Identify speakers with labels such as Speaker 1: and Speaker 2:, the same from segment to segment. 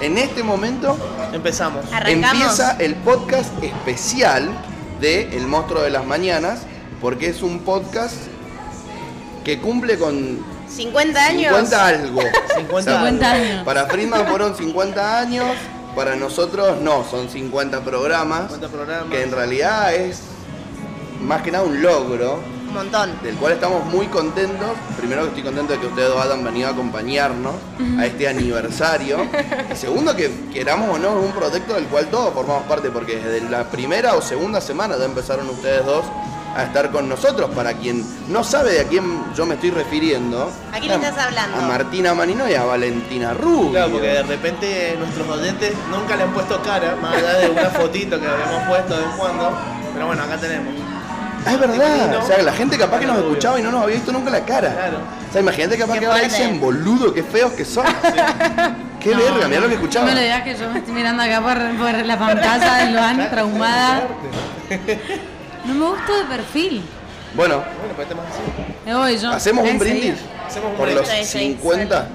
Speaker 1: En este momento
Speaker 2: Empezamos.
Speaker 3: Arrancamos.
Speaker 1: empieza el podcast especial de El Monstruo de las Mañanas, porque es un podcast que cumple con
Speaker 3: 50 años.
Speaker 1: 50 algo.
Speaker 2: 50
Speaker 4: 50 años.
Speaker 1: Para Friedman fueron 50 años, para nosotros no, son 50 programas,
Speaker 2: 50 programas.
Speaker 1: que en realidad es más que nada un logro,
Speaker 3: Un montón.
Speaker 1: del cual estamos muy contentos. Primero que estoy contento de que ustedes dos hayan venido a acompañarnos a este aniversario. Y segundo que queramos o no es un proyecto del cual todos formamos parte, porque desde la primera o segunda semana ya empezaron ustedes dos a estar con nosotros. Para quien no sabe de a quién yo me estoy refiriendo.
Speaker 3: ¿A quién estás hablando?
Speaker 1: A Martina Manino y a Valentina Rubio.
Speaker 2: Claro, porque de repente nuestros oyentes nunca le han puesto cara, más allá de una fotito que habíamos puesto de vez en cuando. Pero bueno, acá tenemos.
Speaker 1: Ah, es verdad.
Speaker 2: Manino,
Speaker 1: O sea, la gente capaz que nos
Speaker 2: Rubio.
Speaker 1: escuchaba y no nos había visto nunca la cara.
Speaker 2: Claro.
Speaker 1: O sea, imagínate capaz
Speaker 3: Qué
Speaker 1: que ahora
Speaker 3: fuerte.
Speaker 1: dicen, boludo, qué feos que son. Qué
Speaker 4: No,
Speaker 1: verga, mirá lo
Speaker 4: No
Speaker 1: que escuchaba.
Speaker 4: me lo digas que yo me estoy mirando acá por, por la pantalla de Loan, traumada. No me gusta de perfil.
Speaker 1: Bueno,
Speaker 2: Bueno, pues estamos así.
Speaker 4: Me voy yo.
Speaker 1: hacemos un
Speaker 4: Enseguida.
Speaker 1: brindis
Speaker 2: Hacemos un
Speaker 1: por
Speaker 2: brindis.
Speaker 1: los
Speaker 3: Sí, sí,
Speaker 1: 50.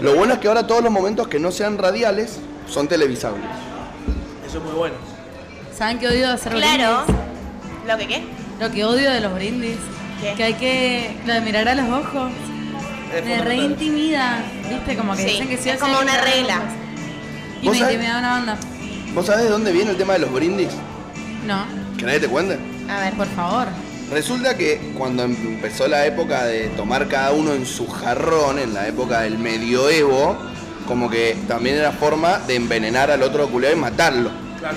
Speaker 1: Lo bueno es que ahora todos los momentos que no sean radiales son televisables.
Speaker 2: Eso es muy bueno.
Speaker 4: ¿Saben qué odio de hacer
Speaker 3: Claro.
Speaker 4: brindis?
Speaker 3: ¿Lo que qué?
Speaker 4: Lo que odio de los brindis.
Speaker 3: ¿Qué?
Speaker 4: Que hay que lo de mirar a los ojos.
Speaker 2: Es
Speaker 4: Me
Speaker 2: fundamental.
Speaker 4: reintimida. ¿Viste? Como que
Speaker 3: Sí,
Speaker 4: dicen que sí.
Speaker 3: es
Speaker 4: o sí
Speaker 3: como
Speaker 4: hay que
Speaker 3: una
Speaker 4: mirar a los
Speaker 3: regla.
Speaker 4: ojos. Y
Speaker 1: ¿Vos
Speaker 4: me
Speaker 1: sabés?
Speaker 4: intimida una banda.
Speaker 1: ¿Vos sabés de dónde viene el tema de los brindis?
Speaker 4: No,
Speaker 1: Que nadie te cuente.
Speaker 3: A ver.
Speaker 4: por favor.
Speaker 1: Resulta que cuando em- empezó la época de tomar cada uno en su jarrón, en la época del medioevo, como que también era forma de envenenar al otro culiao y matarlo.
Speaker 2: Claro.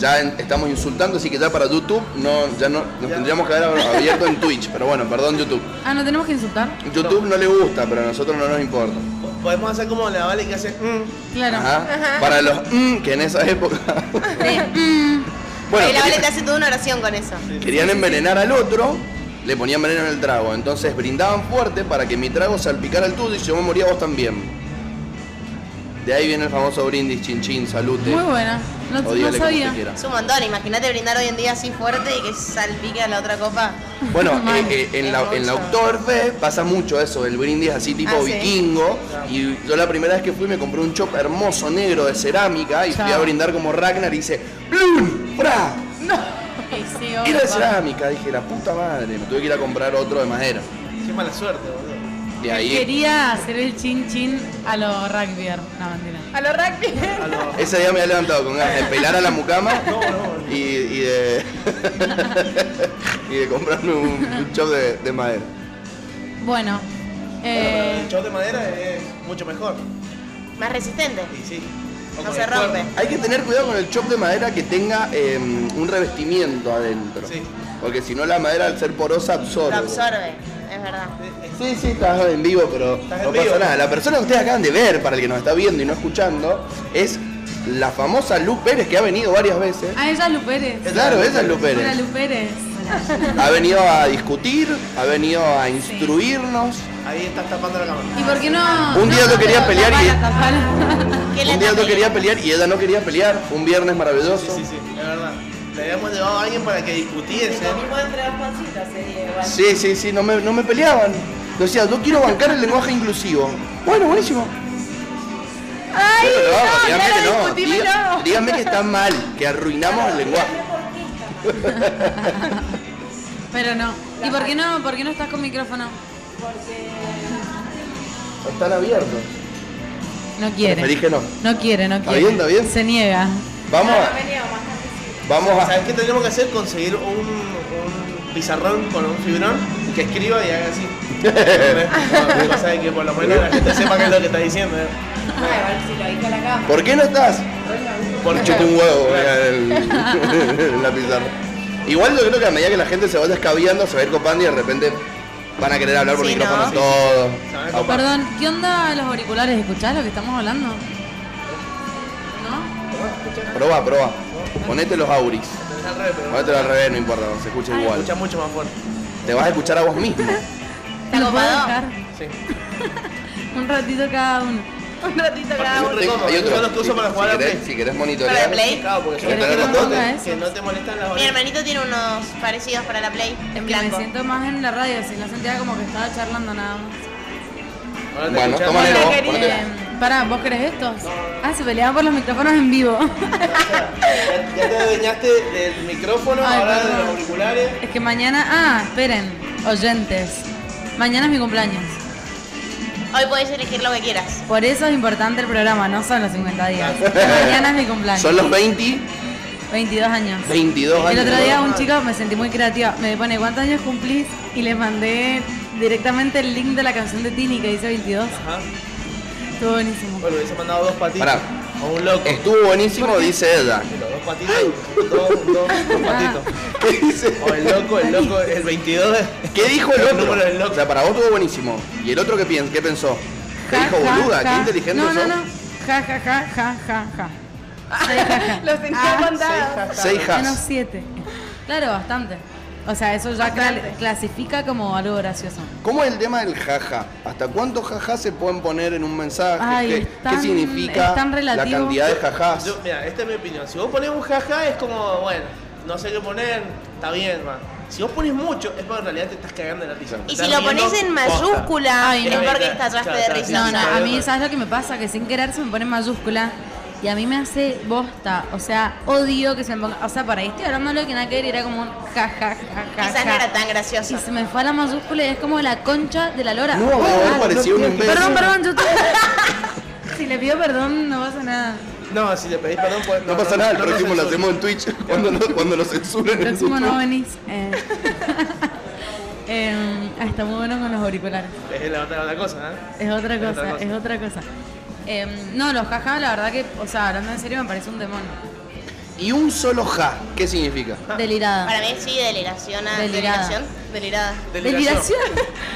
Speaker 1: Ya en- estamos insultando, así que ya para YouTube no, ya no, nos
Speaker 2: Ya.
Speaker 1: tendríamos que haber abierto en Twitch, pero bueno, perdón YouTube.
Speaker 4: Ah, ¿no tenemos que insultar?
Speaker 1: YouTube no le gusta, pero a nosotros no nos importa.
Speaker 2: Podemos hacer como la Vale que hace. mm,
Speaker 4: Claro.
Speaker 1: Ajá. Para los mm, que en esa época. bueno,
Speaker 3: y la
Speaker 1: quería-
Speaker 3: Vale te hace toda una oración con eso.
Speaker 1: querían envenenar al otro, le ponían veneno en el trago. Entonces brindaban fuerte para que mi trago salpicara el tuyo y si yo me moría vos también. De ahí viene el famoso brindis, chin chin, salute.
Speaker 4: Muy buena. No, no
Speaker 1: Odíale como
Speaker 4: sabía.
Speaker 1: se quiera.
Speaker 3: Es un montón. Imagínate brindar hoy en día así fuerte y que salpique a la otra copa.
Speaker 1: Bueno,
Speaker 4: Mal.
Speaker 1: eh, eh, en,
Speaker 3: Es
Speaker 1: la, en la
Speaker 3: mucho.
Speaker 1: Oktoberfest pasa mucho eso, el brindis así tipo
Speaker 3: Ah, sí.
Speaker 1: vikingo. Y yo la primera vez que fui me compré un chop hermoso negro de cerámica y fui
Speaker 4: Chao.
Speaker 1: a brindar como Ragnar y hice ¡Blum! ¡Pra!
Speaker 4: Sí, sí,
Speaker 1: Era de
Speaker 4: obvio, papá.
Speaker 1: cerámica, dije, la puta madre, me tuve que ir a comprar otro de madera.
Speaker 2: Qué mala suerte, boludo.
Speaker 1: Y ahí,
Speaker 4: Quería hacer el chin chin a los rugbyers. No, mentira.
Speaker 3: A los rugby.
Speaker 2: A los-
Speaker 1: ese día me había levantado con ganas de pelar a la mucama
Speaker 2: No, no.
Speaker 1: y, y de. y de comprarme un, un chop de, de madera.
Speaker 4: Bueno, eh,
Speaker 2: El show de madera es mucho mejor.
Speaker 3: Más resistente.
Speaker 2: Y sí. O
Speaker 3: No
Speaker 2: con
Speaker 3: se
Speaker 2: el cuerpo.
Speaker 3: rompe.
Speaker 1: Hay que tener cuidado con el chop de madera que tenga eh, un revestimiento adentro.
Speaker 2: Sí.
Speaker 1: Porque si no, la madera al ser porosa absorbe.
Speaker 3: Lo absorbe. Es verdad.
Speaker 2: Es-
Speaker 1: Sí, sí, estás en vivo, pero
Speaker 2: Estás en
Speaker 1: no
Speaker 2: vivo.
Speaker 1: pasa nada. La persona que ustedes acaban de ver, para el que nos está viendo y no escuchando, es la famosa Luz Pérez que ha venido varias veces.
Speaker 4: a ella Lu Ah, Pérez.
Speaker 1: Claro, esa es Lu
Speaker 4: Hola,
Speaker 1: Pérez.
Speaker 4: Lu Pérez.
Speaker 1: Ha venido a discutir, ha venido a instruirnos.
Speaker 2: es- Ahí estás tapando la cámara.
Speaker 4: ¿Y por qué no?
Speaker 1: Un día
Speaker 4: no,
Speaker 1: yo quería
Speaker 4: no,
Speaker 1: pelear y-
Speaker 4: tapala, tapala.
Speaker 3: ¿Qué le
Speaker 1: Un día
Speaker 3: tapé?
Speaker 1: yo quería pelear y ella no quería pelear. Fue Un viernes
Speaker 2: Sí,
Speaker 1: maravilloso.
Speaker 2: sí, sí, es verdad. Le habíamos llevado a alguien para que discutiese.
Speaker 1: Sí, sí, sí, no me, no me peleaban. Yo decía, yo quiero bancar el lenguaje inclusivo. Bueno, buenísimo.
Speaker 4: ¡Ay!
Speaker 1: Pero
Speaker 4: No,
Speaker 1: vamos, dígame
Speaker 4: claro,
Speaker 1: que no.
Speaker 4: discutímelo.
Speaker 1: Diga- Dígame que está mal, que arruinamos el lenguaje.
Speaker 4: Pero no. ¿Y por qué no? ¿Por qué no estás con micrófono?
Speaker 1: Están abiertos.
Speaker 4: No quiere.
Speaker 1: Preferís que no.
Speaker 4: No quiere, no quiere.
Speaker 1: bien, está bien.
Speaker 4: Se niega.
Speaker 1: Vamos a. Vamos a.
Speaker 2: ¿Sabes qué tenemos que hacer? Conseguir un, un pizarrón con un fibrón que escriba y haga así. No, cosa de que por lo menos la gente sepa qué es lo que está diciendo. ¿eh?
Speaker 5: Ah,
Speaker 1: ¿Por qué no estás? Por chupa un huevo
Speaker 2: Claro.
Speaker 1: mira, el- en la pizarra. Igual yo creo que a medida que la gente se vaya escabeando, se va a ir copando y de repente van a querer hablar por
Speaker 3: Sí,
Speaker 1: micrófono
Speaker 3: ¿no?
Speaker 1: todo.
Speaker 2: Se van a
Speaker 1: Ah,
Speaker 2: copar.
Speaker 4: Perdón, ¿qué onda los auriculares? ¿Escuchás lo que estamos hablando? ¿No?
Speaker 1: Proba, proba. Ponete los auris.
Speaker 2: Tenés al revés, pero
Speaker 1: Ponete al revés, no importa, se escucha igual.
Speaker 2: escucha mucho más fuerte.
Speaker 1: Te vas a escuchar a vos mismo.
Speaker 3: Está
Speaker 4: ¿Lo puedo
Speaker 3: copado.
Speaker 4: dejar?
Speaker 2: Sí.
Speaker 4: Un ratito cada uno.
Speaker 3: Un ratito cada
Speaker 2: Yo
Speaker 3: uno.
Speaker 2: Aparte- recojo,
Speaker 1: Hay otro.
Speaker 2: yo los uso para
Speaker 1: Si
Speaker 2: jugar a
Speaker 1: querés-
Speaker 2: Play.
Speaker 1: Si querés
Speaker 3: Para
Speaker 1: monitorear.
Speaker 3: Play.
Speaker 2: Claro, porque
Speaker 1: ¿Querés
Speaker 2: tenés
Speaker 1: que
Speaker 2: los
Speaker 1: te
Speaker 2: botones,
Speaker 4: ponga eso?
Speaker 2: que no te molestan las
Speaker 3: Mi
Speaker 2: orejas.
Speaker 3: hermanito tiene unos parecidos para la Play.
Speaker 4: Es que
Speaker 3: En
Speaker 4: me
Speaker 3: blanco.
Speaker 4: siento más en la radio, si la sentía como que estaba charlando nada más.
Speaker 2: Ahora te
Speaker 1: Bueno,
Speaker 2: escuchamos.
Speaker 1: tómale
Speaker 4: Hola,
Speaker 1: vos,
Speaker 4: querida.
Speaker 1: ponete.
Speaker 4: Pará, ¿vos querés estos? Ah, se peleaban por los micrófonos en vivo.
Speaker 2: Ya, ya te adueñaste del micrófono,
Speaker 4: Ay,
Speaker 2: ahora de
Speaker 4: perdón.
Speaker 2: los auriculares.
Speaker 4: es que mañana. Ah, esperen, oyentes. Mañana es mi cumpleaños.
Speaker 3: Hoy podés elegir lo que quieras.
Speaker 4: Por eso es importante el programa, no son los 50 días. mañana es mi cumpleaños.
Speaker 1: Son los 20,
Speaker 4: 22 años.
Speaker 1: 22
Speaker 4: El
Speaker 1: años.
Speaker 4: otro día un chico me sentí muy creativa. Me pone, ¿cuántos años cumplís? Y le mandé directamente el link de la canción de Tini que dice 22.
Speaker 2: Ajá.
Speaker 4: Estuvo buenísimo.
Speaker 2: Bueno, hubiese mandado dos patitos.
Speaker 1: Pará.
Speaker 2: O un loco.
Speaker 1: Estuvo buenísimo, dice Edda.
Speaker 2: Pero Dos patitos. Dos, dos,
Speaker 4: Ah,
Speaker 2: dos patitos.
Speaker 1: ¿Qué dice?
Speaker 2: O el loco, el loco, el 22.
Speaker 1: ¿Qué dijo el otro?
Speaker 2: número del loco.
Speaker 1: O sea, para vos estuvo buenísimo. ¿Y el otro qué, piens- qué pensó? ¿Qué
Speaker 4: Ja,
Speaker 1: dijo,
Speaker 4: ja,
Speaker 1: boluda?
Speaker 4: ja.
Speaker 1: ¿Qué inteligente
Speaker 4: No,
Speaker 1: sos?
Speaker 4: no, no. Ja, ja, ja, ja, ja, ja.
Speaker 6: Los tenía
Speaker 4: Ah,
Speaker 6: mandados.
Speaker 1: Seis
Speaker 4: Menos
Speaker 1: has.
Speaker 4: 7. Claro, bastante. O sea, eso ya cla- clasifica como algo gracioso.
Speaker 1: ¿Cómo es el tema del jaja? ¿Hasta cuántos jajas se pueden poner en un mensaje?
Speaker 4: Ay,
Speaker 1: ¿Qué,
Speaker 4: es
Speaker 1: qué
Speaker 4: tan-
Speaker 1: significa
Speaker 4: es tan
Speaker 1: la
Speaker 4: relativo.
Speaker 1: cantidad de jajás?
Speaker 2: Yo, mira, esta es mi opinión. Si vos pones un jaja es como, bueno, no sé qué poner, está bien, va. Si vos pones mucho, es porque en realidad te estás cagando de la risa.
Speaker 3: Y
Speaker 2: Estás
Speaker 3: si lo
Speaker 2: riendo,
Speaker 3: pones en
Speaker 2: posta.
Speaker 3: mayúscula,
Speaker 4: Ay,
Speaker 3: es
Speaker 4: no.
Speaker 3: porque estallaste de
Speaker 2: Claro,
Speaker 3: risa.
Speaker 4: No,
Speaker 2: sí,
Speaker 4: no,
Speaker 2: sí,
Speaker 4: a
Speaker 2: sí.
Speaker 4: mí, ¿sabes lo que me pasa? Que sin querer se me pone en mayúscula y a mí me hace bosta. O sea, odio que se me ponga. O sea, para ahí estoy hablando de lo que nada que ver y era como un ja, ja, ja, ja.
Speaker 3: Quizás no
Speaker 4: ja.
Speaker 3: era tan
Speaker 4: Y
Speaker 3: gracioso.
Speaker 4: se me fue a la mayúscula y es como la concha de la lora.
Speaker 1: No, vos
Speaker 4: Ah,
Speaker 1: parecía un imbécil.
Speaker 4: Perdón, perdón, yo te... Si le pido perdón, no pasa nada.
Speaker 2: No, si te pedís perdón, pues.
Speaker 1: No pasa nada, el
Speaker 2: no, no
Speaker 1: próximo lo
Speaker 2: censures.
Speaker 1: hacemos en Twitch cuando lo, cuando lo censuren en
Speaker 4: Próximo no
Speaker 1: YouTube.
Speaker 4: venís. Eh. Em, ah, está muy bueno con los auriculares.
Speaker 2: Es la otra, la cosa, ¿eh?
Speaker 4: Es otra
Speaker 2: Es otra
Speaker 4: cosa,
Speaker 2: cosa.
Speaker 4: es otra cosa. Em, no, los jaja, la verdad que, o sea, hablando en serio, me parece un demonio.
Speaker 1: Y un solo ja, ¿qué significa?
Speaker 2: Ah.
Speaker 4: Delirada.
Speaker 3: Para mí sí, deliración. a-
Speaker 4: Delirada.
Speaker 3: Deliración. Delirada.
Speaker 4: Deliración.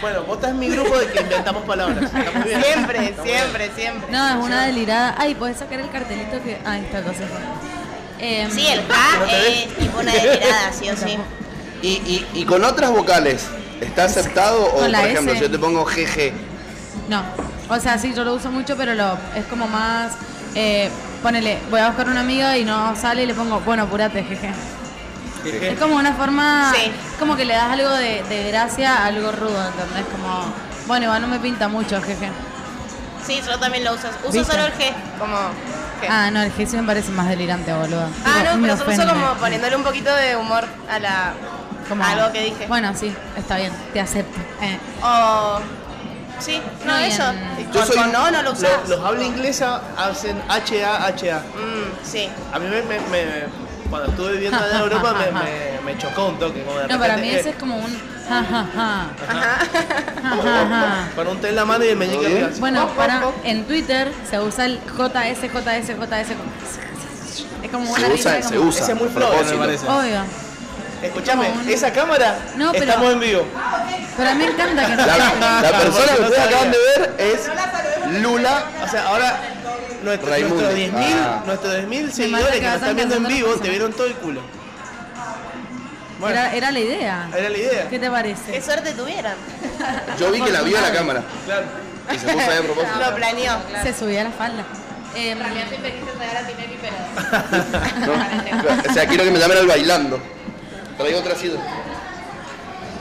Speaker 2: Bueno, vos estás en mi grupo de que inventamos palabras. Está muy bien.
Speaker 3: Siempre,
Speaker 2: Está muy bien.
Speaker 3: siempre, siempre.
Speaker 4: No, es una delirada. Ay, podés sacar el cartelito que. Ah, está, lo sé. Em,
Speaker 3: Sí, el ja
Speaker 2: ¿No te ves?
Speaker 3: es tipo una delirada, sí o sí.
Speaker 1: Y, y- y con otras vocales, ¿está aceptado? O, por
Speaker 4: Con la
Speaker 1: ejemplo,
Speaker 4: S.
Speaker 1: si yo te pongo GG,
Speaker 4: No. O sea, sí, yo lo uso mucho, pero lo, es como más. eh, ponele, voy a buscar una amiga y no sale y le pongo, bueno, apurate, jeje.
Speaker 2: Jeje.
Speaker 4: Es como una forma.
Speaker 3: Sí.
Speaker 4: Es como que le das algo de, de gracia a algo rudo, ¿entendés? Como, bueno, igual no me pinta mucho, jeje.
Speaker 3: Sí, yo también lo uso. Uso
Speaker 4: ¿Viste?
Speaker 3: solo el G, como G.
Speaker 4: Ah, no, el jefe me parece más delirante, boludo.
Speaker 3: Ah, no, pero solo uso
Speaker 4: ofende.
Speaker 3: como poniéndole un poquito de humor a la
Speaker 4: Como-
Speaker 3: algo que dije.
Speaker 4: Bueno, sí, está bien, te acepto. Eh.
Speaker 3: O sí, no,
Speaker 4: No, y
Speaker 3: eso.
Speaker 4: en-
Speaker 3: Y
Speaker 1: Yo
Speaker 3: con-
Speaker 1: soy-
Speaker 3: con no, no lo usás.
Speaker 2: Los, los habla inglesa hacen HA, HA.
Speaker 3: Mm, sí.
Speaker 2: A mí me, me- me- cuando estuve viviendo allá en Europa me, me- me chocó un toque. Como de
Speaker 4: No, para
Speaker 2: repente,
Speaker 4: mí
Speaker 2: eh,
Speaker 4: ese es como un ja ja ja.
Speaker 2: Ajá.
Speaker 4: Ja, ja, ja.
Speaker 2: Con un té en la mano y el meñique
Speaker 1: ¿Todo bien?
Speaker 2: arriba, así.
Speaker 4: Bueno,
Speaker 2: Ojo,
Speaker 4: para
Speaker 2: ojo.
Speaker 4: en Twitter se usa el JS, JS, JS. Es como una
Speaker 1: se usa,
Speaker 4: risa
Speaker 1: se
Speaker 4: como-
Speaker 1: usa.
Speaker 2: Ese es muy
Speaker 1: a
Speaker 2: flojo, me
Speaker 1: propósito.
Speaker 2: parece.
Speaker 4: Obvio.
Speaker 2: Escúchame,
Speaker 4: como un-
Speaker 2: esa cámara
Speaker 4: No, pero-
Speaker 2: estamos en vivo.
Speaker 4: Pero a mí me encanta que
Speaker 1: La, la persona que
Speaker 2: No
Speaker 1: ustedes
Speaker 2: sabía.
Speaker 1: acaban de ver es Lula
Speaker 2: O sea, ahora nuestro-
Speaker 1: Raimundo.
Speaker 2: nuestros 10.000
Speaker 1: Ah.
Speaker 2: nuestros 10.000
Speaker 4: mata
Speaker 2: seguidores
Speaker 4: que
Speaker 2: que nos
Speaker 4: vas a
Speaker 2: están viendo en
Speaker 4: alcanzar
Speaker 2: vivo
Speaker 4: las
Speaker 2: te vieron todo el culo. Bueno,
Speaker 4: era, era la idea.
Speaker 2: era la idea.
Speaker 4: ¿Qué te
Speaker 3: Qué
Speaker 4: parece?
Speaker 3: suerte tuvieron.
Speaker 1: Yo vi que la vio a la cámara
Speaker 2: Claro.
Speaker 1: y se puso ahí a propósito.
Speaker 3: Lo planeó.
Speaker 4: Se subía la falda. Eh,
Speaker 3: Em,
Speaker 1: No, O sea, quiero que me llamen al bailando. Traigo otra sido.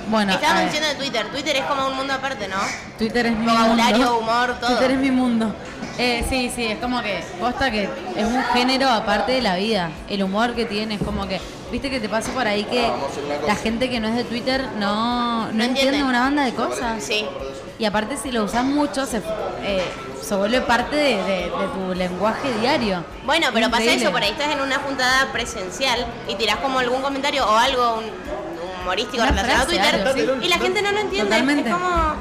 Speaker 4: bueno, a
Speaker 3: Estábamos
Speaker 4: ver,
Speaker 3: diciendo de Twitter. Twitter es como un mundo aparte, ¿no?
Speaker 4: Twitter es mi
Speaker 3: Vocabulario,
Speaker 4: mundo.
Speaker 3: humor, todo.
Speaker 4: Twitter es mi mundo. Eh, sí, sí, es como que, posta que es un género aparte de la vida. El humor que tiene es como que, viste que te pasa por ahí que
Speaker 1: Ah, vamos a hacer una cosa.
Speaker 4: la gente que no es de Twitter no, no,
Speaker 3: No entiende.
Speaker 4: entiende una banda de cosas.
Speaker 3: Sí.
Speaker 4: Y aparte si lo usas mucho, se, eh, se vuelve parte de, de- de tu lenguaje diario.
Speaker 3: Bueno, pero pasa
Speaker 4: Increíble.
Speaker 3: eso, por ahí estás en una juntada presencial y tirás como algún comentario o algo un- humorístico
Speaker 4: Una
Speaker 3: relacionado
Speaker 4: frase,
Speaker 3: a Twitter
Speaker 4: algo,
Speaker 2: sí.
Speaker 3: y la gente no lo entiende,
Speaker 4: Totalmente.
Speaker 3: es como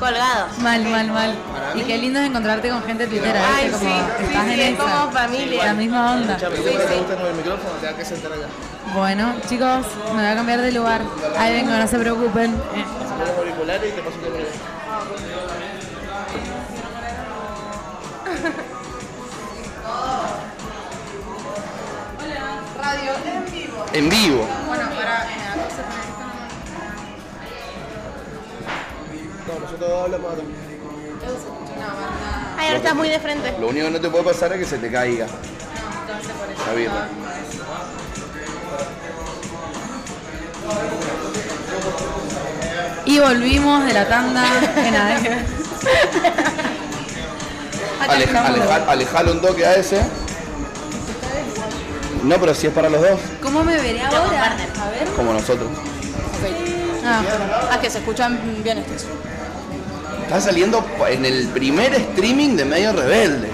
Speaker 3: colgado.
Speaker 4: Mal, mal, mal. Y qué lindo es encontrarte con gente tuitera.
Speaker 3: Ay,
Speaker 4: ¿viste?
Speaker 3: sí, sí,
Speaker 4: estás
Speaker 3: sí,
Speaker 4: en
Speaker 3: es
Speaker 4: esa.
Speaker 3: como familia.
Speaker 4: La misma onda. Eh.
Speaker 2: Escúchame, ¿te parece que gusta con el micrófono? Te da que sentar acá.
Speaker 4: Bueno, chicos, me voy a cambiar de lugar. Ahí vengo, no se preocupen. Eh,
Speaker 2: Con los auriculares y te paso un teléfono.
Speaker 1: En vivo.
Speaker 2: No, nosotros dos hablamos acá.
Speaker 3: Ay, ahora estás muy de frente.
Speaker 1: Lo único que no te puede pasar es que se te caiga. La birra.
Speaker 4: Y volvimos de la tanda. Que nada, que-
Speaker 6: Acá
Speaker 1: Ale-
Speaker 6: estamos.
Speaker 1: aleja- alejalo un toque a ese. No, pero si es para los dos,
Speaker 4: ¿Cómo me veré
Speaker 3: Lo
Speaker 4: ahora?
Speaker 3: comparten.
Speaker 4: A ver.
Speaker 1: como nosotros.
Speaker 4: Ah,
Speaker 6: Ah, que se escuchan bien estos.
Speaker 1: Está saliendo en el primer streaming de Medio Rebelde.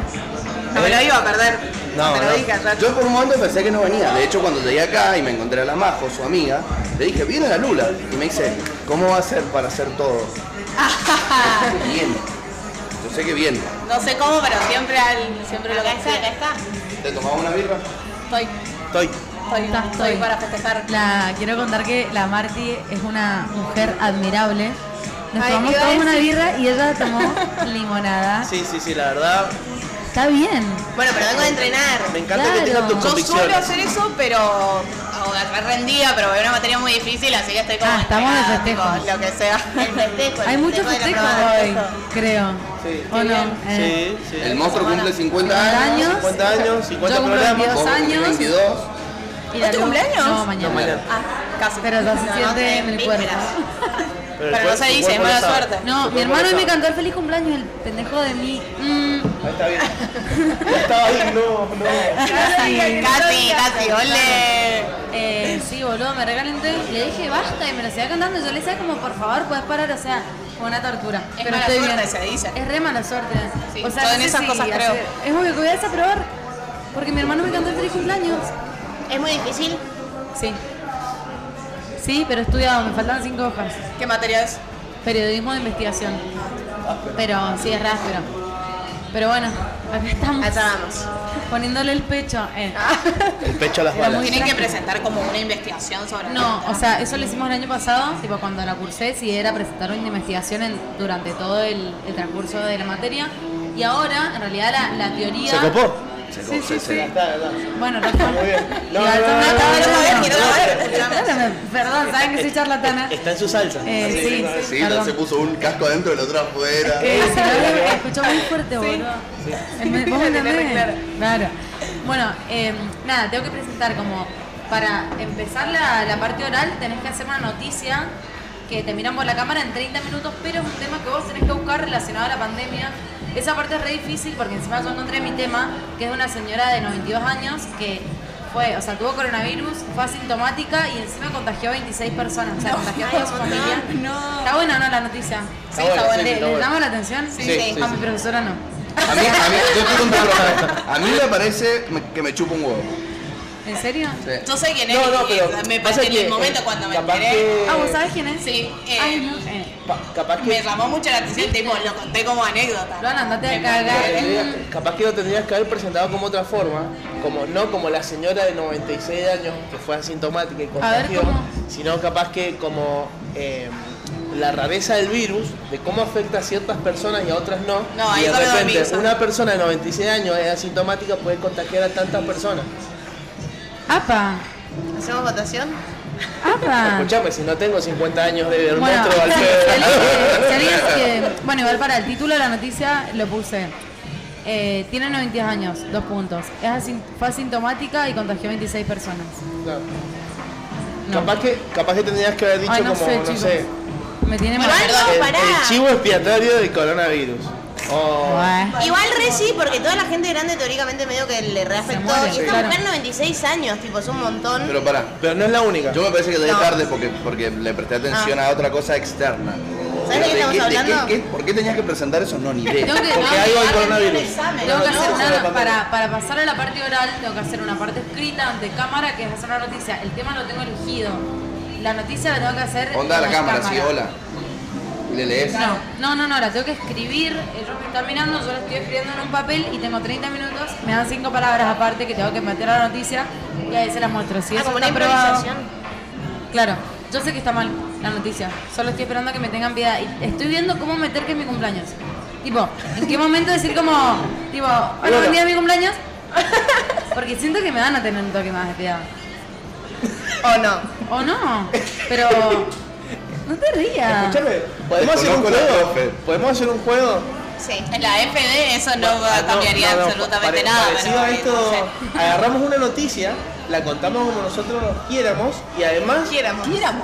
Speaker 6: No me lo iba a perder.
Speaker 1: No,
Speaker 6: Te lo
Speaker 1: no.
Speaker 6: dije ayer.
Speaker 1: Yo por un momento pensé que no venía. De hecho, cuando llegué acá y me encontré a la Majo, su amiga, le dije, viene la Lula. Y me dice, ¿cómo va a ser para hacer todo? Bien. Yo sé que bien.
Speaker 6: No sé cómo, pero siempre, al, siempre lo
Speaker 3: Acá está, acá
Speaker 6: consigo.
Speaker 3: está.
Speaker 1: ¿Te tomamos una birra?
Speaker 6: Estoy,
Speaker 2: Estoy.
Speaker 6: estoy,
Speaker 4: Está,
Speaker 6: estoy
Speaker 4: estoy.
Speaker 6: para festejar.
Speaker 4: la, quiero contar que la Marti es una mujer admirable. Nos
Speaker 6: Ay,
Speaker 4: tomamos
Speaker 6: iba a
Speaker 4: todos una
Speaker 6: decir.
Speaker 4: birra y ella tomó limonada.
Speaker 2: Sí, sí, sí, la verdad.
Speaker 4: Está bien.
Speaker 3: Bueno, pero vengo de entrenar.
Speaker 2: Me encanta
Speaker 4: Claro.
Speaker 2: que tengas tus
Speaker 4: Yo
Speaker 6: Yo suelo
Speaker 2: convicciones.
Speaker 6: hacer eso, pero
Speaker 3: Agarré rendida, pero es una materia muy difícil, así que estoy como.
Speaker 4: Ah, estamos de
Speaker 3: entregada,
Speaker 4: festejo.
Speaker 3: tipo, Lo que sea. El festejo. el
Speaker 4: Hay muchos
Speaker 3: de la
Speaker 4: festejos
Speaker 3: probada.
Speaker 4: hoy, creo.
Speaker 2: Sí.
Speaker 4: ¿O no? Eh,
Speaker 2: Sí, sí.
Speaker 1: El monstruo cumple 50
Speaker 4: 50
Speaker 1: años.
Speaker 4: años.
Speaker 2: 50 años, 50
Speaker 4: Yo cumplo
Speaker 2: programas.
Speaker 1: vos
Speaker 4: Dos
Speaker 1: cumplís
Speaker 4: años.
Speaker 1: 22.
Speaker 4: y la
Speaker 6: ¿Es tu
Speaker 4: luz-
Speaker 6: cumpleaños?
Speaker 4: No,
Speaker 2: No,
Speaker 4: mañana.
Speaker 2: mañana.
Speaker 6: ah, casi.
Speaker 4: Pero ya se
Speaker 3: No,
Speaker 4: siente
Speaker 3: no,
Speaker 4: en el
Speaker 3: vísperas.
Speaker 4: cuerpo.
Speaker 6: Pero
Speaker 2: el
Speaker 6: no
Speaker 2: cuerpo-
Speaker 6: se
Speaker 2: el
Speaker 6: dice, es
Speaker 2: cuerpo
Speaker 6: mala
Speaker 2: lo sabe.
Speaker 6: suerte.
Speaker 4: No,
Speaker 2: Tu
Speaker 4: mi
Speaker 2: cuerpo
Speaker 4: hermano hoy
Speaker 2: lo
Speaker 4: me
Speaker 2: sabe.
Speaker 4: cantó el feliz cumpleaños, el pendejo de mí. Mm,
Speaker 2: Ahí está bien. Ya estaba ahí, no, no.
Speaker 4: casi.
Speaker 3: Casi, casi, ole.
Speaker 4: Eh, sí, boludo, me regalentó y le dije basta y me lo seguía cantando. Yo le decía como, por favor, puedes parar, o sea, fue una tortura.
Speaker 6: Es
Speaker 4: Pero
Speaker 6: mala
Speaker 4: estoy
Speaker 6: suerte,
Speaker 4: bien.
Speaker 6: se dice.
Speaker 4: Es re mala suerte.
Speaker 6: Sí,
Speaker 4: o sea,
Speaker 6: yo
Speaker 4: no
Speaker 6: en
Speaker 4: sé
Speaker 6: esas
Speaker 4: si
Speaker 6: cosas
Speaker 4: hacer-
Speaker 6: creo.
Speaker 4: Es obvio que voy a desaprobar, porque mi hermano me cantó el feliz cumpleaños.
Speaker 3: Es muy difícil.
Speaker 4: Sí. Sí, pero he estudiado, me faltan cinco hojas.
Speaker 6: ¿Qué materia es?
Speaker 4: Periodismo de investigación. Pero sí, es ráspero. Pero bueno, acá estamos.
Speaker 3: Allá vamos.
Speaker 4: Poniéndole el pecho. eh.
Speaker 2: El pecho a las
Speaker 4: Era
Speaker 2: balas.
Speaker 4: muy-
Speaker 6: Ah, Tienen que presentar como una investigación sobre
Speaker 4: No, o sea, eso lo hicimos el año pasado, tipo cuando la cursé, sí era presentar una investigación en- durante todo el, el transcurso de la materia. Y ahora, en realidad, la, la teoría.
Speaker 2: ¿Se copó?
Speaker 1: Se- se- se-
Speaker 2: Ya está, ya está.
Speaker 4: Bueno, Rafa.
Speaker 2: Muy bien.
Speaker 4: Y
Speaker 2: No, no,
Speaker 4: al-
Speaker 2: no, no,
Speaker 4: estaba-
Speaker 2: no,
Speaker 6: no,
Speaker 4: estaba-
Speaker 6: no,
Speaker 4: estaba- Perdón, saben que soy charlatana.
Speaker 2: Está en su salsa.
Speaker 4: Eh,
Speaker 2: Así
Speaker 4: sí,
Speaker 2: que-
Speaker 1: Sí,
Speaker 4: Perdón.
Speaker 1: se puso un casco adentro y el otro afuera.
Speaker 4: Eh, si no, me escuchó muy fuerte, boludo. Es me- ¿Vos me
Speaker 6: la tenés
Speaker 4: entendés?
Speaker 6: clara.
Speaker 4: Claro. Bueno, eh, nada, tengo que presentar como para empezar la, la parte oral tenés que hacer una noticia que te miran por la cámara en 30 minutos, pero es un tema que vos tenés que buscar relacionado a la pandemia. Esa parte es re difícil porque encima yo encontré mi tema, que es de una señora de 92 años que fue, o sea, tuvo coronavirus, fue asintomática y encima contagió a 26 personas, o sea, contagió a toda su familia. Está buena o no la noticia.
Speaker 2: Sí, está buena,
Speaker 4: ¿Le,
Speaker 2: sí, está
Speaker 4: le
Speaker 2: buena.
Speaker 4: llama la atención?
Speaker 2: Sí, sí,
Speaker 4: A
Speaker 2: sí.
Speaker 4: mi profesora no.
Speaker 1: A mí, a mí, yo tengo un problema. A mí me parece me- que me chupa un huevo.
Speaker 4: ¿En serio?
Speaker 1: Sí.
Speaker 3: Yo sé quién es.
Speaker 2: No, no,
Speaker 3: y
Speaker 2: pero
Speaker 3: me
Speaker 2: pasa
Speaker 3: en
Speaker 2: que,
Speaker 3: el momento
Speaker 2: eh,
Speaker 3: cuando me
Speaker 2: capaz
Speaker 3: enteré.
Speaker 2: que-
Speaker 4: Ah, ¿vos sabés quién es?
Speaker 3: Sí, eh,
Speaker 4: Ay, no. eh.
Speaker 2: Pa- capaz que
Speaker 3: Me llamó mucho la atención, tipo, lo conté como anécdota.
Speaker 4: Luana, andate de
Speaker 3: Me
Speaker 4: cagar.
Speaker 2: Lo
Speaker 3: mandé.
Speaker 2: tendrías- Eh, capaz que lo tendrías que haber presentado como otra forma, como no como la señora de 96 años que fue asintomática y contagió,
Speaker 4: ¿cómo?
Speaker 2: sino capaz que como eh, la rareza del virus, de cómo afecta a ciertas personas y a otras no.
Speaker 3: No, ahí
Speaker 2: y de
Speaker 3: solo dormí,
Speaker 2: repente
Speaker 3: solo.
Speaker 2: una persona de 96 años es asintomática, puede contagiar a tantas personas.
Speaker 4: ¡Apa!
Speaker 3: ¿Hacemos votación?
Speaker 4: ¡Apa!
Speaker 2: Escuchame, si no tengo 50 años de ver
Speaker 4: Bueno,
Speaker 2: monstruo al
Speaker 4: si
Speaker 2: pedo.
Speaker 4: alguien- si alguien que- bueno, igual para el título de la noticia lo puse. Eh, tiene 92 años, dos puntos. Es asin- fue asintomática y contagió 26 personas.
Speaker 2: No.
Speaker 4: No.
Speaker 2: Capaz que, capaz que tendrías que haber dicho
Speaker 4: Ay, no
Speaker 2: como,
Speaker 4: sé,
Speaker 2: no
Speaker 4: chicos.
Speaker 2: sé,
Speaker 4: Me tiene
Speaker 3: Igual
Speaker 4: mal.
Speaker 3: no,
Speaker 2: el,
Speaker 3: pará.
Speaker 2: el chivo expiatorio del coronavirus. Oh. O-
Speaker 4: Bueno.
Speaker 3: Igual re sí, porque toda la gente grande teóricamente medio que le reafectó.
Speaker 4: muere,
Speaker 3: y esta
Speaker 4: claro.
Speaker 3: mujer 96 años, tipo, es un montón.
Speaker 1: Pero pará,
Speaker 2: Pero no es la única.
Speaker 1: yo me parece que te
Speaker 3: No.
Speaker 1: tarde porque, porque le
Speaker 4: Ah.
Speaker 1: presté atención a otra cosa externa.
Speaker 3: ¿Sabes de qué
Speaker 1: Pero
Speaker 3: estamos
Speaker 1: qué-
Speaker 3: hablando?
Speaker 1: qué- ¿Por qué tenías que presentar eso? No, ni
Speaker 4: Tengo
Speaker 1: idea.
Speaker 4: que-
Speaker 2: Porque
Speaker 4: no,
Speaker 2: algo del
Speaker 3: Ahora tiene un
Speaker 2: coronavirus.
Speaker 3: examen, ¿no?
Speaker 4: Tengo que hacer
Speaker 2: sobre la
Speaker 4: una,
Speaker 2: pandemia.
Speaker 4: para, para pasar a la parte oral, tengo que hacer una parte escrita ante cámara, que es hacer una noticia. El tema lo tengo elegido. La noticia la tengo que hacer.
Speaker 1: Onda a la
Speaker 4: en
Speaker 1: cámara, sí, hola. Y le lees.
Speaker 4: No, no, no, la tengo que escribir. Ellos me están mirando, yo la estoy escribiendo en un papel y tengo 30 minutos. Me dan cinco palabras aparte que tengo que meter a la noticia y ahí se las muestro. Si
Speaker 3: Ah,
Speaker 4: eso
Speaker 3: como una
Speaker 4: está aprobado.
Speaker 3: improvisación.
Speaker 4: Claro, yo sé que está mal la noticia. Solo estoy esperando que me tengan piedad. Y estoy viendo cómo meter que es mi cumpleaños. Tipo, ¿en qué momento decir como, tipo, hola, buen día, mi cumpleaños? Porque siento que me van a tener un toque más de piedad.
Speaker 6: ¿O no?
Speaker 4: O no, pero no te rías.
Speaker 2: Escúchame, ¿podemos hacer un
Speaker 1: Desconozco la
Speaker 2: juego?
Speaker 1: profe.
Speaker 2: ¿Podemos hacer un juego?
Speaker 3: Sí.
Speaker 6: En la FD eso no,
Speaker 2: Ah,
Speaker 6: cambiaría
Speaker 2: no, no, no,
Speaker 6: absolutamente
Speaker 2: pare-
Speaker 6: nada.
Speaker 2: Parecido a
Speaker 6: pero,
Speaker 2: esto,
Speaker 6: no sé.
Speaker 2: agarramos una noticia la contamos como nosotros nos quieramos y además
Speaker 6: Quieramos. Quieramos.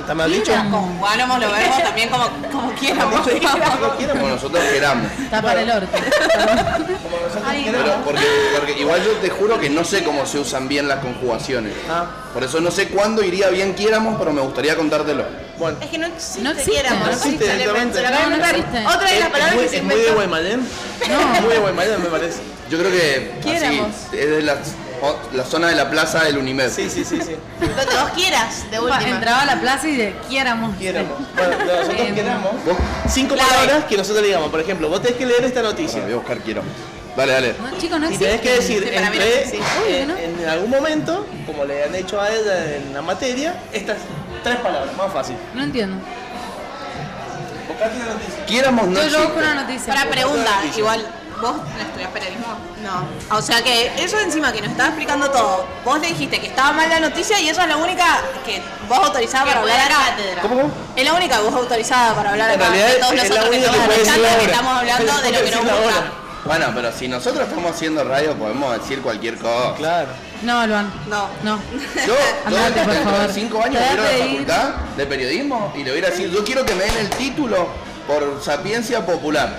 Speaker 2: está mal dicho
Speaker 6: Con guanamos lo vemos también como, como quieramos.
Speaker 2: Dicho, no
Speaker 1: Como
Speaker 2: quieramos,
Speaker 1: nosotros queramos.
Speaker 4: Está para el orto.
Speaker 2: como nosotros
Speaker 4: Ay,
Speaker 2: queramos.
Speaker 1: Pero porque, porque igual yo te juro que no sé cómo se usan bien las conjugaciones.
Speaker 2: Ah,
Speaker 1: Por eso no sé cuándo iría bien quieramos, pero me gustaría contártelo.
Speaker 2: bueno,
Speaker 3: Es que no existe,
Speaker 4: No existe,
Speaker 3: quieramos.
Speaker 2: no existe
Speaker 6: Se le
Speaker 2: directamente.
Speaker 6: pensó, la
Speaker 4: No, no
Speaker 6: verdad,
Speaker 4: existe.
Speaker 6: Otra de
Speaker 2: Es-
Speaker 6: las
Speaker 2: es
Speaker 6: palabras
Speaker 2: muy-
Speaker 6: que se
Speaker 2: Es muy de
Speaker 6: inventó.
Speaker 2: Guaymallén. Es muy de Guaymallén, me parece.
Speaker 1: Yo creo que así,
Speaker 4: Quieramos.
Speaker 1: es de la, o- la zona de la plaza del Unimed.
Speaker 2: Sí, sí, sí, sí.
Speaker 3: Donde vos quieras, de última.
Speaker 4: Entraba a la plaza y de quiéramos.
Speaker 2: Quieramos. Bueno, nosotros
Speaker 4: Em,
Speaker 2: queramos.
Speaker 1: ¿Vos?
Speaker 2: Cinco
Speaker 3: La
Speaker 2: palabras que nosotros digamos. Por ejemplo, vos tenés que leer esta
Speaker 1: Sí,
Speaker 2: noticia.
Speaker 1: voy a buscar quieramos. Dale, dale.
Speaker 4: No, chicos, no
Speaker 2: Y
Speaker 4: existe.
Speaker 2: tenés que decir,
Speaker 6: Sí, para mí no
Speaker 2: entre,
Speaker 6: existe.
Speaker 4: Obvio, ¿no?
Speaker 2: en, en algún momento, como le han hecho a ella en la materia, estas tres palabras, más fácil.
Speaker 4: No entiendo.
Speaker 2: Buscate la noticia.
Speaker 1: Quieramos no
Speaker 4: Yo yo busco
Speaker 1: existe.
Speaker 4: una noticia.
Speaker 6: Para pregunta,
Speaker 2: noticia.
Speaker 6: igual, ¿vos no estudiás periodismo? No. O sea que ella encima que nos estaba explicando todo, vos le dijiste que estaba mal la noticia y ella es la única que vos autorizada para
Speaker 3: Que voy a
Speaker 6: hablar
Speaker 3: la
Speaker 6: acá.
Speaker 3: cátedra.
Speaker 2: ¿Cómo?
Speaker 6: Es la única voz autorizada para hablar
Speaker 2: En
Speaker 6: acá
Speaker 2: realidad
Speaker 6: de todos
Speaker 2: es la
Speaker 6: nosotros que
Speaker 2: única que
Speaker 6: estamos
Speaker 2: puede decir
Speaker 6: escuchando,
Speaker 2: la
Speaker 6: que
Speaker 2: hora.
Speaker 6: estamos hablando de lo que
Speaker 2: Puede
Speaker 6: nos
Speaker 2: decir la
Speaker 6: gusta.
Speaker 2: hora.
Speaker 1: Bueno, pero si nosotros estamos haciendo radio podemos decir cualquier cosa.
Speaker 2: Claro.
Speaker 4: No, Luan.
Speaker 6: No.
Speaker 4: No.
Speaker 1: Yo, yo
Speaker 4: Andate, por
Speaker 1: dentro de
Speaker 4: favor.
Speaker 1: cinco años
Speaker 4: Te
Speaker 1: quiero la
Speaker 4: vas a ir.
Speaker 1: facultad de periodismo y le voy a decir, yo quiero que me den el título por sapiencia popular,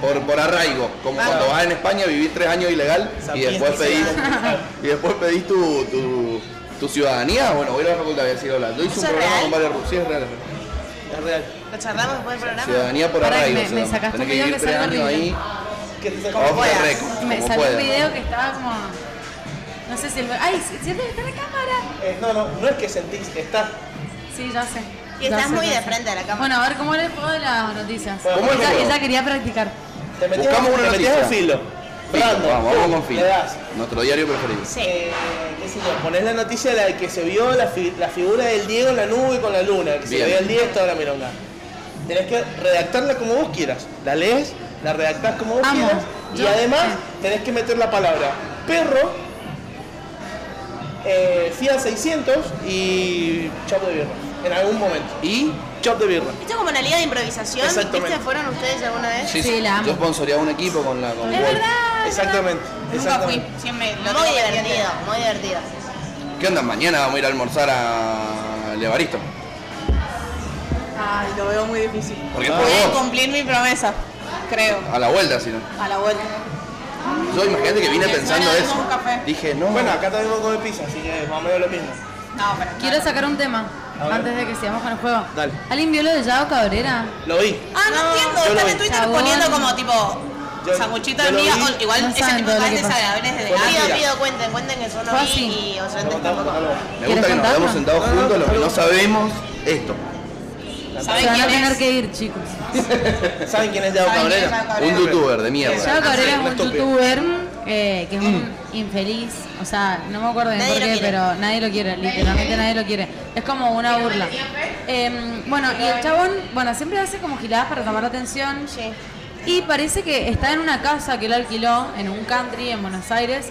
Speaker 1: por, por arraigo, como
Speaker 2: Claro.
Speaker 1: cuando vas en España vivís tres años ilegal y
Speaker 2: Sapiencia.
Speaker 1: después pedís, y después pedís tu, tu, tu ciudadanía, bueno, voy a la facultad y voy a decir, hola, yo hice
Speaker 3: ¿Eso
Speaker 1: un
Speaker 3: es
Speaker 1: programa
Speaker 3: real?
Speaker 1: con varios rusos, sí, es real.
Speaker 2: Es real.
Speaker 3: Lo charlamos después del programa.
Speaker 1: Ciudadanía por
Speaker 4: Pará, que
Speaker 1: arraigo.
Speaker 4: me-
Speaker 1: se
Speaker 4: me
Speaker 1: llama.
Speaker 4: sacaste
Speaker 1: Tenés
Speaker 4: un
Speaker 1: que
Speaker 4: video
Speaker 1: vivir
Speaker 4: que
Speaker 1: tres
Speaker 4: sale
Speaker 1: años ahí,
Speaker 4: horrible.
Speaker 2: ¿Qué te
Speaker 1: off the
Speaker 3: puedas.
Speaker 1: record,
Speaker 4: Me
Speaker 1: como
Speaker 4: salió un
Speaker 1: puedas.
Speaker 4: video que estaba como. No sé si el. ¡Ay! ¡Siento que está la cámara!
Speaker 2: Eh, no, no, no es que sentís, está.
Speaker 4: Sí, ya sé.
Speaker 3: Y
Speaker 4: Ya
Speaker 3: estás
Speaker 4: sé,
Speaker 3: muy
Speaker 4: ya
Speaker 3: de
Speaker 4: sé.
Speaker 3: frente a la cámara.
Speaker 4: Bueno, a ver cómo era el juego de las noticias.
Speaker 2: Bueno,
Speaker 1: ¿Cómo es el
Speaker 4: ella,
Speaker 1: juego?
Speaker 4: ella quería practicar.
Speaker 2: Te metías,
Speaker 1: Buscamos una
Speaker 2: te metías
Speaker 1: noticia.
Speaker 2: al filo.
Speaker 1: Filo,
Speaker 2: Random.
Speaker 1: Vamos, vamos con Filo.
Speaker 2: Le das.
Speaker 1: Nuestro diario preferido.
Speaker 3: Sí.
Speaker 2: Eh, qué sé yo, ponés la noticia de la que se vio la, fi- la figura del Diego en la nube con la luna, que se
Speaker 1: Bien.
Speaker 2: le veía el Diego y toda la milonga. Tenés que redactarla como vos quieras. La lees, la redactás como vos
Speaker 4: Amo.
Speaker 2: quieras y
Speaker 4: Yo-
Speaker 2: además
Speaker 4: eh.
Speaker 2: tenés que meter la palabra perro, eh, Fiat 600 y chop de birra. En algún momento.
Speaker 1: Y
Speaker 2: Chop de birra.
Speaker 3: Esto es como una liga de improvisación.
Speaker 2: Exactamente.
Speaker 3: ¿Viste? ¿Fueron ustedes alguna vez?
Speaker 1: sí,
Speaker 4: Sí, la amo.
Speaker 1: yo sponsoreaba un equipo con la con
Speaker 4: ¡Es
Speaker 1: Wolf.
Speaker 4: verdad!
Speaker 2: Exactamente.
Speaker 6: Nunca fui,
Speaker 2: exactamente.
Speaker 6: siempre lo
Speaker 3: Muy
Speaker 6: tengo pendiente.
Speaker 3: divertido, muy divertido.
Speaker 1: ¿Qué onda? Mañana vamos a ir a almorzar a Levaristo.
Speaker 6: Ay, lo veo muy difícil.
Speaker 1: Porque es por
Speaker 6: Voy a
Speaker 1: vos.
Speaker 6: cumplir mi promesa, creo,
Speaker 1: A la vuelta, si no.
Speaker 6: a la vuelta.
Speaker 1: Yo imagínate que vine
Speaker 6: Porque
Speaker 1: pensando
Speaker 6: fuera
Speaker 1: eso.
Speaker 6: un café.
Speaker 1: Dije, no.
Speaker 2: Bueno, acá también vamos a comer pizza, así que más o menos lo mismo.
Speaker 6: No, pero
Speaker 4: Quiero sacar un tema
Speaker 2: A ver.
Speaker 4: antes de que sigamos con el juego.
Speaker 2: Dale.
Speaker 4: ¿Alguien vio lo de Yao Cabrera?
Speaker 2: Lo vi.
Speaker 6: Ah, no, entiendo,
Speaker 2: yo lo
Speaker 6: están
Speaker 2: vi.
Speaker 6: en Twitter
Speaker 4: Chabón.
Speaker 6: poniendo como tipo
Speaker 2: Yo-
Speaker 6: sanguchito
Speaker 2: yo
Speaker 6: de
Speaker 2: lo
Speaker 6: hormiga,
Speaker 2: vi.
Speaker 6: o igual
Speaker 4: No
Speaker 6: ese
Speaker 4: saben
Speaker 6: tipo de
Speaker 4: todo lo
Speaker 6: cosas
Speaker 4: que pasa.
Speaker 6: desagradables desde
Speaker 2: Bueno,
Speaker 6: antes.
Speaker 3: Pido,
Speaker 2: Mira.
Speaker 3: pido, cuenten, cuenten que yo no
Speaker 4: Fue
Speaker 3: vi
Speaker 4: así.
Speaker 3: y
Speaker 2: Lo
Speaker 3: oyentes
Speaker 2: contamos,
Speaker 3: tampoco.
Speaker 2: algo.
Speaker 1: me
Speaker 4: ¿Quieres
Speaker 1: gusta que nos
Speaker 4: contarlo?
Speaker 1: quedamos sentados
Speaker 2: No, no,
Speaker 1: juntos, lo que
Speaker 2: no.
Speaker 1: no sabemos, esto.
Speaker 4: Se
Speaker 6: ¿Saben
Speaker 4: van a
Speaker 6: quién
Speaker 4: tener
Speaker 6: es?
Speaker 4: que ir, chicos.
Speaker 2: ¿Saben quién es Yao
Speaker 6: ¿Saben quién es
Speaker 2: Cabrera?
Speaker 6: Yao Cabrera?
Speaker 1: Un youtuber de
Speaker 4: Yao
Speaker 1: mierda.
Speaker 4: Cabrera
Speaker 2: sí,
Speaker 4: es
Speaker 2: un
Speaker 4: un
Speaker 2: estúpido.
Speaker 4: youtuber eh, que es un
Speaker 6: Mm.
Speaker 4: infeliz. O sea, no me acuerdo bien
Speaker 3: Nadie
Speaker 4: por
Speaker 3: lo
Speaker 4: qué,
Speaker 3: quiere.
Speaker 4: pero nadie lo quiere. Literalmente nadie lo quiere. Es como una burla. Em, bueno, y el chabón, bueno, siempre hace como giladas para tomar la atención.
Speaker 3: Sí.
Speaker 4: Y parece que está en una casa que él alquiló en un country en Buenos Aires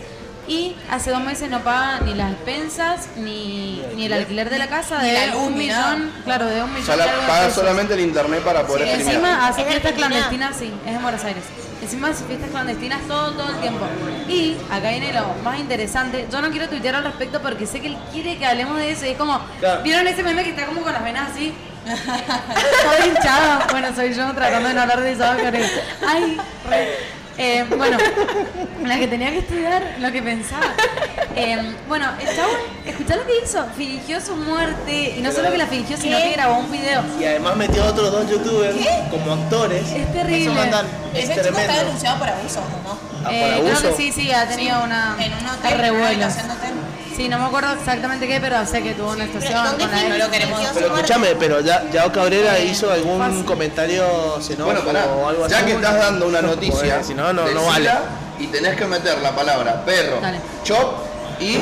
Speaker 4: y hace dos meses no paga ni las expensas ni, ni el alquiler de la casa
Speaker 6: Ni
Speaker 4: de
Speaker 6: la luz,
Speaker 4: un
Speaker 6: ni
Speaker 4: millón, claro, de un millón.
Speaker 1: Ya
Speaker 4: y algo
Speaker 1: la
Speaker 4: de
Speaker 1: paga
Speaker 4: pesos.
Speaker 1: solamente el internet para poder
Speaker 4: Y
Speaker 1: streamear.
Speaker 4: encima hace
Speaker 3: ¿Es
Speaker 4: fiestas
Speaker 3: Argentina?
Speaker 4: clandestinas, sí, es en Buenos Aires. Encima hace fiestas clandestinas todo, todo el tiempo. Y acá viene lo más interesante. Yo no quiero tuitear al respecto porque sé que él quiere que hablemos de eso. Y es como,
Speaker 2: Claro.
Speaker 4: ¿vieron ese meme que está como con las venas así? Todo hinchado. Bueno, soy yo tratando de no hablar de eso. pero- Ay, re. Eh, bueno, la que tenía que estudiar, lo que pensaba. Eh, bueno, el chabón, escuchá lo que hizo. Fingió su muerte. Y no solo que la fingió, sino
Speaker 3: ¿Qué?
Speaker 4: que grabó un video.
Speaker 2: Y además metió a otros dos youtubers como actores.
Speaker 4: Es terrible.
Speaker 6: Ese
Speaker 2: Es
Speaker 6: chico está
Speaker 2: tremendo.
Speaker 6: denunciado por abuso, ¿no?
Speaker 2: Ah,
Speaker 4: Eh,
Speaker 2: por
Speaker 4: creo
Speaker 2: abuso.
Speaker 4: que sí, sí, ha tenido una
Speaker 6: En un hotel,
Speaker 4: hay
Speaker 6: en una
Speaker 4: revuelos.
Speaker 6: habitación de hotel.
Speaker 4: Sí, no me acuerdo exactamente qué, pero sé que tuvo una
Speaker 3: ¿y
Speaker 4: situación
Speaker 3: dónde
Speaker 4: con la
Speaker 3: fue?
Speaker 4: ex.
Speaker 6: No lo queremos.
Speaker 3: Dios,
Speaker 2: Pero
Speaker 3: su muerte.
Speaker 2: escúchame, pero ya Yao Cabrera hizo algún
Speaker 4: Eh, fácil.
Speaker 2: comentario xenófobo
Speaker 1: Bueno, pará,
Speaker 2: o algo así. eh.
Speaker 1: ya que estás dando una
Speaker 2: No,
Speaker 1: noticia,
Speaker 2: porque si no, no, no
Speaker 1: decila
Speaker 2: vale.
Speaker 1: y tenés que meter la palabra perro,
Speaker 4: Dale.
Speaker 1: chop y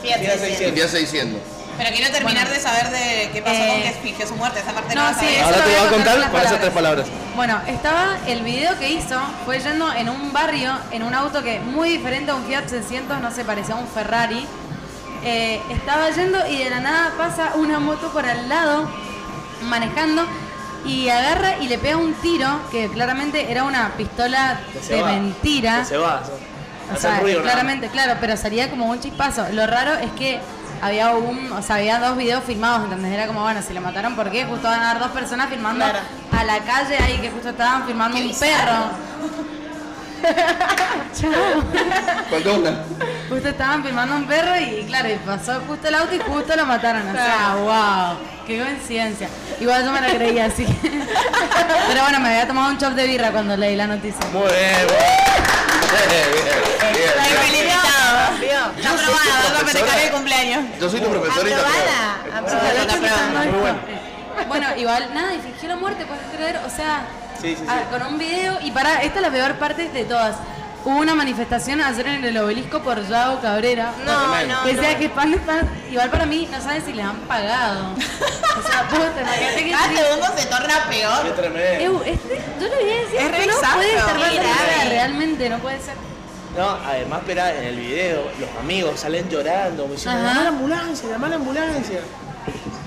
Speaker 3: Fíjate,
Speaker 2: Fíjate,
Speaker 3: sí.
Speaker 1: te estoy diciendo.
Speaker 6: Pero quiero terminar de saber de qué pasó con
Speaker 4: Eh,
Speaker 6: que fingió su muerte, esa parte no,
Speaker 4: No,
Speaker 6: la
Speaker 4: sí,
Speaker 6: sabía.
Speaker 4: eso
Speaker 2: Ahora
Speaker 4: lo
Speaker 2: te voy a contar
Speaker 4: las
Speaker 2: con esas tres palabras.
Speaker 4: Bueno, estaba el video que hizo, fue yendo en un barrio, en un auto que muy diferente a un Fiat 600, no se parecía a un Ferrari. Eh, estaba yendo y de la nada pasa una moto por al lado, manejando, y agarra y le pega un tiro, que claramente era una pistola
Speaker 2: Que se
Speaker 4: de
Speaker 2: va.
Speaker 4: mentira.
Speaker 2: Que se va.
Speaker 4: O
Speaker 2: Hacer
Speaker 4: sea,
Speaker 2: ruido, nada
Speaker 4: claramente, claro, pero salía como un chispazo. Lo raro es que había un, o sea, había dos videos filmados, ¿entendés? Era como, bueno, si lo mataron, ¿por qué? Justo van a haber dos personas filmando
Speaker 6: Claro.
Speaker 4: a la calle ahí que justo estaban filmando
Speaker 6: Qué
Speaker 4: un
Speaker 6: bizarro.
Speaker 4: perro. Chao.
Speaker 1: Faltó una.
Speaker 4: Justo estaban filmando un perro y claro, y pasó justo el auto y justo lo mataron. O sea, wow, qué coincidencia. Igual yo me lo creía, así que. Pero bueno, me había tomado un chop de birra cuando leí la noticia.
Speaker 2: Muy bien,
Speaker 1: Bien, bien, bien.
Speaker 6: Está
Speaker 1: Yo soy tu
Speaker 6: aprobada, va a
Speaker 1: profesora.
Speaker 6: pecar el cumpleaños.
Speaker 1: Yo soy tu profesor y te apruebo.
Speaker 3: Aprobada, aprobada.
Speaker 6: Está aprobada.
Speaker 2: muy bueno.
Speaker 4: Bueno, igual, nada, y fingió la muerte, pues, puedes creer, o sea,
Speaker 2: Sí, sí, sí.
Speaker 4: a- con un video, y para, esta es la peor parte de todas. Hubo una manifestación ayer en el obelisco por Yao Cabrera.
Speaker 3: No, no,
Speaker 4: Que
Speaker 3: no.
Speaker 4: sea que pan están, igual para mí, no saben si les han pagado. O sea, puta, imagínate que
Speaker 6: Cada segundo se
Speaker 4: Ah,
Speaker 6: torna
Speaker 2: Qué
Speaker 6: peor.
Speaker 2: tremendo.
Speaker 4: Eu, este, yo le voy a decir
Speaker 6: Es
Speaker 4: que
Speaker 6: re
Speaker 4: no
Speaker 6: exacto.
Speaker 4: puede estar más
Speaker 6: Qué
Speaker 4: cerca,
Speaker 6: grave.
Speaker 4: realmente, no puede ser.
Speaker 2: No, además, espera, en el video, los amigos salen llorando, como diciendo,
Speaker 4: Ajá.
Speaker 2: la mala ambulancia, la mala ambulancia.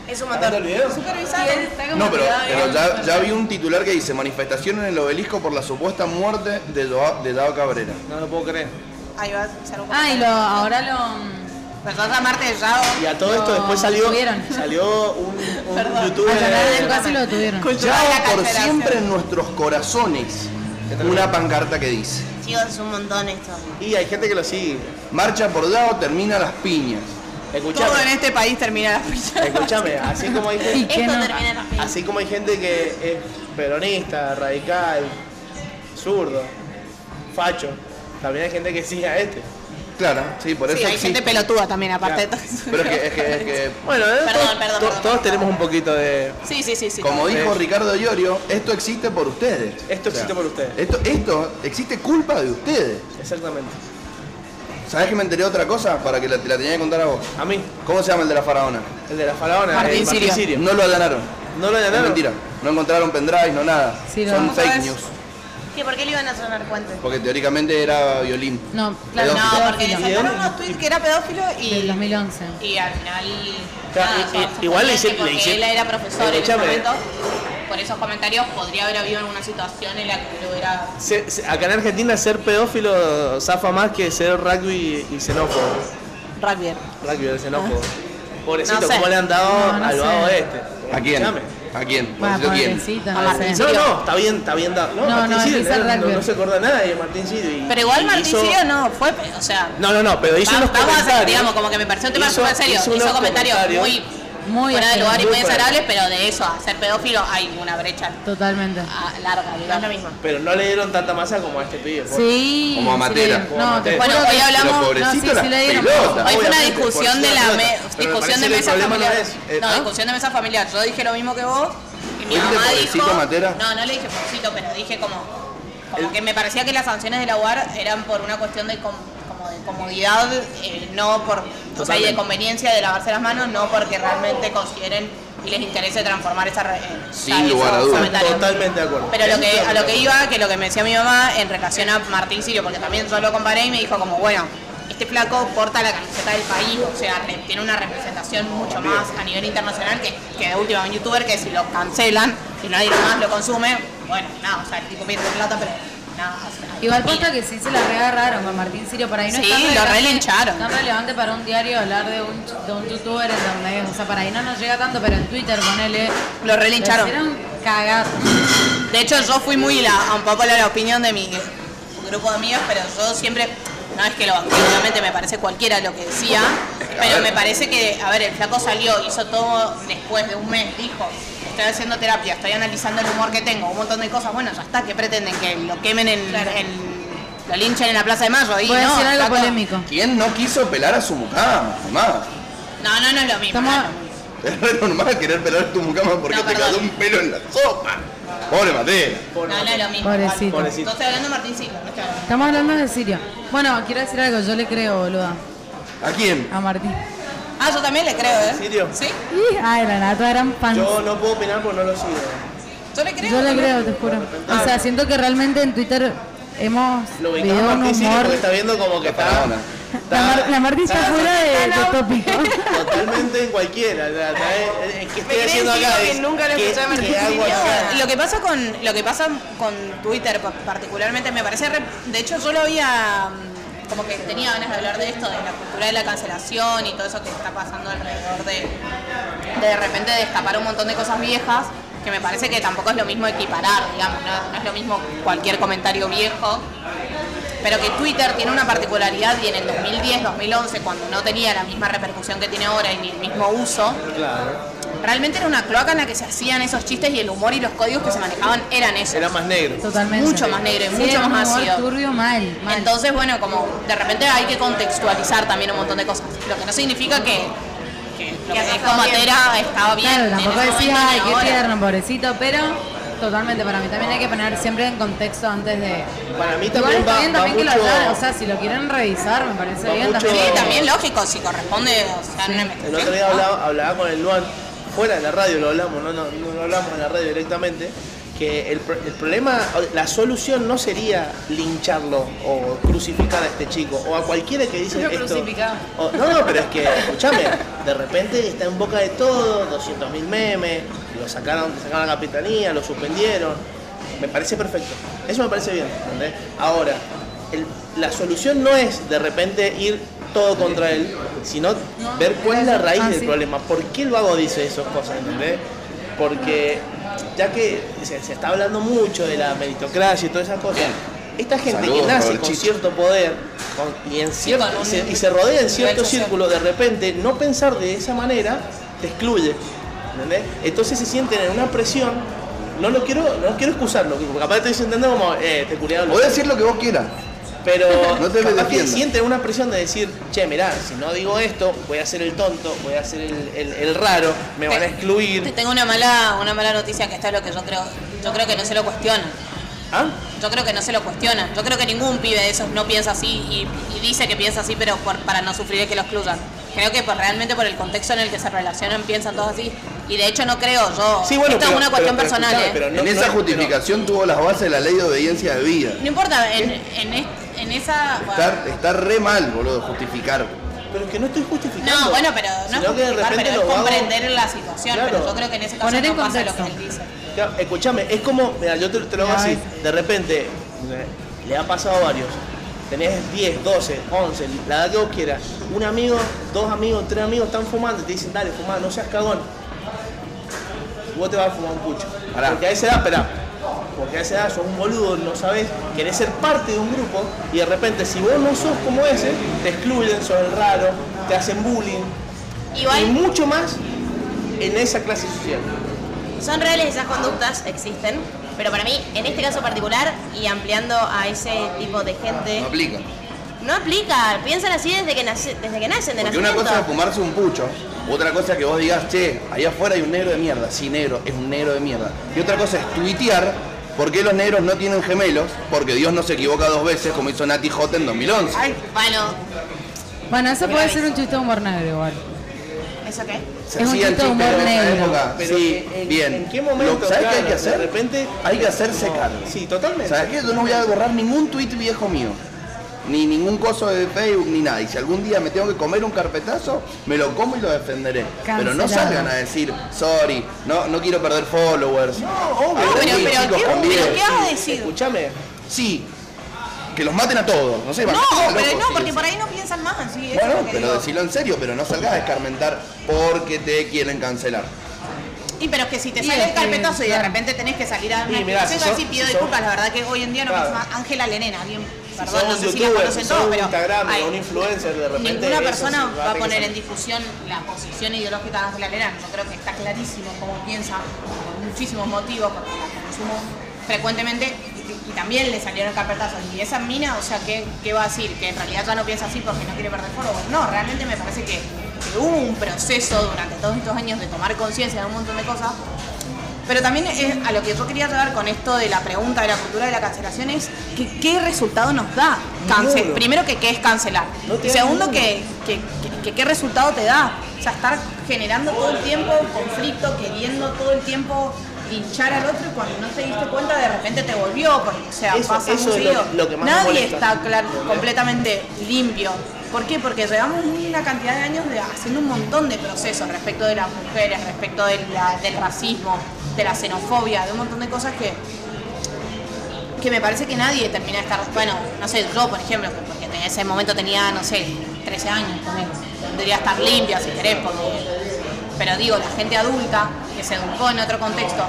Speaker 6: Es un
Speaker 2: ¿Está viendo el video?
Speaker 4: Y él está como
Speaker 1: No, pero,
Speaker 4: cuidado,
Speaker 1: pero
Speaker 4: digamos,
Speaker 1: ya, ya vi un titular que dice manifestación en el obelisco por la supuesta muerte de, Joa- de Dao Cabrera.
Speaker 2: No lo puedo creer.
Speaker 6: Ahí va a ser un
Speaker 4: Ah, y lo, ahora lo...
Speaker 6: Perdón, la Marte de Yao.
Speaker 2: Y a todo esto
Speaker 4: Lo
Speaker 2: después salió,
Speaker 4: subieron.
Speaker 2: salió un, un
Speaker 6: Perdón.
Speaker 2: youtuber.
Speaker 4: a Jonathan
Speaker 2: eh,
Speaker 4: del casi lo detuvieron.
Speaker 6: Cultura de la
Speaker 1: Ya por
Speaker 6: cancelación.
Speaker 1: siempre en nuestros corazones una pancarta que dice
Speaker 3: Chicos, es un montón esto.
Speaker 2: Y hay gente que lo sigue.
Speaker 1: Marcha por Dao termina las piñas.
Speaker 2: Escuchame,
Speaker 6: Todo en este país termina la fecha.
Speaker 2: escuchame, así como hay gente,
Speaker 4: Que
Speaker 3: Esto
Speaker 4: no.
Speaker 3: termina en la fe.
Speaker 2: así como hay gente que es peronista, radical, zurdo, facho, también hay gente que sigue a este.
Speaker 1: Claro, sí, por eso
Speaker 6: Sí, hay
Speaker 1: existe.
Speaker 6: gente pelotuda también, aparte
Speaker 2: Claro.
Speaker 6: de todo.
Speaker 1: Pero es que, es que- es que,
Speaker 2: Bueno, eh,
Speaker 6: Perdón,
Speaker 2: todos,
Speaker 6: perdón,
Speaker 2: to-
Speaker 6: perdón.
Speaker 2: todos tenemos un poquito de.
Speaker 6: Sí, sí, sí, sí.
Speaker 1: como dijo
Speaker 2: Sí.
Speaker 1: Ricardo Iorio, esto existe por ustedes.
Speaker 2: Esto existe por ustedes.
Speaker 1: Esto, esto existe culpa de ustedes.
Speaker 2: Exactamente.
Speaker 1: ¿Sabés que me enteré de otra cosa? Para que la, te la tenía que contar a vos.
Speaker 2: A mí,
Speaker 1: ¿Cómo se llama el de la faraona?
Speaker 2: el de la faraona,
Speaker 6: Martín
Speaker 2: el Martín
Speaker 6: Sirio.
Speaker 2: Sirio.
Speaker 1: No lo allanaron.
Speaker 2: No lo
Speaker 1: Es
Speaker 2: ganaron.
Speaker 1: mentira. No encontraron pendrive, no nada.
Speaker 4: Sí, lo-
Speaker 1: Son
Speaker 4: ¿Cómo
Speaker 1: fake
Speaker 6: sabes?
Speaker 1: news.
Speaker 3: ¿Qué, ¿Por qué le iban a sonar cuentos?
Speaker 1: Porque teóricamente era violín.
Speaker 4: No, claro,
Speaker 1: Pedófilo.
Speaker 6: No, porque le
Speaker 4: pedófilo.
Speaker 2: ¿Y
Speaker 6: sacaron
Speaker 2: dónde?
Speaker 6: unos tweets que era pedófilo
Speaker 4: Del
Speaker 6: y.
Speaker 4: 2011.
Speaker 6: Y al final.
Speaker 2: Claro,
Speaker 6: nada, son-
Speaker 2: y- y-
Speaker 6: suponía
Speaker 2: eh, igual le hice-
Speaker 6: que Porque
Speaker 2: le hice-
Speaker 6: él era profesor en ese
Speaker 2: Escúchame.
Speaker 6: momento. Por esos comentarios podría haber habido alguna situación en la que lo hubiera.
Speaker 2: Se- se- acá en Argentina ser pedófilo zafa más que ser rugby y xenófobo.
Speaker 6: Rugby.
Speaker 2: Rugby y xenófobo.
Speaker 6: Ah.
Speaker 2: Pobrecito,
Speaker 6: No sé.
Speaker 2: ¿cómo le han dado
Speaker 4: No, no
Speaker 2: al
Speaker 4: sé.
Speaker 2: vago este?
Speaker 1: ¿A quién?
Speaker 2: Escuchame.
Speaker 1: ¿A quién?
Speaker 4: Va,
Speaker 1: ¿Por quién?
Speaker 4: pobrecito,
Speaker 6: Ah,
Speaker 4: no sé.
Speaker 2: No, no, está bien, está bien dado. No,
Speaker 4: No,
Speaker 2: Martín
Speaker 4: no,
Speaker 2: Sirio,
Speaker 4: empieza el
Speaker 2: no,
Speaker 4: rugby.
Speaker 2: no se acuerda nada de Martín Sirio. y-
Speaker 6: Pero igual
Speaker 2: y
Speaker 6: Martín
Speaker 2: hizo-
Speaker 6: Sirio no fue. pe- O sea.
Speaker 2: No, no, no, pero hizo
Speaker 6: va-
Speaker 2: unos
Speaker 6: vamos a hacer,
Speaker 2: comentarios.
Speaker 6: digamos, como que me pareció un tema
Speaker 2: Hizo-
Speaker 6: súper serio.
Speaker 2: hizo
Speaker 6: Hizo,
Speaker 2: unos
Speaker 6: comentarios,
Speaker 2: comentarios.
Speaker 6: muy.
Speaker 4: Muy
Speaker 6: fuera de
Speaker 4: asqueroso.
Speaker 6: lugar y muy
Speaker 2: Muy fuera.
Speaker 6: desagradables, pero de eso, a ser pedófilo, hay una brecha
Speaker 4: Totalmente.
Speaker 6: ah, larga, digamos.
Speaker 3: es lo mismo.
Speaker 2: Pero no le dieron tanta masa como a este pibe.
Speaker 4: Sí.
Speaker 1: Como a
Speaker 4: sí
Speaker 1: Matera.
Speaker 4: le-
Speaker 2: Como a
Speaker 4: No,
Speaker 2: Matera.
Speaker 4: te
Speaker 6: Bueno,
Speaker 4: juro
Speaker 6: hoy
Speaker 4: que-
Speaker 6: hablamos-
Speaker 1: Pero
Speaker 6: No,
Speaker 1: pobrecito
Speaker 4: sí, sí
Speaker 1: las
Speaker 4: le dieron.
Speaker 1: pelotas.
Speaker 6: Hoy fue una
Speaker 2: Obviamente,
Speaker 6: discusión
Speaker 2: por
Speaker 6: de la
Speaker 2: cierto.
Speaker 6: me-
Speaker 2: Pero me
Speaker 6: discusión de
Speaker 2: parece que el
Speaker 6: mesa
Speaker 2: problema no
Speaker 6: familiar.
Speaker 2: es- eh,
Speaker 6: no,
Speaker 1: ¿ah?
Speaker 6: discusión de mesa familiar. Yo dije lo mismo que vos y mi
Speaker 1: ¿Dijiste
Speaker 6: mamá
Speaker 1: pobrecito,
Speaker 6: dijo.
Speaker 1: Matera?
Speaker 6: No, no le dije pobrecito, pero dije como como que me parecía que las sanciones de la UAR eran por una cuestión de com- como de comodidad, eh, no por o sea, y de
Speaker 2: Totalmente.
Speaker 6: conveniencia de lavarse las manos, no porque realmente consideren y les interese transformar esa re- eh,
Speaker 1: Sin
Speaker 6: o sea,
Speaker 1: lugar a
Speaker 6: esos
Speaker 1: dudas.
Speaker 6: comentarios.
Speaker 2: Totalmente de acuerdo.
Speaker 6: Pero lo que, a lo que
Speaker 2: Totalmente.
Speaker 6: iba, que lo que me decía mi mamá en relación a Martín Sirio, porque también yo lo comparé y me dijo como, bueno, este flaco porta la camiseta del país, o sea, re- tiene una representación mucho más a nivel internacional que, que de última un youtuber que si lo cancelan, si nadie más lo consume, bueno, nada, o sea, el tipo pierde plata, pero nada. o sea,
Speaker 4: Igual
Speaker 6: mira.
Speaker 4: posta que sí se la reagarraron con Martín Sirio por ahí no
Speaker 6: Sí,
Speaker 4: es tan
Speaker 6: lo
Speaker 4: relevante-
Speaker 6: relincharon.
Speaker 4: Tan relevante para un diario hablar de un, ch- de un youtuber en donde, o sea, para ahí no nos llega tanto, pero en Twitter ponele.
Speaker 6: Lo relincharon.
Speaker 4: Le hicieron cagar.
Speaker 6: De hecho, yo fui muy la, un poco la opinión de mi grupo de amigos, pero yo siempre, no es que lo banqué, obviamente me parece cualquiera lo que decía, pero me parece que, a ver, el flaco salió, hizo todo después de un mes, dijo, estoy haciendo terapia, estoy analizando el humor que tengo, un montón de cosas, bueno, ya está, que pretenden? Que lo quemen en, en- lo linchen en la Plaza de Mayo, y
Speaker 4: Voy a
Speaker 6: no,
Speaker 4: decir algo
Speaker 6: flaco.
Speaker 4: polémico.
Speaker 1: ¿Quién no quiso pelar a su mucama? Jamás.
Speaker 6: No, no, no es lo mismo.
Speaker 4: Estamos-
Speaker 6: no es lo mismo.
Speaker 1: Es re normal querer pelar a tu mucama porque
Speaker 6: No,
Speaker 1: te
Speaker 6: perdón.
Speaker 1: cayó un pelo en la sopa. Pobre Matera.
Speaker 2: Pobre
Speaker 6: No, no es lo mismo.
Speaker 4: Pobrecito.
Speaker 6: Yo estoy hablando de Martín Silva, no estoy hablando.
Speaker 4: Estamos hablando de Sirio. Bueno, quiero decir algo, yo le creo, boluda,
Speaker 1: ¿A quién?
Speaker 4: a Martín.
Speaker 6: Ah, yo también le creo, ¿eh?
Speaker 2: ¿Sirio?
Speaker 6: Sí,
Speaker 4: Y, Ay, la nata eran fans.
Speaker 2: Yo no puedo opinar porque no lo sigo.
Speaker 6: yo le creo.
Speaker 4: Yo le
Speaker 6: también.
Speaker 4: creo, te juro. O sea, siento que realmente en Twitter hemos
Speaker 2: Lo
Speaker 4: vivido
Speaker 2: ubicamos a
Speaker 4: un
Speaker 2: Martín Sirio
Speaker 4: humor.
Speaker 2: porque está viendo como que
Speaker 1: La faraona.
Speaker 2: está
Speaker 4: La, Mar- la Martín está fuera de, de tópico.
Speaker 2: totalmente en cualquiera. o sea, está- es- es eh, que estoy
Speaker 6: creen
Speaker 2: haciendo
Speaker 6: encima
Speaker 2: acá?
Speaker 6: que
Speaker 2: Es-
Speaker 6: nunca lo
Speaker 2: ¿qué-
Speaker 6: escuchaba
Speaker 2: qué
Speaker 6: Martín
Speaker 2: hago
Speaker 6: Sirio.
Speaker 2: acá?
Speaker 6: Lo que pasa con lo que pasa con Twitter pa- particularmente me parece re- de hecho yo lo había mm, como que tenía ganas de hablar de esto, de la cultura de la cancelación y todo eso que está pasando alrededor de de repente destapar un montón de cosas viejas, que me parece que tampoco es lo mismo equiparar, digamos, no, no es lo mismo cualquier comentario viejo, pero que Twitter tiene una particularidad y en el 2010, 2011, cuando no tenía la misma repercusión que tiene ahora y ni el mismo uso,
Speaker 2: Claro.
Speaker 6: realmente era una cloaca en la que se hacían esos chistes y el humor y los códigos que se manejaban eran esos.
Speaker 2: Era más negro.
Speaker 4: Totalmente.
Speaker 6: Mucho más negro y
Speaker 4: Sí,
Speaker 6: mucho
Speaker 4: era un
Speaker 6: más
Speaker 4: humor
Speaker 6: ácido.
Speaker 4: turbio mal, mal.
Speaker 6: Entonces, bueno, como de repente hay que contextualizar también un montón de cosas. Lo que no significa que, que lo
Speaker 3: Que
Speaker 6: que dijo
Speaker 3: estaba
Speaker 6: Matera estaba bien.
Speaker 4: claro,
Speaker 6: en
Speaker 4: tampoco
Speaker 6: ese
Speaker 4: decías,
Speaker 6: momento ni
Speaker 4: ay, qué
Speaker 6: ahora".
Speaker 4: tierno, pobrecito, pero totalmente para mí también hay que poner siempre en contexto antes de.
Speaker 2: Para mí
Speaker 4: Igual
Speaker 2: también
Speaker 4: está
Speaker 2: va,
Speaker 4: bien
Speaker 2: va
Speaker 4: también que lo
Speaker 2: mucho-
Speaker 4: hagan, o sea, si lo quieren revisar, me parece
Speaker 2: va
Speaker 4: bien
Speaker 2: mucho-
Speaker 6: Sí,
Speaker 4: también.
Speaker 6: también lógico, si corresponde, o sea, no me
Speaker 2: El otro día hablaba, hablaba con el Luan, fuera de la radio lo hablamos, no, no, no lo hablamos en la radio directamente, que el, pro- el problema, o la solución no sería lincharlo o crucificar a este chico o a cualquiera que dice
Speaker 4: Lo
Speaker 2: esto.
Speaker 4: crucificaba.
Speaker 2: O- no, no, pero es que, escúchame, de repente está en boca de todo, 200.000 memes, lo sacaron, sacaron a la capitanía, lo suspendieron. Me parece perfecto. Eso me parece bien. ¿entendés? Ahora, el- la solución no es de repente ir todo contra él, sino
Speaker 4: No,
Speaker 2: ver cuál es la raíz
Speaker 4: ah,
Speaker 2: del
Speaker 4: sí.
Speaker 2: problema. ¿Por qué el vago dice esas cosas? ¿Entendés? Porque ya que se, se está hablando mucho de la meritocracia y todas esas cosas, esta gente
Speaker 1: Saludos,
Speaker 2: que nace
Speaker 1: Robert
Speaker 2: con
Speaker 1: Chicho.
Speaker 2: cierto poder con- y, en cierto,
Speaker 6: con
Speaker 2: y,
Speaker 6: un
Speaker 2: se, y se rodea en cierto
Speaker 6: nivel social.
Speaker 2: círculo, de repente no pensar de esa manera te excluye. ¿entendés? Entonces se sienten en una presión. No lo quiero, no quiero excusarlo, porque capaz te dicen, entendiendo como, eh, te culiaron.
Speaker 1: Voy a decir lo que vos quieras.
Speaker 2: Pero
Speaker 1: No te me
Speaker 2: capaz que
Speaker 1: defiendas.
Speaker 2: sienten una presión de decir, che, mirá, si no digo esto, voy a ser el tonto, voy a ser el, el- el raro, me van a
Speaker 6: Te
Speaker 2: excluir.
Speaker 6: tengo una mala, una mala noticia que esto es lo que yo creo. Yo creo que no se lo cuestionan.
Speaker 2: ¿Ah?
Speaker 6: Yo creo que no se lo cuestionan. Yo creo que ningún pibe de esos no piensa así y, y dice que piensa así, pero por- para no sufrir de que lo excluyan. Creo que pues, realmente por el contexto en el que se relacionan piensan todos así. Y de hecho no creo yo.
Speaker 2: Sí, bueno,
Speaker 6: Esto
Speaker 2: pero-
Speaker 6: es una cuestión
Speaker 2: pero- pero
Speaker 6: personal.
Speaker 2: escuchame,
Speaker 6: ¿eh?
Speaker 2: pero no-
Speaker 1: en
Speaker 2: no
Speaker 1: esa
Speaker 2: es-
Speaker 1: justificación tuvo las bases de la ley de obediencia de vida.
Speaker 6: No importa, en, en, est- en esa...
Speaker 1: Está, está re mal, boludo, justificar.
Speaker 2: pero- Pero es que no estoy justificando.
Speaker 6: No, bueno, pero no
Speaker 2: Sino
Speaker 6: es
Speaker 2: que de
Speaker 6: justificar,
Speaker 2: repente
Speaker 6: pero es
Speaker 2: lo hago-
Speaker 6: comprender la situación. Pero
Speaker 2: Claro.
Speaker 6: yo creo que en ese caso
Speaker 4: Poner en
Speaker 6: no pasa lo que
Speaker 4: contexto.
Speaker 6: él dice.
Speaker 2: Claro, escúchame, es como, mira, yo te, te lo hago
Speaker 4: Ay.
Speaker 2: así, de repente, eh, le ha pasado a varios, tenés 10, 12, 11, la edad que vos quieras, un amigo, dos amigos, tres amigos están fumando, y te dicen, dale, fumá, no seas cagón, vos te vas a fumar un pucho,
Speaker 1: Pará.
Speaker 2: porque a esa edad, esperá, porque a esa edad sos un boludo, no sabés, querés ser parte de un grupo, y de repente, si vos no sos como ese, te excluyen, sos el raro, te hacen bullying, y
Speaker 3: Igual,
Speaker 2: mucho más en esa clase social.
Speaker 3: son reales esas conductas, existen, pero para mí, en este caso particular, y ampliando a ese tipo de gente,
Speaker 1: No aplica.
Speaker 3: no aplica. Piensan así desde que, nace- desde que nacen, de
Speaker 1: Porque una
Speaker 3: nacimiento.
Speaker 1: cosa es fumarse un pucho, otra cosa es que vos digas, che, allá afuera hay un negro de mierda. Sí, negro, es un negro de mierda. Y otra cosa es tuitear por qué los negros no tienen gemelos, porque Dios no se equivoca dos veces, como hizo Nati J en 2011.
Speaker 3: Bueno,
Speaker 4: Bueno, eso
Speaker 3: Mira,
Speaker 4: puede
Speaker 3: ahí.
Speaker 4: ser un chiste de humor negro igual.
Speaker 3: ¿eso qué?
Speaker 1: Se
Speaker 4: Es un
Speaker 1: hacían
Speaker 4: chiste de
Speaker 1: chistes
Speaker 4: humor
Speaker 1: de esa
Speaker 4: negro. eh,
Speaker 1: época.
Speaker 2: Pero
Speaker 1: sí,
Speaker 2: ¿en-
Speaker 1: bien.
Speaker 2: ¿En qué momento?
Speaker 1: Lo- ¿Sabes qué hay
Speaker 2: Claro,
Speaker 1: que hacer?
Speaker 2: De repente.
Speaker 1: Hay que hacerse
Speaker 2: No.
Speaker 1: cargo.
Speaker 2: Sí, totalmente.
Speaker 1: ¿Sabes qué? Yo no voy a borrar ningún tuit viejo mío. Ni ningún coso de Facebook, ni nada. Y si algún día me tengo que comer un carpetazo, me lo como y lo defenderé. Pero no
Speaker 4: Cancelado.
Speaker 1: salgan a decir, sorry, no, no quiero perder followers.
Speaker 2: No, obvio.
Speaker 1: Habrá
Speaker 6: Ah, pero-
Speaker 1: mil
Speaker 6: pero
Speaker 1: chicos
Speaker 6: ¿qué-
Speaker 1: con
Speaker 6: pero
Speaker 1: videos.
Speaker 6: qué vas a decir?
Speaker 2: Escúchame.
Speaker 1: Sí, que los maten a todos. No, sé,
Speaker 6: No,
Speaker 1: maten a
Speaker 6: pero
Speaker 1: locos,
Speaker 6: no,
Speaker 1: sí,
Speaker 6: porque
Speaker 1: sí.
Speaker 6: por ahí no piensan más. Sí, eso es lo
Speaker 1: Bueno,
Speaker 6: que
Speaker 1: pero
Speaker 6: digo.
Speaker 1: decilo en serio, pero no salgas a escarmentar porque te quieren cancelar.
Speaker 6: Y pero es que si te
Speaker 4: Y
Speaker 6: sale el
Speaker 4: es que,
Speaker 6: carpetazo y de
Speaker 4: claro.
Speaker 6: repente tenés que salir a dar una
Speaker 2: este, Y mirá,
Speaker 6: explicación,
Speaker 2: si
Speaker 6: yo
Speaker 2: sos-
Speaker 6: sí pido
Speaker 2: si sos-
Speaker 6: disculpas, la verdad que hoy en día no
Speaker 2: Claro.
Speaker 6: me más Ángela Lenena, bien,
Speaker 2: Si
Speaker 6: perdón,
Speaker 2: sos
Speaker 6: no
Speaker 2: un
Speaker 6: sé si la
Speaker 2: youtuber, si
Speaker 6: conocen
Speaker 2: sos
Speaker 6: todos,
Speaker 2: un
Speaker 6: pero
Speaker 2: Instagram
Speaker 6: ay,
Speaker 2: o un influencer, de repente.
Speaker 6: ninguna
Speaker 2: eso
Speaker 6: persona
Speaker 2: sí
Speaker 6: va a
Speaker 2: que
Speaker 6: poner
Speaker 2: se-
Speaker 6: en discusión la posición ideológica de Ángela Lenena. Yo creo que está clarísimo cómo piensa, por muchísimos motivos, porque la consumo frecuentemente y, y también le salieron carpetazos. Y esa mina, o sea, ¿qué, qué va a decir? Que en realidad ya no piensa así porque no quiere perder foro. No, realmente me parece que, que hubo un proceso durante todos estos años de tomar conciencia de un montón de cosas pero también es a lo que yo quería llegar con esto de la pregunta de la cultura de la cancelación es que qué resultado nos da. Cance-
Speaker 2: Ninguno.
Speaker 6: Primero que qué es cancelar.
Speaker 2: No te
Speaker 6: y
Speaker 2: da
Speaker 6: segundo
Speaker 2: ninguno.
Speaker 6: que, que- que- que qué resultado te da. O sea, estar generando todo el tiempo conflicto, queriendo todo el tiempo hinchar al otro y cuando no te diste cuenta de repente te volvió. Porque, o sea,
Speaker 2: Eso-
Speaker 6: pasa
Speaker 2: eso
Speaker 6: muy
Speaker 2: es lo-
Speaker 6: seguido.
Speaker 2: lo que más me
Speaker 6: Nadie
Speaker 2: molesta.
Speaker 6: está claro, completamente limpio. ¿Por qué? Porque llevamos una cantidad de años de- haciendo un montón de procesos respecto de las mujeres, respecto de la- del racismo, de la xenofobia, de un montón de cosas que que me parece que nadie termina de estar, bueno, no sé, yo por ejemplo, que- porque en ese momento tenía, no sé, 13 años también, debería estar limpia si querés, porque- pero digo, la gente adulta que se educó en otro contexto.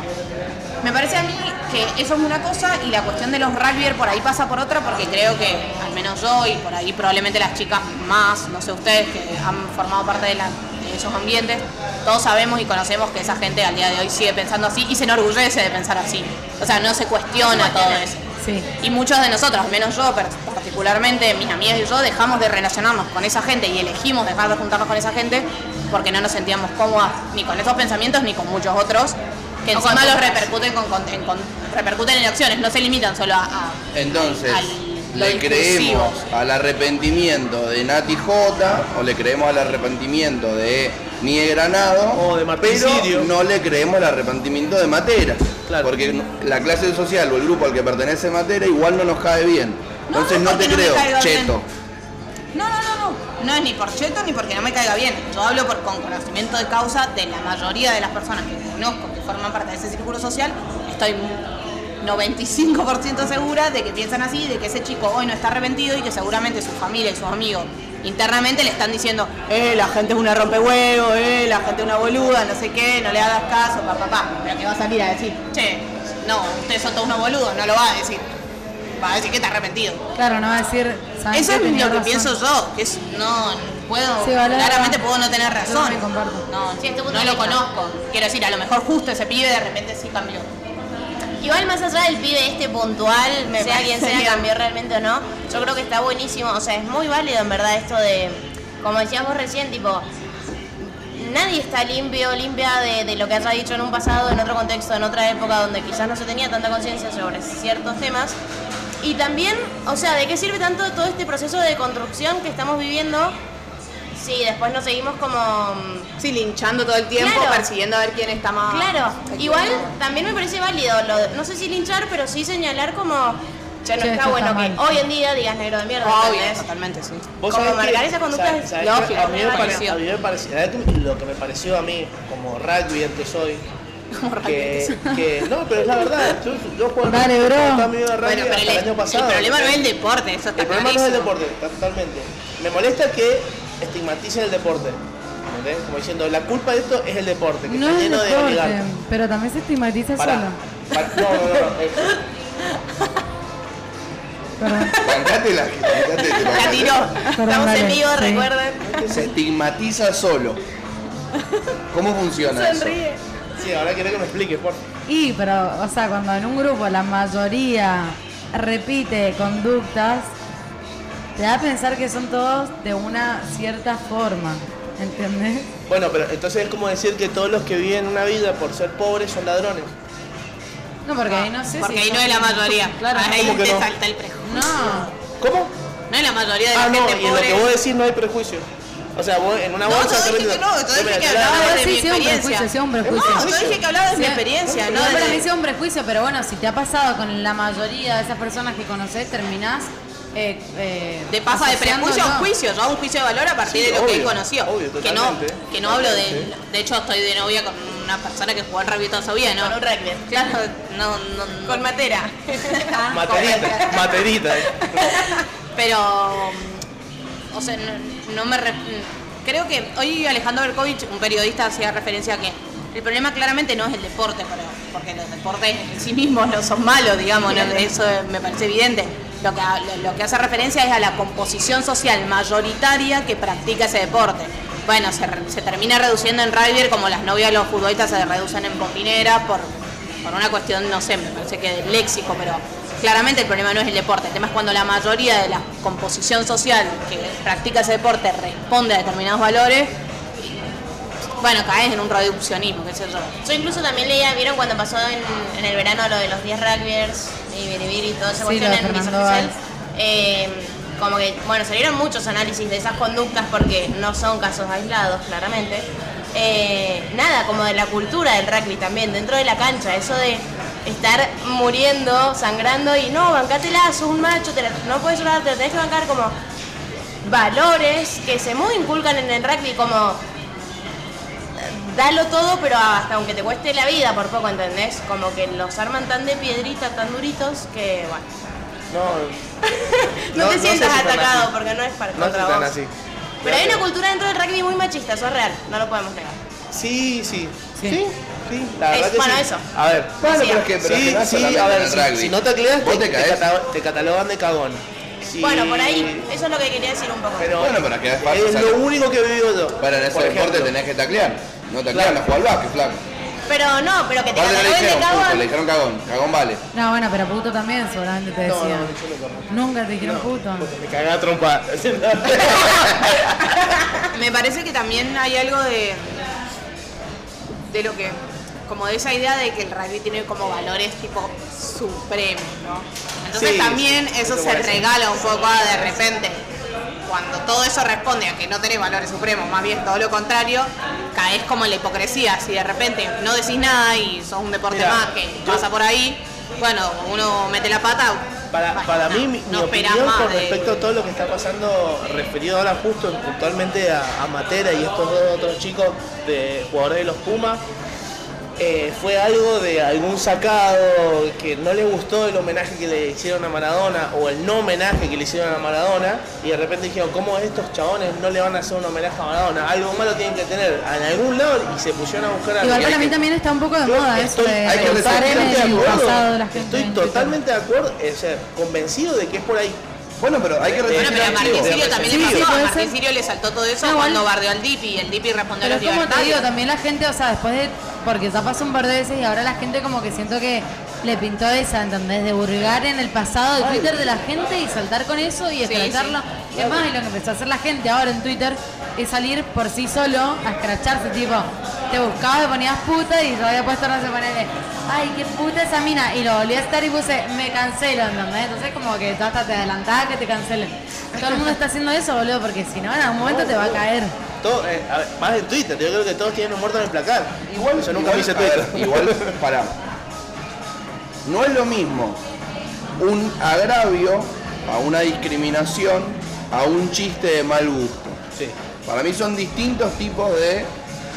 Speaker 6: Me parece a mí que eso es una cosa y la cuestión de los rugbyers por ahí pasa por otra porque creo que, al menos yo y por ahí probablemente las chicas más, no sé ustedes, que han formado parte de, la- de esos ambientes, todos sabemos y conocemos que esa gente al día de hoy sigue pensando así y se enorgullece de pensar así. O sea, no se cuestiona todo eso.
Speaker 4: Sí.
Speaker 6: Y muchos de nosotros, al menos yo per- particularmente, mis amigas y yo, dejamos de relacionarnos con esa gente y elegimos dejar de juntarnos con esa gente porque no nos sentíamos cómodas ni con esos pensamientos ni con muchos otros que
Speaker 3: O con
Speaker 6: encima los
Speaker 3: otras.
Speaker 6: repercuten, con, con- en, con- repercuten en acciones, no se limitan solo a... a-
Speaker 1: Entonces,
Speaker 6: al- lo
Speaker 1: ¿le
Speaker 6: discursivo.
Speaker 1: creemos al arrepentimiento de Nati J o le creemos al arrepentimiento de Nie Granado?
Speaker 2: O de
Speaker 1: pero
Speaker 2: Marticidio.
Speaker 1: no le creemos al arrepentimiento de Matera.
Speaker 2: Claro.
Speaker 1: Porque no- la clase social o el grupo al que pertenece Matera igual no nos cae bien. Entonces no,
Speaker 6: porque
Speaker 1: te
Speaker 6: no me
Speaker 1: creo,
Speaker 6: caiga bien.
Speaker 1: cheto.
Speaker 6: No, no, no, no. No es ni por cheto ni porque no me caiga bien. Yo hablo por, con conocimiento de causa de la mayoría de las personas que conozco que forman parte de ese círculo social. Estoy 95% segura de que piensan así, de que ese chico hoy no está arrepentido y que seguramente su familia y sus amigos internamente le están diciendo, eh, la gente es una rompehuevo, eh, la gente es una boluda, no sé qué, no le hagas caso, papá, papá. Pero que va a salir a decir, che, no, ustedes son todos unos boludos, no lo va a decir. Va a decir que está arrepentido.
Speaker 4: Claro, no va a decir. ¿saben
Speaker 6: Eso
Speaker 4: qué?
Speaker 6: es lo
Speaker 4: Tenía
Speaker 6: que
Speaker 4: razón.
Speaker 6: pienso yo, que es, no, puedo,
Speaker 4: Sí, Valera.
Speaker 6: claramente puedo no tener
Speaker 4: Yo
Speaker 6: razón.
Speaker 4: también comparto.
Speaker 6: No,
Speaker 3: Sí, este punto
Speaker 6: no
Speaker 3: de
Speaker 6: lo
Speaker 3: vista.
Speaker 6: conozco. Quiero decir, a lo mejor justo ese pibe de repente sí cambió.
Speaker 3: Igual más allá del pibe este puntual,
Speaker 6: Me
Speaker 3: sea quien sea,
Speaker 6: parece bien.
Speaker 3: cambió realmente o no, yo creo que está buenísimo, o sea, es muy válido en verdad esto de, como decías vos recién, tipo, nadie está limpio, limpia de, de lo que haya dicho en un pasado, en otro contexto, en otra época donde quizás no se tenía tanta conciencia sobre ciertos temas. Y también, o sea, ¿de qué sirve tanto todo este proceso de construcción que estamos viviendo si después nos seguimos como... mm,
Speaker 6: Sí, linchando todo el
Speaker 3: tiempo,
Speaker 6: persiguiendo a ver quién está más.
Speaker 3: Claro,
Speaker 6: Ah,
Speaker 3: igual también me parece válido, lo de- no sé si linchar, pero sí señalar como, ya no
Speaker 4: Sí,
Speaker 3: está
Speaker 4: esto
Speaker 3: bueno
Speaker 4: está
Speaker 3: que
Speaker 4: mal.
Speaker 3: hoy en día digas negro de mierda.
Speaker 6: Obvio,
Speaker 3: ¿entendés?
Speaker 6: totalmente, sí.
Speaker 2: Vos
Speaker 3: Como
Speaker 2: sabés
Speaker 3: marcar
Speaker 2: que-
Speaker 3: esa conducta
Speaker 2: sabés-
Speaker 3: es
Speaker 2: sabés que
Speaker 6: lógica,
Speaker 2: A mí, me
Speaker 6: me
Speaker 2: pare-
Speaker 6: pareció.
Speaker 2: a mí me pareció, ¿sabés qué? lo que me pareció a mí, como rugby que soy, que, que- no, pero es la verdad, yo, yo juego en-
Speaker 4: Dale, bro.
Speaker 2: toda mi vida de rugby
Speaker 6: Bueno, pero el,
Speaker 2: hasta el año pasado.
Speaker 6: el problema no es el
Speaker 2: ¿entendés?
Speaker 6: deporte, eso está
Speaker 2: El problema no es el
Speaker 6: clarísimo.
Speaker 2: deporte, está totalmente. Me molesta que estigmaticen el deporte. ¿entendés? Como diciendo, la culpa de esto es el deporte, que
Speaker 4: No
Speaker 2: está
Speaker 4: es
Speaker 2: lleno de
Speaker 4: deporte,
Speaker 2: oligarcas.
Speaker 4: pero también se estigmatiza
Speaker 2: Pará,
Speaker 4: solo.
Speaker 2: pará, no, no, no, no, eh,
Speaker 4: Perdón.
Speaker 1: Bancátela, bancátela,
Speaker 6: La
Speaker 1: bancátela.
Speaker 6: tiró.
Speaker 4: Perdón,
Speaker 3: Estamos
Speaker 4: dale,
Speaker 3: en vivo,
Speaker 4: sí.
Speaker 3: recuerden.
Speaker 1: Se estigmatiza solo. ¿Cómo funciona eso?
Speaker 3: Sonríe.
Speaker 2: sí, ahora quiero que me expliques, por favor.
Speaker 4: Y, pero, o sea, cuando en un grupo la mayoría repite conductas, te da a pensar que son todos de una cierta forma. ¿Entendés?
Speaker 2: Bueno, pero entonces es como decir que todos los que viven una vida por ser pobres son ladrones.
Speaker 4: No, porque ahí no sé
Speaker 6: Ah, Porque
Speaker 4: si
Speaker 6: ahí
Speaker 4: son-
Speaker 6: no es la mayoría.
Speaker 4: Claro,
Speaker 6: ahí
Speaker 2: ¿cómo que
Speaker 6: te
Speaker 2: no?
Speaker 6: salta el prejuicio.
Speaker 4: No.
Speaker 2: ¿Cómo?
Speaker 6: No es la mayoría de la
Speaker 2: Ah, no,
Speaker 6: gente
Speaker 2: y en lo
Speaker 6: pobre.
Speaker 2: que vos decís no hay prejuicio. O sea, vos en una
Speaker 6: No,
Speaker 2: bolsa...
Speaker 6: yo
Speaker 2: te
Speaker 6: dije
Speaker 2: metes-
Speaker 6: que no, yo
Speaker 2: te
Speaker 6: dije
Speaker 2: metes-
Speaker 6: que
Speaker 2: te la-
Speaker 6: hablaba
Speaker 4: Ah,
Speaker 6: desde
Speaker 4: sí,
Speaker 6: mi
Speaker 4: sí, un
Speaker 6: experiencia.
Speaker 4: prejuicio, sí, un prejuicio.
Speaker 6: No, yo dije que hablaba desde mi experiencia,
Speaker 4: No,
Speaker 6: ¿no?
Speaker 4: para
Speaker 6: desde-
Speaker 4: mí sea un prejuicio, pero bueno, si te ha pasado con la mayoría de esas personas que conoces, terminás. Eh, eh,
Speaker 6: De pasa de
Speaker 4: asociando,
Speaker 6: prejuicio a un
Speaker 4: ¿no?
Speaker 6: juicio, yo hago un juicio de valor a partir
Speaker 2: Sí,
Speaker 6: de lo que él
Speaker 2: obvio,
Speaker 6: conoció.
Speaker 2: obvio,
Speaker 6: que no,
Speaker 2: totalmente.
Speaker 6: que no hablo de.
Speaker 2: Totalmente.
Speaker 6: De hecho, estoy de novia con una persona que jugó al rugby toda su vida, ¿no?
Speaker 3: Con un rugby.
Speaker 6: Claro, no, no, no.
Speaker 3: Con matera.
Speaker 6: Ah,
Speaker 2: Materita,
Speaker 6: con-
Speaker 2: materita. eh.
Speaker 6: Pero. mm, O sea, no, no me. re- mm, Creo que hoy Alejandro Berkovich, un periodista, hacía referencia a que el problema claramente no es el deporte, pero, porque los deportes en sí mismos no son malos, digamos, ¿no? eso me parece evidente. Lo que, lo que hace referencia es a la composición social mayoritaria que practica ese deporte. Bueno, se, re- se termina reduciendo en rugby como las novias de los futbolistas se reducen en bombineras por por una cuestión, no sé, me parece que del léxico, pero claramente el problema no es el deporte. El tema es cuando la mayoría de la composición social que practica ese deporte responde a determinados valores, y, bueno, caes en un reduccionismo, qué sé yo.
Speaker 3: Yo incluso también leía, vieron cuando pasó en, en el verano lo de los 10 rugbyers y Biribiri y toda esa
Speaker 4: Sí,
Speaker 3: cuestión
Speaker 4: lo de
Speaker 3: en Miss
Speaker 4: Fernando
Speaker 3: Oficial.
Speaker 4: Valls.
Speaker 3: Eh, como que, bueno, salieron muchos análisis de esas conductas porque no son casos aislados, claramente. Eh, nada, como de la cultura del rugby también, dentro de la cancha, eso de estar muriendo, sangrando y no, bancátela, sos un macho, te la- no puedes llorar, te la tenés que bancar como valores que se muy inculcan en el rugby como dalo todo, pero hasta aunque te cueste la vida por poco, ¿entendés? Como que los arman tan de piedrita, tan duritos, que bueno.
Speaker 2: No,
Speaker 3: No,
Speaker 2: No,
Speaker 3: te
Speaker 2: no
Speaker 3: sientas
Speaker 2: sé si tan
Speaker 3: atacado
Speaker 2: así.
Speaker 3: porque no es para
Speaker 2: no
Speaker 3: contra
Speaker 2: es tan
Speaker 3: vos.
Speaker 2: así.
Speaker 3: Pero hay una cultura dentro del rugby muy machista, eso es real, no lo podemos negar.
Speaker 2: Sí, sí.
Speaker 6: Sí.
Speaker 2: Sí, sí, la
Speaker 3: Es-
Speaker 2: verdad que
Speaker 3: bueno,
Speaker 2: sí.
Speaker 3: eso.
Speaker 2: A ver.
Speaker 1: Bueno,
Speaker 3: Sí,
Speaker 1: pero es que, pero es que
Speaker 2: sí,
Speaker 1: no es
Speaker 2: sí,
Speaker 1: solamente
Speaker 2: a ver,
Speaker 1: en el
Speaker 2: si,
Speaker 1: rugby.
Speaker 2: si no tacleas,
Speaker 1: Vos
Speaker 2: te,
Speaker 1: te
Speaker 2: te
Speaker 1: caes.
Speaker 2: cata- te catalogan de cagón. Si-
Speaker 3: Bueno, por ahí, eso es lo que quería decir un poco.
Speaker 2: Pero,
Speaker 1: Bueno, pero es que es fácil,
Speaker 2: es
Speaker 1: o sea,
Speaker 2: lo único que vivo yo.
Speaker 1: Para en ese
Speaker 2: Por
Speaker 1: deporte
Speaker 2: ejemplo.
Speaker 1: tenés que taclear. No taclear,
Speaker 2: Claro.
Speaker 1: no jugás al básquet, flaco.
Speaker 3: Pero no, pero que te
Speaker 1: Aparte no le
Speaker 3: cataloguen de
Speaker 1: dijeron puto, le
Speaker 3: cagón.
Speaker 1: dijeron cagón. Cagón vale.
Speaker 4: No, bueno, pero puto también seguramente te
Speaker 2: No, no,
Speaker 4: decían.
Speaker 2: yo no como.
Speaker 4: Nunca te dijeron puto.
Speaker 2: Porque me cagaba a trompa.
Speaker 6: Me parece que también hay algo de. de lo que. como de esa idea de que el rugby tiene como valores tipo supremos, ¿no? Entonces
Speaker 2: Sí,
Speaker 6: también
Speaker 2: sí,
Speaker 6: eso
Speaker 2: es
Speaker 6: se
Speaker 2: como eso.
Speaker 6: regala un poco ah, de repente. Cuando todo eso responde a que no tenés valores supremos, más bien todo lo contrario, caes como en la hipocresía. Si de repente no decís nada y sos un deporte
Speaker 2: Mira,
Speaker 6: más que
Speaker 2: yo-
Speaker 6: pasa por ahí, bueno, uno mete la pata.
Speaker 2: Para,
Speaker 6: bueno,
Speaker 2: para
Speaker 6: no,
Speaker 2: mí, mi, mi
Speaker 6: no esperás
Speaker 2: opinión
Speaker 6: más
Speaker 2: con
Speaker 6: de-
Speaker 2: respecto a todo lo que está pasando, referido ahora justo puntualmente a, a Matera y estos dos otros chicos de jugadores de los Pumas, eh, fue algo de algún sacado que no le gustó el homenaje que le hicieron a Maradona o el no homenaje que le hicieron a Maradona y de repente dijeron, ¿cómo estos chabones no le van a hacer un homenaje a Maradona? Algo malo tienen que tener en algún lado y se pusieron a buscar
Speaker 4: Igual
Speaker 2: a alguien.
Speaker 4: para
Speaker 1: hay
Speaker 4: mí
Speaker 1: que-
Speaker 4: también está un poco de
Speaker 2: Yo
Speaker 4: moda eso
Speaker 2: estoy-
Speaker 6: este,
Speaker 4: de
Speaker 1: hay que
Speaker 4: pensar en
Speaker 1: resaltar
Speaker 4: el
Speaker 1: que algo-
Speaker 4: pasado de la gente.
Speaker 2: Estoy
Speaker 4: en Twitter.
Speaker 2: totalmente de acuerdo, o sea, convencido de que es por ahí.
Speaker 1: Bueno, pero hay que
Speaker 6: Bueno,
Speaker 1: resistir
Speaker 6: pero a
Speaker 1: al
Speaker 6: Martín
Speaker 1: chivo.
Speaker 6: Sirio también le
Speaker 4: Sí,
Speaker 6: pasó.
Speaker 4: sí,
Speaker 6: A
Speaker 4: puede
Speaker 6: Martín
Speaker 4: ser.
Speaker 6: Sirio le saltó todo eso
Speaker 4: No,
Speaker 6: cuando
Speaker 4: igual.
Speaker 6: bardeó al Dipi y el Dipi respondió
Speaker 4: Pero
Speaker 6: a los
Speaker 4: como te digo,
Speaker 6: libertarios.
Speaker 4: también la gente, o sea, después de. Porque ya pasó un par de veces y ahora la gente como que siento que le pintó esa, ¿entendés? De burgar en el pasado de Twitter de la gente y saltar con eso y
Speaker 6: Sí,
Speaker 4: escracharlo. Es más, y lo que empezó a hacer la gente ahora en Twitter es salir por sí solo a escracharse, tipo, te buscaba, te ponías puta y yo había puesto, no sé, ponerle, ay, qué puta esa mina. Y lo volví a estar y puse, me cancelo, ¿entendés? Entonces como que tú hasta te adelantaba que te cancelen. Todo el mundo está haciendo eso, boludo, porque si no, en algún momento te va a caer.
Speaker 2: Todo, eh, a ver, más en Twitter, yo creo que todos tienen un muerto en el placar.
Speaker 1: Igual,
Speaker 2: yo nunca
Speaker 1: igual-
Speaker 2: me hice
Speaker 1: a ver,
Speaker 2: Twitter.
Speaker 1: igual, pará. No es lo mismo un agravio a una discriminación a un chiste de mal gusto.
Speaker 2: Sí.
Speaker 1: Para mí son distintos tipos de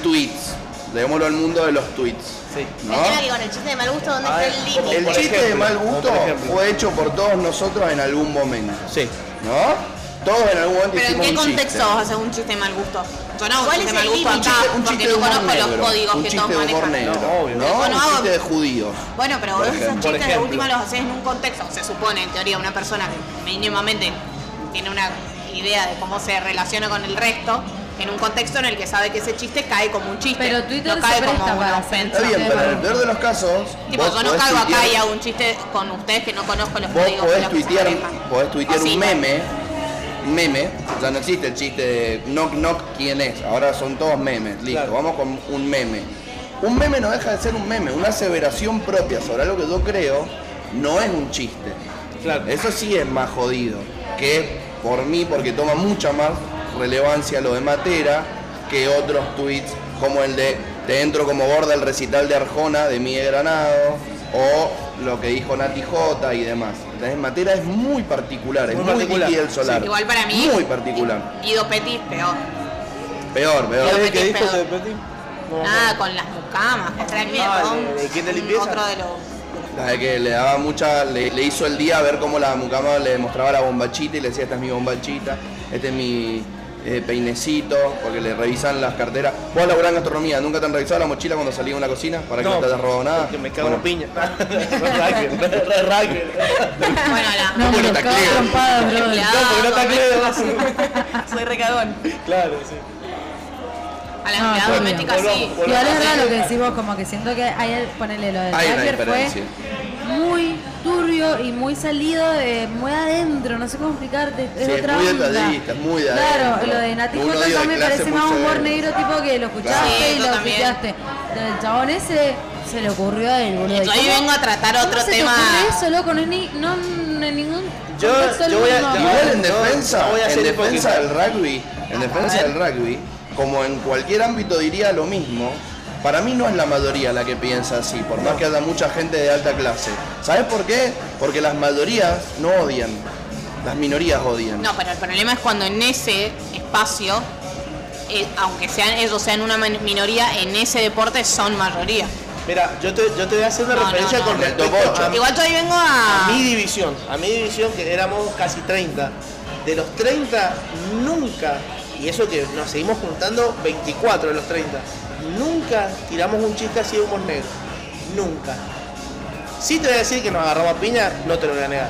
Speaker 1: tweets. Démoslo al mundo de los tweets.
Speaker 2: Sí.
Speaker 1: ¿no?
Speaker 3: El tema que con el chiste de mal gusto, ¿dónde
Speaker 2: A ver,
Speaker 3: está el límite?
Speaker 1: El
Speaker 2: Por
Speaker 1: chiste de
Speaker 2: ejemplo,
Speaker 1: mal
Speaker 2: como
Speaker 1: gusto
Speaker 2: por ejemplo.
Speaker 1: fue hecho por todos nosotros en algún momento.
Speaker 2: Sí.
Speaker 1: ¿No? Todos en algún momento
Speaker 6: Pero en
Speaker 1: hicimos
Speaker 6: qué
Speaker 1: un chiste.
Speaker 6: contexto vas a hacer un chiste de mal gusto? Yo no hago un
Speaker 3: ¿Cuál
Speaker 6: chiste de
Speaker 3: es
Speaker 6: mal
Speaker 3: el
Speaker 6: gusto
Speaker 3: límite?
Speaker 6: acá
Speaker 1: Un
Speaker 6: porque
Speaker 1: chiste de
Speaker 6: no
Speaker 1: humor
Speaker 6: conozco
Speaker 1: negro,
Speaker 6: los códigos
Speaker 1: un
Speaker 6: que
Speaker 1: chiste
Speaker 6: todos
Speaker 1: de humor
Speaker 6: manejan.
Speaker 1: negro,
Speaker 2: No, obvio.
Speaker 1: ¿no?
Speaker 6: Yo no
Speaker 1: un
Speaker 6: hago-
Speaker 1: chiste de judíos.
Speaker 6: Bueno, pero
Speaker 1: Por
Speaker 6: vos esos
Speaker 1: ejemplo.
Speaker 6: chistes
Speaker 2: Por
Speaker 6: de
Speaker 2: ejemplo.
Speaker 6: última los haces en un contexto. Se supone, en teoría, una persona que mínimamente tiene una idea de cómo se relaciona con el resto, en un contexto en el que sabe que ese chiste cae como un chiste.
Speaker 4: Pero Twitter
Speaker 6: no cae
Speaker 4: se
Speaker 6: como
Speaker 4: presta
Speaker 6: una
Speaker 4: para hacer
Speaker 6: ofensa.
Speaker 1: Está bien,
Speaker 4: Sí,
Speaker 1: pero en
Speaker 4: vale.
Speaker 1: el peor de los casos.
Speaker 6: Tipo,
Speaker 1: vos
Speaker 6: yo no
Speaker 1: podés
Speaker 6: caigo acá
Speaker 1: tuitear-
Speaker 6: y hago un chiste con ustedes que no conozco los
Speaker 1: Vos
Speaker 6: códigos. de
Speaker 1: podés
Speaker 6: los que se
Speaker 1: tuitear,
Speaker 6: manejan.
Speaker 1: podés tuitear
Speaker 6: O sí,
Speaker 1: un meme, meme, ya no existe el chiste de knock knock quién es, ahora son todos memes, listo,
Speaker 2: Claro.
Speaker 1: vamos con un meme. Un meme no deja de ser un meme, una aseveración propia sobre algo que yo creo no es un chiste.
Speaker 2: Claro.
Speaker 1: Eso sí es más jodido, que es por mí porque toma mucha más relevancia lo de Matera que otros tweets como el de te entro como borda el recital de Arjona de Miguel Granado o lo que dijo Nati J y demás. Entonces Matera es muy particular, es
Speaker 2: Muy
Speaker 1: muy
Speaker 2: particular.
Speaker 1: líquida el solar.
Speaker 6: Sí, igual para mí-
Speaker 1: Muy particular.
Speaker 6: Guido Petit, peor.
Speaker 1: Peor, peor.
Speaker 2: ¿Sabés
Speaker 6: Petit,
Speaker 2: qué dijo
Speaker 6: pero-
Speaker 2: de Petit? No,
Speaker 6: Nada, con las mucamas, con
Speaker 3: Otra
Speaker 6: el
Speaker 3: mierda.
Speaker 1: Ah,
Speaker 6: perdón,
Speaker 2: ¿De quién de
Speaker 6: un-
Speaker 2: limpieza?
Speaker 6: Otro de los.
Speaker 1: La de que le daba mucha, le, le hizo el día a ver cómo la mucama le mostraba la bombachita y le decía, esta es mi bombachita, este es mi eh, peinecito, porque le revisan las carteras. Vos laburás en gastronomía, ¿nunca te han revisado la mochila cuando salís de una cocina para que no, te hayas robado nada?
Speaker 2: Que me cago en
Speaker 1: Bueno,
Speaker 2: piña. Re racker, re racker.
Speaker 6: Bueno, la.
Speaker 4: No,
Speaker 1: ¿Cómo
Speaker 4: me
Speaker 1: lo
Speaker 4: lo cago
Speaker 1: tacleo?
Speaker 4: trompada, bro.
Speaker 6: la-
Speaker 2: No, porque no tacleo.
Speaker 3: Soy recagón.
Speaker 2: Claro, sí.
Speaker 6: A las
Speaker 4: No,
Speaker 6: empleadas
Speaker 4: obvio.
Speaker 6: domésticas sí.
Speaker 2: Volvamos,
Speaker 4: Igual es raro lo que decís vos, como que siento que ayer, ponele lo del
Speaker 1: Hay una
Speaker 4: hacker fue
Speaker 1: diferencia.
Speaker 4: muy turbio y muy salido de muy adentro, no sé cómo explicarte, es
Speaker 1: Sí, es
Speaker 4: otra
Speaker 1: muy
Speaker 4: onda.
Speaker 1: detallista, muy de
Speaker 4: Claro,
Speaker 1: adentro.
Speaker 4: lo de Nati
Speaker 1: Un
Speaker 4: Jota
Speaker 1: odio de
Speaker 4: también
Speaker 1: clase
Speaker 4: parece
Speaker 1: muy
Speaker 4: más humor
Speaker 1: severo.
Speaker 4: negro tipo que lo escuchaste
Speaker 1: Claro.
Speaker 6: Sí,
Speaker 4: y
Speaker 6: yo
Speaker 4: lo
Speaker 6: también.
Speaker 4: escuchaste. Del chabón ese se le ocurrió a él, boludo.
Speaker 6: Yo ahí vengo a tratar
Speaker 4: ¿Cómo
Speaker 6: otro
Speaker 4: se te
Speaker 6: tema.
Speaker 4: ocurre eso, loco? No es ni, no, no en ningún
Speaker 2: Yo-
Speaker 4: contexto del
Speaker 2: yo voy a-
Speaker 4: mundo.
Speaker 2: yo
Speaker 1: Igual en
Speaker 2: No,
Speaker 1: defensa,
Speaker 2: no voy a Ah,
Speaker 1: en
Speaker 2: ser
Speaker 1: defensa del
Speaker 2: hipócrita.
Speaker 1: rugby, en defensa del rugby, como en cualquier ámbito diría lo mismo, para mí no es la mayoría la que piensa así, por más que haya mucha gente de alta clase. ¿Sabes por qué? Porque las mayorías no odian, las minorías odian.
Speaker 6: No, pero el problema es cuando en ese espacio eh, aunque sean ellos sean una man- minoría, en ese deporte son mayoría.
Speaker 2: Mira, yo te, yo te voy a hacer una
Speaker 6: No, no,
Speaker 2: referencia
Speaker 6: no.
Speaker 2: con respecto
Speaker 1: Bocha.
Speaker 2: a,
Speaker 6: Igual yo ahí vengo a...
Speaker 2: a mi división. A mi división, que éramos casi 30. De los 30, nunca, y eso que nos seguimos juntando 24 de los 30, nunca tiramos un chiste así de humor negro. Nunca. Sí te voy a decir que nos agarraba piña, no te lo voy a negar.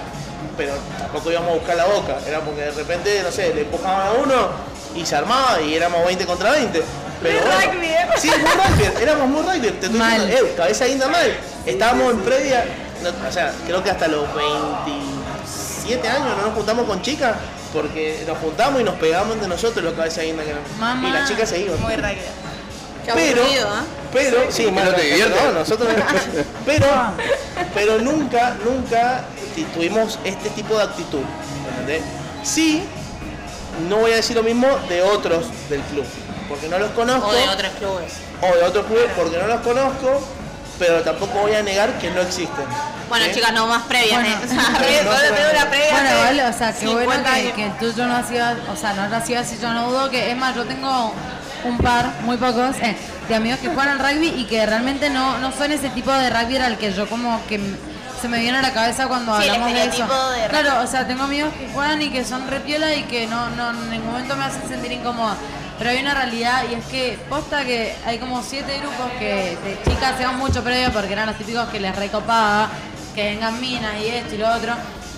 Speaker 2: Pero tampoco íbamos a buscar la boca. Era porque de repente, no sé, le empujaban a uno y se armaba y éramos 20 contra 20. Pero
Speaker 6: Muy
Speaker 2: bueno,
Speaker 6: rugby, ¿eh?
Speaker 2: Sí, muy rugby. Éramos muy rugby. Te estoy
Speaker 4: Mal.
Speaker 2: diciendo, eh, cabeza guinda mal. Estábamos en previa, no, o sea, creo que hasta los 27 años no nos juntamos con chicas. Porque nos juntamos y nos pegamos entre nosotros los cabezas guinda que éramos.
Speaker 4: Mamá.
Speaker 2: Y las chicas se iban.
Speaker 6: Muy rápido. Qué
Speaker 2: Pero,
Speaker 6: aburrido, ¿eh?
Speaker 2: pero, sí,
Speaker 1: no te divierte.
Speaker 2: no, nosotros no. pero, pero nunca, nunca ti- tuvimos este tipo de actitud. ¿entendés? Sí, no voy a decir lo mismo de otros del club, porque no los conozco,
Speaker 6: O de otros clubes.
Speaker 2: o de otros clubes, porque no los conozco, pero tampoco voy a negar que no existen.
Speaker 6: Bueno,
Speaker 2: ¿sí?
Speaker 6: chicas, no más previas,
Speaker 4: Bueno.
Speaker 6: ¿eh? O sea, previa-
Speaker 2: No,
Speaker 6: solo tengo una previa.
Speaker 4: Bueno,
Speaker 6: hace
Speaker 4: vale, o sea, qué bueno
Speaker 6: 50
Speaker 4: que,
Speaker 6: años.
Speaker 4: que el tuyo no ha sido, o sea, no ha sido así, yo no dudo que, es más, yo tengo un par, muy pocos, eh, de amigos que juegan al rugby y que realmente no, no son ese tipo de rugby al que yo como que m- se me viene a la cabeza cuando
Speaker 3: Sí, el
Speaker 4: hablamos de eso.
Speaker 3: estereotipo de rugby.
Speaker 4: claro, o sea, tengo amigos que juegan y que son repiola y que no, no, en ningún momento me hacen sentir incómoda. Pero hay una realidad y es que posta que hay como siete grupos que de chicas se van mucho previo porque eran los típicos que les recopaba, que vengan minas y esto y lo otro.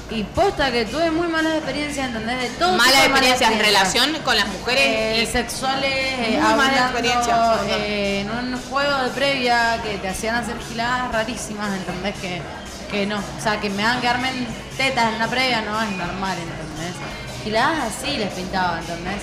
Speaker 4: Y posta que tuve muy malas experiencias, ¿entendés? De todo tipo
Speaker 6: Malas
Speaker 4: de
Speaker 6: experiencias en
Speaker 4: experiencias.
Speaker 6: relación con las mujeres
Speaker 4: Eh,
Speaker 6: y
Speaker 4: sexuales, eh,
Speaker 6: Muy malas
Speaker 4: abundando,
Speaker 6: experiencias, un montón.
Speaker 4: eh, en un juego de previa que te hacían hacer giladas rarísimas, ¿entendés? Que, que no, o sea, que me hagan quedarme en tetas en la previa no es normal, ¿entendés? Giladas así les pintaba, ¿entendés?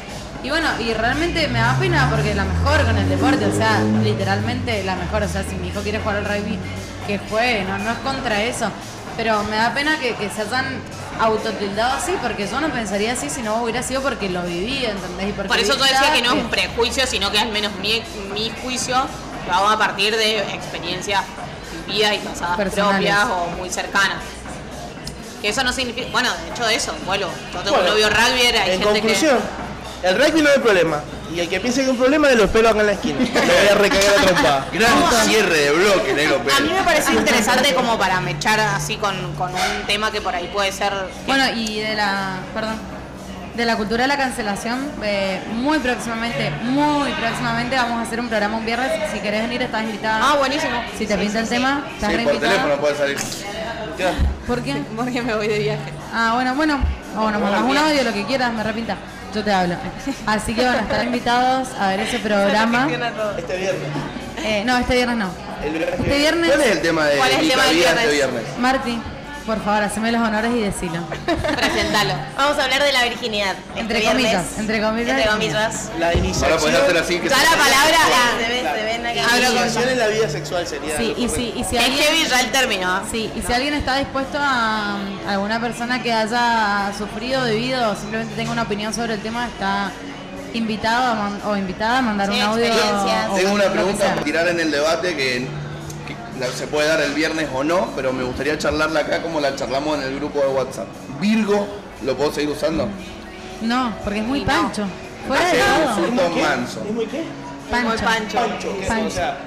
Speaker 4: Y bueno, y realmente me da pena porque la mejor con el deporte, o sea, literalmente la mejor, o sea, si mi hijo quiere jugar al rugby, que juegue, no, no es contra eso. Pero me da pena que, que se hayan autotildado así, porque yo no pensaría así si no hubiera sido porque lo viví, ¿entendés? Y porque
Speaker 6: Por eso
Speaker 4: vi
Speaker 6: yo decía
Speaker 4: ya
Speaker 6: que no es un prejuicio, sino que al menos mi, mi juicio lo hago a partir de experiencias vividas y pasadas
Speaker 4: Personales.
Speaker 6: propias o muy cercanas. Que eso no significa. Bueno, de hecho, eso, vuelvo. Yo tengo
Speaker 2: Bueno,
Speaker 6: un novio rugby, hay
Speaker 2: En
Speaker 6: gente
Speaker 2: conclusión, el rugby no es problema. Y el que piense que es un problema de los pelos acá en la esquina. Le voy a recagar la trompada.
Speaker 1: Gran cierre de bloque, Nelo
Speaker 6: que. A mí
Speaker 1: Pérez.
Speaker 6: me pareció interesante como para mechar así con, con un tema que por ahí puede ser.
Speaker 4: Bueno, y de la, perdón, de la cultura de la cancelación, eh, muy próximamente, muy próximamente vamos a hacer un programa un viernes. Si querés venir, estás invitada.
Speaker 6: Ah, buenísimo.
Speaker 4: Si te pinta el tema, estás
Speaker 1: Sí, por
Speaker 4: reinvitada.
Speaker 1: teléfono puede salir.
Speaker 4: ¿Por qué?
Speaker 6: Porque me voy de viaje.
Speaker 4: Ah, bueno, bueno. O nos mandas un audio, lo que quieras, me repinta. Yo te hablo. Así que van a estar invitados a ver ese programa.
Speaker 2: Este viernes.
Speaker 4: Eh, no, este viernes no.
Speaker 2: El viernes que
Speaker 4: Este
Speaker 2: viene.
Speaker 4: viernes,
Speaker 1: ¿Cuál es el tema de
Speaker 6: ¿Cuál es el
Speaker 1: Mica
Speaker 6: tema del
Speaker 1: Vía este
Speaker 6: viernes?
Speaker 1: viernes?
Speaker 4: Marti, por favor, haceme los honores y decilo.
Speaker 6: Presentalo.
Speaker 3: Vamos a hablar de la virginidad. Este
Speaker 4: Entre
Speaker 3: viernes.
Speaker 4: comillas, entre comillas.
Speaker 3: Entre comillas.
Speaker 2: La iniciación.
Speaker 1: Ahora podés hacer así que
Speaker 6: Ya
Speaker 1: se-
Speaker 6: la palabra.
Speaker 3: Se ven, se ven acá.
Speaker 6: Hablo
Speaker 2: La
Speaker 6: con-
Speaker 2: iniciación en la vida sexual sería.
Speaker 4: Sí,
Speaker 2: lo
Speaker 4: y
Speaker 2: correcto.
Speaker 4: si, y si
Speaker 6: Es
Speaker 4: alguien...
Speaker 6: heavy ya el término. ¿eh?
Speaker 4: Ah, Sí, y si alguien está dispuesto a mm, alguna persona que haya sufrido, vivido, o simplemente tenga una opinión sobre el tema, está invitado a man- o invitada a mandar
Speaker 3: Sí,
Speaker 4: un audio.
Speaker 3: experiencias.
Speaker 4: o
Speaker 1: Tengo
Speaker 4: lo
Speaker 1: una
Speaker 4: que
Speaker 1: pregunta
Speaker 4: sea.
Speaker 1: para tirar en el debate que, que la- se puede dar el viernes o no, pero me gustaría charlarla acá como la charlamos en el grupo de WhatsApp. Virgo, ¿lo puedo seguir usando?
Speaker 4: No, porque es muy
Speaker 6: Y no.
Speaker 4: pancho. Fuera de
Speaker 1: Sí,
Speaker 4: todo.
Speaker 1: sí.
Speaker 2: ¿Es muy
Speaker 1: Don
Speaker 2: qué?
Speaker 1: Manso.
Speaker 2: ¿Es muy qué?
Speaker 6: Muy
Speaker 4: Pancho.
Speaker 6: pancho.
Speaker 2: Pancho. ¿qué?
Speaker 4: Pancho.
Speaker 2: O sea,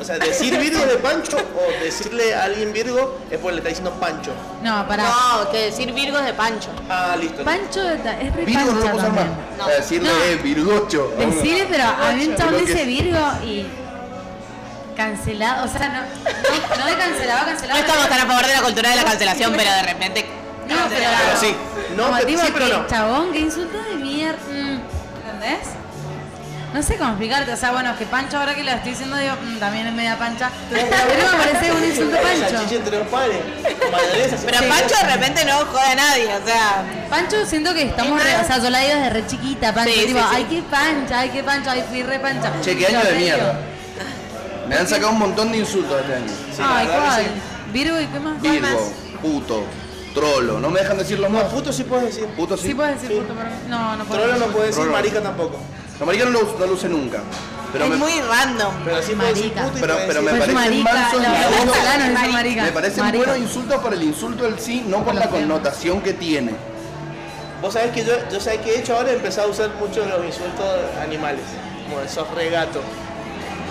Speaker 2: o sea, decir Virgo de Pancho o decirle a alguien Virgo es porque le está diciendo Pancho.
Speaker 4: No, para.
Speaker 6: No, que decir Virgo es de Pancho.
Speaker 2: Ah, listo.
Speaker 4: Pancho de ta- es re
Speaker 1: Virgo no lo
Speaker 4: pancha
Speaker 1: puedo usar más.
Speaker 4: también.
Speaker 6: No.
Speaker 1: Para decirle
Speaker 4: No.
Speaker 1: eh, Virgocho. a uno.
Speaker 4: Decirle, pero a mí un chabón
Speaker 1: Creo que-
Speaker 4: dice Virgo y cancelado, o sea, no, no, no de cancelado, cancelado.
Speaker 6: No estamos tan a favor de la cultura de la cancelación, pero de repente.
Speaker 4: No, pero,
Speaker 2: Pero sí. No,
Speaker 4: Como
Speaker 2: pero-
Speaker 4: tipo,
Speaker 2: sí, pero
Speaker 4: qué
Speaker 2: no.
Speaker 4: Chabón, qué insulto de mierda. mm, ¿Entendés? No sé cómo explicarte. O sea, bueno, que Pancho, ahora que lo estoy diciendo, digo, mm, también es media pancha. Pero me parece un insulto
Speaker 2: Salchicha
Speaker 4: Pancho.
Speaker 2: entre los padres. Mayonesa.
Speaker 6: Pero
Speaker 2: sí.
Speaker 6: Pancho de repente no jode a nadie, o sea.
Speaker 4: Pancho, siento que estamos re. O sea, yo la digo desde re chiquita, Pancho.
Speaker 6: Sí, sí,
Speaker 4: tipo,
Speaker 6: sí.
Speaker 4: ay, qué pancha, ay, qué pancha, ay, fui re pancha.
Speaker 1: Che, qué año
Speaker 4: Pero
Speaker 1: de
Speaker 4: te digo,
Speaker 1: mierda. Me han sacado un montón de insultos este año.
Speaker 2: Sí, la
Speaker 4: Ay,
Speaker 2: verdad que
Speaker 4: cuál.
Speaker 2: sí.
Speaker 4: Virgo y qué más. ¿Cuál más?
Speaker 1: Virgo, puto, trolo. No me dejan decir los más.
Speaker 2: No, puto sí puedes decir.
Speaker 1: Puto sí.
Speaker 4: Sí, puedes decir
Speaker 2: Sí.
Speaker 4: puto, pero. No, no puedo.
Speaker 2: Trolo no puedes decir,
Speaker 1: Trolo.
Speaker 2: marica tampoco.
Speaker 1: No, marica no lo, us- no lo usé nunca. Pero
Speaker 6: es
Speaker 1: me,
Speaker 6: muy random.
Speaker 2: Pero sí puedes decir
Speaker 4: Marica.
Speaker 2: puto y
Speaker 1: pero,
Speaker 2: puedes
Speaker 1: pero me
Speaker 4: Pues
Speaker 1: parecen
Speaker 4: marica,
Speaker 1: mansos
Speaker 4: la-
Speaker 1: y buenos-
Speaker 4: Claro, no es marica.
Speaker 1: Me parecen
Speaker 4: Marica.
Speaker 1: buenos insultos por el insulto del sí, no por la
Speaker 4: Por la
Speaker 1: connotación que tiene.
Speaker 2: Vos sabés que yo, yo sabés que he hecho ahora he empezado a usar mucho los insultos animales, como el sos regato.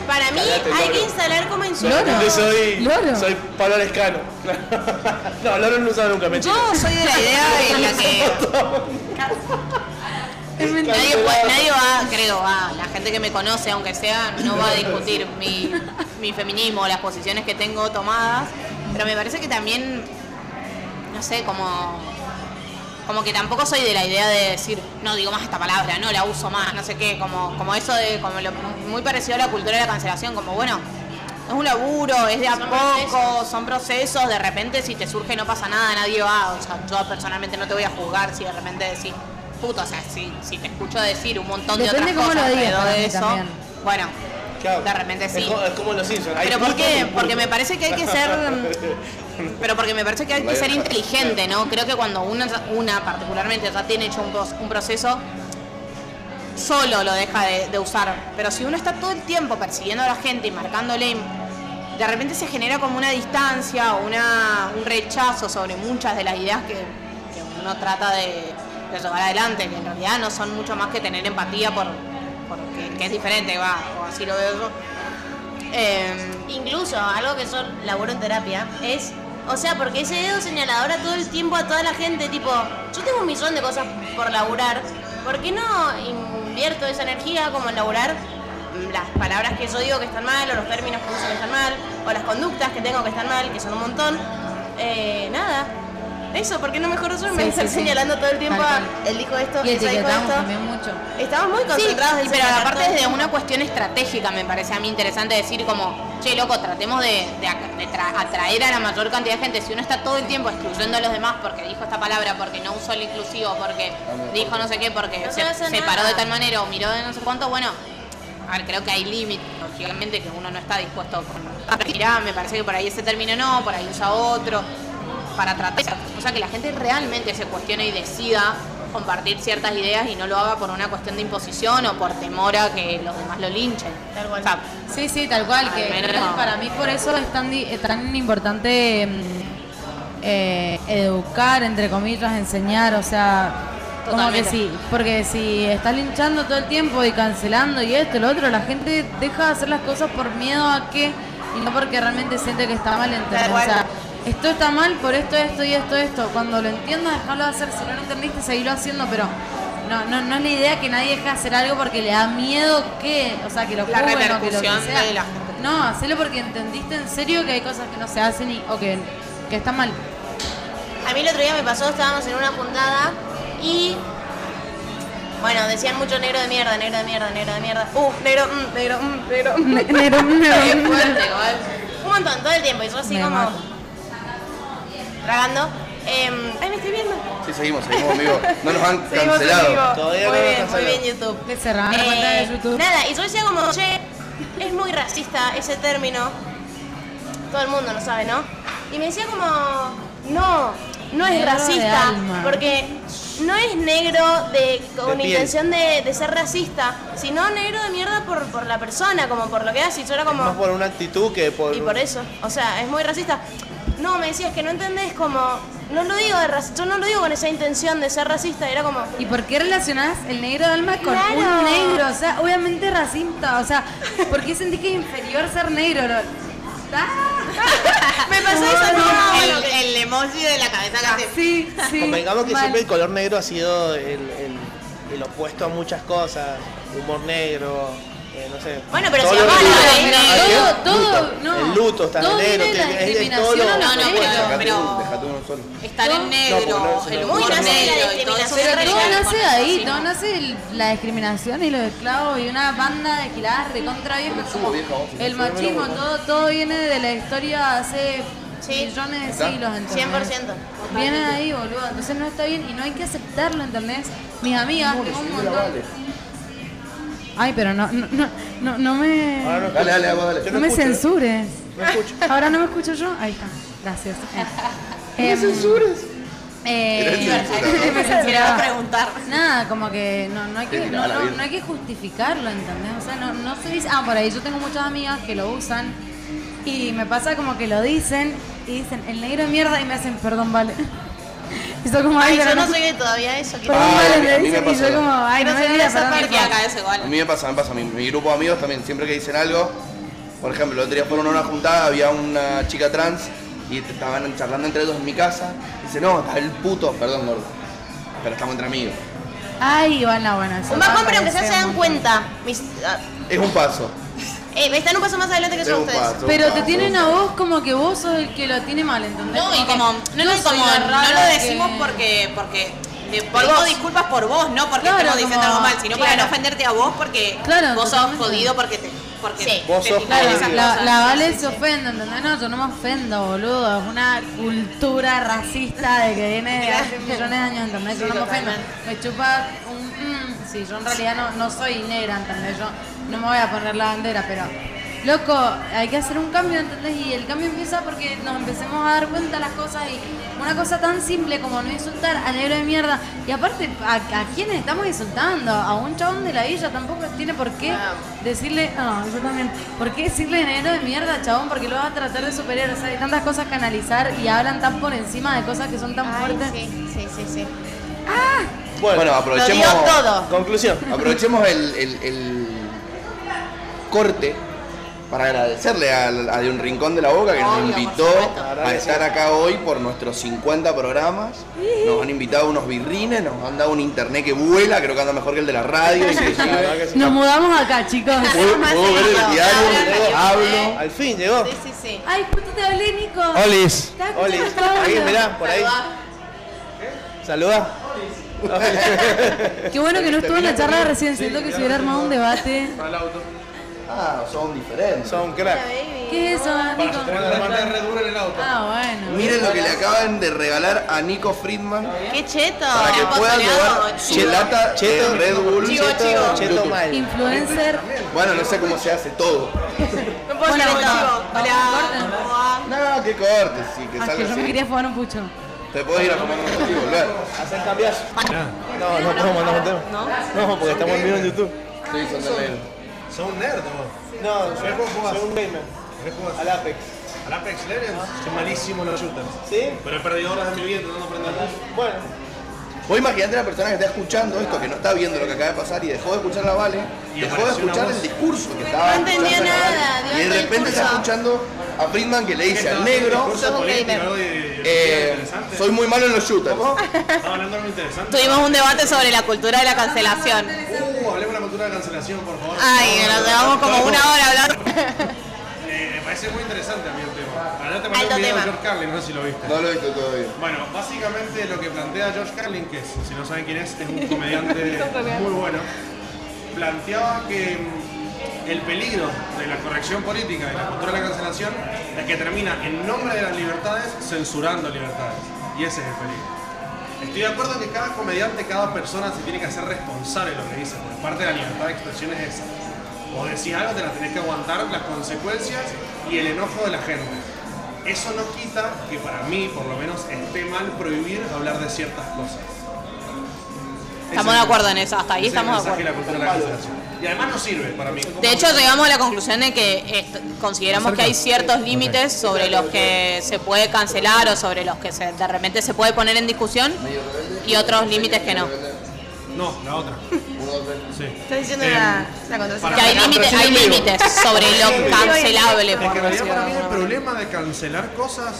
Speaker 3: Para mí
Speaker 2: Cagate,
Speaker 3: hay
Speaker 2: loro.
Speaker 3: que instalar como insulto.
Speaker 2: Yo soy,
Speaker 4: Loro.
Speaker 2: soy Pablo Lescano. no, Loro no lo he usado nunca, mentira.
Speaker 6: Yo soy de la idea en la que
Speaker 4: Es mentira.
Speaker 6: nadie, puede- nadie va, creo, va, la gente que me conoce, aunque sea, no va a discutir mi, mi feminismo, las posiciones que tengo tomadas, pero me parece que también, no sé, como, como que tampoco soy de la idea de decir, no digo más esta palabra, no la uso más, no sé qué, como, como eso de, como lo- muy parecido a la cultura de la cancelación, como bueno. Es un laburo, es de a
Speaker 3: Son
Speaker 6: poco, son procesos, de repente si te surge no pasa nada, nadie va, o sea, yo personalmente no te voy a juzgar si de repente decís, puto, o sea, si, si te escucho decir un montón de
Speaker 4: Depende
Speaker 6: otras
Speaker 4: cómo
Speaker 6: cosas
Speaker 4: lo digas
Speaker 6: alrededor
Speaker 4: para
Speaker 6: de
Speaker 4: mí
Speaker 6: eso,
Speaker 4: también.
Speaker 6: bueno,
Speaker 2: Claro.
Speaker 6: de repente
Speaker 2: Es
Speaker 6: sí.
Speaker 2: co- Es, como los Simpsons. hay
Speaker 6: Pero ¿por
Speaker 2: pulpo,
Speaker 6: qué?
Speaker 2: pulpo.
Speaker 6: Porque me parece que hay que ser, Pero porque me parece que hay que ser inteligente, ¿no? Creo que cuando una, una particularmente ya tiene hecho un, pros- un proceso, solo lo deja de, de usar. Pero si uno está todo el tiempo persiguiendo a la gente y marcándole, de repente se genera como una distancia o una, un rechazo sobre muchas de las ideas que, que uno trata de, de llevar adelante, que en realidad no son mucho más que tener empatía por, por que, que es diferente, va, o así lo veo yo. Em,
Speaker 3: Incluso algo que yo laburo en terapia es, o sea, porque ese dedo señalador a todo el tiempo a toda la gente, tipo, yo tengo un millón de cosas por laburar, ¿por qué no invierto esa energía como en laburar mm, las palabras que yo digo que están mal, o los términos que uso que están mal, o las conductas que tengo que están mal, que son un montón? Eh, nada. Eso, ¿por qué no mejor yo en vez de
Speaker 4: Sí,
Speaker 3: estar
Speaker 4: sí, sí.
Speaker 3: señalando todo el tiempo
Speaker 4: Tal
Speaker 3: a
Speaker 4: cual.
Speaker 3: él dijo esto,
Speaker 4: Y
Speaker 3: ella dijo
Speaker 4: etiquetamos
Speaker 3: esto?
Speaker 4: también mucho.
Speaker 3: Estamos muy
Speaker 6: Sí,
Speaker 3: concentrados en
Speaker 6: pero
Speaker 3: señalar todo
Speaker 6: aparte
Speaker 3: el
Speaker 6: de
Speaker 3: tiempo.
Speaker 6: una cuestión estratégica me parece a mí interesante decir como, che, loco, tratemos de, de ac- de tra- atraer a la mayor cantidad de gente. Si uno está todo el tiempo excluyendo a los demás porque dijo esta palabra, porque no usó el inclusivo, porque dijo no sé qué, porque
Speaker 3: No
Speaker 6: se,
Speaker 3: se hace
Speaker 6: se
Speaker 3: nada.
Speaker 6: paró de tal manera o miró de no sé cuánto, bueno, a ver, creo que hay límites, lógicamente, que uno no está dispuesto a mirar, me parece que por ahí ese término no, por ahí usa otro, para tratar, o sea, que la gente realmente se cuestione y decida compartir ciertas ideas y no lo haga por una cuestión de imposición o por temor a que los demás lo linchen.
Speaker 3: Tal cual.
Speaker 6: O sea,
Speaker 4: Sí, sí, tal cual. Que
Speaker 6: Al menos.
Speaker 4: para mí por eso es tan, di- eh, tan importante mm, eh, educar, entre comillas, enseñar, o sea, como que
Speaker 6: Totalmente.
Speaker 4: sí, porque si estás linchando todo el tiempo y cancelando y esto y lo otro, la gente deja de hacer las cosas por miedo a que y no porque realmente siente que está mal, ¿entendés?
Speaker 6: Tal cual.
Speaker 4: O sea, esto está mal por esto, esto y esto, esto. Cuando lo entiendas, déjalo de hacer. Si no lo entendiste, seguilo haciendo, pero no, no, no es la idea que nadie deje de hacer algo porque le da miedo que, o sea, que lo
Speaker 6: La
Speaker 4: juzguen o que lo que
Speaker 6: repercusión
Speaker 4: sea.
Speaker 6: de la gente.
Speaker 4: No, hacelo porque entendiste en serio que hay cosas que no se hacen y, o que, que están mal.
Speaker 3: A mí el otro día me pasó, estábamos en una juntada y. Bueno, decían mucho negro de mierda, negro de mierda, negro de mierda. Uh, negro, mm, negro, mm, negro. mm.
Speaker 6: es fuerte, igual.
Speaker 3: Un montón, todo el tiempo. Y yo así
Speaker 4: Me
Speaker 3: como.
Speaker 4: mato.
Speaker 3: Tragando. Em, ay, me estoy viendo.
Speaker 1: Sí, seguimos, seguimos amigos. No nos han
Speaker 3: Seguimos en vivo.
Speaker 1: cancelado.
Speaker 2: Todavía
Speaker 3: muy
Speaker 2: no nos
Speaker 3: bien, muy
Speaker 2: cancelaron.
Speaker 3: bien, YouTube.
Speaker 4: Que cerraron la
Speaker 3: Eh,
Speaker 4: cuenta de YouTube.
Speaker 3: Nada, y yo decía como, che, es muy racista ese término. Todo el mundo lo sabe, ¿no? Y me decía como, no, no es
Speaker 4: Negro de
Speaker 3: racista,
Speaker 4: alma.
Speaker 3: porque no es negro de, con
Speaker 2: De piel.
Speaker 3: intención de, de ser racista, sino negro de mierda por, por la persona, como por lo que hace. Y yo era como,
Speaker 2: Más por una actitud que por.
Speaker 3: y por eso, o sea, es muy racista. No, me decías que no entendés como, no lo digo de raci- yo no lo digo con esa intención de ser racista, era como,
Speaker 4: ¿Y por qué relacionás el negro de alma con
Speaker 3: Claro.
Speaker 4: un negro? O sea, obviamente racista. O sea, ¿por qué sentí que es inferior ser negro? No. Ah,
Speaker 3: me pasó eso, no, bueno,
Speaker 6: el, el emoji de la cabeza que hace-
Speaker 4: sí, sí.
Speaker 2: Convengamos que
Speaker 4: mal.
Speaker 2: siempre el color negro ha sido el, el- el opuesto a muchas cosas. Humor negro, eh, no sé.
Speaker 3: Bueno, pero
Speaker 2: Todo
Speaker 3: si
Speaker 2: lo
Speaker 3: vamos a
Speaker 2: negro.
Speaker 3: hablar de
Speaker 2: Ah,
Speaker 4: negro,
Speaker 2: ¿qué?
Speaker 4: todo-
Speaker 2: Luto.
Speaker 4: no.
Speaker 2: El luto está
Speaker 4: Todo
Speaker 2: en negro.
Speaker 4: viene de la
Speaker 2: tiene- es- es todo
Speaker 4: discriminación a
Speaker 2: lo-
Speaker 4: los
Speaker 6: No, no,
Speaker 4: negros.
Speaker 6: pero-
Speaker 1: Dejate uno,
Speaker 6: pero
Speaker 1: dejate uno solo.
Speaker 6: estar en
Speaker 4: Eh,
Speaker 6: negro,
Speaker 2: No, porque no es
Speaker 6: el
Speaker 2: una-
Speaker 6: humor
Speaker 2: Muy nace
Speaker 3: de la
Speaker 6: negro y todo
Speaker 3: discriminación.
Speaker 6: eso se
Speaker 4: Pero todo
Speaker 6: relaciona
Speaker 4: nace de
Speaker 6: con
Speaker 4: ahí,
Speaker 6: racismo.
Speaker 4: todo nace de la discriminación y los esclavos y una banda de giladas recontra viejas
Speaker 1: Consumo,
Speaker 4: como
Speaker 1: vieja, vos,
Speaker 4: el
Speaker 1: consumo,
Speaker 4: machismo,
Speaker 1: loco, ¿no?
Speaker 4: todo, todo viene de la historia hace
Speaker 3: Sí.
Speaker 4: millones de
Speaker 1: ¿Está?
Speaker 4: siglos, ¿entendés?
Speaker 3: 100%.
Speaker 4: Viene de ahí, boludo, entonces no está bien y no hay que aceptarlo, ¿entendés? Mis amigas, tengo un montón. Ay, pero no, no, no, no, no
Speaker 2: Ahora
Speaker 4: me,
Speaker 2: no
Speaker 1: Dale, dale,
Speaker 2: escucho.
Speaker 1: vos dale.
Speaker 2: Yo
Speaker 4: no me
Speaker 2: escucho, ¿eh?
Speaker 4: censures.
Speaker 2: No escucho.
Speaker 4: Ahora no me escucho yo. Ahí está. Gracias. Eh, em,
Speaker 1: Era
Speaker 4: Eh,
Speaker 1: censurado.
Speaker 4: me censuraba.
Speaker 6: preguntar.
Speaker 4: Nada, como que no, no, hay que,
Speaker 1: Te
Speaker 4: no,
Speaker 1: tiraba la
Speaker 4: no-
Speaker 1: birra.
Speaker 4: no hay que justificarlo, ¿entendés? O sea, no, no se dice. Ah, por ahí yo tengo muchas amigas que lo usan y me pasa como que lo dicen y dicen el negro de mierda y me hacen, perdón, vale. Y yo como, ay,
Speaker 3: Ay, yo
Speaker 4: pero
Speaker 3: no
Speaker 4: no sé.
Speaker 3: llegué todavía a eso. que-
Speaker 4: Pero no
Speaker 1: Ah,
Speaker 4: me
Speaker 1: a mí- a mí me
Speaker 4: dicen y
Speaker 1: pasó.
Speaker 4: yo como, ay, no
Speaker 3: No
Speaker 4: me
Speaker 3: se ve
Speaker 4: digas,
Speaker 3: esa
Speaker 4: perdón.
Speaker 3: parte
Speaker 6: Porque acá es igual.
Speaker 1: A mí me pasa, me pasa. Mi, mi grupo de amigos también, siempre que dicen algo, por ejemplo, el otro día fueron a una juntada, había una chica trans y te- estaban charlando entre ellos en mi casa. Dice, no, está el puto, perdón, gordo. Pero estamos entre amigos.
Speaker 4: Ay, bueno, bueno. eso
Speaker 3: Un bajón,
Speaker 4: me
Speaker 3: pero aunque sea
Speaker 4: parece
Speaker 3: se dan
Speaker 4: mucho.
Speaker 3: cuenta. Mis- ah,
Speaker 1: Es un paso.
Speaker 3: eh, están un paso más adelante que
Speaker 1: Es
Speaker 3: yo
Speaker 1: un
Speaker 3: ustedes.
Speaker 1: paso.
Speaker 4: Pero te tienen a vos como que vos sos el que lo tiene mal, ¿entendés?
Speaker 6: No, y como, no,
Speaker 4: lo
Speaker 6: no, como, no lo decimos porque, porque te pedimos disculpas por vos, no porque
Speaker 4: Claro,
Speaker 6: estamos diciendo
Speaker 4: como-
Speaker 6: algo mal, sino para
Speaker 4: claro.
Speaker 6: no ofenderte a vos porque
Speaker 4: Claro,
Speaker 6: vos sos
Speaker 4: totalmente.
Speaker 6: jodido porque te, porque
Speaker 3: Sí.
Speaker 6: te
Speaker 1: Vos sos
Speaker 6: fijas en
Speaker 4: Claro,
Speaker 6: esas
Speaker 4: la,
Speaker 6: cosas.
Speaker 4: la Vale se ofende, ¿entendés? No, yo no me ofendo, boludo. Es una cultura racista de que viene de hace millones de años, ¿entendés? Yo no me ofendo. Me chupa un... mm, sí, yo en realidad no, no soy negra, ¿entendés? Yo no me voy a poner la bandera, pero... Loco, hay que hacer un cambio, ¿entendés? Y el cambio empieza porque nos empecemos a dar cuenta de las cosas y una cosa tan simple como no insultar al negro de mierda. Y aparte, ¿a, a quién estamos insultando? A un chabón de la villa tampoco tiene por qué decirle, no, yo también, ¿por qué decirle negro de mierda, chabón? Porque lo vas a tratar de superior. O sea, hay tantas cosas que analizar y hablan tan por encima de cosas que son tan
Speaker 3: Ay,
Speaker 4: fuertes.
Speaker 3: sí, sí, sí, sí.
Speaker 2: Bueno,
Speaker 1: Bueno,
Speaker 3: Lo
Speaker 1: aprovechemos.
Speaker 3: dio todo.
Speaker 2: conclusión.
Speaker 1: Aprovechemos el, el- el corte para agradecerle a, a De Un Rincón de la Boca que nos
Speaker 6: Obvio, por
Speaker 1: invitó
Speaker 6: supuesto.
Speaker 1: a estar acá hoy por nuestros 50 programas. Nos han invitado unos birrines, nos han dado un internet que vuela, creo que anda mejor que el de la radio.
Speaker 2: La
Speaker 1: inclusive.
Speaker 2: verdad que sí.
Speaker 4: Nos mudamos acá, chicos.
Speaker 1: ¿Puedo, puedo ver el diario? Hablo.
Speaker 2: Al fin llegó.
Speaker 3: Sí, sí, sí.
Speaker 4: Ay, puto, te hablé, Nico.
Speaker 7: Olis.
Speaker 4: Te escuchando
Speaker 2: Oli,
Speaker 4: todo.
Speaker 2: ahí mirá, por ahí. Saluda.
Speaker 4: Qué bueno que no estuvo en la charla de recién, siento que se hubiera armado un debate.
Speaker 1: Ah, son diferentes.
Speaker 2: Son crack.
Speaker 4: ¿Qué es eso, Nico? Ah, bueno.
Speaker 1: Miren lo que le acaban de regalar a Nico Friedman
Speaker 3: Qué cheto.
Speaker 1: para que pueda llevar su lata de Red Bull.
Speaker 6: Chivo,
Speaker 2: Cheto,
Speaker 6: chivo.
Speaker 2: cheto mal.
Speaker 4: Influencer.
Speaker 1: Bueno, no sé cómo se hace todo.
Speaker 6: No puedo
Speaker 4: Bueno,
Speaker 6: ser el
Speaker 4: bueno,
Speaker 6: chivo.
Speaker 4: vamos,
Speaker 6: Hola,
Speaker 4: corten.
Speaker 6: ¿cómo va?
Speaker 1: No, que corte, sí, que
Speaker 4: Ah,
Speaker 1: salga
Speaker 4: que yo me
Speaker 1: así.
Speaker 4: quería jugar un pucho.
Speaker 1: Te puedes ir a comer un café y volver.
Speaker 2: Hacer cambiazo. No, no podemos, no podemos. No, porque estamos en vivo en YouTube.
Speaker 1: Sí, son de menos.
Speaker 7: Son nerds, vos.
Speaker 2: No, soy un gamer.
Speaker 7: ¿Querés jugar?
Speaker 2: Al Apex.
Speaker 7: Al Apex Legends. Soy malísimo en los shooters.
Speaker 2: ¿Sí?
Speaker 7: Pero he perdido horas de mi vida tratando de aprender mucho.
Speaker 2: Bueno.
Speaker 1: Vos imaginate a la persona que está escuchando esto, que no está viendo lo que acaba de pasar y dejó de escuchar la Vale,
Speaker 7: Y
Speaker 1: dejó de
Speaker 7: apareció una
Speaker 1: escuchar
Speaker 7: voz.
Speaker 1: el discurso que estaba
Speaker 3: entendió
Speaker 1: escuchando la Vale,
Speaker 3: nada, dio
Speaker 1: Y de
Speaker 3: otro
Speaker 1: repente está
Speaker 3: discurso.
Speaker 1: escuchando a Friedman que le dice al negro,
Speaker 7: Discurso
Speaker 3: sos un
Speaker 7: político,
Speaker 3: gamer.
Speaker 7: algo de- de-
Speaker 1: eh,
Speaker 7: interesante.
Speaker 1: soy muy malo en los shooters.
Speaker 7: Estaba hablando de algo interesante.
Speaker 6: Tuvimos un debate sobre la cultura de la cancelación.
Speaker 7: Uh, hablemos de la cultura de cancelación, por favor.
Speaker 6: Ay, nos llevamos como una hora hablando.
Speaker 7: Eh, me parece muy interesante a mí el tema. Ahora te mandé
Speaker 3: Alto
Speaker 7: un video
Speaker 3: tema.
Speaker 7: de George Carlin, no sé si lo viste.
Speaker 1: No lo he visto todavía.
Speaker 7: Bueno, básicamente lo que plantea George Carlin, que es, si no saben quién es, es un comediante muy bueno, planteaba que mm, el peligro de la corrección política, de la cultura de la cancelación, es que termina en nombre de las libertades censurando libertades. Y ese es el peligro. Estoy de acuerdo que cada comediante, cada persona se tiene que hacer responsable de lo que dice, porque parte de la libertad de expresión es esa. Vos decís algo, te la tenés que aguantar, las consecuencias y el enojo de la gente. Eso no quita que para mí, por lo menos, esté mal prohibir hablar de ciertas cosas.
Speaker 6: Estamos de acuerdo en eso, hasta ahí
Speaker 7: Ese es el
Speaker 6: estamos de
Speaker 7: mensaje
Speaker 6: acuerdo.
Speaker 7: la cultura de la cancelación. Y además no sirve para mí.
Speaker 6: De hecho, llegamos a la conclusión de que est- consideramos que hay ciertos límites sobre los que se puede cancelar o sobre los que se- de repente se puede poner en discusión y otros límites que no.
Speaker 7: No, la otra. Sí.
Speaker 3: Estás diciendo
Speaker 7: Em,
Speaker 3: la, la contraseña.
Speaker 6: Que hay límites hay límites sobre lo cancelable,
Speaker 7: Es que
Speaker 6: por decirlo
Speaker 7: en realidad para mí
Speaker 6: de
Speaker 7: el
Speaker 6: alguna manera.
Speaker 7: problema de cancelar cosas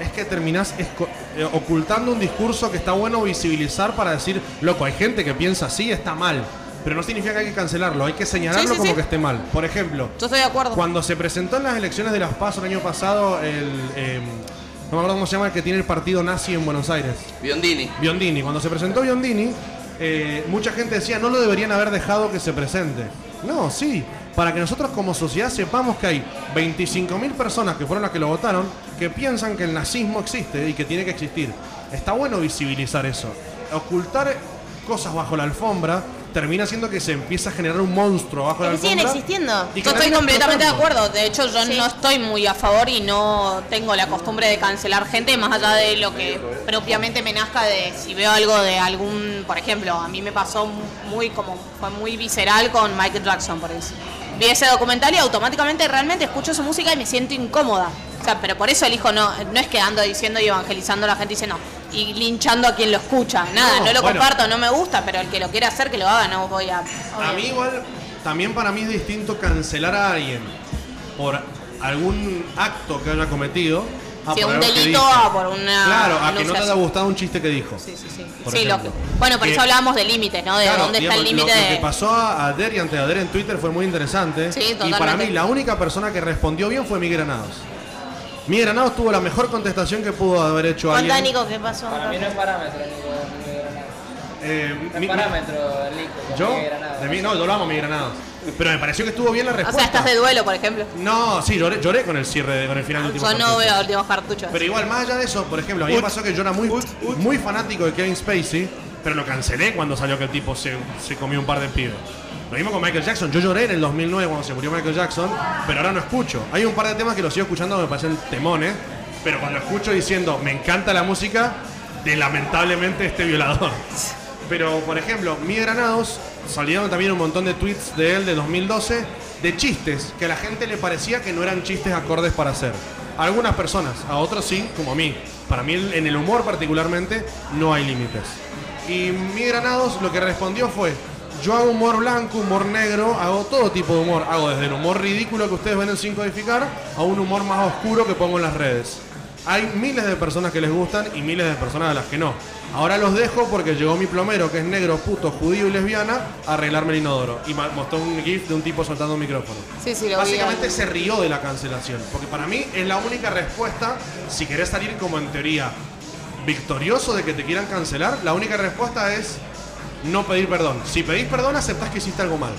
Speaker 7: es que terminás esco- eh, ocultando un discurso que está bueno visibilizar para decir, loco, hay gente que piensa así, está mal. Pero no significa que hay que cancelarlo, hay que señalarlo
Speaker 6: Sí, sí,
Speaker 7: como
Speaker 6: sí.
Speaker 7: que esté mal. Por ejemplo,
Speaker 6: Yo estoy de acuerdo.
Speaker 7: cuando se presentó en las elecciones de las PASO el año pasado, el, eh, no me acuerdo cómo se llama, el que tiene el partido nazi en Buenos Aires.
Speaker 1: Biondini.
Speaker 7: Biondini. Cuando se presentó Biondini, eh, mucha gente decía, no lo deberían haber dejado que se presente. No, sí. Para que nosotros como sociedad sepamos que hay 25.000 personas que fueron las que lo votaron que piensan que el nazismo existe y que tiene que existir. Está bueno visibilizar eso. Ocultar cosas bajo la alfombra termina siendo que se empieza a generar un monstruo bajo la
Speaker 3: Que siguen
Speaker 7: alfombra.
Speaker 3: existiendo.
Speaker 7: y que
Speaker 6: Yo estoy
Speaker 7: termina
Speaker 6: completamente de
Speaker 7: explotando.
Speaker 6: acuerdo. De hecho, yo no estoy muy a favor y no tengo la costumbre de cancelar gente más allá de lo que propiamente me nazca de si veo algo de algún, por ejemplo, a mí me pasó muy como fue muy visceral con Michael Jackson, por eso. Vi ese documental y automáticamente realmente escucho su música y me siento incómoda. O sea, pero por eso elijo no no es que ando diciendo y evangelizando a la gente diciendo, y linchando a quien lo escucha. Nada,
Speaker 7: No,
Speaker 6: no, lo
Speaker 7: bueno.
Speaker 6: comparto, no me gusta, pero el que lo quiera hacer, que lo haga, no voy a.
Speaker 7: A mí igual, también para mí es distinto cancelar a alguien por algún acto que haya cometido. a
Speaker 6: Sí,
Speaker 7: Ah, por
Speaker 6: un
Speaker 7: algo que
Speaker 6: delito,
Speaker 7: dijo.
Speaker 6: a por una
Speaker 7: Claro, a que no te
Speaker 6: enunciación.
Speaker 7: haya gustado un chiste que dijo.
Speaker 6: Sí, sí, sí.
Speaker 7: Por
Speaker 6: Sí, lo
Speaker 7: ejemplo.
Speaker 6: que- bueno, por
Speaker 7: Que-
Speaker 6: eso hablábamos de límites, ¿no? De
Speaker 7: Claro,
Speaker 6: dónde está
Speaker 7: digamos,
Speaker 6: el límite
Speaker 7: lo, lo que
Speaker 6: de.
Speaker 7: pasó a Adher y ante Adher en Twitter fue muy interesante.
Speaker 6: Sí,
Speaker 7: y
Speaker 6: totalmente.
Speaker 7: para mí la única persona que respondió bien fue Miguel Granados. Miguel Granados tuvo la mejor contestación que pudo haber hecho
Speaker 2: Contá,
Speaker 7: alguien.
Speaker 2: Nico, ¿qué pasó?
Speaker 3: Para mí no es parámetro, Nico. Miguel Granados.
Speaker 7: Eh,
Speaker 3: No
Speaker 7: mi-
Speaker 3: es parámetro, Nico. con
Speaker 7: ¿Yo?
Speaker 3: Miguel Granados.
Speaker 7: De mí, no, yo lo amo a Miguel Granados. Pero me pareció que estuvo bien la
Speaker 6: O sea,
Speaker 7: respuesta.
Speaker 6: estás de este duelo, por ejemplo.
Speaker 7: No, sí, lloré, lloré con el cierre, de- con el final del último
Speaker 6: Yo no
Speaker 7: capítulo.
Speaker 6: veo últimos cartuchos.
Speaker 7: Pero igual, más allá de eso, por ejemplo, a mí me pasó que yo era muy, muy fanático de Kevin Spacey, pero lo cancelé cuando salió que el tipo se, se comió un par de pibes. Lo mismo con Michael Jackson. Yo lloré en el 2009 cuando se murió Michael Jackson, pero ahora no escucho. Hay un par de temas que los sigo escuchando que me parecen temones, pero cuando escucho diciendo, me encanta la música de lamentablemente este violador. Pero, por ejemplo, Mi Granados salieron también un montón de tweets de él de 2012 de chistes que a la gente le parecía que no eran chistes acordes para hacer. A algunas personas, a otros sí, como a mí. Para mí, en el humor particularmente, no hay límites. Y Mi Granados lo que respondió fue: Yo hago humor blanco, humor negro, hago todo tipo de humor. Hago desde el humor ridículo que ustedes ven en Sin Codificar a un humor más oscuro que pongo en las redes. Hay miles de personas que les gustan y miles de personas a las que no. Ahora los dejo porque llegó mi plomero, que es negro, puto, judío y lesbiana, a arreglarme el inodoro. Y ma- mostró un GIF de un tipo soltando un micrófono.
Speaker 6: Sí, sí, lo vi.
Speaker 7: Básicamente se rió de la cancelación. Porque para mí es la única respuesta, si querés salir como en teoría victorioso de que te quieran cancelar, la única respuesta es no pedir perdón. Si pedís perdón, aceptás que hiciste algo mal.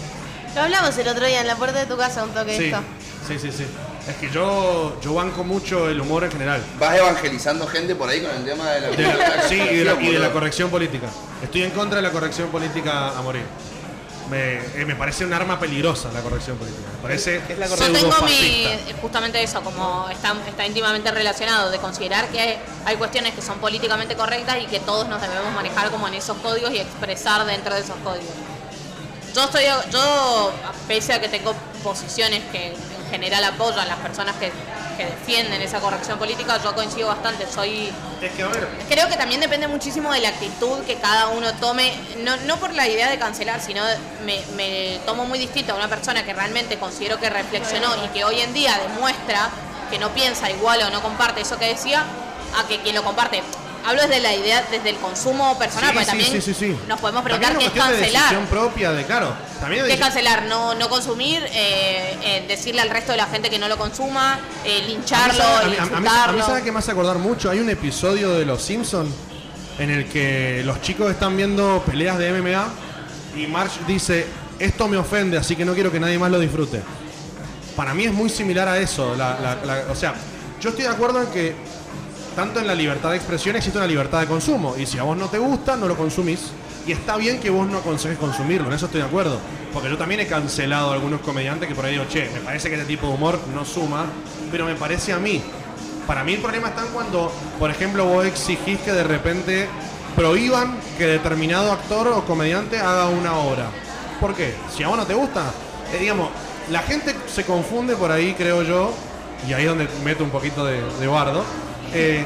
Speaker 2: Lo hablamos el otro día en la puerta de tu casa, un toque de
Speaker 7: Sí,
Speaker 2: esto.
Speaker 7: sí, sí, sí. Es que yo, yo banco mucho el humor en general.
Speaker 1: Vas evangelizando gente por ahí con el tema de la,
Speaker 7: De la- sí, y de la, y de la
Speaker 1: boludo.
Speaker 7: corrección política. Estoy en contra de la corrección política a morir. Me, eh, me parece un arma peligrosa la corrección política. Me parece
Speaker 4: ¿Qué es la
Speaker 6: Yo tengo mi,
Speaker 7: pseudofascista.
Speaker 6: justamente eso, como está, está íntimamente relacionado, de considerar que hay, hay cuestiones que son políticamente correctas y que todos nos debemos manejar como en esos códigos y expresar dentro de esos códigos. Yo estoy, yo pese a que tengo posiciones que en general apoyan las personas que, que defienden esa corrección política, yo coincido bastante, soy
Speaker 7: Es que a ver,
Speaker 6: Creo que también depende muchísimo de la actitud que cada uno tome, no, no por la idea de cancelar, sino de- me, me tomo muy distinto a una persona que realmente considero que reflexionó y que hoy en día demuestra que no piensa igual o no comparte eso que decía, a que quien lo comparte. Hablo desde la idea, desde el consumo personal,
Speaker 7: sí,
Speaker 6: porque
Speaker 7: sí,
Speaker 6: también
Speaker 7: sí, sí, sí.
Speaker 6: nos podemos
Speaker 7: También
Speaker 6: preguntar qué
Speaker 7: es
Speaker 6: es
Speaker 7: una cuestión
Speaker 6: cancelar.
Speaker 7: De decisión propia de claro. También
Speaker 6: ¿Qué
Speaker 7: de
Speaker 6: es cancelar? No, no consumir, eh, eh, decirle al resto de la gente que no lo consuma, eh, lincharlo,
Speaker 7: A mí, sabe- a mí- a mí- a mí
Speaker 6: insultarlo.
Speaker 7: sabe que me hace acordar mucho. Hay un episodio de Los Simpson en el que los chicos están viendo peleas de MMA y Marge dice, esto me ofende, así que no quiero que nadie más lo disfrute. Para mí es muy similar a eso. la- la- la- o sea, yo estoy de acuerdo en que tanto en la libertad de expresión existe una libertad de consumo. Y si a vos no te gusta, no lo consumís. Y está bien que vos no aconsejes consumirlo, en eso estoy de acuerdo. Porque yo también he cancelado a algunos comediantes que por ahí digo, che, me parece que este tipo de humor no suma, pero me parece a mí. Para mí el problema está en cuando, por ejemplo, vos exigís que de repente prohíban que determinado actor o comediante haga una obra. ¿Por qué? Si a vos no te gusta, eh, digamos, la gente se confunde por ahí, creo yo, y ahí es donde meto un poquito de, de bardo, eh,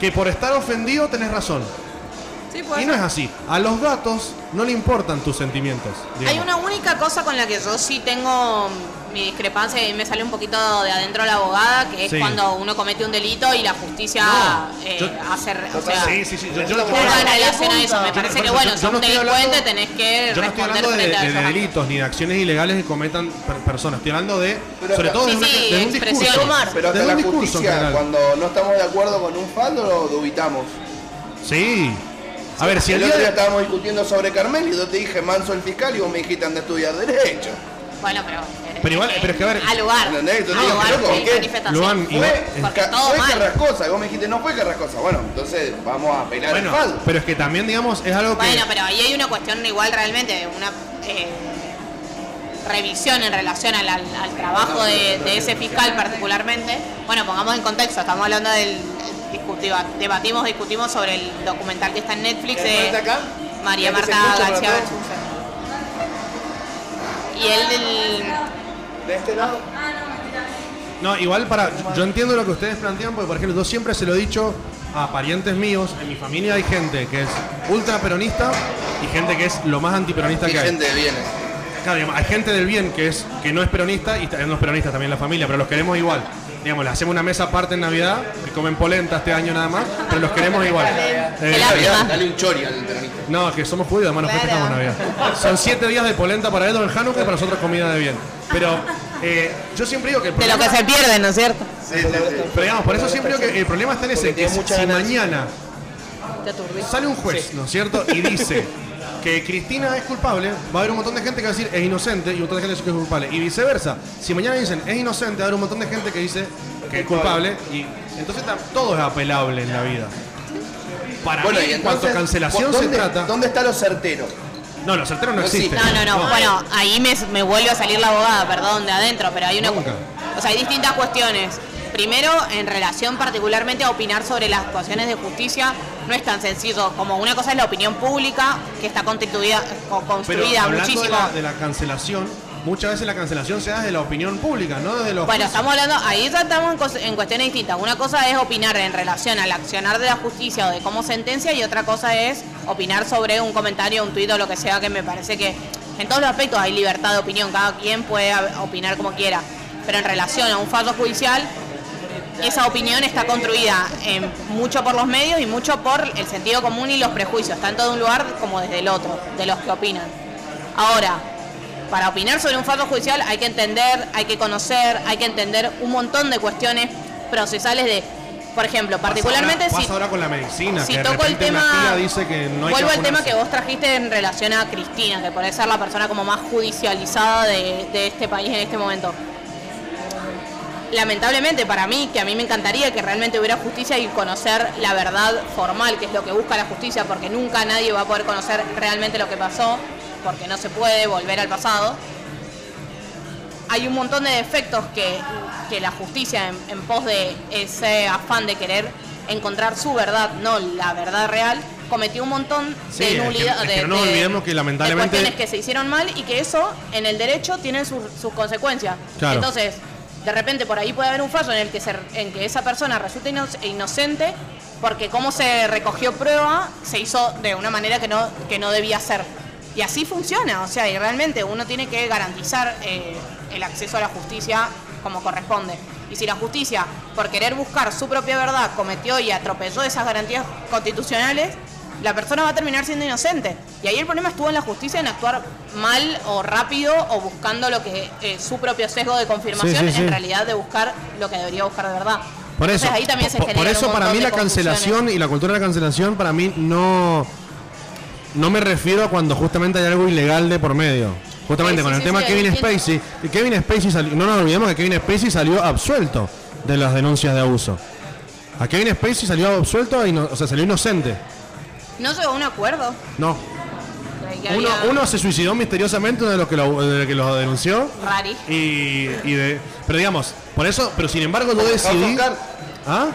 Speaker 7: que por estar ofendido tenés razón. y no es así. A los gatos no le importan tus sentimientos.
Speaker 6: Hay
Speaker 7: digamos.
Speaker 6: una única cosa con la que yo sí tengo mi discrepancia y me sale un poquito de adentro la abogada, que es
Speaker 7: Sí.
Speaker 6: cuando uno comete un delito y la justicia
Speaker 7: No,
Speaker 6: eh,
Speaker 7: yo-
Speaker 6: hace... re- O sea,
Speaker 7: Sí, sí, sí, yo- yo no-
Speaker 6: juzga en relación a eso. Me
Speaker 2: Yo-
Speaker 6: parece
Speaker 7: por
Speaker 6: que,
Speaker 7: eso,
Speaker 6: bueno,
Speaker 7: yo- yo
Speaker 6: si sos
Speaker 7: no
Speaker 6: un
Speaker 7: estoy hablando-
Speaker 6: delincuente tenés que
Speaker 7: Yo no
Speaker 6: responder
Speaker 7: estoy hablando de,
Speaker 6: frente a
Speaker 7: de-
Speaker 6: esos
Speaker 7: de
Speaker 6: actos.
Speaker 7: delitos ni de acciones ilegales que cometan per- personas. Estoy hablando de,
Speaker 1: Pero
Speaker 7: sobre
Speaker 1: acá-
Speaker 7: todo, de,
Speaker 6: Sí,
Speaker 7: una-
Speaker 6: sí,
Speaker 7: de un
Speaker 6: expresión.
Speaker 7: discurso.
Speaker 6: Omar,
Speaker 1: Pero hasta
Speaker 7: Desde
Speaker 1: la
Speaker 7: un discurso en
Speaker 1: justicia,
Speaker 7: general.
Speaker 1: cuando no estamos de acuerdo con un faldo, lo dubitamos.
Speaker 7: Sí. A ver, si el
Speaker 1: el
Speaker 7: día
Speaker 1: otro día
Speaker 7: de...
Speaker 1: estábamos discutiendo sobre Carmel y yo te dije manso el fiscal y vos me dijiste anda a estudiar Derecho.
Speaker 6: Bueno, pero... eh,
Speaker 7: Pero igual-
Speaker 6: eh,
Speaker 7: pero es que, a ver,
Speaker 6: Al lugar.
Speaker 1: ¿entendés? Yo
Speaker 6: al
Speaker 1: digo,
Speaker 6: lugar
Speaker 1: loco,
Speaker 6: de
Speaker 1: ¿qué?
Speaker 6: manifestación.
Speaker 7: Luan y-
Speaker 1: Fue,
Speaker 6: Porque
Speaker 1: Ca-
Speaker 6: todo
Speaker 1: fue
Speaker 6: mal.
Speaker 1: Carrascosa y vos me dijiste no fue Carrascosa. Bueno, entonces vamos a apelar
Speaker 7: Bueno,
Speaker 1: el faldo.
Speaker 7: pero es que también, digamos, es algo que...
Speaker 6: Bueno, pero ahí hay una cuestión igual realmente, de una eh, revisión en relación al, al- al trabajo de, de ese fiscal particularmente. Bueno, pongamos en contexto, estamos hablando del... discutiva- Debatimos, discutimos sobre el documental que está en Netflix
Speaker 4: ¿Quién
Speaker 6: de
Speaker 4: está acá?
Speaker 6: María
Speaker 4: Ya que se
Speaker 6: Marta
Speaker 4: escucha para
Speaker 6: García
Speaker 4: todos.
Speaker 6: Belchunce. Y él, del-
Speaker 4: De este lado.
Speaker 7: No, igual para. Yo entiendo lo que ustedes plantean, porque por ejemplo, yo siempre se lo he dicho a parientes míos, en mi familia hay gente que es ultra peronista y gente que es lo más antiperonista
Speaker 1: Qué
Speaker 7: que hay.
Speaker 1: gente de bienes.
Speaker 7: Claro, digamos, hay gente del bien que es que no es peronista y tenemos peronistas también en la familia, pero los queremos igual. Digamos, les hacemos una mesa aparte en Navidad, que comen polenta este año nada más, pero los queremos igual. Eh,
Speaker 6: La prima.
Speaker 1: Dale un chori al peronista.
Speaker 7: no, es que somos judíos, además nos festejamos Navidad. Son siete días de polenta para ellos en Hanukkah y para nosotros comida de bien. Pero eh, yo siempre digo que el
Speaker 6: De lo que se pierde, ¿no es cierto?
Speaker 1: Sí, sí, sí.
Speaker 7: Pero digamos, por eso siempre digo que el problema está en ese, que
Speaker 8: tiene
Speaker 7: si
Speaker 8: mucha ganancia.
Speaker 7: mañana
Speaker 6: Te aturdí.
Speaker 7: sale un juez, ¿no es cierto? Y dice que Cristina es culpable, va a haber un montón de gente que va a decir es inocente y un montón de gente que es culpable. Y viceversa, si mañana dicen es inocente, va a haber un montón de gente que dice que es culpable. Y entonces tam- todo es apelable en la vida. Para
Speaker 1: Bueno,
Speaker 7: mí,
Speaker 1: y
Speaker 7: en cuanto a
Speaker 1: entonces,
Speaker 7: cancelación se
Speaker 1: ¿dónde-
Speaker 7: trata...
Speaker 1: ¿Dónde está lo certero?
Speaker 7: No, los certeros no
Speaker 1: No
Speaker 7: existen.
Speaker 6: No, no, no. Bueno, ahí me, me vuelve a salir la abogada, perdón, de adentro, pero hay una.
Speaker 7: Nunca.
Speaker 6: O sea, hay distintas cuestiones. Primero, en relación particularmente a opinar sobre las actuaciones de justicia, no es tan sencillo. Como una cosa es la opinión pública, que está constituida, co-
Speaker 7: Pero
Speaker 6: construida
Speaker 7: hablando de
Speaker 6: muchísimo.
Speaker 7: la, de la cancelación, muchas veces la cancelación se da desde la opinión pública, no desde los...
Speaker 6: Bueno, estamos hablando, ahí ya estamos en, cos- en cuestiones distintas. Una cosa es opinar en relación al accionar de la justicia o de cómo sentencia y otra cosa es opinar sobre un comentario, un tuit o lo que sea que me parece que en todos los aspectos hay libertad de opinión, cada quien puede hab- opinar como quiera. Pero en relación a un fallo judicial, esa opinión está construida en mucho por los medios y mucho por el sentido común y los prejuicios, tanto de un lugar como desde el otro, de los que opinan. Ahora, para opinar sobre un fallo judicial hay que entender, hay que conocer, hay que entender un montón de cuestiones procesales de, por ejemplo, particularmente
Speaker 7: pasa ahora,
Speaker 6: si
Speaker 7: pasa ahora con la medicina,
Speaker 6: si
Speaker 7: que de
Speaker 6: toco el
Speaker 7: repente una
Speaker 6: tema,
Speaker 7: tía dice que no hay
Speaker 6: vuelvo al tema
Speaker 7: vacunarse.
Speaker 6: que vos trajiste en relación a Cristina, que puede ser la persona como más judicializada de, de este país en este momento. Lamentablemente para mí, que a mí me encantaría que realmente hubiera justicia y conocer la verdad formal, que es lo que busca la justicia, porque nunca nadie va a poder conocer realmente lo que pasó, porque no se puede volver al pasado hay un montón de defectos que, que la justicia en, en pos de ese afán de querer encontrar su verdad, no la verdad real, cometió un montón
Speaker 7: Sí, es
Speaker 6: de
Speaker 7: que-
Speaker 6: nulidad.
Speaker 7: es
Speaker 6: de-
Speaker 7: que no nos
Speaker 6: de-
Speaker 7: olvidemos que
Speaker 6: de
Speaker 7: lamentablemente-
Speaker 6: cuestiones que se hicieron mal y que eso en el derecho tiene sus, sus consecuencias.
Speaker 7: Claro.
Speaker 6: Entonces, de repente por ahí puede haber un fallo en el que, se- en que esa persona resulta ino- inocente porque cómo se recogió prueba se hizo de una manera que no, que no debía ser. Y así funciona, o sea, y realmente uno tiene que garantizar eh, el acceso a la justicia como corresponde. Y si la justicia, por querer buscar su propia verdad, cometió y atropelló esas garantías constitucionales, la persona va a terminar siendo inocente. Y ahí el problema estuvo en la justicia en actuar mal o rápido o buscando lo que eh, su propio sesgo de confirmación,
Speaker 7: sí.
Speaker 6: en realidad de buscar lo que debería buscar de verdad.
Speaker 7: Por
Speaker 6: Entonces,
Speaker 7: eso,
Speaker 6: ahí también se
Speaker 7: por- por
Speaker 6: generan un
Speaker 7: eso para
Speaker 6: montón
Speaker 7: mí
Speaker 6: de
Speaker 7: la
Speaker 6: confusiones.
Speaker 7: cancelación y la cultura de la cancelación para mí no no me refiero a cuando justamente hay algo ilegal de por medio. Justamente
Speaker 6: Sí,
Speaker 7: con
Speaker 6: sí,
Speaker 7: el
Speaker 6: sí,
Speaker 7: tema
Speaker 6: sí,
Speaker 7: Kevin
Speaker 6: entiendo.
Speaker 7: Spacey, que Kevin Spacey salió- no nos olvidemos que Kevin Spacey salió absuelto de las denuncias de abuso. A Kevin Spacey salió absuelto y no- o sea, salió inocente.
Speaker 6: No llegó a un acuerdo.
Speaker 7: No,
Speaker 6: que
Speaker 7: uno,
Speaker 6: había-
Speaker 7: uno se suicidó misteriosamente, uno de los que lo, de los que lo denunció.
Speaker 6: Rari.
Speaker 7: Y, y de, pero digamos, por eso, pero sin embargo yo
Speaker 1: Como House
Speaker 7: decidí...
Speaker 1: of Cards.
Speaker 7: ¿Ah?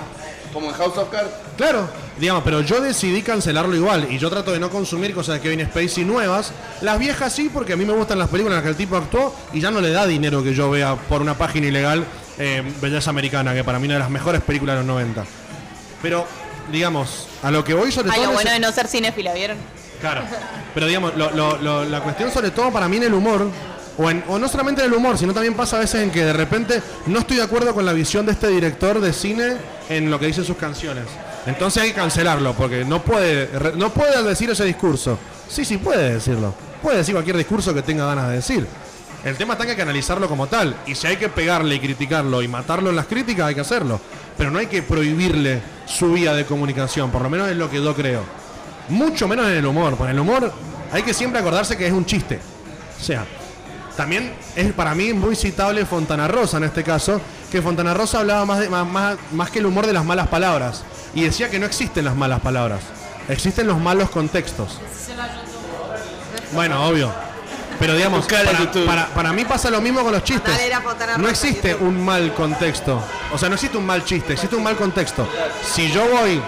Speaker 1: Como en House of Cards.
Speaker 7: Claro, digamos, pero yo decidí cancelarlo igual y yo trato de no consumir cosas de Kevin Spacey nuevas. Las viejas sí, porque a mí me gustan las películas en las que el tipo actuó y ya no le da dinero que yo vea por una página ilegal eh, Belleza Americana, que para mí una de las mejores películas de los 90. Pero, digamos, a lo que voy sobre
Speaker 6: Ay,
Speaker 7: todo...
Speaker 6: lo
Speaker 7: es-
Speaker 6: bueno de no ser cinéfila, ¿vieron?
Speaker 7: Claro, pero digamos, lo- lo- lo- la cuestión sobre todo para mí en el humor, o, en- o no solamente en el humor, sino también pasa a veces en que de repente no estoy de acuerdo con la visión de este director de cine en lo que dicen sus canciones. Entonces hay que cancelarlo, porque no puede, re- no puede decir ese discurso. Sí, sí puede decirlo. Puede decir cualquier discurso que tenga ganas de decir. El tema está que hay que analizarlo como tal. Y si hay que pegarle y criticarlo y matarlo en las críticas, hay que hacerlo. Pero no hay que prohibirle su vía de comunicación, por lo menos es lo que yo creo mucho menos en el humor. Con el humor hay que siempre acordarse que es un chiste. O sea, también es para mí muy citable Fontana Rosa en este caso, que Fontana Rosa hablaba más, de- más, más, más que el humor de las malas palabras y decía que no existen las malas palabras, existen los malos contextos. Bueno, obvio. Pero digamos, para, para- para mí pasa lo mismo con los chistes. No existe un mal contexto. O sea, no existe un mal chiste, existe un mal contexto. Si yo voy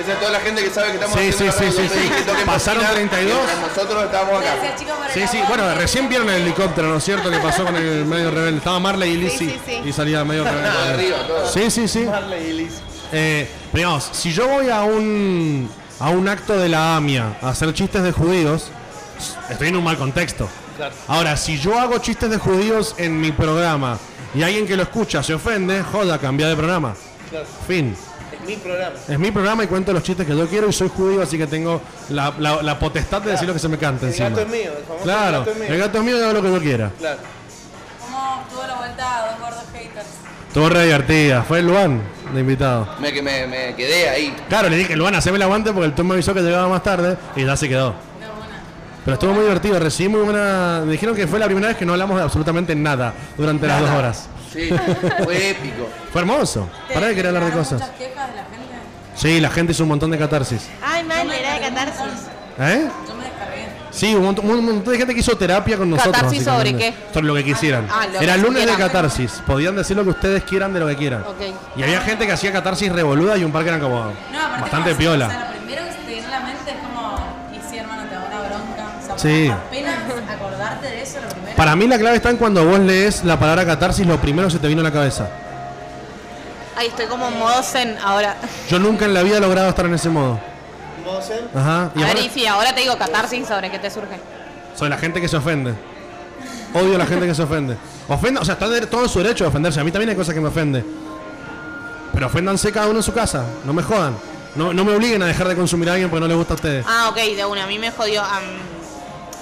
Speaker 1: Esa es toda la gente que sabe que estamos
Speaker 7: Sí, sí,
Speaker 1: haciendo
Speaker 7: sí, sí, sí. Pasaron 32.
Speaker 1: mientras Nosotros estamos acá.
Speaker 9: Gracias, chicos, por el
Speaker 7: Sí, sí,
Speaker 9: aguante.
Speaker 7: bueno, recién vieron el helicóptero, ¿no es cierto? Que pasó con el medio rebelde. Estaba Marley y Lizzie y salía el medio
Speaker 1: Todo
Speaker 7: rebelde.
Speaker 1: arriba, todo.
Speaker 7: Sí, sí, sí. eh, pero digamos, si yo voy a un, a un acto de la AMIA a hacer chistes de judíos, estoy en un mal contexto. Ahora, si yo hago chistes de judíos en mi programa y alguien que lo escucha se ofende, joda, cambia de programa. Fin.
Speaker 2: Es mi programa.
Speaker 7: Es mi programa y cuento los chistes que yo quiero y soy judío, así que tengo la, la- la potestad de decir lo que se me canta
Speaker 2: El
Speaker 7: encima.
Speaker 2: gato es mío, el famoso
Speaker 7: Claro,
Speaker 2: gato es mío.
Speaker 7: el gato es mío y hago lo que yo quiera.
Speaker 2: Claro.
Speaker 4: ¿Cómo tuvo la vuelta a dos gordos haters?
Speaker 7: Estuvo re divertida, fue Luan de invitado.
Speaker 1: Me, que me, me quedé ahí.
Speaker 7: Claro, le dije, Luan, haceme el aguante porque el Tom me avisó que llegaba más tarde y ya se quedó. Pero estuvo muy divertido, recibí muy buena... Me dijeron que fue la primera vez que no hablamos de absolutamente nada durante las dos horas.
Speaker 1: Sí, fue épico.
Speaker 7: Fue hermoso. Pará de querer hablar de
Speaker 4: ¿Llegaron
Speaker 7: cosas.
Speaker 4: muchas quejas de la gente?
Speaker 7: Sí, la gente hizo un montón de catarsis.
Speaker 3: Ay, mal, era de catarsis.
Speaker 7: ¿Eh?
Speaker 4: Yo me descargué.
Speaker 7: Sí, un mont- un montón, de gente que hizo terapia con nosotros.
Speaker 6: ¿Catarsis sobre
Speaker 7: básicamente. Sobre lo que quisieran.
Speaker 6: Ah, lo que
Speaker 7: Era lunes de
Speaker 6: quieran.
Speaker 7: catarsis. Podían decir lo que ustedes quieran de lo que quieran.
Speaker 6: Ok.
Speaker 7: Y había gente que hacía catarsis revoluda y un par que eran como
Speaker 4: No, aparte
Speaker 7: bastante
Speaker 4: como-
Speaker 7: piola.
Speaker 4: O sea, lo primero que se te viene a la mente es como, y si hermano, te da una bronca. O sea,
Speaker 7: Sí.
Speaker 4: apenas acordarte de eso, lo primero.
Speaker 7: Para mí la clave está en cuando vos lees la palabra catarsis, lo primero que se te vino a la cabeza.
Speaker 6: Ay, estoy como en modo zen ahora.
Speaker 7: Yo nunca en la vida he logrado estar en ese modo.
Speaker 2: ¿Vos, Em?
Speaker 7: Ajá. Y
Speaker 6: A ver,
Speaker 7: aparte,
Speaker 6: Isi, ahora te digo catarsis sobre qué te surge.
Speaker 7: soy la gente que se ofende. Odio a la gente que se ofende. Ofenda, o sea, está de- todo en su derecho de ofenderse. A mí también hay cosas que me ofenden. Pero oféndanse cada uno en su casa. No me jodan. No, no me obliguen a dejar de consumir a alguien porque no les gusta a ustedes.
Speaker 6: Ah, ok, de una. A mí me jodió. am,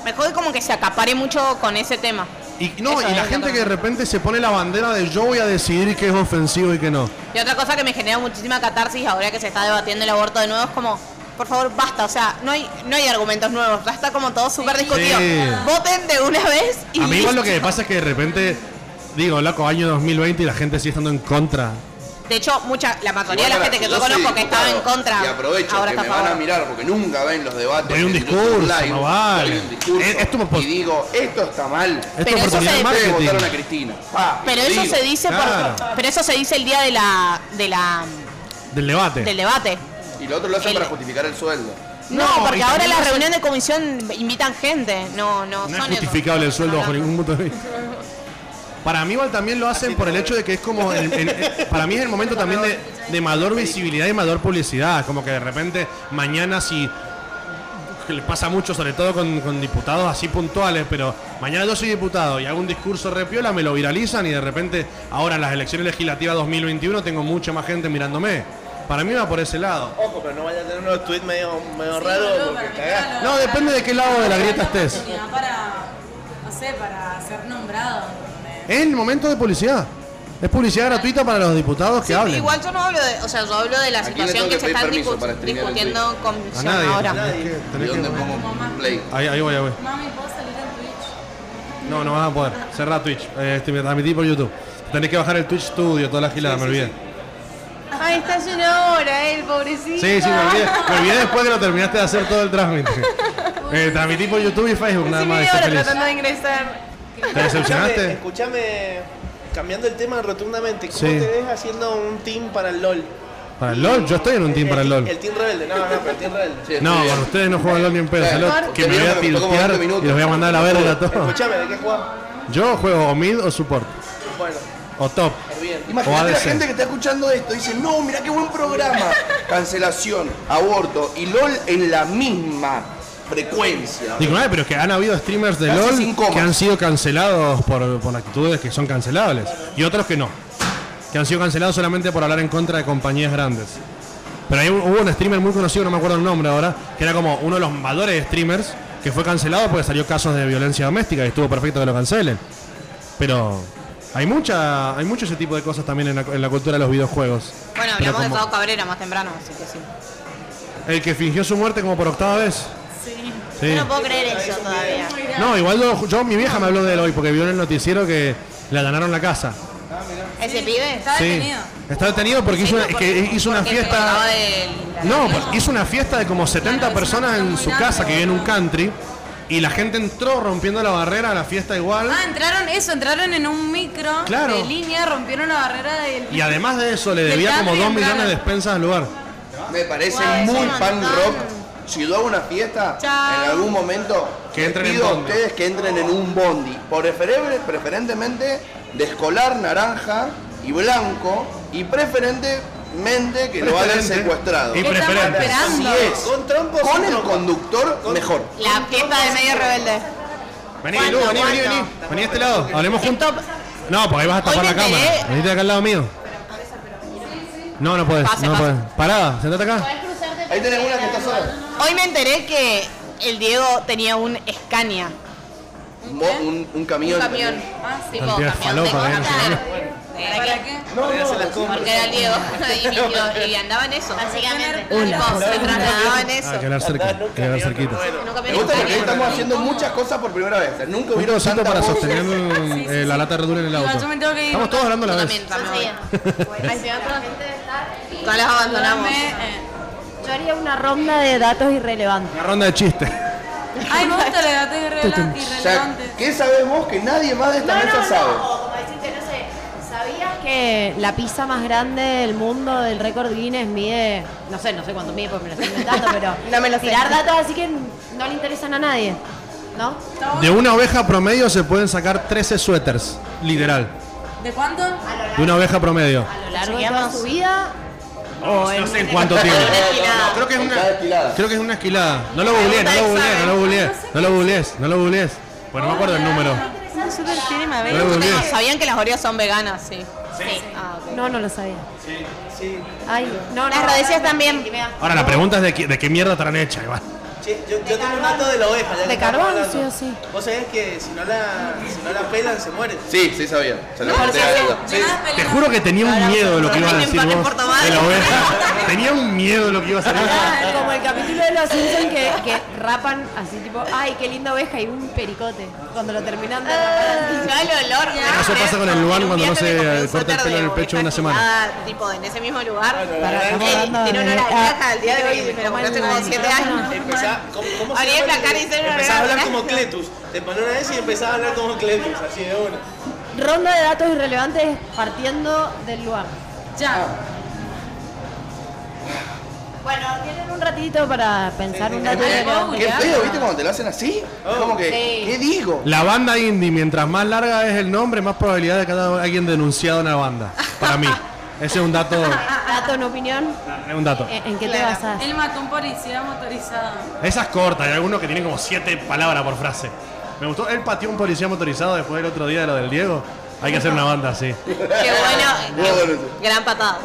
Speaker 6: me jode como que se acapare mucho con ese tema.
Speaker 7: Y no,
Speaker 6: Eso
Speaker 7: y
Speaker 6: Ah, es
Speaker 7: la
Speaker 6: lo
Speaker 7: gente
Speaker 6: que-
Speaker 7: que de repente se pone la bandera de yo voy a decidir qué es ofensivo y qué no.
Speaker 6: Y otra cosa que me genera muchísima catarsis ahora que se está debatiendo el aborto de nuevo es como, por favor, basta. O sea, no hay, no hay argumentos nuevos. Ya está como todo súper discutido.
Speaker 7: Sí.
Speaker 6: Voten de una vez y.
Speaker 7: A mí igual lo que me
Speaker 6: listo.
Speaker 7: pasa es que de repente digo, loco, año 2020 y la gente sigue estando en contra.
Speaker 6: De hecho, mucha, la mayoría de
Speaker 1: Igual
Speaker 6: la
Speaker 1: para-
Speaker 6: gente que yo
Speaker 1: soy
Speaker 6: conozco que estaba en
Speaker 1: diputado
Speaker 6: contra.
Speaker 1: Y aprovecho
Speaker 6: ahora
Speaker 1: que
Speaker 6: está
Speaker 1: me
Speaker 6: a favor.
Speaker 1: van a mirar porque nunca ven los debates.
Speaker 7: Doy un
Speaker 1: en
Speaker 7: discurso,
Speaker 1: YouTube Live,
Speaker 7: no vale.
Speaker 1: doy un discurso
Speaker 7: Es- es tu pos-
Speaker 1: y digo, esto está mal.
Speaker 7: Esta
Speaker 6: Pero eso
Speaker 7: oportunidad
Speaker 6: se-
Speaker 7: de
Speaker 1: Ustedes
Speaker 7: marketing.
Speaker 1: votaron a Cristina. Pa,
Speaker 6: Pero
Speaker 1: lo
Speaker 6: eso
Speaker 1: digo.
Speaker 6: se dice por-
Speaker 7: Claro.
Speaker 6: pero eso se dice el día de la de la
Speaker 7: Del debate.
Speaker 6: del debate.
Speaker 1: Y lo otro lo hacen
Speaker 6: El-
Speaker 1: para justificar el sueldo.
Speaker 6: No,
Speaker 7: No, y
Speaker 6: porque ahora
Speaker 7: también
Speaker 6: las
Speaker 7: hacen-
Speaker 6: reuniones de comisión invitan gente, no no,
Speaker 7: No
Speaker 6: son
Speaker 7: es
Speaker 6: esos.
Speaker 7: justificable el sueldo
Speaker 6: No,
Speaker 7: bajo
Speaker 6: no.
Speaker 7: ningún punto de vista. Para mí igual también lo hacen por el hecho de que es como el- el- el- para mí es el momento también de, de mayor visibilidad y mayor publicidad, como que de repente mañana si que les pasa mucho, sobre todo con, con diputados así puntuales, pero mañana yo soy diputado y hago un discurso repiola, me lo viralizan y de repente ahora en las elecciones legislativas 2021 tengo mucha más gente mirándome. Para mí va por ese lado.
Speaker 2: Ojo, pero no vaya a tener unos tweets medio, medio
Speaker 4: Sí,
Speaker 2: raros
Speaker 4: boludo,
Speaker 2: porque
Speaker 4: para mí
Speaker 2: cagás.
Speaker 4: todo lo-
Speaker 7: No, depende de qué lado de la grieta
Speaker 4: Una
Speaker 7: estés.
Speaker 4: oportunidad Para, no sé, para ser nombrado. ¿entendés?
Speaker 7: Es el momento de publicidad. Es publicidad gratuita para los diputados que
Speaker 6: Sí,
Speaker 7: hablen.
Speaker 6: igual yo no hablo de, o sea, yo hablo de la
Speaker 1: ¿A quién le
Speaker 6: situación
Speaker 1: tengo que
Speaker 6: que se
Speaker 1: pedir
Speaker 6: está
Speaker 1: permiso
Speaker 6: discu-
Speaker 1: para streamear el
Speaker 6: discutiendo en
Speaker 7: A
Speaker 6: comisión
Speaker 7: nadie.
Speaker 6: ahora.
Speaker 7: Tenés que-
Speaker 1: ¿Y
Speaker 7: tenés que-
Speaker 1: dónde pongo play?
Speaker 7: Ahí, ahí voy, ahí voy.
Speaker 4: Mami, ¿puedo salir en Twitch?
Speaker 7: No, no vas a poder. Cerra Twitch. Eh, este, me transmití por YouTube. Tenés que bajar el Twitch Studio, toda la gilada, me olvidé.
Speaker 3: Ay, está hace una hora, eh, el pobrecito.
Speaker 7: Sí, sí, me olvidé. Me olvidé después que lo terminaste de hacer todo el trámite. Eh, transmití por YouTube y Facebook, nada
Speaker 3: Hace
Speaker 7: más. y
Speaker 3: media
Speaker 7: estoy
Speaker 3: hora
Speaker 7: feliz.
Speaker 3: tratando de ingresar.
Speaker 7: ¿Te
Speaker 2: Escuchame,
Speaker 7: decepcionaste?
Speaker 2: escuchame, cambiando el tema rotundamente, ¿cómo
Speaker 7: Sí.
Speaker 2: te ves haciendo un team para el LOL? Eh,
Speaker 7: Para el LOL, yo estoy en un team para el LOL.
Speaker 2: El team rebelde, no, no, pero el team rebelde.
Speaker 1: Sí,
Speaker 7: No,
Speaker 1: estoy bien.
Speaker 7: con ustedes no juegan LOL ni en pedo. salud. Que me voy a
Speaker 1: Porque como
Speaker 7: tiltear
Speaker 1: 20
Speaker 7: y
Speaker 1: minutos.
Speaker 7: los voy a mandar a la verga a todos.
Speaker 2: Escuchame, ¿de qué jugás?
Speaker 7: Yo juego o mid o support.
Speaker 2: Bueno,
Speaker 7: O top.
Speaker 2: bien.
Speaker 7: O
Speaker 1: Imagínate la
Speaker 7: ADC.
Speaker 1: gente que está escuchando esto dice, no, mira qué buen programa. Cancelación, aborto y LOL en la misma frecuencia.
Speaker 7: Digo, "Ay, pero es que han habido streamers de
Speaker 1: Casi sin
Speaker 7: LOL
Speaker 1: comas.
Speaker 7: que han sido cancelados por, por actitudes que son cancelables. Y otros que no. Que han sido cancelados solamente por hablar en contra de compañías grandes. Pero ahí hubo un streamer muy conocido, no me acuerdo el nombre ahora, que era como uno de los valores de streamers que fue cancelado porque salió casos de violencia doméstica y estuvo perfecto que lo cancelen. Pero hay mucha hay mucho ese tipo de cosas también en la, en la cultura de los videojuegos.
Speaker 6: Bueno,
Speaker 7: Pero
Speaker 6: hablamos de
Speaker 7: como
Speaker 6: Cabo Cabrera más temprano, así que sí.
Speaker 7: El que fingió su muerte como por octava vez. Sí.
Speaker 3: Yo no puedo creer eso todavía.
Speaker 7: No, igual yo, yo- mi vieja me habló de él hoy porque vio en el noticiero que le ganaron la casa.
Speaker 3: ¿Ese pibe?
Speaker 4: Está
Speaker 7: Sí.
Speaker 4: detenido.
Speaker 7: Está detenido porque hizo una, es que hizo una
Speaker 6: Ah, Porque se acaba
Speaker 7: fiesta.
Speaker 6: de
Speaker 7: No, pues, hizo una fiesta de como
Speaker 4: Claro,
Speaker 7: 70
Speaker 4: es una
Speaker 7: personas en
Speaker 4: fiesta
Speaker 7: su
Speaker 4: muy
Speaker 7: casa
Speaker 4: grande,
Speaker 7: que vive en un
Speaker 4: boludo.
Speaker 7: country y la gente entró rompiendo la barrera a la fiesta igual.
Speaker 4: Ah, entraron eso, entraron en un micro
Speaker 7: Claro.
Speaker 4: de línea, rompieron la barrera del.
Speaker 7: Y además de eso le
Speaker 4: Del
Speaker 7: debía como
Speaker 4: country
Speaker 7: 2 millones
Speaker 4: entraron.
Speaker 7: de despensas al lugar.
Speaker 1: Me parece
Speaker 3: Guau, es
Speaker 1: muy
Speaker 3: un
Speaker 1: pan
Speaker 3: montón.
Speaker 1: rock. Si yo hago una fiesta,
Speaker 3: Chao.
Speaker 1: en algún momento
Speaker 7: Que entren
Speaker 1: les
Speaker 7: en
Speaker 1: pido a
Speaker 7: bondi.
Speaker 1: ustedes que entren en un bondi. Por prefere- preferentemente de escolar naranja y blanco y preferente mente que lo hayan
Speaker 7: Preferente.
Speaker 1: secuestrado.
Speaker 7: Y
Speaker 4: ¿Qué estamos
Speaker 7: preferente.
Speaker 1: Así
Speaker 4: esperando?
Speaker 1: es.
Speaker 2: Con trompo,
Speaker 1: Con
Speaker 2: sin
Speaker 1: el
Speaker 2: trompo.
Speaker 1: conductor, mejor.
Speaker 6: La fiesta del medio rebelde.
Speaker 7: Vení, Lu, vení, vení, vení. Vení a este lado. Hablemos juntos. No, porque ahí vas a
Speaker 6: Hoy me
Speaker 7: tapar la
Speaker 6: enteré-
Speaker 7: cámara. Venite acá al lado mío. No, no puedes.
Speaker 6: Pase,
Speaker 7: no
Speaker 6: pase.
Speaker 7: puedes. Pará, sentate acá.
Speaker 1: Ahí tenés una que está sola.
Speaker 6: Hoy me enteré que el Diego tenía un Scania.
Speaker 1: Mo- Un, un
Speaker 4: Un
Speaker 1: camión.
Speaker 4: camión. Ah, sí.
Speaker 6: Tipo,
Speaker 7: Cantidad de
Speaker 6: camión de
Speaker 7: falopa que hay en ese
Speaker 6: coca.
Speaker 4: ¿Para qué?
Speaker 2: Para hacer las compras.
Speaker 6: Porque era el Diego y, mi tío, y andaba en eso.
Speaker 10: Básicamente.
Speaker 6: Tipo, se trasladaba en eso.
Speaker 7: Ah, hay que hablar cerca. Hay que hablar cerquita.
Speaker 6: Nunca
Speaker 1: Me
Speaker 6: pensé
Speaker 1: gusta
Speaker 6: que
Speaker 1: porque ahí
Speaker 6: era-
Speaker 1: estamos haciendo muchas cosas por primera vez. O sea, Nunca
Speaker 7: Un
Speaker 1: hubieron
Speaker 7: cosito
Speaker 1: tanta
Speaker 7: para
Speaker 1: voz.
Speaker 7: sostener
Speaker 4: sí,
Speaker 7: eh, la lata de verdura en el
Speaker 4: Igual
Speaker 7: auto.
Speaker 4: yo me tengo que ir.
Speaker 7: Estamos todos hablando a la
Speaker 6: Yo
Speaker 7: vez.
Speaker 6: también, también.
Speaker 10: Ay, se va pronto.
Speaker 6: Todas las abandonamos.
Speaker 4: Dame, eh.
Speaker 5: Yo haría una ronda de datos irrelevantes.
Speaker 7: Una ronda de chistes.
Speaker 4: Ay, me gusta la edad irrelevante.
Speaker 1: O sea, ¿qué sabes vos que nadie más de esta mesa sabe?
Speaker 5: O como decirte, no sé, ¿sabías que la pizza más grande del mundo del récord Guinness mide, no sé, no sé cuánto mide porque me lo estoy inventando, pero
Speaker 6: No me lo sé.
Speaker 5: tirar datos así que no le interesan a nadie, ¿no?
Speaker 7: De una oveja promedio se pueden sacar 13 suéteres. Literal.
Speaker 4: ¿De cuánto?
Speaker 7: De una oveja promedio.
Speaker 5: A lo largo de toda su vida,
Speaker 7: no sé en cuánto tiempo. Creo que es una.
Speaker 1: Cada esquilada.
Speaker 7: Creo que es una esquilada. No lo googlees, no lo googlees, no lo googlees, no lo googlees, no lo googlees. Pues no me acuerdo el número. No lo
Speaker 6: No,
Speaker 7: googlees.
Speaker 6: Sabían que las Oreos son veganas, sí. Sí. Ah, ok.
Speaker 5: no, no lo sabía. Sí, sí. Ay, no, no.
Speaker 10: Las rodillas también.
Speaker 7: Ahora la pregunta es de qué, de qué mierda estarán hechas, igual.
Speaker 2: Che, yo, yo tengo un dato de la oveja. ya que
Speaker 5: De
Speaker 2: estamos
Speaker 5: carbón,
Speaker 2: hablando.
Speaker 5: sí o sí.
Speaker 2: Vos sabés que si no la, si no la pelan, se mueren.
Speaker 1: Sí, sí sabía. Se lo conté a Elda.
Speaker 4: De nada
Speaker 7: Te juro que tenía un miedo de lo que ibas a decir
Speaker 6: Empate en
Speaker 7: vos.
Speaker 6: Puerto Madryn.
Speaker 7: De la oveja. Tenía un miedo de lo que ibas a decir.
Speaker 5: Ah, como el capítulo de los Simpsons que, que rapan así tipo, ay, qué linda oveja y un pericote. Cuando lo terminan de rapar.
Speaker 6: Ya el olor. me
Speaker 7: Eso pasa con el
Speaker 6: acuerdo,
Speaker 7: Luan
Speaker 6: en un
Speaker 7: cuando no
Speaker 6: viaje me
Speaker 7: se
Speaker 6: compré un
Speaker 7: corta el
Speaker 6: suéter
Speaker 7: pelo en el
Speaker 6: de
Speaker 7: pecho
Speaker 6: oveja
Speaker 7: una semana.
Speaker 6: quilada, Tipo, en ese mismo lugar.
Speaker 1: Ah,
Speaker 5: Para, estamos
Speaker 6: Él
Speaker 5: hablando
Speaker 6: Tiene
Speaker 5: de-
Speaker 6: un olor a
Speaker 5: ah,
Speaker 6: caja al día de hoy. Me lo
Speaker 5: ¿cómo
Speaker 6: compré hace
Speaker 5: el
Speaker 6: como 7
Speaker 5: micrófono?
Speaker 6: años.
Speaker 2: Empezá, ¿cómo, cómo se
Speaker 6: Abrí
Speaker 2: llama?
Speaker 6: la cara y se lo
Speaker 2: Empezás a hablar
Speaker 6: agarrás.
Speaker 2: como Cletus. Te pones una vez y empezás a hablar como Cletus, así de una.
Speaker 5: Ronda de datos irrelevantes partiendo del lugar.
Speaker 4: Ya.
Speaker 5: Bueno, tienen un ratito para pensar un dato irrelevante.
Speaker 1: Qué feo, ¿viste cuando te lo hacen así? Es como que,
Speaker 5: Sí.
Speaker 1: ¿qué digo?
Speaker 7: La banda indie, mientras más larga es el nombre, más probabilidad de que haya alguien denunciado en la banda. Para mí. Ese es un dato.
Speaker 5: Dato en opinión,
Speaker 7: Es un dato.
Speaker 5: ¿en, en qué
Speaker 4: Clara,
Speaker 5: te basas?
Speaker 4: Él mató un policía motorizado.
Speaker 7: Esa es corta, hay algunos que tienen como siete palabras por frase. Me gustó, él pateó un policía motorizado después del otro día de lo del Diego. Hay que hacer una banda así.
Speaker 6: Qué
Speaker 1: No,
Speaker 6: bueno.
Speaker 1: bueno,
Speaker 6: Gran patada.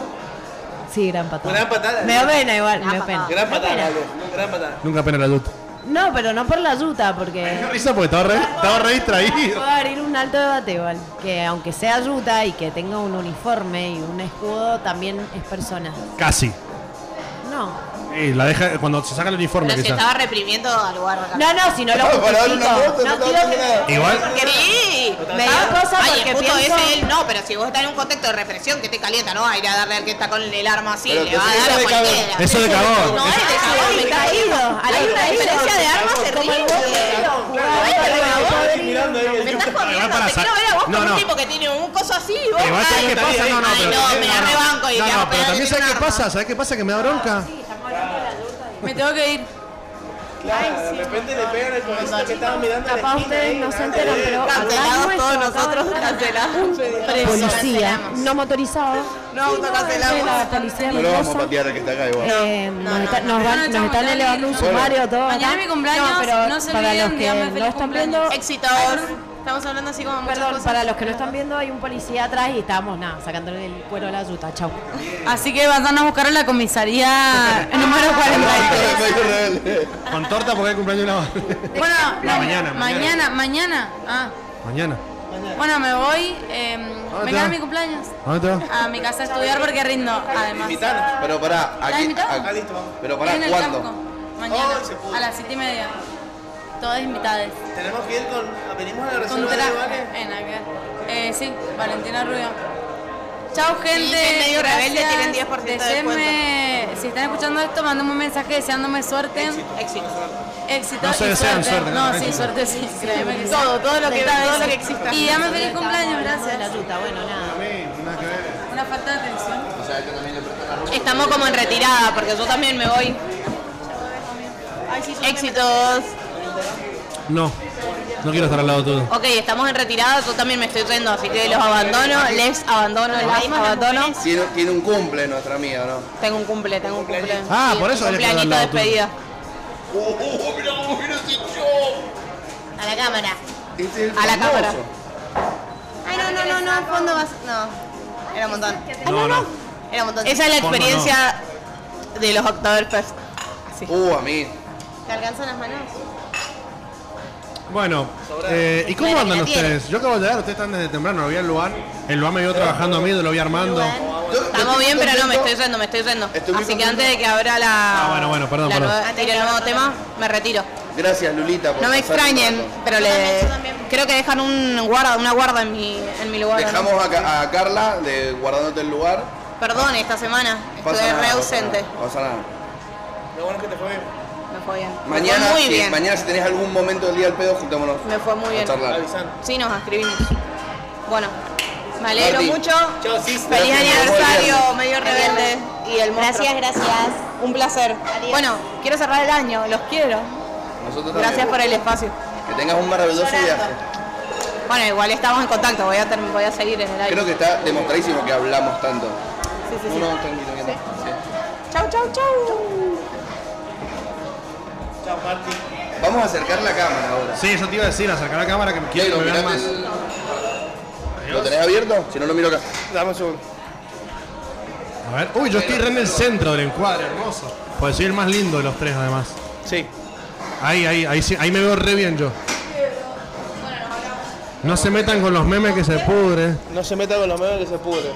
Speaker 5: Sí, gran patada.
Speaker 2: Gran patada.
Speaker 5: Me da pena igual, me da
Speaker 6: Gran
Speaker 5: pena.
Speaker 2: Gran
Speaker 5: Me da
Speaker 2: patada,
Speaker 5: pena.
Speaker 2: Ale, gran patada.
Speaker 7: Nunca pena la luz.
Speaker 5: No, pero no por la yuta,
Speaker 7: Me dio
Speaker 5: porque
Speaker 7: risa porque estaba re, estaba re
Speaker 5: puedo
Speaker 7: distraído.
Speaker 5: abrir un alto debate igual. Que aunque sea yuta y que tenga un uniforme y un escudo, también es persona.
Speaker 7: Casi.
Speaker 5: No.
Speaker 7: Sí, la deja cuando se saca el uniforme
Speaker 6: Pero si
Speaker 7: quizás.
Speaker 6: estaba reprimiendo al lugar. acá.
Speaker 5: No, no, si no lo
Speaker 1: Para dar una
Speaker 5: justifico.
Speaker 1: foto, no
Speaker 5: No
Speaker 1: estaba
Speaker 5: quiero
Speaker 1: haciendo nada.
Speaker 5: que...
Speaker 7: Igual,
Speaker 6: Querí.
Speaker 5: Me dio cosa
Speaker 6: Ay,
Speaker 5: porque
Speaker 6: el puto
Speaker 5: pienso-
Speaker 6: ese él no, pero si vos estás en un contexto de represión que te calienta, no va a ir a darle al que está con el arma así,
Speaker 1: Pero
Speaker 6: le va a
Speaker 1: entonces
Speaker 6: dar a
Speaker 1: eso de cagón.
Speaker 6: cualquiera.
Speaker 7: eso de cagón.
Speaker 6: No, es de cagón, me está
Speaker 5: Caído, al
Speaker 6: jodiendo. Hay
Speaker 5: otro
Speaker 6: una
Speaker 5: caído.
Speaker 6: diferencia de armas terrible.
Speaker 2: Mirando ahí el
Speaker 6: Me estás
Speaker 7: Igual
Speaker 6: jodiendo,
Speaker 7: para
Speaker 6: te
Speaker 7: sa-
Speaker 6: quiero ver a vos
Speaker 7: No,
Speaker 6: con
Speaker 7: no.
Speaker 6: un tipo que tiene un coso así y vos.
Speaker 7: Igual sabes
Speaker 6: ay,
Speaker 7: qué pasa, no, no,
Speaker 6: ay,
Speaker 7: pero.
Speaker 6: no, me
Speaker 7: no,
Speaker 6: la
Speaker 7: no.
Speaker 6: rebanco y
Speaker 7: No,
Speaker 6: te
Speaker 7: no,
Speaker 6: hago
Speaker 7: pero
Speaker 6: pegar
Speaker 7: también
Speaker 6: con
Speaker 7: sabes qué
Speaker 6: un arma.
Speaker 7: pasa, sabes qué pasa que me da bronca.
Speaker 4: Me tengo que ir.
Speaker 2: Claro, de repente le pegan el pobrecito que estaba mirando a la
Speaker 5: Capaz
Speaker 2: esquina ahí,
Speaker 5: ustedes no se
Speaker 2: grande.
Speaker 5: enteran, pero acá
Speaker 6: Cancelados
Speaker 5: nuestro
Speaker 6: todos
Speaker 5: acaba de
Speaker 6: nosotros,
Speaker 5: entrar
Speaker 6: cancelados.
Speaker 5: un Policía, no motorizado.
Speaker 6: No,
Speaker 5: Sí,
Speaker 6: no
Speaker 5: es
Speaker 6: cancelamos.
Speaker 5: la policía
Speaker 1: No lo vamos a
Speaker 5: motorizada.
Speaker 1: patear al que está acá igual.
Speaker 5: Eh, nos, está- nos
Speaker 4: no,
Speaker 5: van-
Speaker 4: no,
Speaker 5: nos
Speaker 4: chamo,
Speaker 5: están
Speaker 4: ya
Speaker 5: elevando un
Speaker 4: no.
Speaker 5: sumaño todo.
Speaker 4: Mañana
Speaker 5: acá.
Speaker 4: es mi cumpleaños,
Speaker 5: no, pero
Speaker 4: no se
Speaker 5: para
Speaker 4: olviden,
Speaker 5: los
Speaker 4: díganme
Speaker 5: que no
Speaker 4: feliz
Speaker 5: están
Speaker 4: cumpleaños.
Speaker 5: viendo,
Speaker 6: Éxitos. Estamos hablando así como muchas
Speaker 5: perdón,
Speaker 6: cosas.
Speaker 5: para los que no están viendo hay un policía atrás y estábamos nada sacándole el cuero a la yuta. Chau.
Speaker 4: Así que van a buscar a la comisaría número
Speaker 1: No,
Speaker 4: 40.
Speaker 1: no, no, no, no, no.
Speaker 7: Con torta porque hay cumpleaños una
Speaker 4: Bueno,
Speaker 7: No, mañana, mañana.
Speaker 4: Mañana, mañana. Ah.
Speaker 7: Mañana.
Speaker 4: Bueno, me voy. eh, me
Speaker 7: Ah, te va?
Speaker 4: quedan mi cumpleaños.
Speaker 7: ¿A ¿Dónde te vas?
Speaker 4: A mi casa a estudiar porque rindo, además.
Speaker 2: Invitanos.
Speaker 1: Pero pará,
Speaker 4: ¿La
Speaker 1: aquí.
Speaker 4: invitamos?
Speaker 1: aquí-
Speaker 2: Ah, listo, vamos.
Speaker 1: Pero pará,
Speaker 4: en el campo.
Speaker 1: ¿cuándo?
Speaker 4: Mañana,
Speaker 2: Hoy Oh, se pudo.
Speaker 4: a las 7 y media. Todos invitados.
Speaker 2: Tenemos que ir con. Venimos Ah, a la
Speaker 4: Con
Speaker 2: reserva de
Speaker 4: traje.
Speaker 2: Vale.
Speaker 4: En aquel. Eh, sí, Valentina Rubio. Chao, gente.
Speaker 6: Sí, medio
Speaker 4: gracias.
Speaker 6: rebelde, tienen 10% de
Speaker 4: Deséenme- Si están escuchando esto, manden un mensaje deseándome suerte.
Speaker 6: Éxitos.
Speaker 4: Éxito.
Speaker 7: No se
Speaker 4: y
Speaker 7: desean suerte, no,
Speaker 4: No,
Speaker 7: no,
Speaker 4: sí,
Speaker 7: éxito.
Speaker 4: suerte sí. créeme que sí.
Speaker 6: Todo, todo lo que, todo lo que exista.
Speaker 4: Y dame feliz cumpleaños,
Speaker 5: De la
Speaker 4: gracias.
Speaker 5: yuta, bueno, nada.
Speaker 4: Una falta de atención.
Speaker 6: Estamos como en retirada porque yo también me voy. Éxitos.
Speaker 7: No. No quiero estar al lado tuyo.
Speaker 6: Ok, estamos en retirada, yo también me estoy yendo, así que los abandono, les abandono, las abandono.
Speaker 1: Tiene, tiene un cumple nuestra amiga, ¿no?
Speaker 6: Tengo un cumple, tengo un cumple.
Speaker 7: Ah, por eso había que
Speaker 6: cumpleañito de
Speaker 7: hablar al lado tuyo.
Speaker 6: despedida.
Speaker 3: A la cámara.
Speaker 1: Este es el
Speaker 6: A la
Speaker 1: famoso.
Speaker 6: cámara.
Speaker 3: Ay, no, no, no, no, al fondo vas. No. Era un montón. Ay,
Speaker 6: Ah,
Speaker 7: No,
Speaker 3: no,
Speaker 7: no.
Speaker 3: no. Era un montón.
Speaker 6: Esa es la
Speaker 7: Fondo no.
Speaker 6: experiencia de los Oktoberfest. Sí.
Speaker 1: Uh, a mí.
Speaker 3: ¿Te alcanzan las manos?
Speaker 7: Bueno, eh, ¿y cómo
Speaker 3: Espera,
Speaker 7: andan
Speaker 3: que la tiene.
Speaker 7: ustedes? Yo acabo de llegar, ustedes están desde temprano, lo vi al lugar. El lugar me vio trabajando a mí, lo vi armando.
Speaker 1: Yo- yo
Speaker 6: Estamos
Speaker 1: estoy
Speaker 6: bien, pero no, me
Speaker 1: contento.
Speaker 6: estoy yendo, me estoy yendo.
Speaker 1: Estoy muy
Speaker 6: Así que
Speaker 1: contento.
Speaker 6: antes de que abra la.
Speaker 7: Ah, bueno, bueno, perdón,
Speaker 6: la
Speaker 7: perdón.
Speaker 6: nueva- tire el nuevo tema, me retiro.
Speaker 1: Gracias, Lulita. Por
Speaker 6: No me
Speaker 1: pasar un
Speaker 6: extrañen,
Speaker 1: rato.
Speaker 6: pero
Speaker 3: Yo también,
Speaker 6: le.
Speaker 3: yo también.
Speaker 6: Creo que dejan un guarda, una guarda en mi, en mi lugar. ¿no?
Speaker 1: Dejamos a, Ca- a Carla de guardándote el lugar.
Speaker 6: Perdón, esta semana
Speaker 1: Pasa
Speaker 6: estuve
Speaker 1: nada,
Speaker 6: re
Speaker 1: pasa
Speaker 6: ausente.
Speaker 1: nada, pasa nada.
Speaker 2: Lo bueno es que te fue bien.
Speaker 6: Me fue bien. Me
Speaker 1: Mañana,
Speaker 6: fue muy
Speaker 1: si,
Speaker 6: bien.
Speaker 1: mañana si tenés algún momento del día al pedo, juntémonos.
Speaker 6: Me fue muy
Speaker 1: a
Speaker 6: bien.
Speaker 1: charlar.
Speaker 2: Avisan.
Speaker 6: Sí, nos escribimos. Bueno, me alegro
Speaker 1: Marti.
Speaker 6: mucho.
Speaker 2: Chao, sis.
Speaker 6: Feliz
Speaker 1: Gracias, nos vemos el
Speaker 6: aniversario,
Speaker 1: viernes.
Speaker 6: medio rebelde. Y el monstruo.
Speaker 3: Gracias, gracias.
Speaker 6: Un placer.
Speaker 3: Adiós.
Speaker 6: Bueno, quiero cerrar el año, los quiero.
Speaker 1: Nosotros
Speaker 6: Gracias
Speaker 1: también.
Speaker 6: por el espacio.
Speaker 1: Que tengas un maravilloso
Speaker 3: Llorando.
Speaker 1: viaje.
Speaker 6: Bueno, igual estamos en contacto, voy a, term- voy a seguir en el aire.
Speaker 1: Creo que está demostradísimo que hablamos tanto.
Speaker 6: Sí, sí, sí.
Speaker 1: No, no, tranquilo, que no. Sí.
Speaker 6: Chau, chau, chau.
Speaker 2: Chao, Marti.
Speaker 1: Vamos a acercar la cámara ahora.
Speaker 7: Sí, yo te iba a decir, acercar la cámara que me quiero
Speaker 1: Negro,
Speaker 7: que me vean
Speaker 1: mirate
Speaker 7: más.
Speaker 1: el- ¿Lo tenés abierto? Si no, lo miro acá.
Speaker 2: Dame un segundo.
Speaker 7: A ver, uy, yo estoy re en el centro del encuadre, hermoso. Pues soy el más lindo de los tres, además.
Speaker 2: Sí.
Speaker 7: Ahí, ahí, ahí, sí, ahí me veo re bien yo. No se metan con los memes que se pudre.
Speaker 2: No se meta con los memes que se pudre.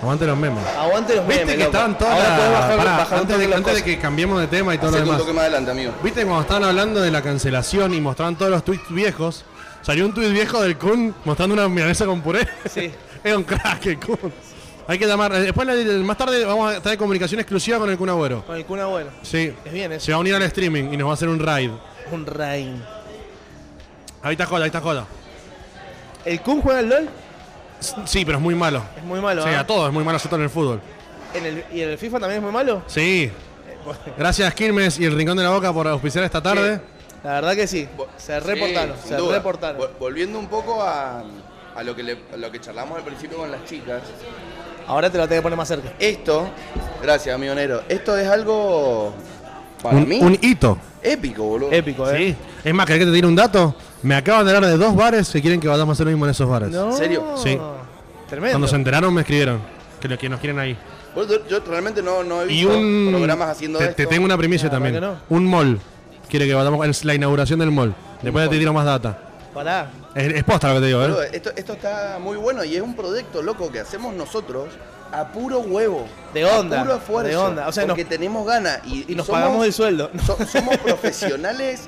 Speaker 7: Aguante los memes.
Speaker 2: Aguante los memes.
Speaker 7: Viste que
Speaker 2: loco.
Speaker 7: estaban todas
Speaker 2: Ahora
Speaker 7: las-
Speaker 2: podés bajar,
Speaker 7: Pará,
Speaker 2: bajar un
Speaker 7: antes,
Speaker 2: toque
Speaker 7: de,
Speaker 2: las
Speaker 7: antes de
Speaker 2: cosas.
Speaker 7: que cambiemos de tema y todo lo
Speaker 1: Hacete un
Speaker 7: demás.
Speaker 1: toque más adelante, amigo.
Speaker 7: Viste cuando estaban hablando de la cancelación y mostraban todos los tweets viejos. Salió un tweet viejo del Kun mostrando una milanesa con puré.
Speaker 2: Sí.
Speaker 7: es un crack el Kun. Hay que llamar. eh, Después, la- más tarde, vamos a traer comunicación exclusiva con el Kun Agüero.
Speaker 2: Con el cuna bueno.
Speaker 7: Sí.
Speaker 2: Es bien eso.
Speaker 7: Se va a unir al streaming y nos va a hacer un raid.
Speaker 2: Un rain.
Speaker 7: Ahí está Joda, ahí está Joda.
Speaker 2: ¿El Kun juega al LOL?
Speaker 7: Sí, pero es muy malo.
Speaker 2: Es muy malo.
Speaker 7: Sí,
Speaker 2: ¿ah?
Speaker 7: a todos es muy malo, sobre todo en el fútbol.
Speaker 2: ¿En el, ¿Y en el FIFA también es muy malo?
Speaker 7: Sí. Gracias Quilmes y el Rincón de la Boca por auspiciar esta tarde.
Speaker 2: La verdad que sí. Se reportaron.
Speaker 1: Sí,
Speaker 2: se
Speaker 1: sin duda.
Speaker 2: reportaron.
Speaker 1: Vol- Volviendo un poco a, a lo que le- a lo que charlamos al principio con las chicas.
Speaker 2: Ahora te lo tengo que poner más cerca.
Speaker 1: Esto, gracias, amigo Nero, esto es algo para
Speaker 7: un,
Speaker 1: mí
Speaker 7: un hito.
Speaker 1: épico, boludo.
Speaker 2: Épico, ¿eh?
Speaker 7: Sí. Es más, ¿querés que te tiene un dato? Me acaban de hablar de dos bares que quieren que vayamos a hacer lo mismo en esos bares.
Speaker 2: No.
Speaker 1: ¿En serio?
Speaker 7: Sí.
Speaker 2: Tremendo.
Speaker 7: Cuando se enteraron me escribieron que, lo, que nos quieren ahí.
Speaker 1: Boludo, Yo, yo realmente no, no he
Speaker 7: Y
Speaker 1: visto
Speaker 7: un...
Speaker 1: programas haciendo
Speaker 7: te,
Speaker 1: esto.
Speaker 7: te tengo una primicia
Speaker 2: La
Speaker 7: también.
Speaker 2: Ah, verdad que
Speaker 7: Un mall. Quiere que vayamos... Es la inauguración del mall. Después te tiro más data.
Speaker 2: Pará.
Speaker 7: Es, es posta lo que te digo,
Speaker 1: Boludo,
Speaker 7: ¿eh?
Speaker 1: esto, esto está muy bueno y es un proyecto loco que hacemos nosotros a puro huevo.
Speaker 2: De onda,
Speaker 1: A puro esfuerzo.
Speaker 2: de onda. O sea,
Speaker 1: porque
Speaker 2: nos-
Speaker 1: tenemos ganas y,
Speaker 2: Y nos
Speaker 1: somos-
Speaker 2: pagamos el sueldo.
Speaker 1: so- somos profesionales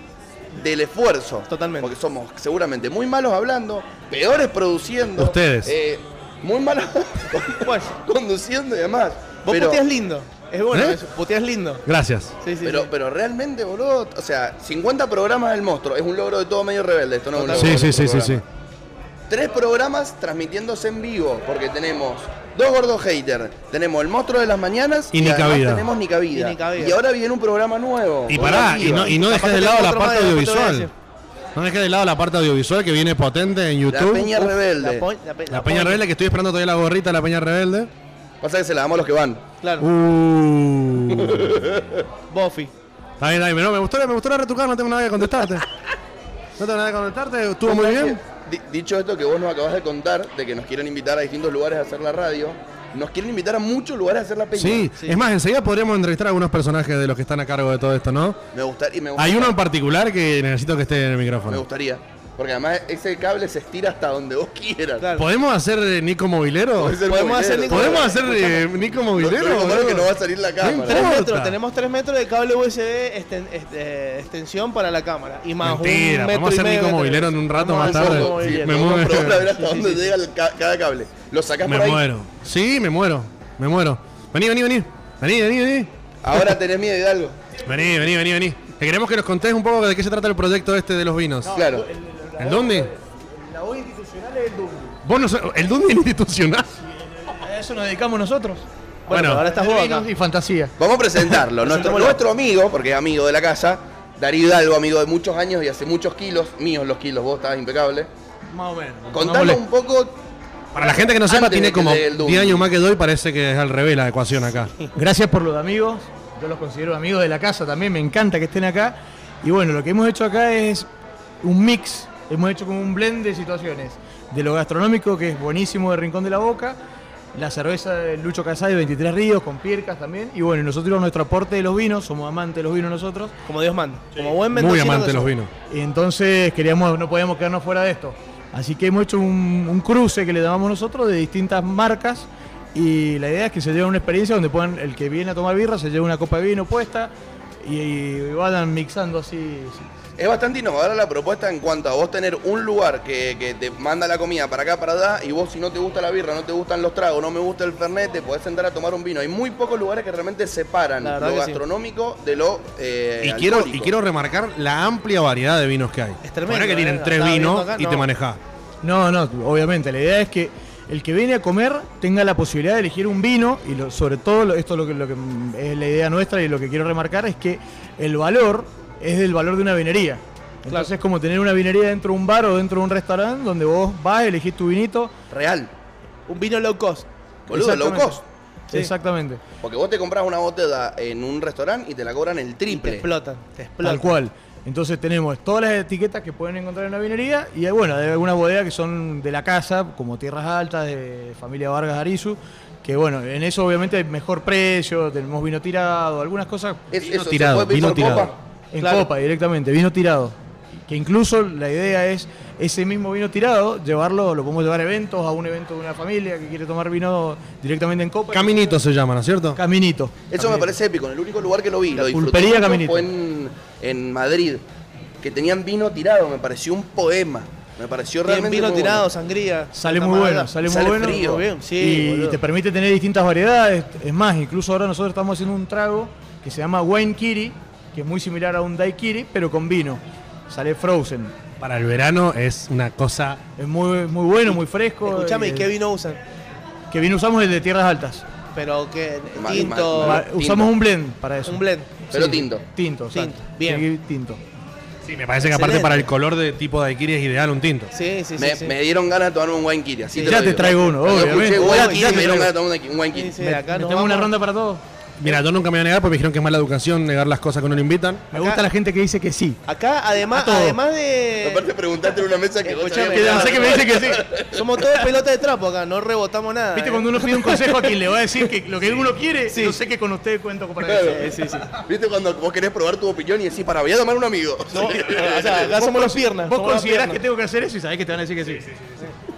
Speaker 1: del esfuerzo.
Speaker 2: Totalmente.
Speaker 1: Porque somos seguramente muy malos hablando, peores produciendo.
Speaker 7: Ustedes.
Speaker 1: eh, muy malos
Speaker 2: Pues,
Speaker 1: conduciendo y demás.
Speaker 2: vos
Speaker 1: pero,
Speaker 2: puteás lindo. Es bueno
Speaker 7: ¿Eh?
Speaker 2: eso. Puteás lindo.
Speaker 7: Gracias.
Speaker 2: Sí, sí.
Speaker 1: pero,
Speaker 2: sí.
Speaker 1: pero realmente, boludo, o sea, 50 programas del monstruo. Es un logro de todo medio rebelde. Esto no es un logro
Speaker 7: Sí,
Speaker 1: de
Speaker 7: sí,
Speaker 1: nuestro
Speaker 7: sí, sí, sí.
Speaker 1: este programa. Tres programas transmitiéndose en vivo, porque tenemos dos gordos haters, tenemos el monstruo de las mañanas
Speaker 7: Y Ni
Speaker 1: además
Speaker 7: Cabida.
Speaker 1: tenemos ni cabida.
Speaker 2: Y Ni Cabida.
Speaker 1: Y ahora viene un programa nuevo.
Speaker 7: Y
Speaker 1: Una
Speaker 7: pará, y
Speaker 1: piba.
Speaker 7: no, y no
Speaker 2: Capaz
Speaker 7: dejes
Speaker 2: que
Speaker 7: de lado
Speaker 2: tengo
Speaker 7: la
Speaker 2: otro
Speaker 7: parte
Speaker 2: más de- después te voy a
Speaker 7: audiovisual. No dejes de lado la parte audiovisual que viene potente en
Speaker 1: La
Speaker 7: YouTube.
Speaker 1: Peña Rebelde.
Speaker 2: La, po- la pe-
Speaker 7: La Peña
Speaker 2: la poña.
Speaker 7: Rebelde, que estoy esperando todavía la gorrita de la Peña Rebelde.
Speaker 1: Pasa que se la damos a los que van.
Speaker 2: Claro.
Speaker 7: Uh.
Speaker 2: Buffy.
Speaker 7: Está bien, está bien. No, me gustó, me gustó la retrucada, no tengo nada que contestarte. No tengo nada que contestarte, estuvo muy bien.
Speaker 1: Di- dicho esto que vos nos acabas de contar, de que nos quieren invitar a distintos lugares a hacer la radio, nos quieren invitar a muchos lugares a hacer la peña.
Speaker 7: Sí. es más, enseguida podríamos entrevistar a algunos personajes de los que están a cargo de todo esto, ¿no?
Speaker 1: Me gustaría, y me gusta-
Speaker 7: Hay uno en particular que necesito que esté en el
Speaker 1: Me
Speaker 7: micrófono.
Speaker 1: gustaría. Porque además ese cable se estira hasta donde vos quieras.
Speaker 2: Claro.
Speaker 7: ¿Podemos hacer eh, Nico Movilero?
Speaker 1: Podés ser
Speaker 2: Podemos hacer Nico-
Speaker 1: movilero.
Speaker 7: ¿Podemos hacer eh, Nico
Speaker 1: Lo-
Speaker 7: Movilero?
Speaker 1: Lo único malo es que
Speaker 7: boludo?
Speaker 1: no va a salir la cámara.
Speaker 7: importa.
Speaker 2: Tres metros,
Speaker 7: Corta.
Speaker 2: tenemos 3 metros de cable USB esten- este, extensión para la cámara. Y más
Speaker 7: Mentira,
Speaker 2: un metro
Speaker 7: vamos a
Speaker 2: y
Speaker 7: hacer
Speaker 2: medio
Speaker 7: Nico
Speaker 2: de
Speaker 7: Movilero en
Speaker 2: televisión.
Speaker 7: un rato
Speaker 2: Vamos a
Speaker 7: más
Speaker 2: hacer Nico
Speaker 7: tarde.
Speaker 2: Movilero.
Speaker 7: Me
Speaker 1: Vamos a probar a ver
Speaker 7: muero.
Speaker 1: hasta dónde llega el ca- cada cable. Lo sacás
Speaker 7: Me
Speaker 1: por ahí.
Speaker 7: muero. Sí, me muero. Me muero. Vení, vení, vení. Vení, vení, vení.
Speaker 1: Ahora tenés miedo de algo.
Speaker 7: Vení, vení, vení, vení. Te queremos que nos contés un poco de qué se trata el proyecto este de los vinos.
Speaker 1: Claro.
Speaker 7: ¿El Dundi?
Speaker 11: La voz institucional es el Dumbo.
Speaker 7: ¿Vos no sos- ¿El Dundi institucional?
Speaker 11: A eso nos dedicamos nosotros.
Speaker 2: Bueno,
Speaker 7: Bueno,
Speaker 2: ahora estás vos acá.
Speaker 11: Vinos y fantasía.
Speaker 1: Vamos a presentarlo. nuestro, nuestro amigo, porque es amigo de la casa, Darío Hidalgo, amigo de muchos años y hace muchos kilos, míos los kilos, vos estabas impecable.
Speaker 11: Más o menos.
Speaker 1: Contanos un poco
Speaker 7: Para la gente que no sepa,
Speaker 1: Antes
Speaker 7: tiene
Speaker 1: de que
Speaker 7: como
Speaker 1: llegue el
Speaker 7: 10 años más que doy, parece que es al revés la ecuación acá.
Speaker 11: Gracias por los amigos. Yo los considero amigos de la casa también. Me encanta que estén acá. Y bueno, lo que hemos hecho acá es un mix. Hemos hecho como un blend de situaciones. De lo gastronómico, que es buenísimo de Rincón de la Boca. La cerveza de Lucho Casay, 23 Ríos, con Piercas también. Y bueno, nosotros nuestro aporte de los vinos, somos amantes de los vinos nosotros.
Speaker 2: Como Dios manda. Como buen
Speaker 7: Muy
Speaker 2: mendocino
Speaker 7: amante
Speaker 2: que
Speaker 7: de los
Speaker 2: soy.
Speaker 7: vinos.
Speaker 11: Y entonces queríamos, no podíamos quedarnos fuera de esto. Así que hemos hecho un, un cruce que le llamamos nosotros de distintas marcas y la idea es que se lleve una experiencia donde puedan, el que viene a tomar birra se lleve una copa de vino puesta y, y vayan mixando así.
Speaker 1: Es bastante innovadora la propuesta en cuanto a vos tener un lugar que, que te manda la comida para acá, para allá, y vos si no te gusta la birra, no te gustan los tragos, no me gusta el fernet, te podés sentar a tomar un vino. Hay muy pocos lugares que realmente separan
Speaker 2: La
Speaker 1: lo
Speaker 2: verdad que sí.
Speaker 1: gastronómico de lo eh,
Speaker 7: Y quiero, y
Speaker 1: alcohólico.
Speaker 7: quiero remarcar la amplia variedad de vinos que hay.
Speaker 2: Es tremendo,
Speaker 7: Ponele que
Speaker 2: eh,
Speaker 7: tienen tres
Speaker 2: estaba
Speaker 7: vinos
Speaker 2: viendo acá,
Speaker 7: y te
Speaker 2: no.
Speaker 7: manejás.
Speaker 11: No, no, obviamente, la idea es que el que viene a comer tenga la posibilidad de elegir un vino y lo- sobre todo, lo- esto es lo, que, lo que mm, es la idea nuestra y lo que quiero remarcar es que el valor es del valor de una vinería. Entonces es como tener una vinería dentro de un bar o dentro de un restaurante donde vos vas, elegís tu vinito.
Speaker 1: Real,
Speaker 2: Un vino low cost.
Speaker 1: boludo, low
Speaker 11: Exactamente.
Speaker 1: cost.
Speaker 2: Sí.
Speaker 11: Exactamente,
Speaker 1: Porque vos te compras una botella en un restaurante y te la cobran el
Speaker 2: Y te
Speaker 1: triple.
Speaker 2: explotan. Te explotan.
Speaker 11: tal cual. Entonces tenemos todas las etiquetas que pueden encontrar en una vinería y hay, bueno, hay algunas bodegas que son de la casa, como Tierras Altas, de familia Vargas Arizu, que bueno, en eso obviamente hay mejor precio, tenemos vino tirado, algunas cosas
Speaker 1: Es,
Speaker 7: Vino
Speaker 1: eso, ¿se
Speaker 7: tirado,
Speaker 1: puede pedir
Speaker 7: vino
Speaker 1: por
Speaker 7: tirado.
Speaker 1: copa?
Speaker 11: En
Speaker 2: Claro.
Speaker 11: copa directamente, vino tirado. Que incluso la idea es ese mismo vino tirado, llevarlo, lo podemos llevar a eventos, a un evento de una familia que quiere tomar vino directamente en copa.
Speaker 7: Caminitos se llaman, ¿no es cierto?
Speaker 11: Caminito.
Speaker 1: Eso me parece épico. En el único lugar que lo vi,
Speaker 11: La
Speaker 1: lo disfruté
Speaker 11: pulpería
Speaker 1: mucho,
Speaker 11: Caminito.
Speaker 1: fue en, en Madrid, que tenían vino tirado. Me pareció un poema. Me pareció
Speaker 2: Bien,
Speaker 1: realmente.
Speaker 2: vino
Speaker 1: muy bueno.
Speaker 2: tirado, sangría.
Speaker 11: Sale
Speaker 2: Santa
Speaker 11: muy bueno,
Speaker 2: Margarita.
Speaker 11: sale muy
Speaker 1: Sale
Speaker 11: bueno.
Speaker 1: frío.
Speaker 2: Muy bien, sí,
Speaker 11: y
Speaker 2: boludo.
Speaker 11: te permite tener distintas variedades. Es más, incluso ahora nosotros estamos haciendo un trago que se llama Wine Kiri, que es muy similar a un Daiquiri, pero con vino. Sale frozen.
Speaker 7: Para el verano es una cosa.
Speaker 11: Es muy, muy bueno, muy fresco.
Speaker 2: Escuchame,
Speaker 11: y-
Speaker 2: ¿y qué vino usan?
Speaker 11: Que vino usamos el de Tierras Altas.
Speaker 2: Pero que
Speaker 1: Ma-
Speaker 2: tinto,
Speaker 1: ma-
Speaker 11: Ma-
Speaker 1: tinto.
Speaker 11: Usamos un blend para eso.
Speaker 2: un blend.
Speaker 1: Pero tinto.
Speaker 11: Tinto,
Speaker 2: Tinto,
Speaker 11: exacto.
Speaker 2: bien.
Speaker 11: Tiene que ir Tinto.
Speaker 7: Sí, me parece que aparte
Speaker 2: Excelente.
Speaker 7: para el color de tipo de daiquiri es ideal un tinto.
Speaker 2: Sí, sí, sí.
Speaker 1: Me,
Speaker 2: sí.
Speaker 1: me dieron ganas de tomarme un wine kiri. Así
Speaker 11: Ya
Speaker 1: lo
Speaker 11: te
Speaker 1: digo.
Speaker 11: traigo uno,
Speaker 1: Cuando
Speaker 11: obviamente.
Speaker 1: escuché
Speaker 2: Ya
Speaker 1: wine
Speaker 2: te
Speaker 1: kiri, me
Speaker 2: traigo.
Speaker 1: dieron ganas de tomarme un wine
Speaker 2: Sí,
Speaker 1: kiri.
Speaker 2: sí, acá nos
Speaker 11: ¿Metemos una
Speaker 2: vamos-
Speaker 11: ronda para todos?
Speaker 7: Mira, yo nunca me voy a negar porque me dijeron que es mala educación negar las cosas que no lo invitan.
Speaker 11: Me gusta la gente que dice que sí.
Speaker 2: Acá, además,
Speaker 11: A todo.
Speaker 2: además de.
Speaker 1: Aparte preguntaste en una mesa que vos
Speaker 2: Escuchame, que
Speaker 1: sabías
Speaker 2: ya
Speaker 1: que-
Speaker 2: sé
Speaker 11: que me dice que sí.
Speaker 2: Somos todos pelota de trapo acá, no rebotamos nada.
Speaker 11: Viste,
Speaker 2: eh.
Speaker 11: cuando uno pide un consejo a quien le va a decir que lo que uno quiere, yo sé que con ustedes cuento para
Speaker 1: Claro.
Speaker 11: eso.
Speaker 2: Sí, sí, sí.
Speaker 1: Viste cuando vos querés probar tu opinión y decís, para, voy a tomar un amigo.
Speaker 2: No, eh, o sea, acá somos las piernas.
Speaker 11: Vos
Speaker 2: somos las
Speaker 11: considerás
Speaker 2: piernas.
Speaker 11: que tengo que hacer eso y sabés que te van a decir que sí.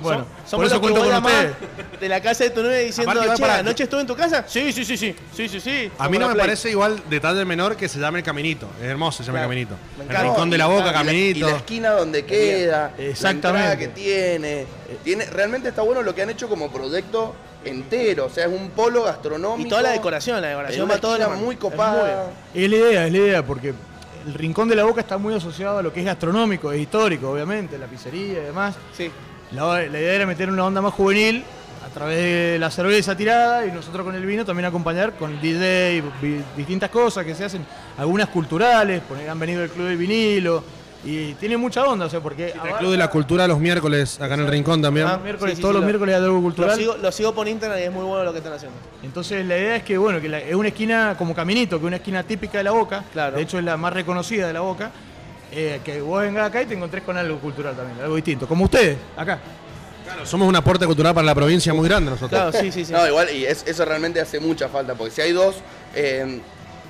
Speaker 11: Bueno, por
Speaker 2: Somos
Speaker 11: eso
Speaker 2: los que
Speaker 11: cuento
Speaker 2: vos
Speaker 11: con
Speaker 2: llamás
Speaker 11: ustedes.
Speaker 2: De la casa de tu novia diciendo,
Speaker 7: Aparte, igual
Speaker 2: che,
Speaker 7: para-
Speaker 2: anoche estuve en tu casa. Sí, sí, sí, sí. Sí, sí, sí.
Speaker 7: A mí no
Speaker 2: Como la
Speaker 7: me
Speaker 2: Play.
Speaker 7: parece igual detalle menor que se llame el caminito. Es hermoso, se llama
Speaker 2: Claro.
Speaker 7: el caminito.
Speaker 2: Me
Speaker 7: El
Speaker 2: encanta.
Speaker 7: rincón de la boca,
Speaker 1: Y la-
Speaker 7: caminito.
Speaker 1: Y la esquina donde queda,
Speaker 11: Exactamente.
Speaker 1: la entrada que tiene. tiene. Realmente está bueno lo que han hecho como proyecto entero. O sea, es un polo gastronómico.
Speaker 2: Y toda la decoración, la decoración
Speaker 1: una
Speaker 2: va toda la
Speaker 1: esquina muy copada.
Speaker 11: Es la idea, es la idea, porque el rincón de la boca está muy asociado a lo que es gastronómico, es histórico, obviamente, la pizzería y demás.
Speaker 2: Sí.
Speaker 11: La, la idea era meter una onda más juvenil a través de la cerveza tirada y nosotros con el vino también acompañar con DJ, vi- distintas cosas que se hacen, algunas culturales, poner- han venido el Club del Vinilo y tiene mucha onda, o sea, porque
Speaker 7: El Club de la Cultura los miércoles, acá en el rincón también.
Speaker 11: Ah, miércoles,
Speaker 2: Sí, sí,
Speaker 11: todos
Speaker 2: sí,
Speaker 11: los
Speaker 2: lo-
Speaker 11: miércoles hay algo
Speaker 2: Lo
Speaker 11: cultural.
Speaker 2: sigo, lo sigo por internet y es muy bueno lo que están haciendo.
Speaker 11: Entonces la idea es que, bueno, que la- es una esquina como caminito, que es una esquina típica de la boca,
Speaker 2: Claro.
Speaker 11: de hecho es la más reconocida de la boca, eh, que vos vengas acá y te encontrés con algo cultural también, algo distinto, como ustedes, acá.
Speaker 7: Claro, somos un aporte cultural para la provincia muy grande nosotros.
Speaker 2: Claro, sí, sí, sí.
Speaker 1: No, igual, y es- eso realmente hace mucha falta, porque si hay dos, eh,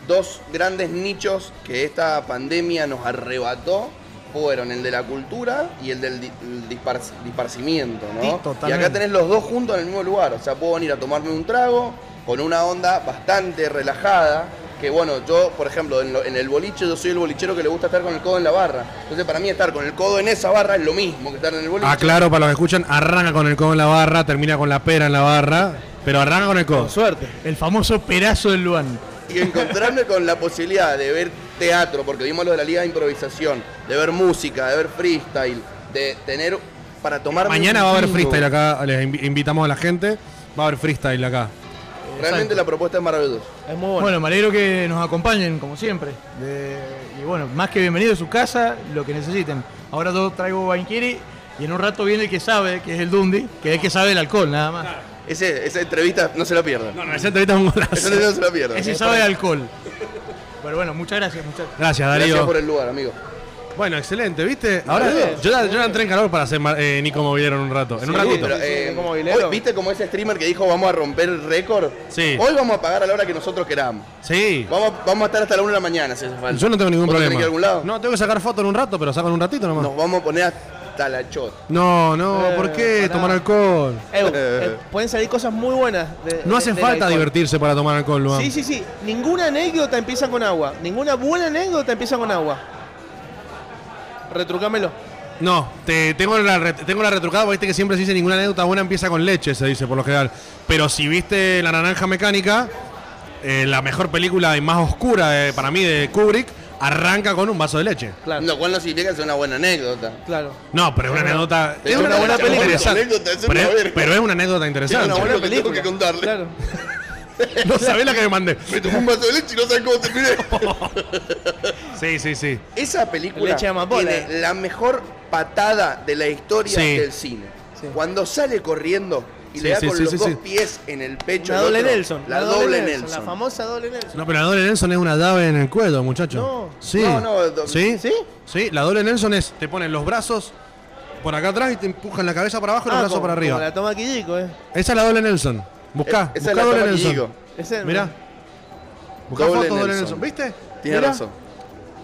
Speaker 1: dos grandes nichos que esta pandemia nos arrebató, fueron el de la cultura y el del di- el dispar- disparcimiento, ¿no?
Speaker 11: Sí,
Speaker 1: Y acá
Speaker 11: totalmente.
Speaker 1: tenés los dos juntos en el mismo lugar, o sea, puedo venir a tomarme un trago con una onda bastante relajada, que bueno, yo, por ejemplo, en, lo- en el boliche, yo soy el bolichero que le gusta estar con el codo en la barra, entonces para mí estar con el codo en esa barra es lo mismo que estar en el boliche.
Speaker 7: Aclaro Ah, para los que escuchan, arranca con el codo en la barra, termina con la pera en la barra, pero arranca con el codo.
Speaker 11: Suerte. El famoso perazo del Luan.
Speaker 1: y encontrarme con la posibilidad de ver teatro, porque vimos lo de la Liga de Improvisación, de ver música, de ver freestyle, de tener para tomar.
Speaker 7: Mañana va a haber freestyle acá, les invi- invitamos a la gente, va a haber freestyle acá.
Speaker 1: Realmente la propuesta es maravillosa.
Speaker 2: Es muy
Speaker 11: Bueno. me alegro que nos acompañen, como siempre. De- y bueno, más que bienvenido a su casa, lo que necesiten. Ahora yo traigo Banquieri y en un rato viene el que sabe, que es el Dundi, que es el que sabe el alcohol, nada más.
Speaker 1: Ese- esa entrevista no se la pierdan.
Speaker 7: No, esa entrevista es un
Speaker 1: Esa
Speaker 7: golazo.
Speaker 1: entrevista no se la pierdan.
Speaker 11: Ese sabe de alcohol. Pero bueno, muchas gracias, muchachos.
Speaker 7: Gracias,
Speaker 1: Gracias
Speaker 7: Darío.
Speaker 1: por el lugar, amigo.
Speaker 7: Bueno, excelente, ¿viste? Ahora yo, la- yo la entré en calor para hacer ma- eh, Nico Movilero en un rato. En un
Speaker 1: Sí,
Speaker 7: ratito.
Speaker 1: pero,
Speaker 2: Sí, sí,
Speaker 1: eh,
Speaker 2: como Vilero.
Speaker 1: hoy, ¿Viste como ese streamer que dijo vamos a romper el récord?
Speaker 7: Sí.
Speaker 1: Hoy vamos a pagar a la hora que nosotros queramos.
Speaker 7: Sí.
Speaker 1: Vamos, vamos a estar hasta la 1 de la mañana si hace falta.
Speaker 7: Yo no tengo ningún
Speaker 1: ¿Vos tenés
Speaker 7: problema.
Speaker 1: que ir a algún lado?
Speaker 7: No, tengo que sacar foto en un rato, pero saco en un ratito nomás.
Speaker 1: Nos vamos a poner hasta la chota.
Speaker 7: No, no, ¿por qué
Speaker 2: pará.
Speaker 7: tomar alcohol?
Speaker 2: Eh, eh, pueden salir cosas muy buenas. de-
Speaker 7: No
Speaker 2: de-
Speaker 7: hace
Speaker 2: del
Speaker 7: falta
Speaker 2: alcohol.
Speaker 7: divertirse para tomar alcohol, Luan.
Speaker 2: Sí, sí, sí. Ninguna anécdota empieza con agua. Ninguna buena anécdota empieza con agua. Retrucámelo.
Speaker 7: No, te, tengo, la, re- tengo la retrucada, porque viste que siempre se dice ninguna anécdota buena empieza con leche, se dice por lo general. Pero si viste La Naranja Mecánica, eh, la mejor película y más oscura eh, para mí de Kubrick, arranca con un vaso de leche.
Speaker 2: Claro.
Speaker 1: Lo cual no significa que sea una buena anécdota.
Speaker 2: Claro.
Speaker 7: No, pero es una anécdota.
Speaker 1: Es una buena película.
Speaker 7: interesante.
Speaker 1: Anécdota, es una
Speaker 7: pero, es-
Speaker 1: verga.
Speaker 7: pero es una anécdota
Speaker 1: Es
Speaker 7: interesante.
Speaker 1: una buena
Speaker 2: Una
Speaker 1: película que contarle.
Speaker 2: Claro.
Speaker 7: No sabés la que me mandé.
Speaker 1: Me tomé un vaso de leche y no sabes cómo terminé.
Speaker 7: Sí, sí, sí.
Speaker 1: Esa película
Speaker 2: Leche amapola.
Speaker 1: tiene la mejor patada de la historia
Speaker 7: Sí.
Speaker 1: del cine. Cuando sale corriendo y
Speaker 7: Sí,
Speaker 1: le da
Speaker 7: sí,
Speaker 1: con
Speaker 7: sí,
Speaker 1: los
Speaker 7: sí,
Speaker 1: dos
Speaker 7: sí.
Speaker 1: pies en el pecho.
Speaker 2: La
Speaker 1: al
Speaker 2: doble
Speaker 1: otro.
Speaker 2: Nelson.
Speaker 1: La, doble
Speaker 2: La
Speaker 1: Nelson.
Speaker 2: famosa doble Nelson.
Speaker 7: No, pero la doble Nelson es una dave en el cuello, muchacho.
Speaker 2: No.
Speaker 7: Sí.
Speaker 1: No, no, do-
Speaker 7: ¿Sí?
Speaker 2: ¿Sí?
Speaker 7: Sí, la doble Nelson es, te ponen los brazos por acá atrás y te empujan la cabeza para abajo y los
Speaker 2: Ah,
Speaker 7: brazos
Speaker 2: como-
Speaker 7: para arriba.
Speaker 2: como la toma Quillico, eh.
Speaker 7: Esa es la doble Nelson. Buscá,
Speaker 1: Eh, Esa es
Speaker 7: buscá
Speaker 1: la
Speaker 7: doble
Speaker 1: tapa que
Speaker 7: Nelson.
Speaker 1: digo.
Speaker 2: Ese-
Speaker 7: Mirá. Buscá
Speaker 1: Doble
Speaker 7: fotos doble
Speaker 1: Nelson.
Speaker 7: Nelson. ¿Viste?
Speaker 1: Tiene
Speaker 7: Mirá.
Speaker 1: razón.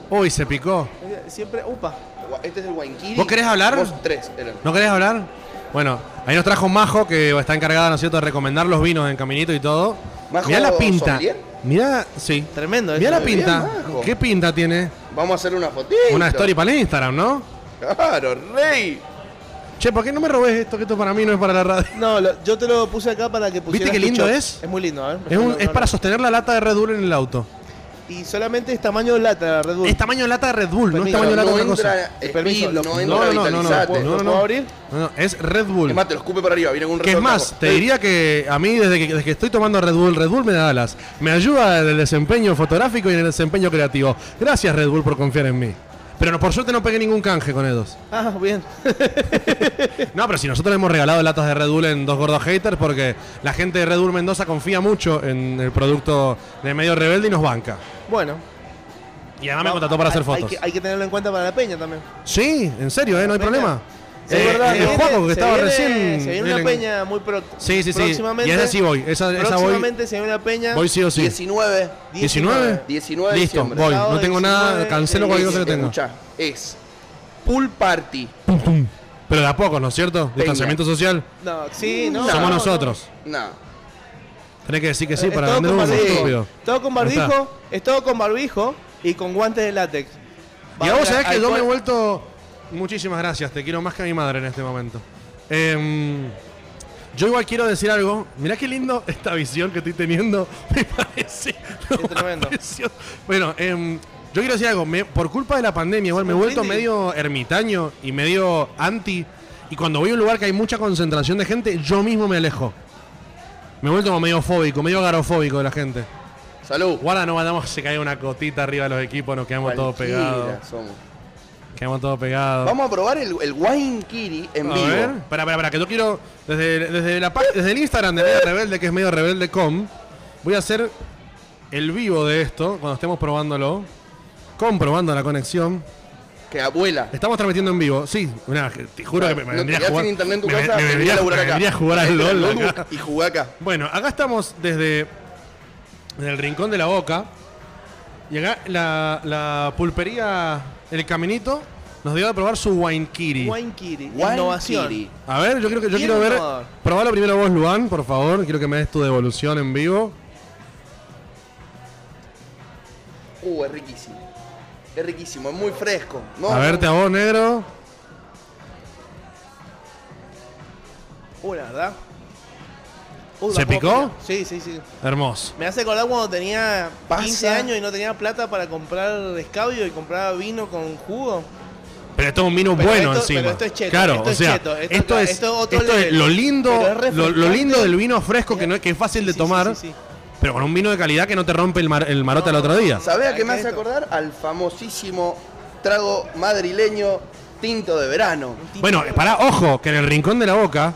Speaker 7: Uy, se picó.
Speaker 2: Siempre, upa.
Speaker 1: Gua- Este es el Wainkiri.
Speaker 7: ¿Vos querés hablar?
Speaker 1: Vos tres eran.
Speaker 7: ¿No querés hablar? Bueno, ahí nos trajo Majo, que está encargada, ¿no es cierto?, de recomendar los vinos en Caminito y todo.
Speaker 1: ¿Majo
Speaker 7: Mirá la pinta.
Speaker 1: sommelier?
Speaker 7: Mirá, sí.
Speaker 2: Tremendo,
Speaker 7: Mirá
Speaker 2: eso.
Speaker 7: la pinta.
Speaker 1: Bien, Majo.
Speaker 7: ¿Qué pinta tiene?
Speaker 1: Vamos a hacer una fotito.
Speaker 7: Una story para el Instagram, ¿no?
Speaker 1: Claro, rey.
Speaker 7: Che, ¿por qué no me robes esto? Que esto para mí no es para la radio.
Speaker 2: No, lo- yo te lo puse acá para que pusieras
Speaker 7: qué
Speaker 2: tu
Speaker 7: lindo
Speaker 2: shot.
Speaker 7: es?
Speaker 2: Es muy lindo, a ver.
Speaker 7: Es, un-
Speaker 2: No, no,
Speaker 7: es
Speaker 2: no.
Speaker 7: para sostener la lata de Red Bull en el auto.
Speaker 2: Y solamente es tamaño de lata, la Red Bull.
Speaker 7: Es tamaño de lata de Red Bull, no es
Speaker 2: Permiso,
Speaker 7: tamaño de lata de
Speaker 1: No
Speaker 7: otra cosa.
Speaker 1: entra
Speaker 2: Permiso,
Speaker 1: Speed,
Speaker 2: lo-
Speaker 1: no entra Vitalizate.
Speaker 7: no, no,
Speaker 2: ¿Puedo
Speaker 7: no.
Speaker 2: abrir?
Speaker 7: No, no, es Red Bull.
Speaker 1: Es más, te lo escupe para arriba. Viene con un
Speaker 7: Que es
Speaker 1: resorte
Speaker 7: más,
Speaker 1: abajo.
Speaker 7: te diría que a mí desde que, desde que estoy tomando Red Bull, Red Bull me da alas. Me ayuda en el desempeño fotográfico y en el desempeño creativo. Gracias Red Bull por confiar en mí. Pero no, por suerte no pegué ningún canje con ellos.
Speaker 2: Ah, bien.
Speaker 7: No, pero si nosotros hemos regalado latas de Red Bull en dos gordos haters porque la gente de Red Bull Mendoza confía mucho en el producto de Medio Rebelde y nos banca.
Speaker 2: Bueno.
Speaker 7: Y además me contrató para
Speaker 2: Hay-
Speaker 7: hacer
Speaker 2: hay
Speaker 7: fotos.
Speaker 2: que- Hay, que tenerlo en cuenta para la peña también.
Speaker 7: Sí, en serio, ¿eh? no hay
Speaker 2: Venga.
Speaker 7: problema.
Speaker 2: Sí,
Speaker 7: Eh,
Speaker 2: es verdad,
Speaker 7: el
Speaker 2: se viene-
Speaker 7: Juaco que
Speaker 2: se
Speaker 7: estaba
Speaker 2: viene-
Speaker 7: recién.
Speaker 2: Se viene
Speaker 7: miren-
Speaker 2: una peña muy pro.
Speaker 7: Sí, sí, sí.
Speaker 2: Próximamente.
Speaker 7: Y esa sí voy, esa- esa voy.
Speaker 2: próximamente se viene una peña.
Speaker 7: Voy sí o sí.
Speaker 1: 19.
Speaker 7: 19.
Speaker 1: 19 de
Speaker 7: Listo,
Speaker 1: diciembre.
Speaker 7: voy. No
Speaker 2: Sábado
Speaker 7: tengo
Speaker 2: 19
Speaker 7: nada, cancelo cualquier
Speaker 1: Es-
Speaker 7: cosa que tenga.
Speaker 1: escuchá, es pool party.
Speaker 7: Pero de a poco, ¿no es cierto? Distanciamiento social.
Speaker 2: No, sí, no.
Speaker 7: Somos
Speaker 2: no,
Speaker 7: nosotros.
Speaker 1: No.
Speaker 7: Tenés que decir que sí
Speaker 2: Es
Speaker 7: para
Speaker 2: todo
Speaker 7: vender
Speaker 2: con
Speaker 7: humo,
Speaker 2: barbijo.
Speaker 7: estúpido.
Speaker 2: Todo con
Speaker 7: Ya está.
Speaker 2: barbijo, es todo con barbijo y con guantes de látex.
Speaker 7: Y vos sabés que yo me he
Speaker 2: Alcohol-
Speaker 7: vuelto. Muchísimas gracias, te quiero más que a mi madre en este momento. Em, yo igual quiero decir algo. Mirá qué lindo esta visión que estoy teniendo. Me parece.
Speaker 2: Es tremendo.
Speaker 7: precioso. Bueno, em, yo quiero decir algo. Me- por culpa de la pandemia, igual me he vuelto
Speaker 2: brindis.
Speaker 7: medio ermitaño y medio anti. Y cuando voy a un lugar que hay mucha concentración de gente, yo mismo me alejo. Me he vuelto como medio fóbico, medio garofóbico de la gente.
Speaker 1: Salud.
Speaker 7: Guarda, no mandamos, se cae una cotita arriba de los equipos, nos quedamos todos
Speaker 1: Cualquiera
Speaker 7: pegados.
Speaker 1: somos.
Speaker 7: Quedamos todos pegados.
Speaker 1: Vamos a probar el, el Wine Kiri en
Speaker 7: Ah. a
Speaker 1: vivo.
Speaker 7: ver, para, para, para, que yo quiero, desde, desde, la, pa- desde el Instagram de Medio Rebelde, que es medio rebelde.com, voy a hacer el vivo de esto, cuando estemos probándolo, comprobando la conexión.
Speaker 1: Que abuela.
Speaker 7: Estamos transmitiendo en vivo, sí, mirá, que te juro que me, me
Speaker 1: no te
Speaker 7: vendría a
Speaker 1: quedás
Speaker 7: jugar.
Speaker 1: sin internet en tu
Speaker 7: me,
Speaker 1: casa,
Speaker 7: me
Speaker 1: venía
Speaker 7: vendría,
Speaker 1: a laburar
Speaker 7: me
Speaker 1: acá.
Speaker 7: vendría a jugar al
Speaker 1: Tenés
Speaker 7: LOL
Speaker 1: la notebook
Speaker 7: acá.
Speaker 1: Y jugá acá.
Speaker 7: Bueno, acá estamos desde desde el rincón de la boca. Y acá la, la pulpería El Caminito nos dio a probar su Wainkiri.
Speaker 2: Wine Kiri.
Speaker 1: Wine
Speaker 2: Innovación.
Speaker 1: Kiri.
Speaker 7: A ver, yo, creo que, yo
Speaker 2: Quiero
Speaker 7: quiero ver.
Speaker 2: probar.
Speaker 7: Probalo primero vos, Luan, por favor. Quiero que me des tu devolución en vivo.
Speaker 1: Uh, es riquísimo. Es riquísimo, es muy fresco. No,
Speaker 7: a verte a vos, negro.
Speaker 2: Uh, la verdad. Uh,
Speaker 7: ¿Se
Speaker 2: la puedo
Speaker 7: picó?
Speaker 2: opinar. Sí, sí, sí.
Speaker 7: Hermoso.
Speaker 2: Me hace acordar cuando tenía
Speaker 1: Pasa.
Speaker 2: 15 años y no tenía plata para comprar escabio y compraba vino con jugo.
Speaker 7: Pero esto es un vino
Speaker 2: Pero
Speaker 7: bueno
Speaker 2: esto-
Speaker 7: encima.
Speaker 2: pero esto es cheto,
Speaker 7: claro,
Speaker 2: esto
Speaker 7: o
Speaker 2: es
Speaker 7: sea,
Speaker 2: cheto,
Speaker 7: esto,
Speaker 2: esto
Speaker 7: es,
Speaker 2: es- otro
Speaker 7: esto es
Speaker 2: level.
Speaker 7: lo lindo,
Speaker 2: Pero es
Speaker 7: lo, lo
Speaker 2: refrescante.
Speaker 7: lindo del vino fresco que no que es fácil de tomar,
Speaker 2: sí, sí.
Speaker 7: pero con un vino de calidad que no te rompe el, mar- el marote al otro día.
Speaker 1: ¿Sabés a qué me hace acordar? Al famosísimo trago madrileño tinto de verano.
Speaker 7: Bueno, pará, ojo, que en el rincón de la boca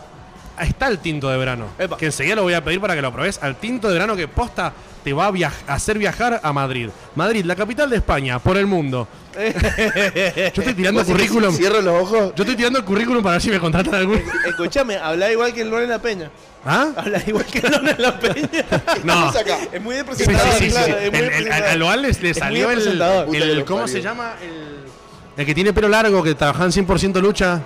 Speaker 7: está el tinto de verano.
Speaker 2: Epa.
Speaker 7: Que enseguida lo voy a pedir para que lo probes. Al tinto de verano que posta te va a viaj- a hacer viajar a Madrid. Madrid, la capital de España, por el mundo. Yo estoy tirando
Speaker 1: ¿Vos decís que
Speaker 7: currículum.
Speaker 1: si Cierro los ojos.
Speaker 7: Yo estoy tirando el currículum para ver si me contratan algún.
Speaker 2: Eh, Escuchame, habla igual que Lorena La Peña.
Speaker 7: ¿Ah?
Speaker 2: Habla igual que Lorena La Peña.
Speaker 7: No.
Speaker 1: Estamos acá.
Speaker 2: es muy
Speaker 7: Sí, sí,
Speaker 2: presentador,
Speaker 7: sí, sí, sí.
Speaker 2: claro, es muy
Speaker 7: El- el-
Speaker 2: presentador.
Speaker 7: a Loal le,
Speaker 2: Es muy
Speaker 7: salió el,
Speaker 2: presentador.
Speaker 7: el-
Speaker 1: Puta que lo
Speaker 7: ¿Cómo
Speaker 1: parió.
Speaker 7: se llama? El, el que tiene pelo largo, que trabajaba en 100% lucha.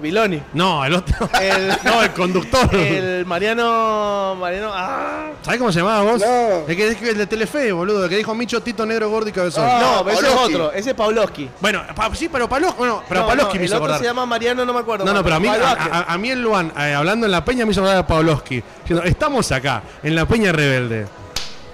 Speaker 2: Viloni.
Speaker 7: No, el otro.
Speaker 2: El-
Speaker 7: no, el conductor.
Speaker 2: El Mariano. Mariano. ¡Ah!
Speaker 7: ¿Sabés cómo se llamaba vos?
Speaker 1: No.
Speaker 7: El, que, el que- el de Telefe, boludo. El que dijo Micho, Tito, Negro, Gordo y Cabezón.
Speaker 2: No, ese ah, es
Speaker 1: Pavlovsky.
Speaker 2: otro. Ese es Pavlovsky.
Speaker 7: Bueno, pa- sí, pero Paloski. Bueno, pero
Speaker 2: No,
Speaker 7: Pavlovsky
Speaker 2: no,
Speaker 7: me hizo
Speaker 2: El otro
Speaker 7: acordar.
Speaker 2: se llama Mariano, no me acuerdo.
Speaker 7: No, no, pero a mí, ah, a,
Speaker 2: Pavlovsky.
Speaker 7: a- a mí el Luan, eh, hablando en la peña, me hizo acordar a Pavlovsky. Diciendo, estamos acá, en la peña rebelde.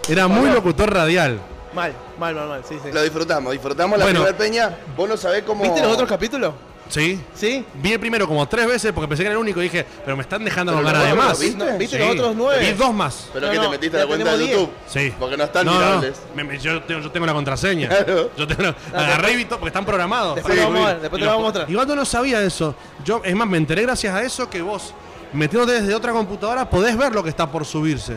Speaker 7: Era muy locutor radial.
Speaker 2: Mal, mal, mal, mal. Sí, sí.
Speaker 1: Lo disfrutamos, disfrutamos la
Speaker 7: Bueno.
Speaker 1: primera peña. Vos no sabés cómo.
Speaker 2: ¿Viste los otros capítulos?
Speaker 7: ¿Sí?
Speaker 2: ¿Sí?
Speaker 7: Vi primero como tres veces porque pensé que era el único y dije, pero me están dejando con
Speaker 1: Pero lo
Speaker 7: ganas de
Speaker 1: bueno,
Speaker 7: más.
Speaker 1: ¿lo viste?
Speaker 2: No, ¿viste
Speaker 7: Sí.
Speaker 2: los otros nueve?
Speaker 7: Vi dos más.
Speaker 1: Pero
Speaker 2: No,
Speaker 1: que te
Speaker 2: no,
Speaker 1: metiste
Speaker 2: ya
Speaker 1: a la cuenta de
Speaker 2: tenemos
Speaker 1: YouTube.
Speaker 7: Sí.
Speaker 1: Porque no están
Speaker 7: No, no,
Speaker 1: mirables.
Speaker 7: me- me- yo, tengo, yo tengo la contraseña.
Speaker 1: Claro.
Speaker 7: Yo tengo la- agarré y vi todo porque están programados.
Speaker 2: Después te lo vamos a ver, después te lo vamos a mostrar.
Speaker 7: Igual yo no sabía eso. Yo, es más, me enteré gracias a eso que vos, metiéndote desde otra computadora, podés ver lo que está por subirse.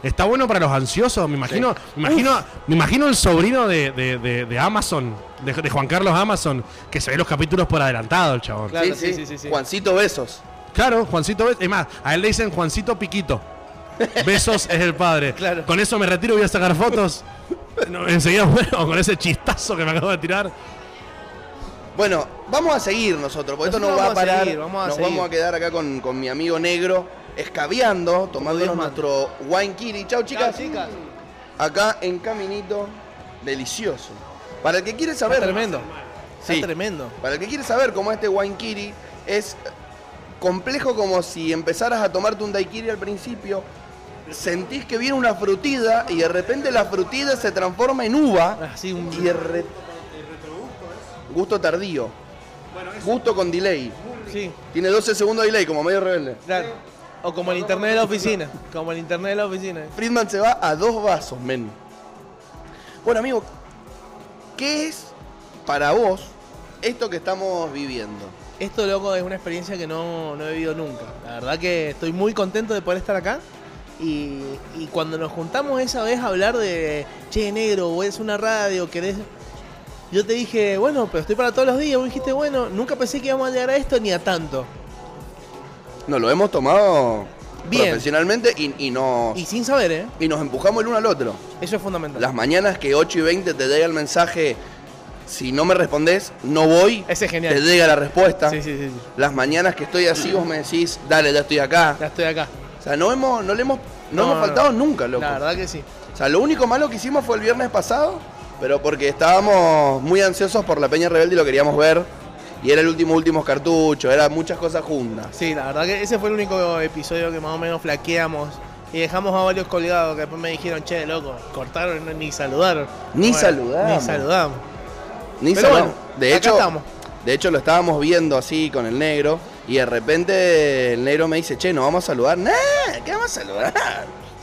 Speaker 7: Está bueno para los ansiosos, me imagino, me imagino, me imagino el sobrino de, de- de- de Amazon, de, de Juan Carlos Amazon, que se ve los capítulos por adelantado, el chabón.
Speaker 2: Claro, sí, sí, sí, sí.
Speaker 1: Juancito Besos.
Speaker 7: Claro, Juancito Besos. Es más, a él le dicen Juancito Piquito. Besos es el padre.
Speaker 2: Claro.
Speaker 7: Con eso me retiro, voy a sacar fotos. No, enseguida, bueno, con ese chistazo que me acabo de tirar.
Speaker 1: Bueno, vamos a seguir nosotros, porque esto no
Speaker 2: Nosotros
Speaker 1: va a
Speaker 2: vamos a
Speaker 1: parar.
Speaker 2: seguir, vamos a
Speaker 1: Nos
Speaker 2: seguir.
Speaker 1: vamos a quedar acá con, con mi amigo negro, escabeando, tomando
Speaker 2: Dios manda.
Speaker 1: nuestro wine kiri. Chau, chicas.
Speaker 2: chicas.
Speaker 1: Acá en Caminito, delicioso. Para el que quiere saber.
Speaker 2: Está tremendo.
Speaker 1: Sí.
Speaker 2: Está tremendo.
Speaker 1: Para el que quiere saber cómo este Kiri es complejo como si empezaras a tomarte un daiquiri al principio, sentís que viene una frutida y de repente la frutida se transforma en uva
Speaker 2: Así Ah, un-
Speaker 1: y de re- gusto tardío. Gusto con delay.
Speaker 2: Sí,
Speaker 1: Tiene 12 segundos de delay como medio rebelde.
Speaker 2: claro. O como el internet de la oficina. Como el internet de la oficina.
Speaker 1: Friedman se va a dos vasos, men. Bueno, amigo, ¿qué es para vos esto que estamos viviendo?
Speaker 2: Esto, loco, es una experiencia que no, no he vivido nunca. La verdad que estoy muy contento de poder estar acá. Y, y cuando nos juntamos esa vez a hablar de, che, negro, vos es una radio, querés... Yo te dije, bueno, pero estoy para todos los días. Vos dijiste, bueno, nunca pensé que íbamos a llegar a esto ni a tanto.
Speaker 1: No, lo hemos tomado
Speaker 2: Bien.
Speaker 1: profesionalmente y, y nos,
Speaker 2: Y
Speaker 1: y,
Speaker 2: sin saber, ¿eh?
Speaker 1: nos empujamos el uno al otro.
Speaker 2: Eso es fundamental.
Speaker 1: Las mañanas que 8 y 20 te llega el mensaje, si no me respondes, no voy,
Speaker 2: Ese es
Speaker 1: te
Speaker 2: genial.
Speaker 1: llega la respuesta.
Speaker 2: Sí, sí, sí, sí.
Speaker 1: Las mañanas que estoy así, vos me decís, dale, ya estoy acá.
Speaker 2: Ya estoy acá.
Speaker 1: O sea, no hemos, no le hemos,
Speaker 2: No,
Speaker 1: no hemos
Speaker 2: no,
Speaker 1: faltado nunca, loco.
Speaker 2: La verdad que sí.
Speaker 1: O sea, lo único malo que hicimos fue el viernes pasado, pero porque estábamos muy ansiosos por la Peña Rebelde y lo queríamos ver. Y era el último, últimos cartuchos, era muchas cosas juntas.
Speaker 2: Sí, la verdad que ese fue el único episodio que más o menos flaqueamos. Y dejamos a varios colgados que después me dijeron, che, loco, cortaron, no- ni saludaron.
Speaker 1: Ni saludamos.
Speaker 2: Ni saludamos.
Speaker 1: Ni
Speaker 2: Pero
Speaker 1: sabemos.
Speaker 2: bueno,
Speaker 1: de
Speaker 2: acá
Speaker 1: hecho,
Speaker 2: estamos.
Speaker 1: de hecho lo estábamos viendo así con el negro y de repente el negro me dice, "Che, no vamos a saludar."
Speaker 2: Eh,
Speaker 1: Nah, ¿qué vamos a saludar?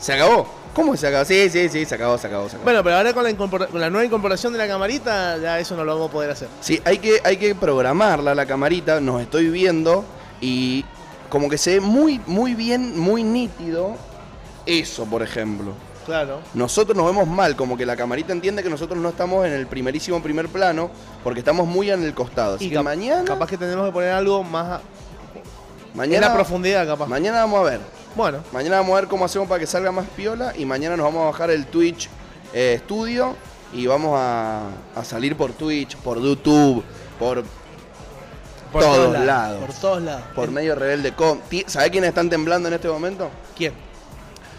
Speaker 1: Se acabó. ¿Cómo que se acabó? Sí, sí, sí, se acabó, se acabó, se acabó.
Speaker 2: Bueno, pero ahora con la, incorpora- con la nueva incorporación de la camarita, ya eso no lo vamos a poder hacer.
Speaker 1: Sí, hay que hay que programarla la camarita, nos estoy viendo y como que se ve muy muy bien, muy nítido eso, por ejemplo.
Speaker 2: Claro.
Speaker 1: Nosotros nos vemos mal, como que la camarita entiende que nosotros no estamos en el primerísimo primer plano porque estamos muy en el costado. Así que
Speaker 2: cap-
Speaker 1: mañana,
Speaker 2: Capaz que tenemos que poner algo más a- en
Speaker 1: mañana
Speaker 2: la profundidad, capaz.
Speaker 1: Mañana vamos a ver.
Speaker 2: Bueno,
Speaker 1: Mañana vamos a ver cómo hacemos para que salga más piola y mañana nos vamos a bajar el Twitch eh, Studio y vamos a, a salir por Twitch, por YouTube, por,
Speaker 2: por
Speaker 1: Todos lados.
Speaker 2: Por todos lados.
Speaker 1: por medio rebelde. Com. Ti- ¿Sabés quiénes están temblando en este momento?
Speaker 2: ¿Quién?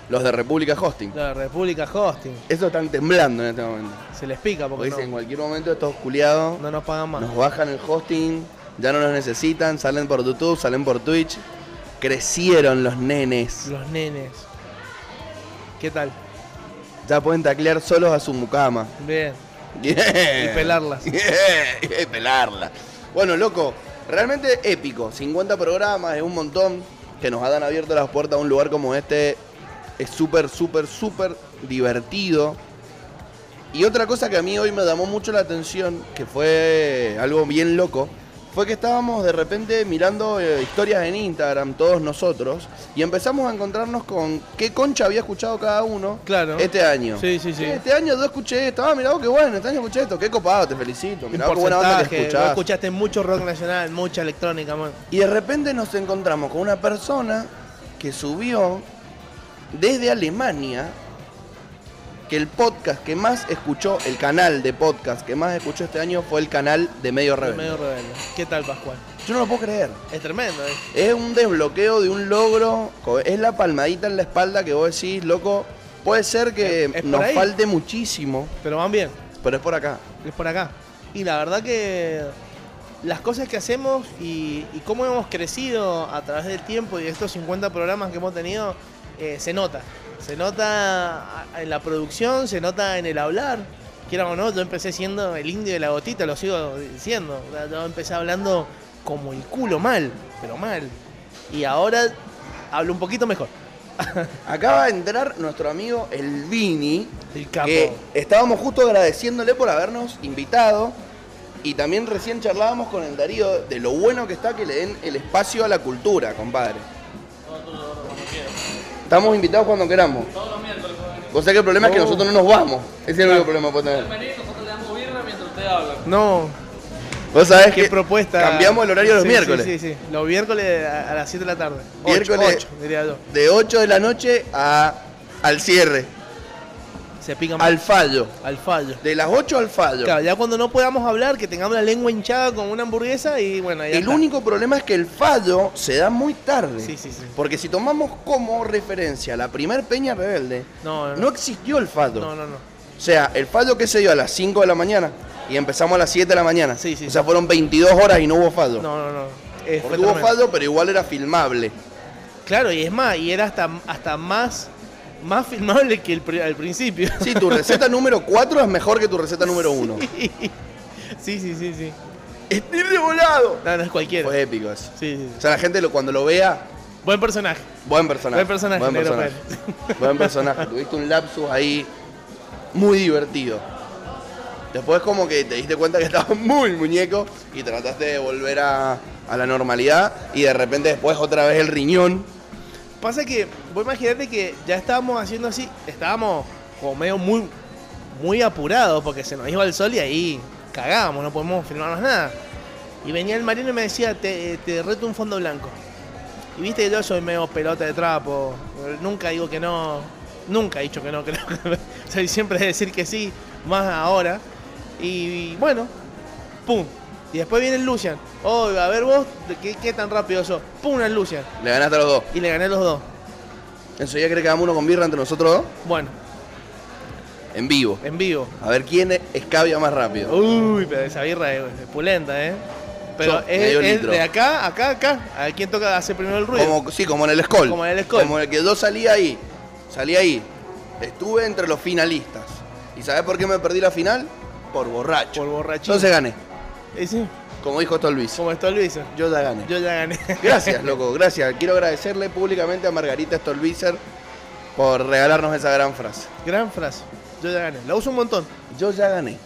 Speaker 1: Los de República Hosting.
Speaker 2: La República Hosting.
Speaker 1: Esos están temblando en este momento.
Speaker 2: Se les pica porque
Speaker 1: Porque Pues dicen, en
Speaker 2: no,
Speaker 1: cualquier momento estos culiados
Speaker 2: no nos pagan más.
Speaker 1: nos bajan el hosting, ya no nos necesitan, salen por YouTube, salen por Twitch. Crecieron los nenes.
Speaker 2: Los nenes. ¿Qué tal?
Speaker 1: Ya pueden taclear solos a su mucama.
Speaker 2: Bien.
Speaker 1: Bien.
Speaker 2: Y pelarlas.
Speaker 1: Bien. Y pelarlas. Bueno, loco, realmente épico. 50 programas, es un montón que nos han abierto las puertas a un lugar como este. Es súper, súper, súper divertido. Y otra cosa que a mí hoy me llamó mucho la atención, que fue algo bien loco, fue que estábamos de repente mirando eh, historias en Instagram, todos nosotros, y empezamos a encontrarnos con qué concha había escuchado cada uno
Speaker 11: Claro.
Speaker 1: este año.
Speaker 11: Sí, sí, sí.
Speaker 1: "Eh, Este año yo escuché esto, ah, mirá vos qué bueno, este año escuché esto, qué copado, te felicito,
Speaker 2: Un
Speaker 1: mirá vos qué buena onda que
Speaker 2: porcentaje,
Speaker 1: escuchás.
Speaker 2: vos escuchaste mucho rock nacional, mucha electrónica, man.
Speaker 1: Y de repente nos encontramos con una persona que subió desde Alemania que el podcast que más escuchó, el canal de podcast que más escuchó este año fue el canal de Medio Rebelde.
Speaker 2: Medio rebelde. ¿Qué tal, Pascual?
Speaker 1: Yo no lo puedo creer.
Speaker 2: Es tremendo, ¿eh?
Speaker 1: Es un desbloqueo de un logro, co- es la palmadita en la espalda que vos decís, loco, puede ser que
Speaker 2: Es- es por
Speaker 1: nos
Speaker 2: ahí.
Speaker 1: falte muchísimo,
Speaker 2: Pero van bien.
Speaker 1: pero es por acá.
Speaker 2: es por acá. Y la verdad que las cosas que hacemos y, y cómo hemos crecido a través del tiempo y de estos 50 programas que hemos tenido, eh, se nota. Se nota a- en la producción, se nota en el hablar. Quieran o no, yo empecé siendo el indio de la gotita, lo sigo diciendo. O sea, Yo empecé hablando como el culo, mal, pero mal. Y ahora hablo un poquito mejor.
Speaker 1: Acaba de entrar nuestro amigo El Vini,
Speaker 2: El capo.
Speaker 1: que estábamos justo agradeciéndole por habernos invitado y también recién charlábamos con el Darío de lo bueno que está que le den el espacio a la cultura, compadre. Estamos invitados cuando queramos. Vos sabés que el problema es
Speaker 2: Oh.
Speaker 1: que nosotros no nos vamos. Ese es el único problema que puede tener.
Speaker 2: No,
Speaker 1: Vos sabés
Speaker 2: ¿Qué
Speaker 1: que
Speaker 2: propuesta?
Speaker 1: cambiamos el horario de los
Speaker 2: Sí,
Speaker 1: miércoles.
Speaker 2: Sí, sí, sí. Los miércoles a, a las 7 de la tarde. Ocho,
Speaker 1: Miércoles.
Speaker 2: ocho, diría yo.
Speaker 1: de 8 de la noche a, al cierre,
Speaker 2: Se pican
Speaker 1: al fallo.
Speaker 2: al fallo.
Speaker 1: De las 8 al fallo.
Speaker 2: Claro, ya cuando no podamos hablar, que tengamos la lengua hinchada con una hamburguesa y bueno, ya.
Speaker 1: El
Speaker 2: está.
Speaker 1: único problema es que el fallo se da muy tarde.
Speaker 2: Sí, sí, sí.
Speaker 1: Porque si tomamos como referencia la primer Peña Rebelde,
Speaker 2: No, no,
Speaker 1: no
Speaker 2: no.
Speaker 1: existió el fallo.
Speaker 2: No, no, no.
Speaker 1: O sea, el fallo que se dio a las 5 de la mañana y empezamos a las 7 de la mañana.
Speaker 2: Sí, sí,
Speaker 1: o sea,
Speaker 2: sí.
Speaker 1: fueron 22 horas y no hubo fallo.
Speaker 2: No, no, no. Eh, fue
Speaker 1: Porque hubo
Speaker 2: tremendo.
Speaker 1: fallo, pero igual era filmable.
Speaker 2: Claro, y es más, y era hasta, hasta más, más filmable que el, pri- al principio.
Speaker 1: Sí, tu receta número 4 es mejor que tu receta número 1.
Speaker 2: sí, sí, sí, sí.
Speaker 1: ¡Estoy de volado!
Speaker 2: No, no es cualquiera.
Speaker 1: Fue épico eso.
Speaker 2: Sí, sí,
Speaker 1: O
Speaker 2: sí.
Speaker 1: sea, la gente lo- cuando lo vea,
Speaker 2: Buen personaje.
Speaker 1: Buen personaje.
Speaker 2: Buen personaje,
Speaker 1: Buen
Speaker 2: negro
Speaker 1: personaje. Buen personaje. Tuviste un lapsus ahí muy divertido. Después como que te diste cuenta que estabas muy muñeco y trataste de volver a, a la normalidad y de repente después otra vez el riñón.
Speaker 2: Pasa que, vos imaginate que ya estábamos haciendo así, estábamos como medio muy, muy apurados porque se nos iba el sol y ahí cagábamos, no podemos filmarnos nada. Y venía el marino y me decía, te, te reto un fondo blanco. Y viste que yo soy medio pelota de trapo, nunca digo que no, nunca he dicho que no, creo. o sea, siempre de decir que sí, más ahora. Y, y bueno, pum. Y después viene el Lucian. Oh, a ver vos, ¿qué, qué tan rápido sos? Pum, al Lucian.
Speaker 1: Le ganaste a los dos.
Speaker 2: Y le gané los dos.
Speaker 1: Eso ya cree que hagamos uno con birra entre nosotros dos.
Speaker 2: Bueno,
Speaker 1: En vivo.
Speaker 2: en vivo.
Speaker 1: A ver quién es- escabia más rápido.
Speaker 2: Uy, pero esa birra es, es pulenta, ¿eh? Pero
Speaker 1: Yo,
Speaker 2: es,
Speaker 1: medio
Speaker 2: es
Speaker 1: litro.
Speaker 2: de acá, acá, acá. A ver quién toca hacer primero el ruido.
Speaker 1: Como, sí, como en el Skoll.
Speaker 2: Como en el Skoll.
Speaker 1: Como en el que yo salí ahí. Salí ahí. Estuve entre los finalistas. ¿Y sabés por qué me perdí la final? Por borracho.
Speaker 2: Por borrachín.
Speaker 1: Entonces gané.
Speaker 2: Eh, sí,
Speaker 1: Como dijo esto Luis.
Speaker 2: como esto Luisa.
Speaker 1: Yo ya gané.
Speaker 2: Yo ya gané.
Speaker 1: Gracias, loco, gracias. Quiero agradecerle públicamente a Margarita Stolbizer por regalarnos esa gran frase.
Speaker 2: Gran frase. Yo ya gané. La uso un montón.
Speaker 1: Yo ya gané.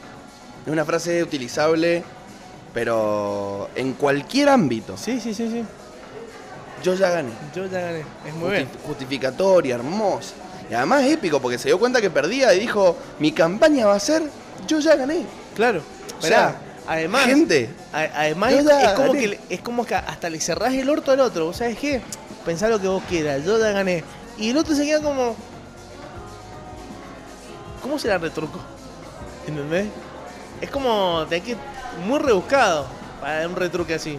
Speaker 1: Es una frase utilizable, pero en cualquier ámbito.
Speaker 2: Sí, sí, sí, sí.
Speaker 1: Yo ya gané.
Speaker 2: Yo ya gané. Es muy
Speaker 1: Justi-
Speaker 2: bien.
Speaker 1: Justificatoria, hermosa. Y además épico, porque se dio cuenta que perdía y dijo, mi campaña va a ser, yo ya gané.
Speaker 2: Claro.
Speaker 1: O
Speaker 2: Mirá,
Speaker 1: sea,
Speaker 2: además.
Speaker 1: Gente,
Speaker 2: a- además,
Speaker 1: Yo
Speaker 2: es,
Speaker 1: ya
Speaker 2: es como
Speaker 1: gané.
Speaker 2: que, le- es como que hasta le cerrás el orto al otro. ¿Vos sabés qué? Pensá lo que vos quieras. Yo ya gané. Y el otro se queda como. ¿Cómo se la retruco? ¿Entendés? Es como. Tenés que. Muy rebuscado para un retruque así.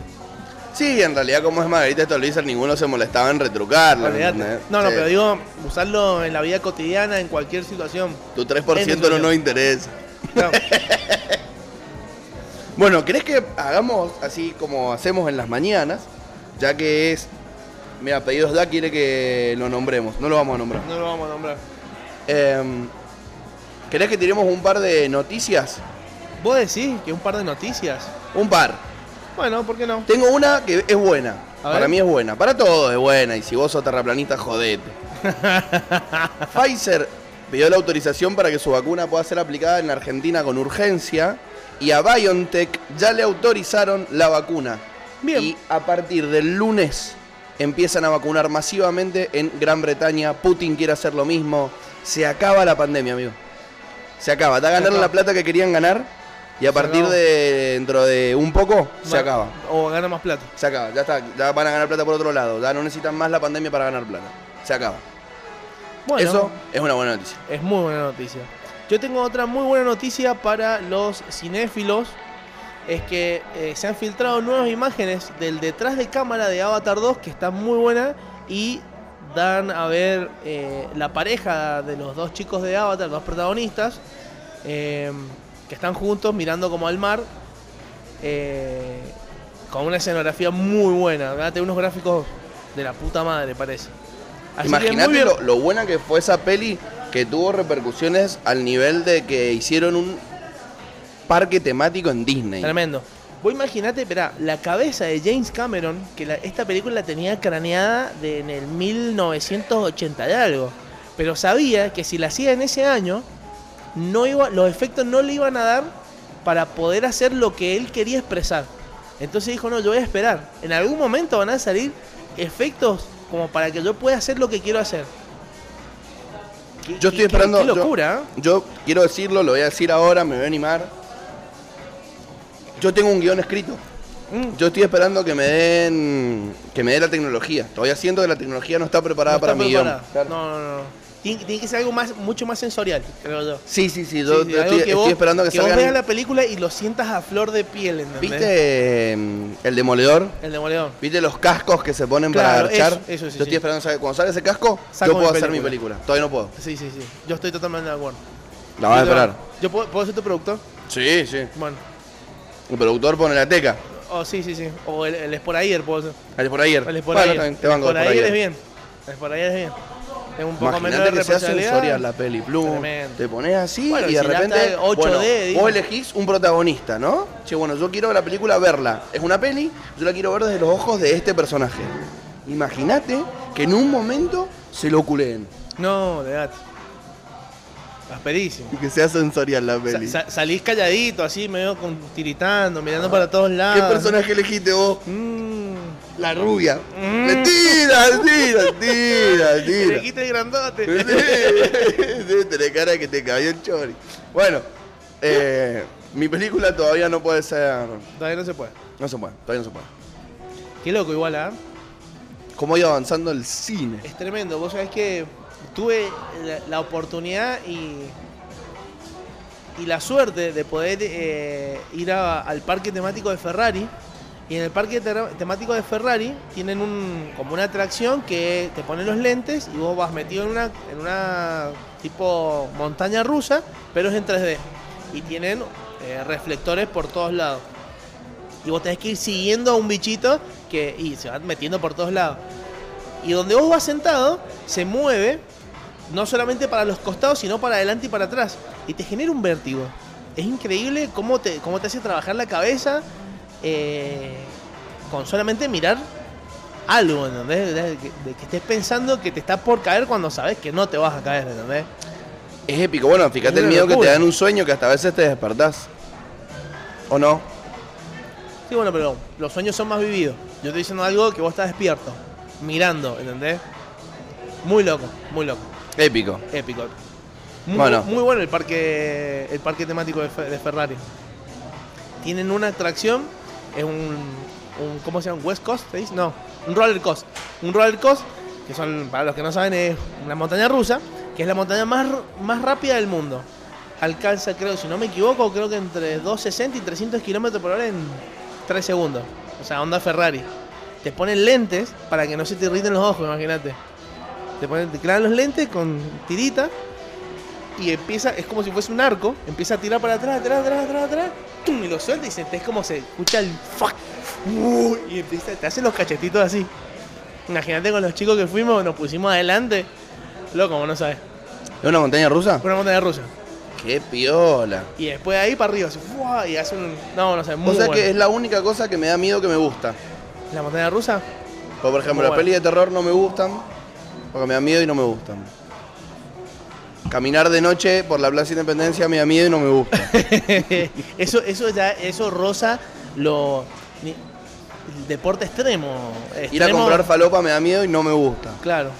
Speaker 1: sí, en realidad como es Margarita Stolbizer, ninguno se molestaba en retrucarla.
Speaker 2: Olvidate.
Speaker 1: ¿entendés?
Speaker 2: No, no,
Speaker 1: Sí.
Speaker 2: pero digo, usarlo en la vida cotidiana, en cualquier situación.
Speaker 1: Tu 3% no
Speaker 2: Eso
Speaker 1: nos
Speaker 2: yo.
Speaker 1: interesa.
Speaker 2: No.
Speaker 1: Bueno, ¿crees que hagamos así como hacemos en las mañanas? Ya que es. Mira, Pedidos Da quiere que lo nombremos. No lo vamos a nombrar.
Speaker 2: No lo vamos a nombrar.
Speaker 1: Em, ¿Crees que tiremos un par de noticias?
Speaker 2: ¿Vos decís que un par de noticias?
Speaker 1: Un par.
Speaker 2: Bueno, ¿por qué no?
Speaker 1: Tengo una que es buena.
Speaker 2: A ver.
Speaker 1: Para mí es buena. Para todo es buena. Y si vos sos terraplanista, jodete. Pfizer pidió la autorización para que su vacuna pueda ser aplicada en Argentina con urgencia. Y a BioNTech ya le autorizaron la vacuna.
Speaker 2: Bien.
Speaker 1: Y a partir del lunes empiezan a vacunar masivamente en Gran Bretaña. Putin quiere hacer lo mismo. Se acaba la pandemia, amigo. Se acaba. Da ganaron la plata que querían ganar. Y a partir
Speaker 2: acabó.
Speaker 1: de dentro de un poco, se
Speaker 2: Va-
Speaker 1: acaba.
Speaker 2: O gana más plata.
Speaker 1: Se acaba, ya está, ya van a ganar plata por otro lado, ya no necesitan más la pandemia para ganar plata. Se acaba.
Speaker 2: Bueno,
Speaker 1: Eso es una buena noticia.
Speaker 2: es muy buena noticia. Yo tengo otra muy buena noticia para los cinéfilos. Es que eh, se han filtrado nuevas imágenes del detrás de cámara de Avatar 2 que está muy buena y dan a ver eh, la pareja de los dos chicos de Avatar, los protagonistas, eh, que están juntos mirando como al mar, eh, con una escenografía muy buena. ¿verdad? Tiene unos gráficos de la puta madre, parece. Así que muy
Speaker 1: Imagínate
Speaker 2: bien.
Speaker 1: lo, lo buena que fue esa peli que tuvo repercusiones al nivel de que hicieron un parque temático en Disney.
Speaker 2: Tremendo. Vos imaginate, verá, la cabeza de James Cameron, que la- esta película la tenía craneada de- en el 1980 y algo. Pero sabía que si la hacía en ese año, no iba, los efectos no le iban a dar para poder hacer lo que él quería expresar. Entonces dijo, no, yo voy a esperar. En algún momento van a salir efectos como para que yo pueda hacer lo que quiero hacer. Qué-
Speaker 1: Yo
Speaker 2: qué-
Speaker 1: estoy
Speaker 2: qué-
Speaker 1: esperando.
Speaker 2: Qué
Speaker 1: yo-
Speaker 2: locura, ¿eh?
Speaker 1: Yo, quiero decirlo, lo voy a decir ahora, me voy a animar. Yo tengo un guión escrito.
Speaker 2: Mm.
Speaker 1: Yo estoy esperando que me den que me dé la tecnología. Todavía siento que la tecnología no está preparada
Speaker 2: No
Speaker 1: para
Speaker 2: está
Speaker 1: mi
Speaker 2: preparada.
Speaker 1: guión. Claro.
Speaker 2: No, no, no. Tiene, tiene que ser algo más, mucho más sensorial, creo yo.
Speaker 1: Sí, sí,
Speaker 2: Sí,
Speaker 1: sí. Yo, yo
Speaker 2: algo
Speaker 1: estoy, estoy
Speaker 2: vos-
Speaker 1: esperando que,
Speaker 2: vos
Speaker 1: salgan.
Speaker 2: veas la película y lo sientas a flor de piel, ¿entendés?
Speaker 1: ¿Viste eh, el demoledor?
Speaker 2: El demoledor.
Speaker 1: ¿Viste los cascos que se ponen
Speaker 2: Claro,
Speaker 1: para garchar?
Speaker 2: eso, eso sí,
Speaker 1: yo
Speaker 2: sí.
Speaker 1: estoy esperando que cuando salga ese casco,
Speaker 2: Saco
Speaker 1: yo puedo
Speaker 2: mi
Speaker 1: hacer mi
Speaker 2: película.
Speaker 1: película. Todavía no puedo.
Speaker 2: Sí, sí, sí. Yo estoy totalmente de acuerdo.
Speaker 1: La vas a
Speaker 2: Yo te-
Speaker 1: esperar.
Speaker 2: ¿Yo puedo, puedo ser tu productor?
Speaker 1: Sí, sí.
Speaker 2: Bueno.
Speaker 1: El productor pone la teca.
Speaker 2: Oh, sí, sí, sí. O el, el Sporayer puedo ser.
Speaker 1: El por ayer.
Speaker 2: El
Speaker 1: Bueno,
Speaker 2: Sporayer.
Speaker 1: también te banco
Speaker 2: el
Speaker 1: el por
Speaker 2: Sporayer
Speaker 1: ayer.
Speaker 2: es bien. El Sporayer es bien. Es un poco menos de
Speaker 1: Imagínate que sea
Speaker 2: responsabilidad.
Speaker 1: sensorial la peli, Plum.
Speaker 2: Tremendo.
Speaker 1: Te pones así
Speaker 2: Bueno,
Speaker 1: y
Speaker 2: y
Speaker 1: de
Speaker 2: si ya
Speaker 1: repente
Speaker 2: está 8D,
Speaker 1: bueno,
Speaker 2: digo.
Speaker 1: vos elegís un protagonista, ¿no? Che, bueno, yo quiero la película verla. Es una peli, yo la quiero ver desde los ojos de este personaje. Imagínate que en un momento se lo culeen
Speaker 2: No, de gato. Asperísimo.
Speaker 1: y que sea sensorial la peli.
Speaker 2: Sa- sa- salís calladito, así, medio con- tiritando, mirando para todos lados.
Speaker 1: ¿Qué personaje elegiste vos?
Speaker 2: Mmm.
Speaker 1: La rubia.
Speaker 2: Mm.
Speaker 1: Mentira, mentira, mentira,
Speaker 2: Le
Speaker 1: mentira.
Speaker 2: quita el grandote.
Speaker 1: Sí, tenés cara que te cayó el chori. Bueno, eh, mi película todavía no puede ser.
Speaker 2: Todavía no se puede.
Speaker 1: No se puede, todavía no se puede.
Speaker 2: Qué loco igual, ¿ah?
Speaker 1: Cómo ha ido avanzando el cine.
Speaker 2: Es tremendo. Vos sabés que tuve la, la oportunidad y, y la suerte de poder eh, ir a- al parque temático de Ferrari. Y en el parque ter- temático de Ferrari tienen un, como una atracción que te ponen los lentes y vos vas metido en una, en una tipo montaña rusa, pero es en 3D. Y tienen eh, reflectores por todos lados. Y vos tenés que ir siguiendo a un bichito que y se va metiendo por todos lados. Y donde vos vas sentado, se mueve no solamente para los costados, sino para adelante y para atrás. Y te genera un vértigo. Es increíble cómo te, cómo te hace trabajar la cabeza eh, con solamente mirar algo, ¿entendés? De, de- de que estés pensando que te está por caer cuando sabes que no te vas a caer, ¿entendés?
Speaker 1: Es épico. Bueno, fíjate
Speaker 2: Es
Speaker 1: el
Speaker 2: una
Speaker 1: miedo que te
Speaker 2: locura.
Speaker 1: da en un sueño que hasta a veces te despertás. ¿O no?
Speaker 2: Sí, bueno, pero los sueños son más vividos. Yo estoy diciendo algo que vos estás despierto, mirando, ¿entendés? Muy loco, muy loco.
Speaker 1: Épico.
Speaker 2: épico. Muy
Speaker 1: Bueno.
Speaker 2: bueno, muy bueno el parque el parque temático de, Fe- de Ferrari. Tienen una atracción, es un, un- ¿cómo se llama? ¿Un West Coast, ¿se dice? No, un roller coast. Un roller coast, que son, para los que no saben, es una montaña rusa, que es la montaña más, r- más rápida del mundo. Alcanza, creo, si no me equivoco, creo que entre 260 y 300 kilómetros por hora en 3 segundos. O sea, onda Ferrari. Te ponen lentes para que no se te irriten los ojos, imagínate. Te ponen, te clavan los lentes con tirita y empieza, es como si fuese un arco, empieza a tirar para atrás, atrás, atrás, atrás, atrás, tum, y lo suelta y se, es como se escucha el fuck, uh, y empieza, te hacen los cachetitos así. Imagínate con los chicos que fuimos, nos pusimos adelante, loco, como no sabes,
Speaker 1: ¿Es una montaña rusa?
Speaker 2: una montaña rusa.
Speaker 1: Qué piola.
Speaker 2: Y después ahí para arriba, así, ¡fua! y hace un. No, no sé, muy
Speaker 1: o sea
Speaker 2: bueno.
Speaker 1: que es la única cosa que me da miedo que me gusta.
Speaker 2: ¿La montaña rusa?
Speaker 1: Porque, por ejemplo,
Speaker 2: Muy
Speaker 1: las
Speaker 2: bueno.
Speaker 1: pelis de terror no me gustan, porque me da miedo y no me gustan. Caminar de noche por la Plaza Independencia me da miedo y no me gusta.
Speaker 2: eso, eso ya, eso rosa lo. ni- el deporte extremo.
Speaker 1: Ir a
Speaker 2: extremo-
Speaker 1: comprar falopa me da miedo y no me gusta.
Speaker 2: Claro.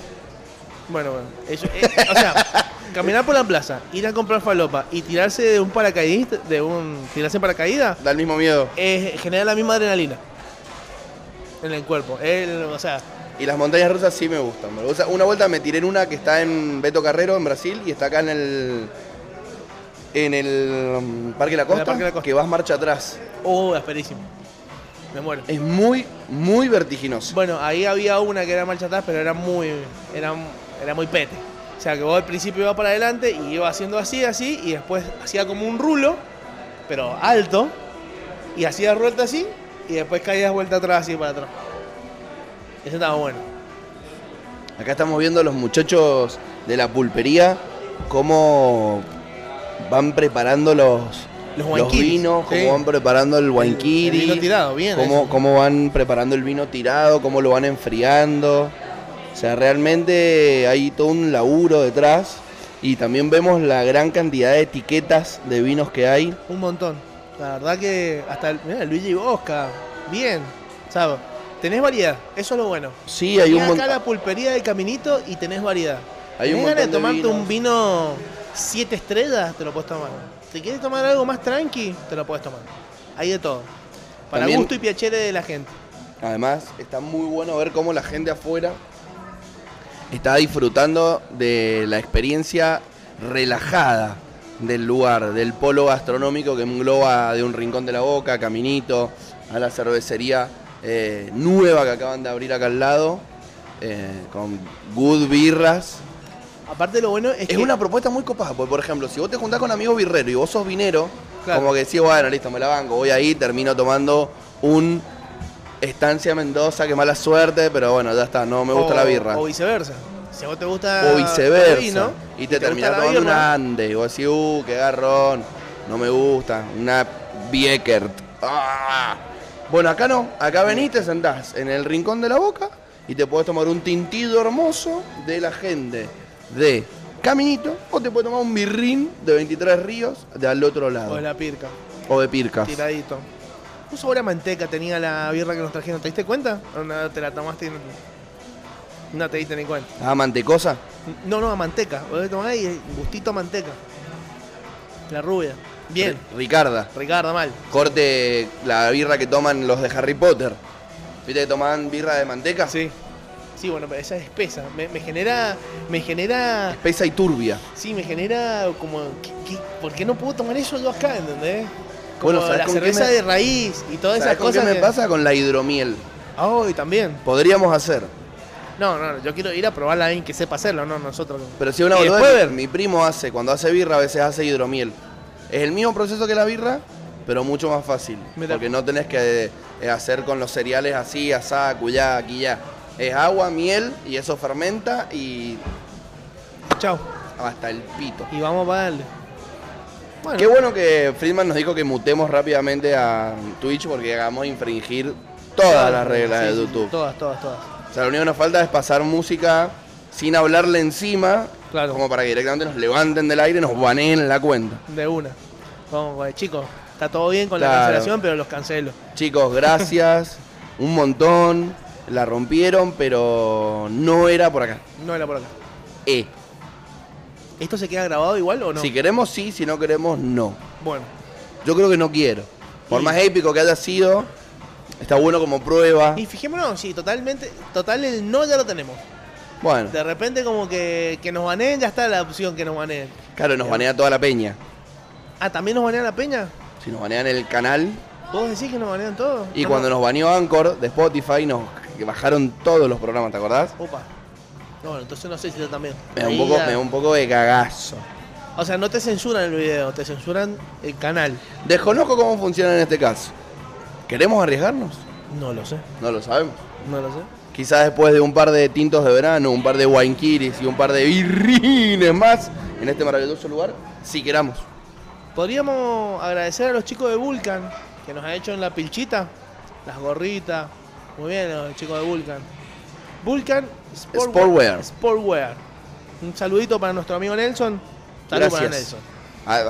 Speaker 2: Bueno, bueno. Eso, eh, o sea, caminar por la plaza, ir a comprar falopa y tirarse de un paracaidista, de un. tirarse en paracaídas,
Speaker 1: Da el mismo miedo.
Speaker 2: eh, genera la misma adrenalina. En el cuerpo. El- o sea,
Speaker 1: Y las montañas rusas sí me gustan. boludo. O sea, una vuelta me tiré en una que está en Beto Carrero, en Brasil, y está acá en el. En el um, Parque de la
Speaker 2: En el
Speaker 1: Costa,
Speaker 2: Parque de la Costa.
Speaker 1: que vas marcha atrás.
Speaker 2: oh, asperísimo. Me muero.
Speaker 1: Es muy, muy vertiginoso.
Speaker 2: Bueno, ahí había una que era marcha atrás, pero era muy, era, era muy pete. O sea, que vos al principio ibas para adelante y iba haciendo así, así, y después hacía como un rulo, pero alto, y hacías vuelta así, y después caías vuelta atrás, así para atrás. Eso estaba bueno.
Speaker 1: Acá estamos viendo a los muchachos de la pulpería cómo van preparando los,
Speaker 2: Los guanquiris,
Speaker 1: vinos, cómo
Speaker 2: sí.
Speaker 1: van preparando el guanquiri.
Speaker 2: el vino tirado, bien,
Speaker 1: Cómo,
Speaker 2: eso.
Speaker 1: cómo van preparando el vino tirado, cómo lo van enfriando. O sea, realmente hay todo un laburo detrás. Y también vemos la gran cantidad de etiquetas de vinos que hay.
Speaker 2: Un montón. La verdad que hasta el, mirá, Luigi Bosca, bien. ¿Sabes? Tenés variedad, eso es lo bueno.
Speaker 1: Sí, hay un
Speaker 2: Venís acá
Speaker 1: montón.
Speaker 2: a la pulpería del caminito y tenés variedad.
Speaker 1: Hay un
Speaker 2: ¿Tenés ganas
Speaker 1: montón
Speaker 2: de
Speaker 1: de
Speaker 2: tomarte un vino 7 estrellas? Te lo puedes tomar. Si quieres tomar algo más tranqui, te lo puedes tomar. Hay de todo. Para
Speaker 1: También-
Speaker 2: gusto y piacere de la gente.
Speaker 1: Además, está muy bueno ver cómo la gente afuera está disfrutando de la experiencia relajada del lugar, del polo gastronómico que engloba de un rincón de la boca, Caminito, a la cervecería eh, nueva que acaban de abrir acá al lado, eh, con good birras.
Speaker 2: Aparte lo bueno es,
Speaker 1: Es
Speaker 2: que
Speaker 1: una propuesta muy copada, porque por ejemplo, si vos te juntás con amigos birreros y vos sos vinero,
Speaker 2: Claro.
Speaker 1: como que decís, bueno, listo, me la banco, voy ahí, termino tomando un Estancia Mendoza, que mala suerte, pero bueno, ya está, no me gusta
Speaker 2: o-
Speaker 1: la birra.
Speaker 2: O
Speaker 1: O,
Speaker 2: viceversa. Si a vos te gusta
Speaker 1: viceversa.
Speaker 2: el vino
Speaker 1: y te,
Speaker 2: gusta
Speaker 1: terminás
Speaker 2: la
Speaker 1: tomando
Speaker 2: birra,
Speaker 1: una Ande, y vos decís, uh, qué garrón, no me gusta, una Biekert. Ah. Bueno, acá no, acá venís, te sentás en el rincón de la boca y te podés tomar un tintido hermoso de la gente de Caminito o te podés tomar un birrín de 23 ríos de al otro lado.
Speaker 2: O la pirca,
Speaker 1: O de Pircas.
Speaker 2: tiradito. Un sabor a manteca tenía la birra que nos trajeron. ¿Te diste cuenta? ¿O no te la tomaste y no, no te diste ni cuenta?
Speaker 1: Ah, mantecosa.
Speaker 2: No, no, a manteca. Vos tomás y gustito a manteca. La rubia. Bien.
Speaker 1: R- Ricarda.
Speaker 2: Ricardo, mal.
Speaker 1: Corte la birra que toman los de Harry Potter. ¿Viste que tomaban birra de manteca?
Speaker 2: Sí. Sí, bueno, pero esa es espesa. Me, me genera. Me genera.
Speaker 1: Espesa y turbia.
Speaker 2: Sí, me genera como. ¿qué- qué- ¿Por qué no puedo tomar eso yo acá, entendés? Como
Speaker 1: Bueno, ¿sabés
Speaker 2: la
Speaker 1: con qué
Speaker 2: cerveza
Speaker 1: me-
Speaker 2: de raíz y todas esas
Speaker 1: ¿Sabés con
Speaker 2: cosas.
Speaker 1: qué me
Speaker 2: que-
Speaker 1: pasa con la hidromiel?
Speaker 2: Ah, hoy también.
Speaker 1: Podríamos hacer.
Speaker 2: No, no, no, yo quiero ir a probarla a alguien que sepa hacerlo, no nosotros.
Speaker 1: Pero si una
Speaker 2: Y
Speaker 1: boludez,
Speaker 2: después ver.
Speaker 1: mi primo hace, cuando hace birra, a veces hace hidromiel. Es el mismo proceso que la birra, pero mucho más fácil.
Speaker 2: Mirá.
Speaker 1: Porque no tenés que eh, hacer con los cereales así, asá, cuyá, aquí ya. Es agua, miel y eso fermenta y
Speaker 2: Chao.
Speaker 1: hasta el pito.
Speaker 2: Y vamos a darle. Bueno,
Speaker 1: Qué bueno que Friedman nos dijo que mutemos rápidamente a Twitch porque hagamos infringir todas las reglas
Speaker 2: Sí,
Speaker 1: de
Speaker 2: sí, sí,
Speaker 1: YouTube.
Speaker 2: Todas, todas, todas.
Speaker 1: O sea, lo único que nos falta es pasar música sin hablarle encima,
Speaker 2: Claro.
Speaker 1: como para que directamente nos levanten del aire y nos baneen la cuenta.
Speaker 2: De una. Vamos, pues, chicos, está todo bien con la
Speaker 1: Claro.
Speaker 2: cancelación, pero los cancelo.
Speaker 1: Chicos, gracias, un montón, la rompieron, pero no era por acá.
Speaker 2: No era por acá.
Speaker 1: Eh,
Speaker 2: ¿Esto se queda grabado igual o no?
Speaker 1: Si queremos sí, si no queremos no.
Speaker 2: Bueno,
Speaker 1: Yo creo que no quiero. Por
Speaker 2: Y-
Speaker 1: más épico que haya sido, está bueno como prueba.
Speaker 2: y fijémonos, sí, totalmente, total el no ya lo tenemos.
Speaker 1: Bueno,
Speaker 2: De repente como que, que nos baneen, ya está la opción que nos baneen.
Speaker 1: claro, nos banea toda la peña.
Speaker 2: Ah, ¿también nos banean la peña?
Speaker 1: Si nos banean el canal
Speaker 2: ¿Vos decís que nos banean todo?
Speaker 1: y cuando nos baneó Anchor de Spotify nos que bajaron todos los programas, ¿te acordás?
Speaker 2: nos... Opa. No, bueno, entonces no sé si yo también.
Speaker 1: Me da un
Speaker 2: Ahí
Speaker 1: poco,
Speaker 2: ya-
Speaker 1: me da un poco de cagazo.
Speaker 2: O sea, no te censuran el video, te censuran el canal.
Speaker 1: Desconozco cómo funciona en este caso. ¿Queremos arriesgarnos?
Speaker 2: No lo sé,
Speaker 1: No lo sabemos.
Speaker 2: no lo sé.
Speaker 1: Quizás después de un par de tintos de verano, un par de guanquiris y un par de birrines más en este maravilloso lugar, si queramos.
Speaker 2: Podríamos agradecer a los chicos de Vulcan que nos han hecho en la pilchita, las gorritas. Muy bien, los chicos de Vulcan. Vulcan
Speaker 1: Sportwear.
Speaker 2: Sportwear. Un saludito para nuestro amigo Nelson. Saludos para
Speaker 1: Gracias.
Speaker 2: Nelson.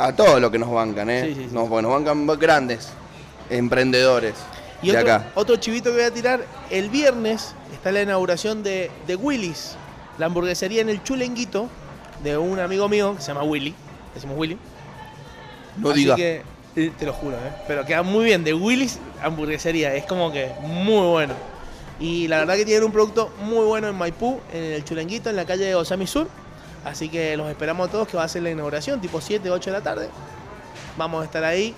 Speaker 1: A, a todos los que nos bancan, ¿eh?
Speaker 2: Sí, sí, sí.
Speaker 1: Nos, porque nos bancan grandes emprendedores
Speaker 2: Y
Speaker 1: de
Speaker 2: otro,
Speaker 1: acá.
Speaker 2: otro chivito que voy a tirar, el viernes está la inauguración de, de Willy's, la hamburguesería en el Chulenguito de un amigo mío que se llama Willy, decimos Willy.
Speaker 1: No
Speaker 2: Así
Speaker 1: diga.
Speaker 2: que, eh, te lo juro, ¿eh? pero queda muy bien, de Willy's hamburguesería, es como que muy bueno. Y la verdad que tienen un producto muy bueno en Maipú, en el Chulenguito, en la calle de Osami Sur. Así que los esperamos a todos que va a ser la inauguración, tipo 7, 8 de la tarde. Vamos a estar ahí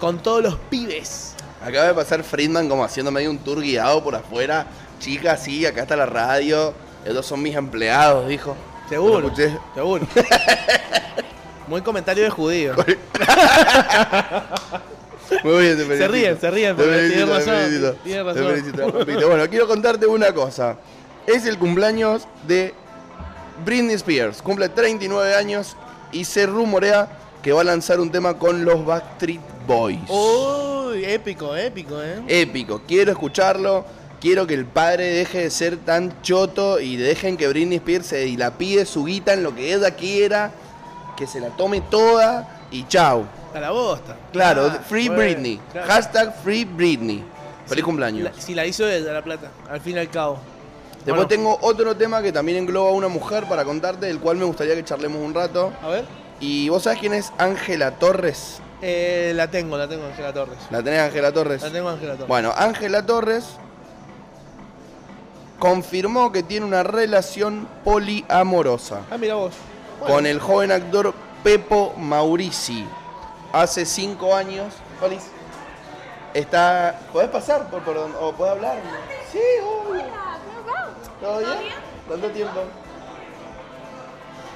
Speaker 2: con todos los pibes.
Speaker 1: Acaba de pasar Friedman como haciendo medio un tour guiado por afuera. Chicas, sí, acá está la radio. Estos son mis empleados, dijo.
Speaker 2: Seguro,
Speaker 1: Lo escuché.
Speaker 2: seguro. Muy comentario de judío.
Speaker 1: Muy bien, te felicito.
Speaker 2: ríen, se ríen,
Speaker 1: Te
Speaker 2: porque tiene
Speaker 1: felicito, te
Speaker 2: razón,
Speaker 1: felicito.
Speaker 2: tiene
Speaker 1: Te
Speaker 2: razón.
Speaker 1: felicito, papito. Bueno, quiero contarte una cosa. Es el cumpleaños de Britney Spears. Cumple 39 años y se rumorea que va a lanzar un tema con los Backstreet Boys.
Speaker 2: Uy, épico, épico, ¿eh?
Speaker 1: Épico. Quiero escucharlo. Quiero que el padre deje de ser tan choto y dejen que Britney Spears se dilapide su guita en lo que ella quiera. Que se la tome toda y chau.
Speaker 2: A la bosta.
Speaker 1: Claro,
Speaker 2: Ah,
Speaker 1: Free
Speaker 2: bueno,
Speaker 1: Britney.
Speaker 2: claro.
Speaker 1: Hashtag Free Britney. Feliz cumpleaños.
Speaker 2: La- si la hizo ella, la plata, al fin y al cabo.
Speaker 1: Después
Speaker 2: Bueno,
Speaker 1: tengo otro tema que también engloba a una mujer para contarte, del cual me gustaría que charlemos un rato.
Speaker 2: A ver,
Speaker 1: Y vos sabés quién es Ángela Torres.
Speaker 2: eh, la tengo, la tengo, Ángela Torres.
Speaker 1: ¿La tenés Ángela Torres?
Speaker 2: La tengo, Ángela Torres.
Speaker 1: Bueno, ah, Ángela Torres confirmó que tiene una relación poliamorosa
Speaker 2: Ah, mira vos. Bueno,
Speaker 1: con el joven actor Pepo Maurici. Hace cinco años. Polis. Está. ¿Podés pasar? Por, por donde- ¿O podés hablar? Sí, obvio. ¿Todo bien? ¿Cuánto tiempo?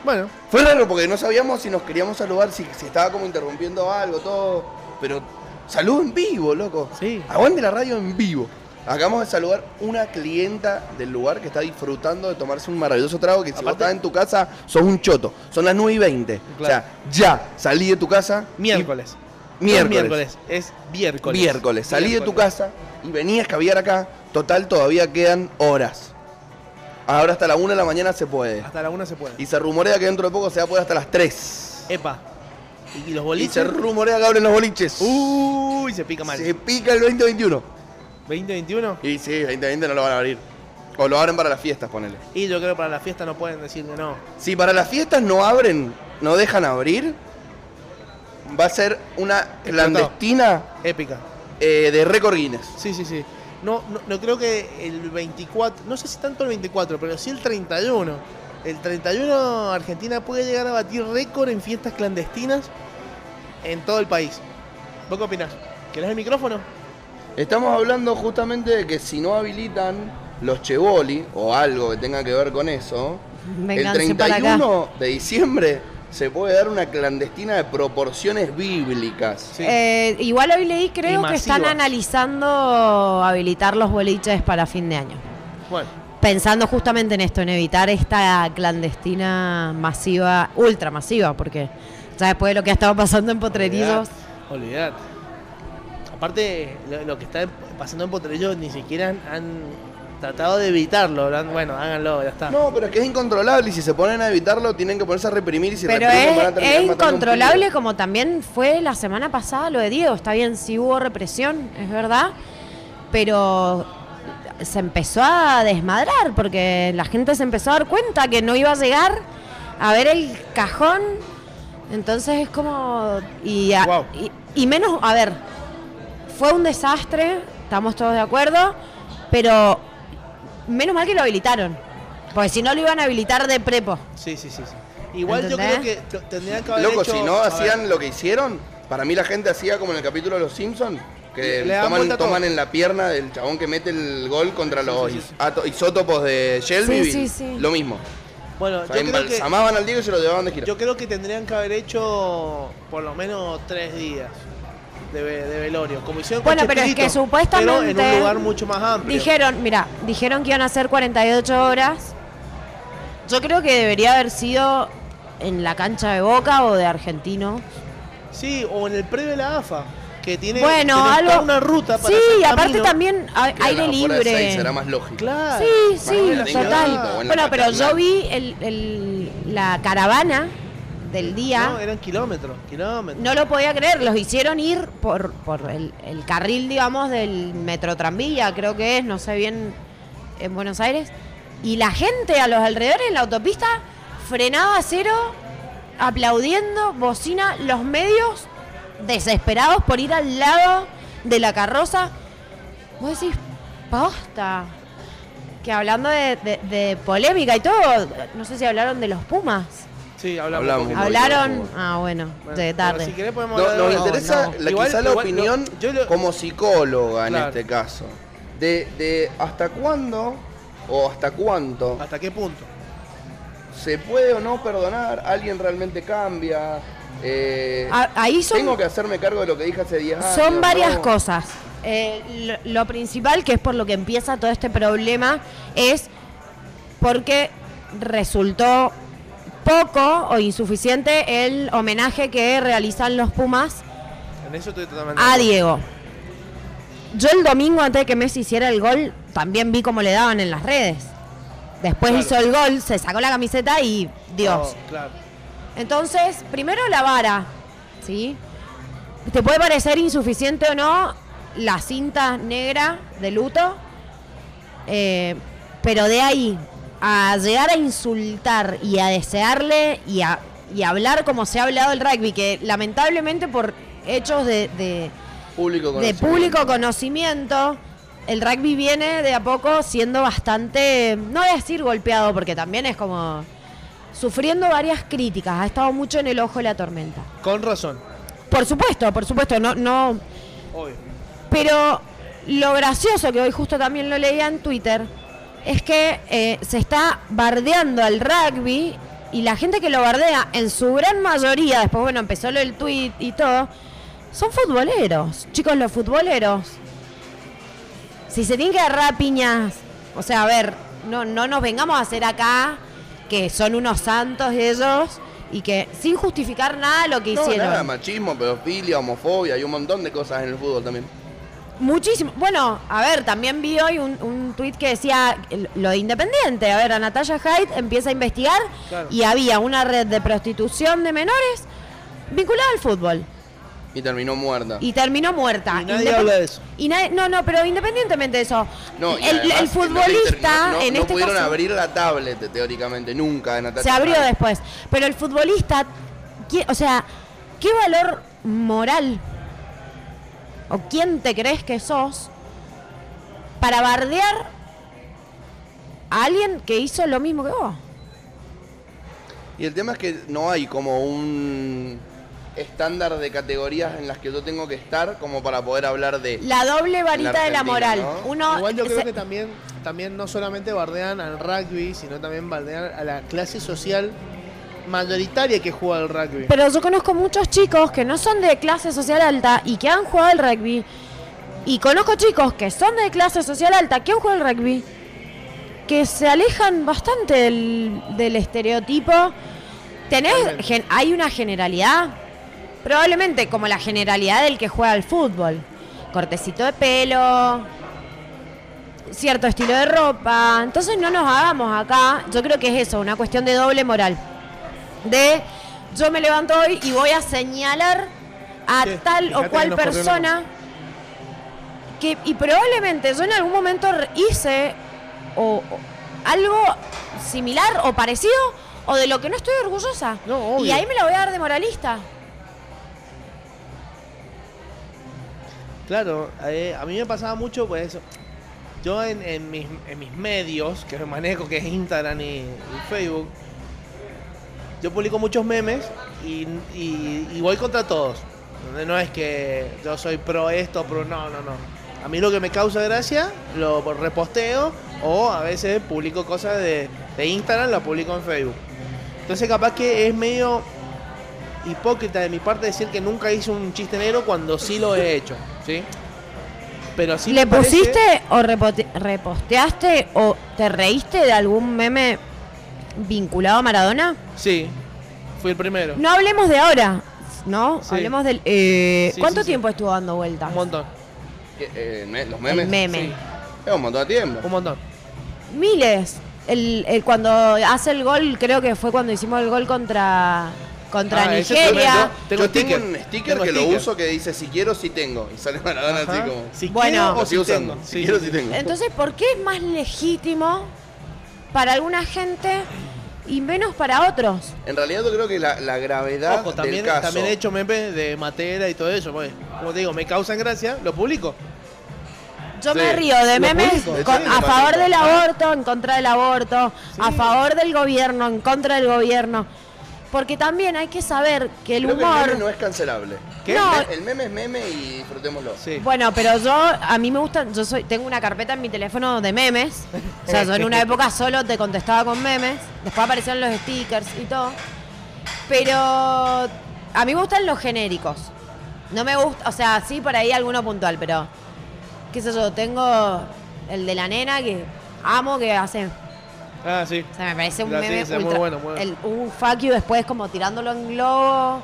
Speaker 2: Bueno,
Speaker 1: Fue raro porque no sabíamos si nos queríamos saludar, si, si estaba como interrumpiendo algo, todo. Pero saludo en vivo, loco.
Speaker 2: Sí.
Speaker 1: Aguante la radio en vivo. Acabamos de saludar una clienta del lugar que está disfrutando de tomarse un maravilloso trago que si vos
Speaker 2: Aparte-
Speaker 1: estás en tu casa, sos un choto. Son las 9 y 20. O sea, ya salí de tu casa. y-
Speaker 2: miércoles. No es
Speaker 1: Miércoles.
Speaker 2: miércoles, es miércoles.
Speaker 1: Miércoles. Salí de tu
Speaker 2: Miércoles.
Speaker 1: casa y vení a escabiar acá. Total, todavía quedan horas. Ahora hasta la 1 de la mañana se puede.
Speaker 2: Hasta la una se puede.
Speaker 1: Y se rumorea que dentro de poco se va a poder hasta las 3.
Speaker 2: Epa. Y, y los
Speaker 1: Y se
Speaker 2: boliches.
Speaker 1: rumorea que abren los boliches.
Speaker 2: Uy, se pica mal.
Speaker 1: se pica el 2021.
Speaker 2: 2021.
Speaker 1: Y sí, 2020 no lo van a abrir. O lo abren para las fiestas, ponele.
Speaker 2: Y yo creo que para la fiesta no pueden decir que no.
Speaker 1: Si para las fiestas no abren, no dejan abrir, va a ser una clandestina
Speaker 2: Épica.
Speaker 1: eh, de récord Guinness.
Speaker 2: Sí, sí, sí. No, no, no creo que el 24, no sé si tanto el 24, pero sí el 31. El 31 Argentina puede llegar a batir récord en fiestas clandestinas en todo el país. ¿Vos qué opinás? ¿Querés el micrófono?
Speaker 1: Estamos hablando justamente de que si no habilitan los Chevoli o algo que tenga que ver con eso,
Speaker 12: Vénganse
Speaker 1: el
Speaker 12: para acá.
Speaker 1: 31 de diciembre se puede dar una clandestina de proporciones bíblicas.
Speaker 2: Sí.
Speaker 5: Eh, igual hoy leí,
Speaker 2: Y
Speaker 5: creo que están
Speaker 2: masiva.
Speaker 5: analizando habilitar los boliches para fin de año.
Speaker 2: Bueno,
Speaker 5: Pensando justamente en esto, en evitar esta clandestina masiva, ultra masiva, porque ya después de lo que ha estado pasando en Potrerillos,
Speaker 2: olvidad. Aparte, lo, lo que está pasando en Potrerillos ni siquiera han, han tratado de evitarlo. lo han- Bueno, háganlo, ya está.
Speaker 1: No, pero es que es incontrolable y si se ponen a evitarlo tienen que ponerse a reprimir y si
Speaker 5: Pero
Speaker 1: reprimen
Speaker 5: es,
Speaker 1: van a terminar
Speaker 5: es
Speaker 1: matando a un
Speaker 5: incontrolable
Speaker 1: pibe.
Speaker 5: como también fue la semana pasada lo de Diego. Está bien, sí hubo represión, es verdad, pero se empezó a desmadrar porque la gente se empezó a dar cuenta que no iba a llegar a ver el cajón. Entonces es como... Y, a-
Speaker 2: Guau.
Speaker 5: y- y menos, a ver, fue un desastre, estamos todos de acuerdo, pero menos mal que lo habilitaron. Porque si no lo iban a habilitar de prepo.
Speaker 2: Sí, sí, sí. sí. Igual yo creo
Speaker 5: ¿Entendés?
Speaker 2: que t- tendrían que haber
Speaker 1: Loco,
Speaker 2: hecho-
Speaker 1: si no
Speaker 2: a ver,
Speaker 1: hacían lo que hicieron, para mí la gente hacía como en el capítulo de Los Simpsons, que
Speaker 2: Le- le dan vuelta
Speaker 1: toman,
Speaker 2: a todo.
Speaker 1: toman en la pierna del chabón que mete el gol contra los
Speaker 2: sí, sí.
Speaker 1: ato- isótopos de Shelby.
Speaker 5: sí, sí.
Speaker 1: Lo mismo.
Speaker 2: Bueno,
Speaker 1: O
Speaker 2: yo
Speaker 1: sea,
Speaker 2: creo que...
Speaker 1: embalsamaban al Diego y se lo llevaban de gira.
Speaker 2: Yo creo que tendrían que haber hecho por lo menos tres días de, ve- de velorio. Como hicieron con
Speaker 5: Bueno, pero es
Speaker 2: Chespirito,
Speaker 5: que supuestamente
Speaker 2: pero en un lugar mucho más amplio.
Speaker 5: Dijeron, mira, dijeron que iban a ser 48 horas. Yo creo que debería haber sido en la cancha de Boca o de Argentino
Speaker 2: Sí, o en el predio de la AFA, que tiene
Speaker 5: Bueno,
Speaker 2: tenés
Speaker 5: algo-
Speaker 2: toda una ruta para
Speaker 5: Sí,
Speaker 2: hacer
Speaker 5: y aparte
Speaker 2: camino.
Speaker 5: también a- Y a aire la hora de libre. seis será más
Speaker 1: lógico.
Speaker 2: Claro.
Speaker 5: Sí,
Speaker 2: Más o
Speaker 5: sí,
Speaker 2: menos,
Speaker 5: total.
Speaker 2: claro.
Speaker 5: Bueno, pero yo vi el- el- la caravana del
Speaker 2: No,
Speaker 5: día.
Speaker 2: eran kilómetros, kilómetros.
Speaker 5: No lo podía creer, los hicieron ir por, por el, el carril, digamos, del metro tranvía, creo que es, no sé bien, en Buenos Aires. Y la gente a los alrededores en la autopista frenaba a cero, aplaudiendo, bocina, los medios desesperados por ir al lado de la carroza. Vos decís, posta. Que hablando de, de- de polémica y todo, no sé si hablaron de los Pumas.
Speaker 2: Sí, hablamos.
Speaker 1: Hablamos.
Speaker 2: porque-
Speaker 5: Hablaron. Ah, bueno,
Speaker 2: Bueno,
Speaker 5: de tarde.
Speaker 2: pero si querés podemos
Speaker 1: No,
Speaker 2: hablar
Speaker 1: nos
Speaker 2: de-
Speaker 1: interesa
Speaker 2: No, no.
Speaker 1: la,
Speaker 2: Igual-
Speaker 1: quizá la
Speaker 2: igual, no,
Speaker 1: opinión como psicóloga en
Speaker 2: Claro.
Speaker 1: este caso. De, de hasta cuándo o hasta cuánto.
Speaker 2: ¿Hasta qué punto?
Speaker 1: ¿Se puede o no perdonar? ¿Alguien realmente cambia? Eh,
Speaker 5: Ah, ahí son-
Speaker 1: Tengo que hacerme cargo de lo que dije hace 10 años.
Speaker 5: Son varias
Speaker 1: ¿no?
Speaker 5: cosas. Eh, lo, lo principal, que es por lo que empieza todo este problema, es porque resultó poco o insuficiente el homenaje que realizan los Pumas
Speaker 2: En eso estoy totalmente.
Speaker 5: a Diego. Yo el domingo, antes de que Messi hiciera el gol, también vi cómo le daban en las redes. Después
Speaker 2: Claro.
Speaker 5: hizo el gol, se sacó la camiseta y Dios.
Speaker 2: No, Oh, claro.
Speaker 5: Entonces, primero la vara, ¿sí? Te puede parecer insuficiente o no la cinta negra de luto, eh, pero de ahí a llegar a insultar y a desearle y a y a hablar como se ha hablado el rugby, que lamentablemente por hechos de- de,
Speaker 1: Público
Speaker 5: de
Speaker 1: conocimiento.
Speaker 5: público conocimiento, el rugby viene de a poco siendo bastante, no voy a decir golpeado, porque también es como sufriendo varias críticas, ha estado mucho en el ojo de la tormenta.
Speaker 2: Con razón,
Speaker 5: Por supuesto, por supuesto, no, no,
Speaker 2: obvio.
Speaker 5: pero lo gracioso que hoy justo también lo leía en Twitter es que eh, se está bardeando al rugby y la gente que lo bardea, en su gran mayoría, después bueno, empezó lo del tweet y todo, son futboleros, chicos, los futboleros. Si se tienen que agarrar a piñas, o sea, a ver, no, no nos vengamos a hacer acá que son unos santos ellos y que sin justificar nada lo que
Speaker 1: No,
Speaker 5: hicieron.
Speaker 1: nada, machismo, pedofilia, homofobia y un montón de cosas en el fútbol también.
Speaker 5: Muchísimo. Bueno, a ver, también vi hoy un, un tuit que decía el- lo de Independiente. A ver, a Natalia Hyde empieza a investigar
Speaker 1: Claro.
Speaker 5: y había una red de prostitución de menores vinculada al fútbol
Speaker 1: Y terminó muerta.
Speaker 5: y terminó muerta.
Speaker 1: Y nadie habla de eso.
Speaker 5: Y nadie- no, no, pero independientemente de eso,
Speaker 1: No, y
Speaker 5: el, el
Speaker 1: además,
Speaker 5: futbolista
Speaker 1: no, no-
Speaker 5: en
Speaker 1: no
Speaker 5: este
Speaker 1: pudieron
Speaker 5: caso
Speaker 1: abrir la tablet teóricamente nunca de Natalia
Speaker 5: se abrió
Speaker 1: Hyde.
Speaker 5: después. Pero el futbolista, ¿qué- o sea, ¿qué valor moral o quién te crees que sos para bardear a alguien que hizo lo mismo que vos?
Speaker 1: Y el tema es que no hay como un estándar de categorías en las que yo tengo que estar como para poder hablar de
Speaker 5: La doble
Speaker 1: en
Speaker 5: varita de la
Speaker 1: Argentina,
Speaker 5: moral.
Speaker 1: ¿no?
Speaker 5: Uno
Speaker 2: Igual yo creo
Speaker 5: se-
Speaker 2: que también, también no solamente bardean al rugby, sino también bardean a la clase social mayoritaria que juega al rugby.
Speaker 5: Pero yo conozco muchos chicos que no son de clase social alta y que han jugado al rugby. Y conozco chicos que son de clase social alta que han jugado al rugby. Que se alejan bastante del, del estereotipo. Tenés, gen- hay una generalidad. Probablemente como la generalidad del que juega al fútbol. Cortecito de pelo, cierto estilo de ropa. Entonces no nos hagamos acá. Yo creo que es eso, una cuestión de doble moral. De yo me levanto hoy y voy a señalar a
Speaker 2: Sí,
Speaker 5: tal
Speaker 2: fíjate
Speaker 5: o
Speaker 2: que
Speaker 5: cual
Speaker 2: nos corrió una
Speaker 5: persona que y probablemente yo en algún momento re- hice o, o algo similar o parecido o de lo que no estoy orgullosa. y
Speaker 2: obvio.
Speaker 5: ahí me la voy a dar de moralista.
Speaker 2: Claro, eh, a mí me pasaba mucho pues, por eso. Yo en, en mis, en mis medios, que manejo, que es Instagram y, y Facebook, yo publico muchos memes y, y- y voy contra todos. Donde No es que yo soy pro esto, pro no, no, no. A mí lo que me causa gracia lo reposteo o a veces publico cosas de, de Instagram, las publico en Facebook. Entonces capaz que es medio hipócrita de mi parte decir que nunca hice un chiste negro cuando sí lo he hecho, ¿sí? Pero sí
Speaker 5: ¿Le
Speaker 2: me parece-
Speaker 5: pusiste o repote- reposteaste o te reíste de algún meme vinculado a Maradona?
Speaker 2: Sí, fui el primero.
Speaker 5: No hablemos de ahora. X, ¿no?
Speaker 1: Sí.
Speaker 5: Hablemos del... eh,
Speaker 1: Sí,
Speaker 5: ¿Cuánto
Speaker 1: sí, sí.
Speaker 5: tiempo estuvo dando vueltas? Un
Speaker 1: montón. Eh, me- ¿Los memes?
Speaker 5: El meme. Sí.
Speaker 1: Es un montón de tiempo. Un
Speaker 2: montón.
Speaker 5: Miles. El, el- cuando hace el gol, creo que fue cuando hicimos el gol contra, contra
Speaker 1: Ah, ese
Speaker 5: Nigeria.
Speaker 1: yo- yo tengo un sticker
Speaker 2: Tengo
Speaker 1: que lo
Speaker 2: sticker.
Speaker 1: uso que dice si quiero, si tengo. Y sale Maradona así
Speaker 2: Ajá.
Speaker 1: como.
Speaker 2: Si
Speaker 5: Bueno. quiero o
Speaker 1: Lo sigo
Speaker 2: si
Speaker 1: usando.
Speaker 2: tengo.
Speaker 1: Si
Speaker 2: Sí.
Speaker 1: quiero, si tengo.
Speaker 5: Entonces, ¿por qué es más legítimo para alguna gente y menos para otros?
Speaker 1: En realidad yo creo que la, la gravedad
Speaker 2: Ojo, también,
Speaker 1: del caso.
Speaker 2: también he hecho memes de Matera y todo eso. pues. Como te digo, me causan gracia, lo publico.
Speaker 5: Yo
Speaker 2: Sí.
Speaker 5: me río de
Speaker 2: Lo
Speaker 5: memes
Speaker 2: publico.
Speaker 5: con-
Speaker 2: Sí,
Speaker 5: a
Speaker 2: lo
Speaker 5: favor
Speaker 2: publico.
Speaker 5: del aborto, en contra del aborto, a favor del gobierno, en contra del gobierno. Porque también hay que saber que el
Speaker 1: Creo que
Speaker 5: humor...
Speaker 1: el meme no es cancelable.
Speaker 5: ¿Qué? No.
Speaker 1: El meme es meme y disfrutémoslo.
Speaker 5: Bueno, pero yo, a mí me gustan, yo soy, tengo una carpeta en mi teléfono de memes. O sea, yo en una época solo te contestaba con memes. Después aparecieron los stickers y todo. Pero a mí me gustan los genéricos. No me gusta, o sea, sí por ahí alguno puntual, pero qué sé yo, tengo el de la nena que amo que hace,
Speaker 2: Ah, sí.
Speaker 5: o sea, me parece un
Speaker 2: Ah, sí,
Speaker 5: meme
Speaker 2: sí, muy
Speaker 5: ultra,
Speaker 2: bueno, muy bueno.
Speaker 5: el- un fuck you después como tirándolo en globo.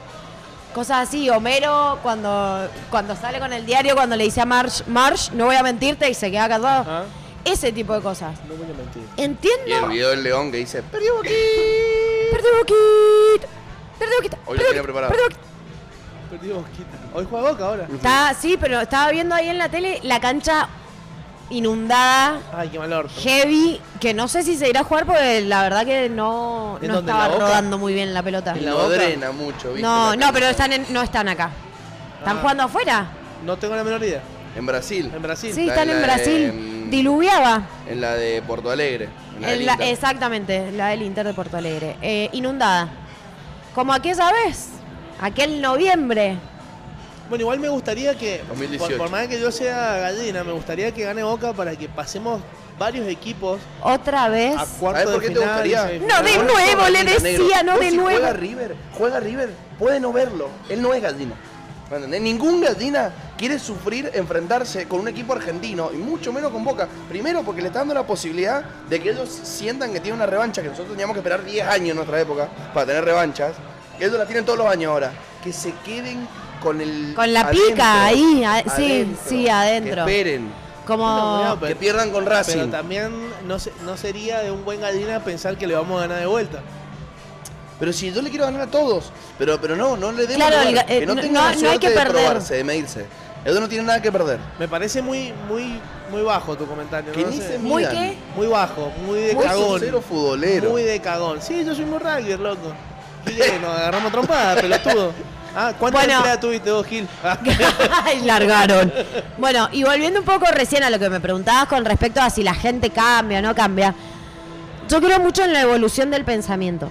Speaker 5: Cosas así, Homero cuando, cuando sale con el diario, cuando le dice a Marsh, Marsh, no voy a mentirte y se queda callado. Ese tipo de cosas.
Speaker 2: No voy a mentir.
Speaker 1: Y el
Speaker 5: Entiendo.
Speaker 1: video del león que dice. "Perdí".
Speaker 5: Perdí boquita. Perdí boquita.
Speaker 1: Hoy lo tenía preparado.
Speaker 5: Perdí boquita.
Speaker 2: Perdí Boquita. Hoy juega Boca ahora.
Speaker 5: Está- sí, pero estaba viendo ahí en la tele la cancha inundada,
Speaker 2: Ay, qué mal orto.
Speaker 5: heavy, que no sé si se irá a jugar porque la verdad que no,
Speaker 2: ¿En
Speaker 5: no
Speaker 2: dónde? ¿En la
Speaker 5: estaba
Speaker 2: Boca?
Speaker 5: rodando muy bien la pelota.
Speaker 1: Y no drena mucho, ¿viste?
Speaker 5: No,
Speaker 1: La
Speaker 5: no,
Speaker 1: cancha.
Speaker 5: pero están en- no están acá. ¿Están
Speaker 1: Ah.
Speaker 5: jugando afuera?
Speaker 2: No tengo la menor idea.
Speaker 1: En Brasil.
Speaker 2: En Brasil.
Speaker 5: Sí, están en
Speaker 1: la de- mm,
Speaker 5: Brasil. Diluviaba.
Speaker 1: En la de Porto Alegre. en la del
Speaker 5: En la-
Speaker 1: Inter.
Speaker 5: exactamente, la del Inter de Porto Alegre. Eh, inundada. Como aquella vez, aquel noviembre.
Speaker 2: Bueno, igual me gustaría que, por,
Speaker 1: 2018.
Speaker 2: por más que yo sea gallina, me gustaría que gane Boca para que pasemos varios equipos
Speaker 5: Otra vez.
Speaker 2: a cuarto
Speaker 1: ¿Sabes
Speaker 2: de
Speaker 1: por qué te
Speaker 2: final,
Speaker 1: gustaría?
Speaker 2: semifinal.
Speaker 5: No, de nuevo, le decía, no
Speaker 1: Vos
Speaker 5: de
Speaker 1: si
Speaker 5: nuevo.
Speaker 1: Juega River, juega River, puede no verlo. Él no es gallina. ¿Me entendés? Ningún gallina quiere sufrir enfrentarse con un equipo argentino y mucho menos con Boca. Primero porque le está dando la posibilidad de que ellos sientan que tienen una revancha, que nosotros teníamos que esperar 10 años en nuestra época para tener revanchas. Que ellos la tienen todos los años ahora. Que se queden con el.
Speaker 5: Con la
Speaker 1: adentro,
Speaker 5: pica ahí, a- sí,
Speaker 1: adentro,
Speaker 5: sí, adentro.
Speaker 1: Que esperen.
Speaker 5: Como.
Speaker 2: No, pero-
Speaker 1: que pierdan con Racing.
Speaker 2: Pero también no, se- no sería de un buen gallina pensar que le vamos a ganar de vuelta.
Speaker 1: Pero si yo le quiero ganar a todos, pero, pero no, no le demos
Speaker 5: Claro,
Speaker 1: lugar,
Speaker 5: el ga- eh,
Speaker 1: que no
Speaker 5: no- no-
Speaker 1: tenga la
Speaker 5: no hay
Speaker 1: suerte
Speaker 5: que
Speaker 1: de
Speaker 5: perder.
Speaker 1: probarse, de medirse. Edu no tiene nada que perder.
Speaker 2: Me parece muy, muy, muy bajo tu comentario.
Speaker 1: Que
Speaker 2: no
Speaker 1: ni
Speaker 2: sé.
Speaker 1: se
Speaker 5: ¿Muy
Speaker 1: midan.
Speaker 5: qué?
Speaker 2: Muy bajo, muy de
Speaker 1: Vos sos
Speaker 2: cagón.
Speaker 1: cero futbolero.
Speaker 2: Muy de cagón. Sí, yo soy muy rugby, loco. Gil, eh, nos agarramos trompadas, pelotudo. Ah, ¿cuántas
Speaker 5: Bueno.
Speaker 2: empleadas tuviste vos, Gil? Ah,
Speaker 5: Ay, largaron. Bueno, y volviendo un poco recién a lo que me preguntabas con respecto a si la gente cambia o no cambia. Yo creo mucho en la evolución del pensamiento.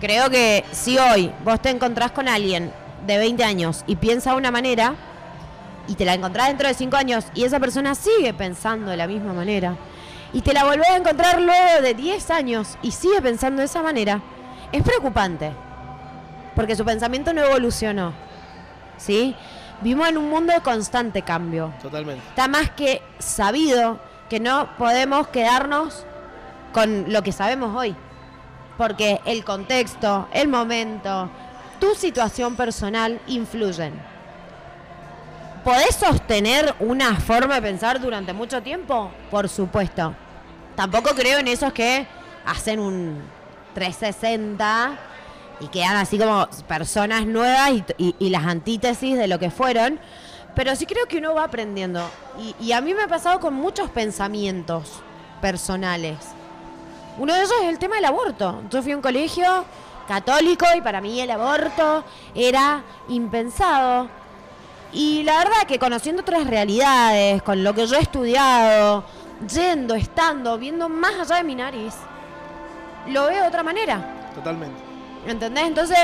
Speaker 5: Creo que si hoy vos te encontrás con alguien de 20 años y piensa de una manera y te la encontrás dentro de 5 años y esa persona sigue pensando de la misma manera y te la volvés a encontrar luego de 10 años y sigue pensando de esa manera, es preocupante porque su pensamiento no evolucionó. ¿sí? Vivimos en un mundo de constante cambio.
Speaker 2: Totalmente.
Speaker 5: Está más que sabido que no podemos quedarnos con lo que sabemos hoy. Porque el contexto, el momento, tu situación personal influyen. ¿Podés sostener una forma de pensar durante mucho tiempo? Por supuesto. Tampoco creo en esos que hacen un 360 y quedan así como personas nuevas y, y- y las antítesis de lo que fueron. Pero sí creo que uno va aprendiendo. Y, y a mí me ha pasado con muchos pensamientos personales. Uno de ellos es el tema del aborto. Yo fui a un colegio católico y para mí el aborto era impensado. Y la verdad que conociendo otras realidades, con lo que yo he estudiado, yendo, estando, viendo más allá de mi nariz, lo veo de otra manera.
Speaker 2: Totalmente.
Speaker 5: ¿Entendés? Entonces,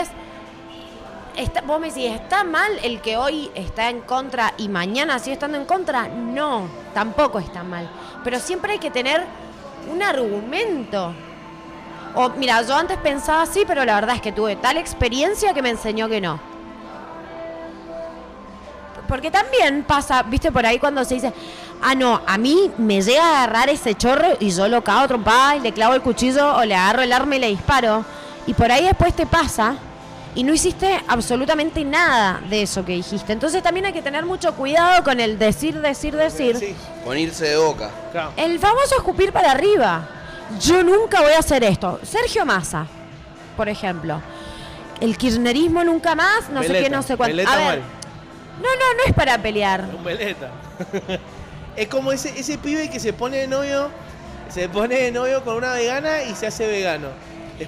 Speaker 5: está, vos me decís, ¿está mal el que hoy está en contra y mañana sigue estando en contra? No, tampoco está mal. Pero siempre hay que tener un argumento. O, mira, yo antes pensaba así, pero la verdad es que tuve tal experiencia que me enseñó que no. Porque también pasa, viste, por ahí cuando se dice, ah, no, a mí me llega a agarrar ese chorro y yo lo cago trompada y le clavo el cuchillo o le agarro el arma y le disparo. Y por ahí después te pasa y no hiciste absolutamente nada de eso que dijiste. Entonces también hay que tener mucho cuidado con el decir, decir, decir.
Speaker 1: Con irse de boca.
Speaker 5: El famoso escupir para arriba. Yo nunca voy a hacer esto. Sergio Massa, por ejemplo. El kirchnerismo nunca más, no sé qué, no sé cuánto. A ver, no, no, no es para pelear.
Speaker 2: Un veleta. es como ese, ese pibe que se pone de novio, se pone de novio con una vegana y se hace vegano.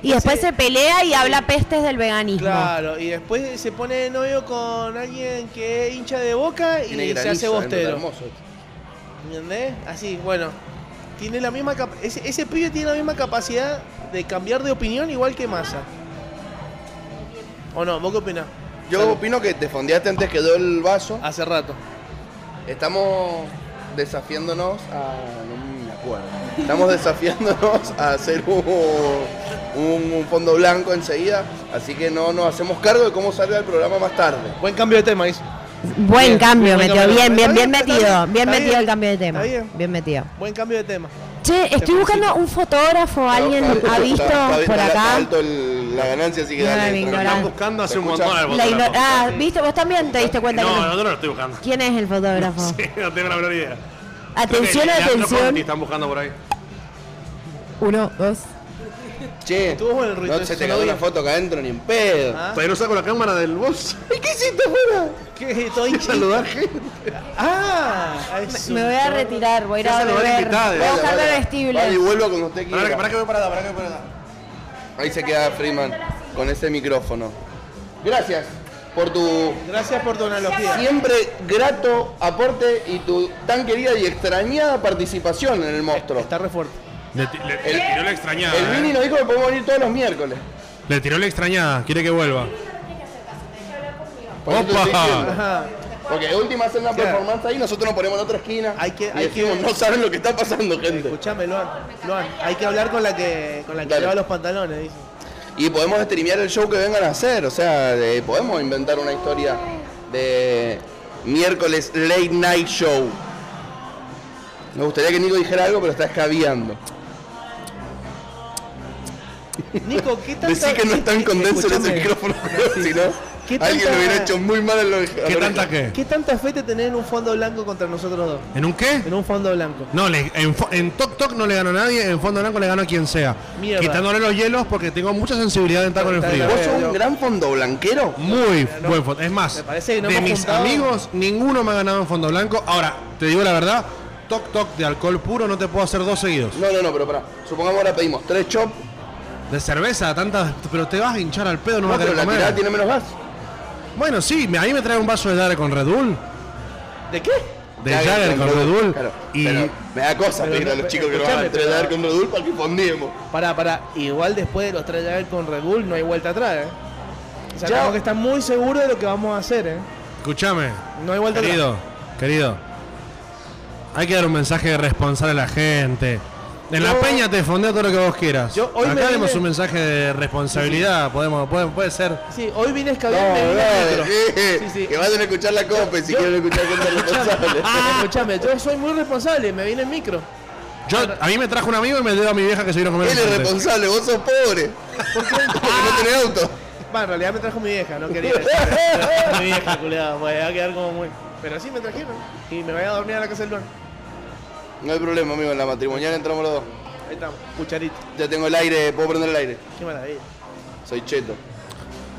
Speaker 5: Y después se pelea y
Speaker 2: Sí.
Speaker 5: habla pestes del veganismo.
Speaker 2: Claro, y después se pone de novio con alguien que es hincha de boca y
Speaker 1: Tiene
Speaker 2: se hace
Speaker 1: granizo,
Speaker 2: bostero.
Speaker 1: hermoso.
Speaker 2: ¿Entendés? Así, bueno. Tiene la misma capa- ese, ese pibe tiene la misma capacidad de cambiar de opinión igual que Massa. ¿O no? ¿Vos qué opinás?
Speaker 1: Yo opino que te fondeaste antes que dio el vaso.
Speaker 2: Hace rato.
Speaker 1: Estamos desafiándonos a. No me acuerdo. Estamos desafiándonos a hacer un, un fondo blanco enseguida. Así que no nos hacemos cargo de cómo salga el programa más tarde.
Speaker 2: Buen cambio de tema,
Speaker 5: Buen
Speaker 1: Bien,
Speaker 5: cambio,
Speaker 1: buen
Speaker 5: metió.
Speaker 1: cambio.
Speaker 5: Bien, bien, bien
Speaker 1: Está bien, está
Speaker 5: metido.
Speaker 1: bien,
Speaker 5: Bien
Speaker 1: está
Speaker 5: metido
Speaker 1: bien,
Speaker 5: el cambio de tema.
Speaker 1: está bien.
Speaker 5: Bien metido.
Speaker 2: Buen cambio de tema.
Speaker 5: Che, estoy buscando un fotógrafo. ¿Alguien ha visto por acá?
Speaker 1: alto el- la ganancia, así que
Speaker 5: No,
Speaker 1: dale.
Speaker 5: mi
Speaker 1: tranquilo.
Speaker 5: ignorancia.
Speaker 1: Están buscando hace un montón
Speaker 7: al
Speaker 5: La igno- ah, ¿viste? Vos también te diste cuenta que
Speaker 7: No,
Speaker 5: no.
Speaker 7: nosotros no lo estoy buscando.
Speaker 5: ¿Quién es el fotógrafo?
Speaker 7: Sí, no tengo la menor idea.
Speaker 5: Atención,
Speaker 7: Creo que Leandro
Speaker 5: atención.
Speaker 7: Conti están buscando por ahí.
Speaker 5: Uno, dos.
Speaker 1: Che, no
Speaker 7: ese
Speaker 1: se te
Speaker 7: sonó
Speaker 1: quedó una
Speaker 7: bien.
Speaker 1: foto acá adentro ni en pedo.
Speaker 7: Ah. Todavía no saco la cámara del bolso.
Speaker 1: ¿Y qué hiciste afuera?
Speaker 2: ¿Qué? Estoy
Speaker 7: saludar gente.
Speaker 2: Ah,
Speaker 5: Me voy a retirar, voy a ir a beber. Voy a buscar vestibles.
Speaker 1: Vale, y vuelvo cuando usted quiera.
Speaker 7: eh. Pará que- pará que voy para allá, pará que voy para allá.
Speaker 1: Ahí se queda Freeman con ese micrófono. Gracias por tu
Speaker 2: Gracias por tu analogía.
Speaker 1: siempre grato aporte y tu tan querida y extrañada participación en el monstruo. Está
Speaker 2: re fuerte.
Speaker 7: Le, ti- le- le tiró la extrañada.
Speaker 1: El
Speaker 7: eh.
Speaker 1: Vini nos dijo que podemos venir todos los miércoles.
Speaker 7: Le tiró la extrañada. Quiere que vuelva.
Speaker 1: Por eso te
Speaker 7: Opa.
Speaker 1: estoy diciendo.
Speaker 2: Ajá.
Speaker 1: Porque de última hacen una
Speaker 2: Claro.
Speaker 1: performance ahí, nosotros nos ponemos en otra esquina. Hay que,
Speaker 2: hay que-
Speaker 1: no saben lo que está pasando, gente.
Speaker 2: Escuchame, Luan. Luan, hay que hablar con la que, con la que
Speaker 1: Dale.
Speaker 2: lleva los pantalones, dice.
Speaker 1: Y podemos streamear el show que vengan a hacer, o sea, de- podemos inventar una historia de miércoles late night show. Me gustaría que Nico dijera algo, pero está escabeando.
Speaker 2: Nico, ¿qué tal?
Speaker 1: Decí que no están condensos ese micrófono, si no,
Speaker 2: ¿Qué
Speaker 1: alguien
Speaker 2: tanta-
Speaker 1: lo hubiera hecho muy mal en los
Speaker 7: ¿Qué tanta qué?
Speaker 2: ¿Qué tanta fe te tenés en un fondo blanco contra nosotros dos?
Speaker 7: ¿En un qué?
Speaker 2: En un fondo blanco.
Speaker 7: No, le- en, fo- en Toc Toc no le gano a nadie, en Fondo Blanco le gano a quien sea.
Speaker 2: Mierda.
Speaker 7: Quitándole los hielos porque tengo mucha sensibilidad dental con el frío.
Speaker 1: ¿Vos sos un gran fondo blanquero?
Speaker 7: Muy buen fondo. Es más,
Speaker 2: parece que no
Speaker 7: de
Speaker 2: hemos
Speaker 7: mis
Speaker 2: juntado-
Speaker 7: amigos, ninguno me ha ganado en Fondo Blanco. Ahora, te digo la verdad, Toc Toc de alcohol puro no te puedo hacer dos seguidos.
Speaker 1: No, no, no, pero pará. Supongamos ahora pedimos tres chop.
Speaker 7: De cerveza, tantas... Pero te vas a hinchar al pedo, no,
Speaker 1: No,
Speaker 7: vas a
Speaker 1: pero
Speaker 7: querer
Speaker 1: la
Speaker 7: comer.
Speaker 1: tirada tiene menos gas.
Speaker 7: Bueno, sí, me- ahí me trae un vaso de Jagger con Red Bull.
Speaker 2: ¿De qué?
Speaker 7: De Jagger con Red Bull.
Speaker 1: Claro,
Speaker 7: Y
Speaker 1: pero me da cosa
Speaker 2: Pero
Speaker 1: pedir a
Speaker 2: no,
Speaker 1: los chicos que nos
Speaker 2: escuchame,
Speaker 1: van a entrenar
Speaker 2: pero-
Speaker 1: con Red Bull para que fondiemos.
Speaker 2: Pará, pará. Igual después de los tres llaves con Red Bull no hay vuelta atrás, ¿eh? O sea,
Speaker 1: Ya.
Speaker 2: tenemos que estar muy seguros de lo que vamos a hacer, ¿eh?
Speaker 7: escúchame,
Speaker 2: No hay vuelta atrás.
Speaker 7: querido, querido. Hay que dar un mensaje responsable a la gente. En la
Speaker 2: Yo-
Speaker 7: peña te fondeo todo lo que vos quieras.
Speaker 2: Yo hoy me
Speaker 7: Acá demos
Speaker 2: vine-
Speaker 7: un mensaje de responsabilidad. Podemos, puede, puede ser.
Speaker 2: Sí, hoy vine escabeando
Speaker 1: No,
Speaker 2: me vine al
Speaker 1: brother,
Speaker 2: micro.
Speaker 1: eh,
Speaker 2: Sí, sí.
Speaker 1: Que vayan a escuchar la copa si quieren escuchar gente responsable.
Speaker 2: Ah, Escuchame, yo soy muy responsable, me vine en micro.
Speaker 7: Yo, a mí me trajo un amigo y me dio a mi vieja que se vino a comer.
Speaker 1: Él es
Speaker 7: enfrente.
Speaker 1: responsable, vos sos pobre. Porque no tenés auto.
Speaker 2: Va, en realidad me trajo mi vieja, no quería. decir. mi vieja, culiada, pues va a quedar como muy. Pero sí me trajeron. Y me voy a dormir a la casa del Luan.
Speaker 1: No hay problema, amigo. En la matrimonial entramos los dos.
Speaker 2: Ahí estamos, cucharito.
Speaker 1: Ya tengo el aire, puedo prender el aire.
Speaker 2: Qué maravilla.
Speaker 1: Soy cheto.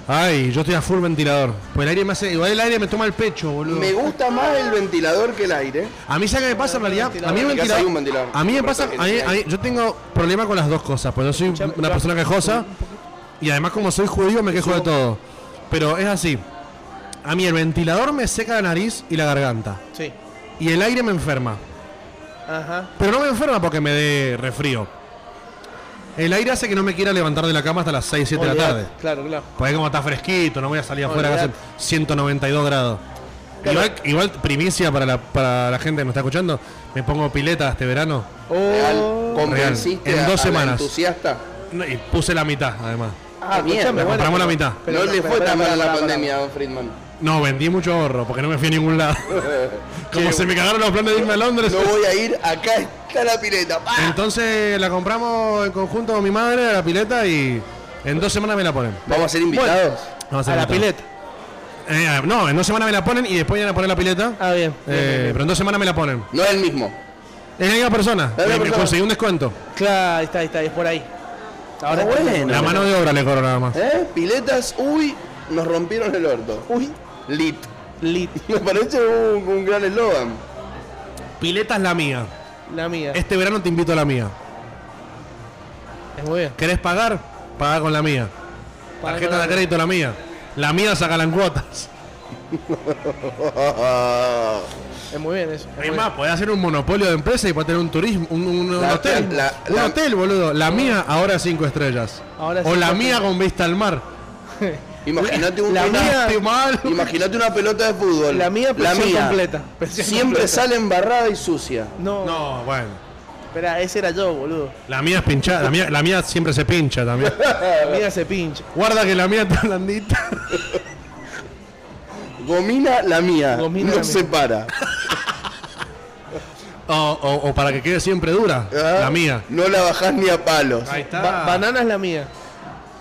Speaker 7: Ay, yo estoy a full ventilador. Pues el aire me hace. Igual el aire me toma el pecho, boludo.
Speaker 1: Me gusta más el ventilador que el aire.
Speaker 7: A mí, ¿sabes qué me pasa en realidad? A mí,
Speaker 1: En
Speaker 7: el
Speaker 1: mi casa
Speaker 7: ventilador,
Speaker 1: hay un ventilador.
Speaker 7: a mí me
Speaker 1: Por
Speaker 7: pasa.
Speaker 1: eso
Speaker 7: a mí-
Speaker 1: que-
Speaker 7: a mí- yo tengo problema con las dos cosas, pues yo soy
Speaker 2: Escuchame,
Speaker 7: una
Speaker 2: yo-
Speaker 7: persona quejosa y además, como soy judío, me quejo de todo. Pero es así: a mí el ventilador me seca la nariz y la garganta,
Speaker 2: Sí.
Speaker 7: y el aire me enferma.
Speaker 2: Ajá.
Speaker 7: Pero no me enferma porque me dé refrío. El aire hace que no me quiera levantar de la cama hasta las 6, 7 de la
Speaker 2: Olvidate,
Speaker 7: tarde.
Speaker 2: Claro, claro.
Speaker 7: Porque como está fresquito, no voy a salir afuera que hace
Speaker 2: Olvidate.
Speaker 7: 192 grados. Igual, igual primicia para la, para la gente que nos está escuchando, me pongo pileta este verano
Speaker 1: Real.
Speaker 2: Oh.
Speaker 1: Convenciste
Speaker 7: En
Speaker 1: a-
Speaker 7: dos
Speaker 1: a la
Speaker 7: semanas.
Speaker 1: entusiasta.
Speaker 7: No, y puse la mitad además.
Speaker 1: Ah, mierda.
Speaker 2: escuchame,
Speaker 7: La
Speaker 2: bueno,
Speaker 7: compramos la
Speaker 2: pero-
Speaker 7: mitad.
Speaker 2: pero-
Speaker 1: no le
Speaker 2: pero-
Speaker 1: fue
Speaker 2: pero-
Speaker 1: tan mal a
Speaker 2: pero-
Speaker 1: la
Speaker 2: pero-
Speaker 1: pandemia, don Friedman.
Speaker 7: No, vendí mucho ahorro porque no me fui a ningún lado. Como
Speaker 1: Qué
Speaker 7: se me cagaron los planes de irme a Londres.
Speaker 1: No voy a ir, acá está la pileta. ¡pa!
Speaker 7: Entonces la compramos en conjunto con mi madre, la pileta, y en dos semanas me la ponen.
Speaker 1: Vamos a ser invitados.
Speaker 7: Vamos
Speaker 13: A
Speaker 7: hacer
Speaker 13: la
Speaker 7: un
Speaker 13: pileta.
Speaker 7: Eh, no, en dos semanas me la ponen y después ya a poner la pileta. Ah, bien.
Speaker 13: bien, bien.
Speaker 7: Pero en dos semanas me la ponen.
Speaker 1: No es el mismo.
Speaker 7: Es la misma persona. Eh,
Speaker 13: La misma
Speaker 7: Me- me
Speaker 13: persona.
Speaker 7: conseguí un descuento.
Speaker 13: Claro, ahí está, ahí está, es por ahí.
Speaker 1: Ahora
Speaker 13: está-
Speaker 7: La mano de obra le cobro nada más.
Speaker 1: ¿Eh? Piletas, uy, nos rompieron el orto. Uy, lit.
Speaker 13: Lit.
Speaker 1: Me parece un, un gran eslogan.
Speaker 7: Pileta es la mía.
Speaker 13: La mía.
Speaker 7: Este verano te invito a la mía.
Speaker 13: Es muy bien.
Speaker 7: ¿Querés pagar? Paga con la mía.
Speaker 13: Paga
Speaker 7: Tarjeta
Speaker 13: con la
Speaker 7: de crédito la mía. La mía saca las cuotas.
Speaker 13: Es muy bien eso. es
Speaker 7: Es
Speaker 13: muy
Speaker 7: más, podés hacer un monopolio de empresa y podés tener un turismo, un, un- un
Speaker 13: Pues- La-
Speaker 7: hotel.
Speaker 13: la-
Speaker 7: un
Speaker 13: la-
Speaker 7: hotel, boludo. La mía ahora cinco estrellas.
Speaker 13: Ahora
Speaker 7: o
Speaker 13: cinco
Speaker 7: la mía
Speaker 13: estrellas.
Speaker 7: con vista al mar.
Speaker 1: Imagínate un-
Speaker 13: La
Speaker 1: una-
Speaker 13: mía-
Speaker 1: Imagínate una pelota de fútbol.
Speaker 13: La mía,
Speaker 1: la
Speaker 13: pensión
Speaker 1: mía.
Speaker 13: completa, pensión
Speaker 1: Siempre
Speaker 13: completa.
Speaker 1: sale embarrada y sucia.
Speaker 13: No.
Speaker 7: No, bueno.
Speaker 13: Espera, ese era yo, boludo.
Speaker 7: La mía es pinchada. La mía, la mía siempre se pincha también.
Speaker 13: La mía se pincha.
Speaker 7: Guarda que la mía está blandita.
Speaker 1: Gomina la mía.
Speaker 7: Gomina
Speaker 1: no
Speaker 7: la
Speaker 1: se
Speaker 7: mía.
Speaker 1: para.
Speaker 7: O, o- o para que quede siempre dura.
Speaker 1: Ah.
Speaker 7: La mía.
Speaker 1: No la bajás ni a palos.
Speaker 7: Ahí está.
Speaker 13: Ba- banana es la mía.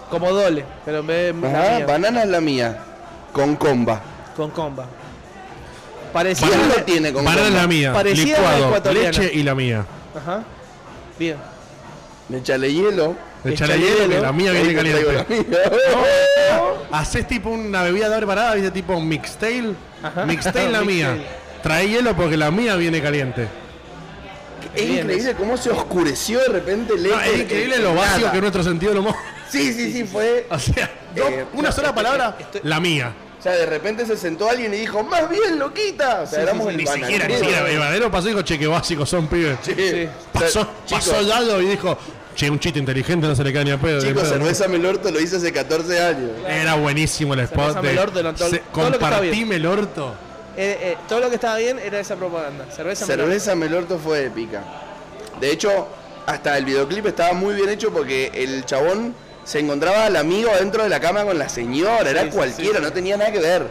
Speaker 13: Como dole, pero en vez de la
Speaker 1: Ajá,
Speaker 13: mía,
Speaker 1: Ah, banana es la mía. Con comba.
Speaker 13: con comba.
Speaker 1: ¿Quién
Speaker 13: Parecía
Speaker 1: lo tiene con
Speaker 7: Banana es
Speaker 1: comba?
Speaker 7: la mía.
Speaker 13: Parecía
Speaker 7: Licuado,
Speaker 13: ecuatoriana.
Speaker 7: leche y la mía.
Speaker 13: Ajá. Bien.
Speaker 1: Echale hielo.
Speaker 7: Echale hielo, que la mía
Speaker 1: Ahí
Speaker 7: viene
Speaker 1: te traigo la
Speaker 7: caliente. Haces tipo una bebida preparada, viste, tipo un mixtail. Mixtail la mía. Trae hielo porque la mía viene caliente.
Speaker 1: Es increíble cómo se oscureció de repente el
Speaker 7: No,
Speaker 1: eco
Speaker 7: es
Speaker 1: de-
Speaker 7: increíble lo vacío
Speaker 1: Nada.
Speaker 7: que es nuestro sentido del humor.
Speaker 1: Sí, Eh, sí, sí, fue.
Speaker 7: O sea, dos- una sola palabra, la mía.
Speaker 1: O sea, de repente se sentó alguien y dijo, más bien, loquita. O sea, éramos el
Speaker 7: ni
Speaker 1: bananero.
Speaker 7: siquiera, ni siquiera. Evadero pasó y dijo, che, qué básicos son, pibes.
Speaker 1: Sí.
Speaker 7: Pasó, pasó
Speaker 1: Chicos.
Speaker 7: Lalo y dijo, che, un chiste inteligente no se le queda ni a pedo. ni a
Speaker 1: Chicos,
Speaker 7: pedo".
Speaker 1: cerveza Melorto lo hice hace 14 años.
Speaker 7: Era buenísimo el spot.
Speaker 13: Cerveza
Speaker 7: de-
Speaker 13: Melorto, no, todo-
Speaker 7: se-
Speaker 13: todo lo que está bien.
Speaker 7: Compartime el orto.
Speaker 13: Eh, eh, todo lo que estaba bien era esa propaganda. Cerveza
Speaker 1: Cerveza Melorto fue épica. De hecho, hasta el videoclip estaba muy bien hecho porque el chabón se encontraba al amigo dentro de la cama con la señora. Era
Speaker 13: Sí, sí,
Speaker 1: cualquiera,
Speaker 13: sí.
Speaker 1: no tenía nada que ver.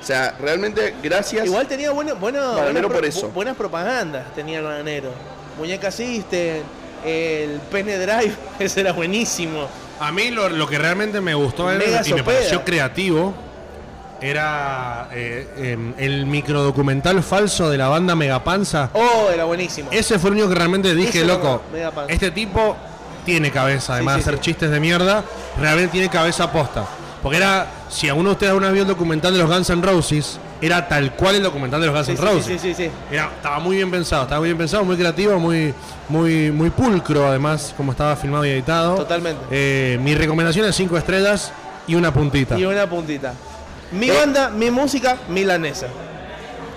Speaker 1: O sea, realmente, gracias.
Speaker 13: Igual tenía bueno, bueno,
Speaker 1: Bananero
Speaker 13: buenas, pro-
Speaker 1: por eso.
Speaker 13: bu- buenas propagandas. Tenía el bananero. Muñeca asiste. El pene drive. Ese era buenísimo.
Speaker 7: A mí lo, lo que realmente me gustó era-
Speaker 13: Mega
Speaker 7: y me
Speaker 13: sopera.
Speaker 7: pareció creativo era eh, em, el microdocumental falso de la banda Megapanza.
Speaker 13: Oh, era buenísimo.
Speaker 7: Ese fue el único que realmente dije,
Speaker 13: Ese era
Speaker 7: loco,
Speaker 13: mega pan.
Speaker 7: este tipo tiene cabeza, además de hacer chistes de mierda, realmente tiene cabeza posta. Porque era, si a uno de ustedes alguna vez vio el documental de los Guns N' Roses, era tal cual el documental de los Guns
Speaker 13: Sí,
Speaker 7: N'
Speaker 13: sí,
Speaker 7: Roses.
Speaker 13: sí, sí, sí.
Speaker 7: Era- estaba muy bien pensado, estaba muy bien pensado, muy creativo, muy, muy, muy pulcro, además, como estaba filmado y editado.
Speaker 13: Totalmente.
Speaker 7: Eh, mi recomendación es 5 estrellas y una puntita.
Speaker 13: Y una puntita. Mi banda, mi música, milanesa.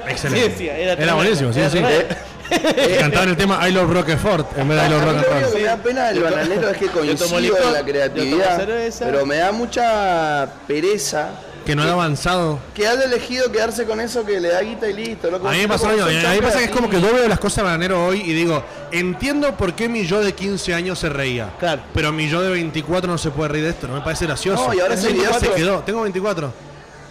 Speaker 7: Excelente.
Speaker 13: Sí, sí, era
Speaker 7: era,
Speaker 13: tremendo,
Speaker 7: buenísimo, sí,
Speaker 13: era
Speaker 7: sí.
Speaker 13: tremendo.
Speaker 7: Y Cantaban el tema I Love Rockefort en vez de I Love
Speaker 1: A mí lo único
Speaker 7: Rockefort.
Speaker 1: que me da pena del
Speaker 13: Yo tomo-
Speaker 1: bananero es que
Speaker 13: yo tomo licor,
Speaker 1: coincido en
Speaker 13: yo
Speaker 1: la
Speaker 13: tomo
Speaker 1: creatividad,
Speaker 13: cerveza.
Speaker 1: pero me da mucha pereza
Speaker 7: Que no era avanzado.
Speaker 1: que haya elegido quedarse con eso que le da guita y listo. Loco.
Speaker 7: A mí me
Speaker 1: Loco,
Speaker 7: pasa lo mismo.
Speaker 1: son
Speaker 7: A
Speaker 1: tan
Speaker 7: mí me pasa que es como que
Speaker 1: creativos.
Speaker 7: yo veo las cosas de bananero hoy y digo, entiendo por qué mi yo de 15 años se reía.
Speaker 13: Claro.
Speaker 7: Pero mi yo de 24 no se puede reír de esto, no me parece gracioso.
Speaker 1: No, y ahora ese
Speaker 7: Tengo
Speaker 1: video
Speaker 7: 24,
Speaker 1: se-
Speaker 7: se quedó. Tengo 24.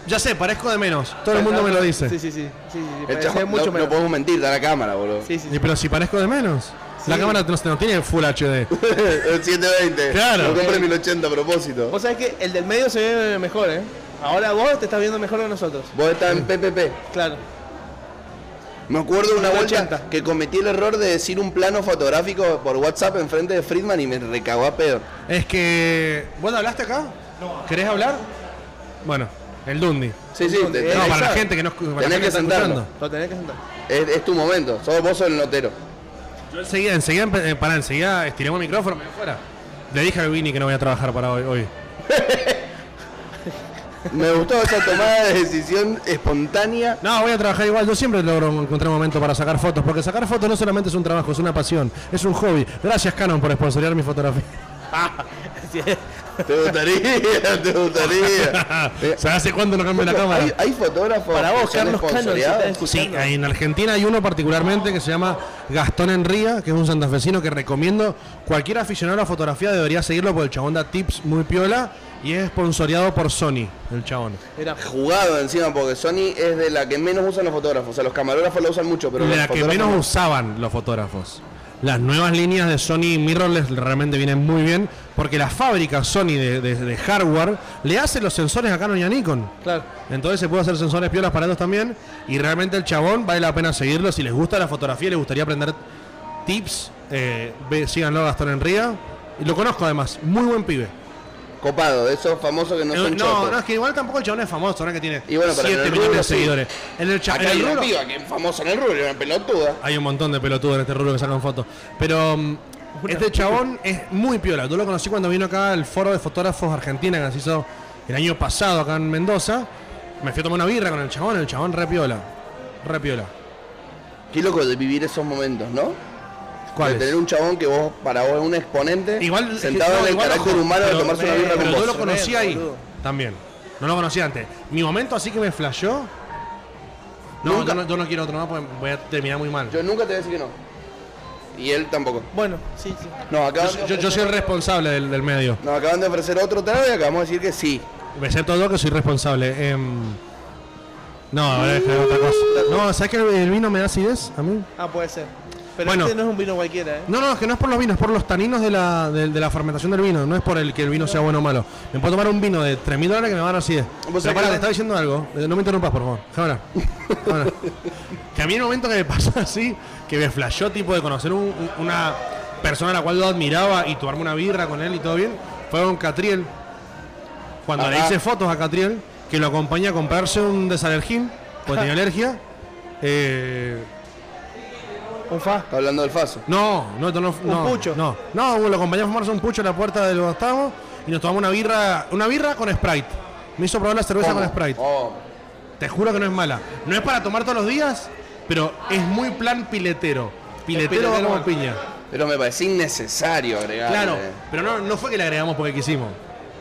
Speaker 7: Ya sé, parezco de menos. Todo el mundo me lo dice.
Speaker 13: Sí, sí, sí. sí, sí, sí,
Speaker 1: El
Speaker 13: parecía
Speaker 1: chabón-
Speaker 13: mucho
Speaker 1: no, no
Speaker 13: menos.
Speaker 1: podemos mentir, da la cámara, boludo.
Speaker 13: Sí, sí,
Speaker 7: Y
Speaker 13: sí.
Speaker 7: pero si parezco de menos. La cámara no, no tiene Full HD.
Speaker 1: el 720.
Speaker 7: Claro.
Speaker 1: Eh, Lo compré en 1080 a propósito.
Speaker 13: Vos sabés que el del medio se ve mejor, ¿eh? Ahora vos te estás viendo mejor que nosotros.
Speaker 1: Vos estás en PPP.
Speaker 13: Claro.
Speaker 1: Me acuerdo una vuelta
Speaker 13: 1080.
Speaker 1: que cometí el error de decir un plano fotográfico por WhatsApp enfrente de Friedman y me recagó a pedo.
Speaker 7: Es que. ¿Vos hablaste acá? No. ¿Querés hablar? Bueno, el Dundi.
Speaker 1: Sí, sí, te-
Speaker 7: No,
Speaker 1: tenés-
Speaker 7: para la gente que no escu- para la
Speaker 1: tenés
Speaker 7: gente
Speaker 1: que
Speaker 7: está
Speaker 1: sentarlo.
Speaker 7: escuchando.
Speaker 13: Lo tenés que sentar.
Speaker 1: Es, es tu momento, sos, vos sos el notero.
Speaker 7: Yo enseguida, enseguida, empe- eh, pará, enseguida estiremos el micrófono, me voy fuera. Le dije a Vini que no voy a trabajar para hoy. hoy.
Speaker 1: Me gustó esa tomada de decisión espontánea.
Speaker 7: No, voy a trabajar igual. Yo siempre logro encontrar un momento para sacar fotos, porque sacar fotos no solamente es un trabajo, es una pasión, es un hobby. Gracias, Canon, por sponsorear mi fotografía.
Speaker 1: Te gustaría, te gustaría.
Speaker 7: O sea, ¿Hace cuándo no cambio la cámara?
Speaker 1: ¿Hay, hay fotógrafos
Speaker 13: Para vos,
Speaker 1: que son
Speaker 13: Carlos Cano,
Speaker 1: esponsoreados?
Speaker 13: si estás
Speaker 7: Sí,
Speaker 13: escuchando.
Speaker 7: hay- en Argentina hay uno particularmente que se llama Gastón Enría, que es un santafesino que recomiendo. Cualquier aficionado a la fotografía debería seguirlo porque el chabón da tips muy piola y es sponsoreado por Sony, el chabón.
Speaker 13: Era.
Speaker 1: Jugado encima, porque Sony es de la que menos usan los fotógrafos. O sea, los camarógrafos la usan mucho, pero
Speaker 7: de
Speaker 1: los
Speaker 7: la que
Speaker 1: fotógrafos
Speaker 7: menos
Speaker 1: no.
Speaker 7: usaban los fotógrafos. las nuevas líneas de Sony Mirrorless realmente vienen muy bien, porque la fábrica Sony de, de- de hardware le hace los sensores a Canon y a Nikon.
Speaker 13: Claro.
Speaker 7: Entonces se puede hacer sensores piolas para ellos también, y realmente el chabón vale la pena seguirlo. Si les gusta la fotografía y les gustaría aprender tips, eh, ve- síganlo a Gastón Enría. Y Lo conozco además, muy buen pibe.
Speaker 1: Copado, de esos famosos que no
Speaker 7: Eh,
Speaker 1: son
Speaker 7: no,
Speaker 1: chocos.
Speaker 7: no, es que igual tampoco el chabón es famoso, no es que tiene
Speaker 1: Y bueno, pero
Speaker 7: 7
Speaker 1: en el
Speaker 7: millones de
Speaker 1: rubro sí.
Speaker 7: seguidores. En el, cha-
Speaker 1: Acá
Speaker 7: en el
Speaker 1: hay una
Speaker 7: rubro-
Speaker 1: piba que es famosa en el rubro, una pelotuda.
Speaker 7: hay un montón de pelotudos en este rubro que sacan fotos. Pero um, este chabón es muy piola. Yo lo conocí cuando vino acá al foro de fotógrafos argentina que se hizo el año pasado acá en Mendoza. Me fui a tomar una birra con el chabón, el chabón re piola. Re piola.
Speaker 1: Qué loco de vivir esos momentos, ¿no?
Speaker 7: ¿Cuáles?
Speaker 1: De tener un chabón que vos, para vos es un exponente,
Speaker 7: Igual,
Speaker 1: sentado
Speaker 7: no,
Speaker 1: en el
Speaker 7: igual,
Speaker 1: carácter
Speaker 7: ojo,
Speaker 1: humano de
Speaker 7: pero-
Speaker 1: tomarse una birra
Speaker 7: pero
Speaker 1: con
Speaker 7: yo
Speaker 1: vos.
Speaker 7: lo conocí ahí también. No lo conocí antes. Mi momento así que me flashó. No, yo no, yo no quiero otro, no, porque voy a terminar muy mal.
Speaker 1: Yo nunca te voy a decir que no. Y él tampoco.
Speaker 13: Bueno, sí, sí.
Speaker 1: No, acaban
Speaker 7: Yo-
Speaker 1: de
Speaker 7: yo, yo soy el responsable del, del medio.
Speaker 1: Nos acaban de ofrecer otro trago y acabamos de decir que sí.
Speaker 7: Excepto yo que soy responsable. Em, no, ahora es que es otra cosa. No, ¿sabes que el vino me da acidez a mí?
Speaker 13: Ah, puede ser. Pero
Speaker 7: Bueno.
Speaker 13: este no es un vino cualquiera, ¿eh?
Speaker 7: No, no, es que no es por los vinos, es por los taninos de la, de, de la fermentación del vino. No es por el que el vino sea bueno o malo. Me puedo tomar un vino de 3.000 dólares que me va a dar acidez.
Speaker 1: Vos
Speaker 7: Pero
Speaker 1: sabés
Speaker 7: pará,
Speaker 1: que-
Speaker 7: te estaba diciendo algo. Eh, No me interrumpas, por favor. Ahora. Que a mí el momento que me pasó así, que me flashó tipo de conocer un- un- una persona a la cual yo admiraba y tomarme una birra con él y todo bien, fue con Catriel. Cuando le
Speaker 1: Ajá.
Speaker 7: hice fotos a Catriel, que lo acompañé a comprarse un desalergín, porque tenía alergia. Eh,
Speaker 13: ¿Un fa?
Speaker 1: Está hablando del faso.
Speaker 7: no, no, esto no, no,
Speaker 13: pucho.
Speaker 7: No, no, lo acompañamos a fumarse un pucho en la puerta de los estamos y nos tomamos una birra, una birra con Sprite. Me hizo probar la cerveza
Speaker 1: ¿Cómo?
Speaker 7: con Sprite.
Speaker 1: Oh,
Speaker 7: Te juro que no es mala. No es para tomar todos los días, pero es muy plan piletero. Piletero,
Speaker 1: piletero
Speaker 7: como
Speaker 1: bueno.
Speaker 7: piña.
Speaker 1: pero me parece innecesario agregar.
Speaker 7: Claro, pero no, no fue que le agregamos porque quisimos.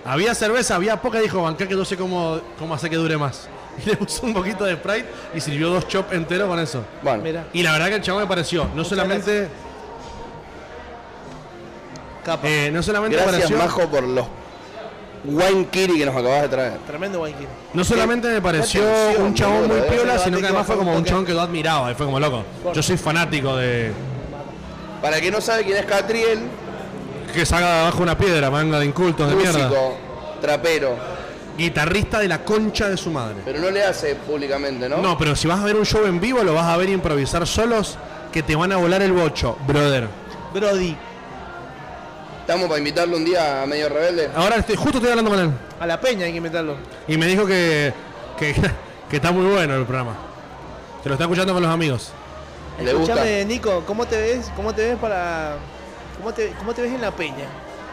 Speaker 7: Había cerveza, había poca, dijo Banca que no sé cómo, cómo hacer que dure más. Y le puso un poquito de Sprite y sirvió dos chops enteros con eso.
Speaker 1: Bueno,
Speaker 13: Mira,
Speaker 7: Y la verdad que el chabón me pareció, no solamente,
Speaker 13: capa.
Speaker 7: eh, no solamente me
Speaker 1: gracias
Speaker 7: pareció.
Speaker 1: Majo por los wine kiri que nos acabas de traer.
Speaker 13: Tremendo Waikir.
Speaker 7: No solamente me pareció
Speaker 1: atención,
Speaker 7: un chabón
Speaker 1: boludo,
Speaker 7: muy
Speaker 1: eh.
Speaker 7: piola,
Speaker 13: Ese
Speaker 7: sino
Speaker 13: debate
Speaker 7: que además
Speaker 13: que
Speaker 7: fue como un
Speaker 13: bastante-
Speaker 7: chabón que lo admiraba. Y fue como loco. Yo soy fanático de.
Speaker 1: Para el que no sabe quién es Catriel,
Speaker 7: Que salga de abajo una piedra, manga de incultos de mierda.
Speaker 1: músico, trapero,
Speaker 7: Guitarrista de la concha de su madre.
Speaker 1: pero no le hace públicamente, ¿no?
Speaker 7: No, pero si vas a ver un show en vivo, lo vas a ver improvisar solos, que te van a volar el bocho, brother.
Speaker 13: Brody,
Speaker 1: Estamos para invitarlo un día a Medio Rebelde.
Speaker 7: Ahora estoy, justo estoy hablando con él.
Speaker 13: a la peña hay que meterlo.
Speaker 7: Y me dijo que, que, que está muy bueno el programa. Que lo está escuchando con los amigos.
Speaker 1: Le gusta.
Speaker 13: Escúchame, Nico, ¿cómo te ves? ¿Cómo te ves para. ¿Cómo te, cómo te ves en la peña?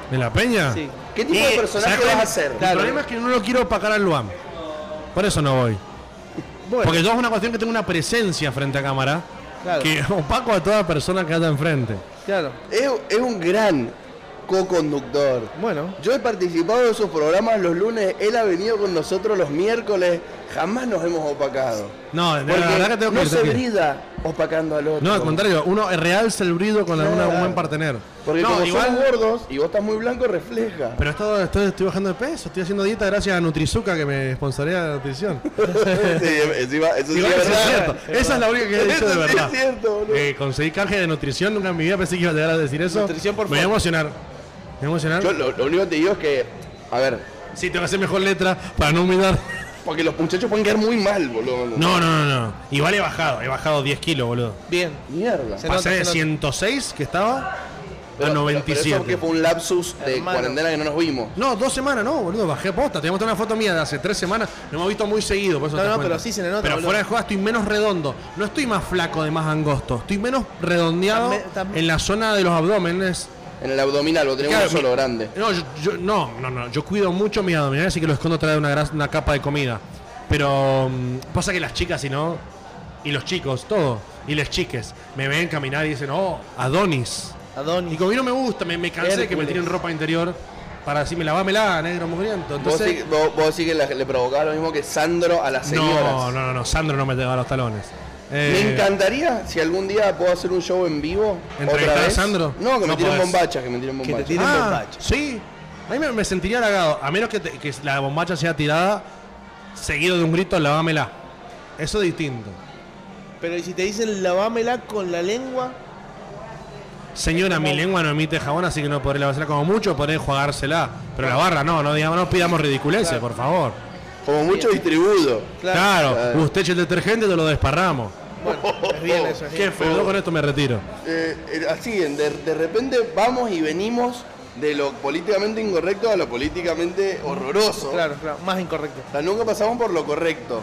Speaker 7: ¿De la peña? Eh,
Speaker 13: Sí.
Speaker 1: ¿Qué tipo de personaje
Speaker 7: ¿Sabes cuál
Speaker 1: vas a
Speaker 7: es?
Speaker 1: hacer?
Speaker 7: El problema es que no lo quiero opacar al Luam. Por eso no voy.
Speaker 13: Bueno,
Speaker 7: Porque yo es una cuestión que tengo una presencia frente a cámara
Speaker 13: claro,
Speaker 7: que opaco a toda persona que anda enfrente.
Speaker 13: claro.
Speaker 1: Es, es un gran co-conductor.
Speaker 13: Bueno,
Speaker 1: Yo he participado de sus programas los lunes, él ha venido con nosotros los miércoles, jamás nos hemos opacado.
Speaker 7: No, de
Speaker 1: Porque
Speaker 7: la verdad que tengo que
Speaker 1: no
Speaker 7: irte
Speaker 1: se
Speaker 7: aquí.
Speaker 1: brida opacando al otro.
Speaker 7: No, al contrario, uno realza el brillo con alguna- un buen partener.
Speaker 1: Porque
Speaker 7: no,
Speaker 1: como
Speaker 7: igual.
Speaker 1: somos gordos y vos estás muy blanco, refleja.
Speaker 7: Pero esto- esto- estoy bajando de peso, estoy haciendo dieta gracias a Nutrizuka que me sponsorea la nutrición.
Speaker 1: Sí, encima, eso sí
Speaker 7: Igual
Speaker 1: es
Speaker 7: eso es
Speaker 1: verdad.
Speaker 7: cierto. Esa es la única que he dicho de
Speaker 1: Eso sí
Speaker 7: verdad.
Speaker 1: es cierto, boludo.
Speaker 7: Eh, conseguí canje de nutrición, nunca en mi vida pensé que iba a llegar a decir eso.
Speaker 13: Nutrición, por
Speaker 7: me voy a
Speaker 13: favor.
Speaker 7: emocionar. Me voy a emocionar.
Speaker 1: Yo lo, lo único que te digo es que, a ver,
Speaker 7: Sí, tengo que hacer mejor letra para no humillar.
Speaker 1: porque los muchachos pueden quedar muy mal, boludo.
Speaker 7: No, no, no, no. Igual he bajado, he bajado 10 kilos, boludo.
Speaker 13: bien.
Speaker 1: Mierda.
Speaker 13: Se nota,
Speaker 7: Pasé de
Speaker 13: se nota.
Speaker 7: 106 que estaba
Speaker 1: Pero-
Speaker 7: a
Speaker 1: Pero eso
Speaker 7: 97.
Speaker 1: porque fue un lapsus de
Speaker 13: Hermano.
Speaker 1: cuarentena que no nos vimos.
Speaker 7: No, dos semanas no, boludo, bajé posta. Teníamos una foto mía de hace tres semanas, no me he visto muy seguido, por eso
Speaker 13: No,
Speaker 7: te das
Speaker 13: no,
Speaker 7: cuenta.
Speaker 13: pero sí se le nota,
Speaker 7: Pero
Speaker 13: boludo.
Speaker 7: fuera de juego estoy menos redondo. No estoy más flaco de más angosto, estoy menos redondeado
Speaker 13: También- también-
Speaker 7: en la zona de los abdómenes.
Speaker 1: En el abdominal, lo tenemos
Speaker 7: Claro,
Speaker 1: uno solo
Speaker 7: mi-
Speaker 1: grande.
Speaker 7: No, yo, yo- no, no, no, yo cuido mucho mis abdominales, así que los escondo atrás de una, gras- una capa de comida. Pero mm, pasa que las chicas, si no, y los chicos, todo, y las chiques, me ven caminar y dicen, oh, Adonis. Y
Speaker 13: Adonis.
Speaker 7: como a mí no me gusta, me, me cansé de que me
Speaker 13: Hércules.
Speaker 7: tiren ropa interior para decirme, lavámela, negro mugriento.
Speaker 1: Vos,
Speaker 7: Entonces,
Speaker 1: sí, vos, vos sí que la- le provocás lo mismo que Sandro a las señoras.
Speaker 7: No, no, no, no, Sandro no me te va los talones. Eh,
Speaker 1: Me encantaría si algún día puedo hacer un show en vivo.
Speaker 7: ¿Entrevistar
Speaker 1: otra
Speaker 7: a
Speaker 1: vez.
Speaker 7: Sandro?
Speaker 1: No, que me
Speaker 7: No
Speaker 1: tiren
Speaker 7: podés.
Speaker 1: bombachas, que me tiren
Speaker 13: Que te
Speaker 1: bombachas.
Speaker 13: tiren
Speaker 7: Ah,
Speaker 13: bombacha.
Speaker 7: sí. A mí me, me sentiría halagado. A menos que, te- que la bombacha sea tirada seguido de un grito, lavámela. Eso es distinto.
Speaker 13: Pero ¿y si te dicen lavámela con la lengua,
Speaker 7: Señora, mi lengua no emite jabón, así que no podré lavársela como mucho, podré jugársela. Pero la barra no, no, digamos, no pidamos ridiculeces, por favor.
Speaker 1: Como mucho distribuido.
Speaker 7: Claro,
Speaker 1: Claro.
Speaker 7: usted echa el detergente, te lo desparramos.
Speaker 1: Es bien eso,
Speaker 7: Qué feo, yo con esto me retiro.
Speaker 1: Eh, eh, así, de, de repente vamos y venimos de lo políticamente incorrecto a lo políticamente horroroso. Claro,
Speaker 13: claro, más incorrecto.
Speaker 1: O sea, nunca pasamos por lo correcto.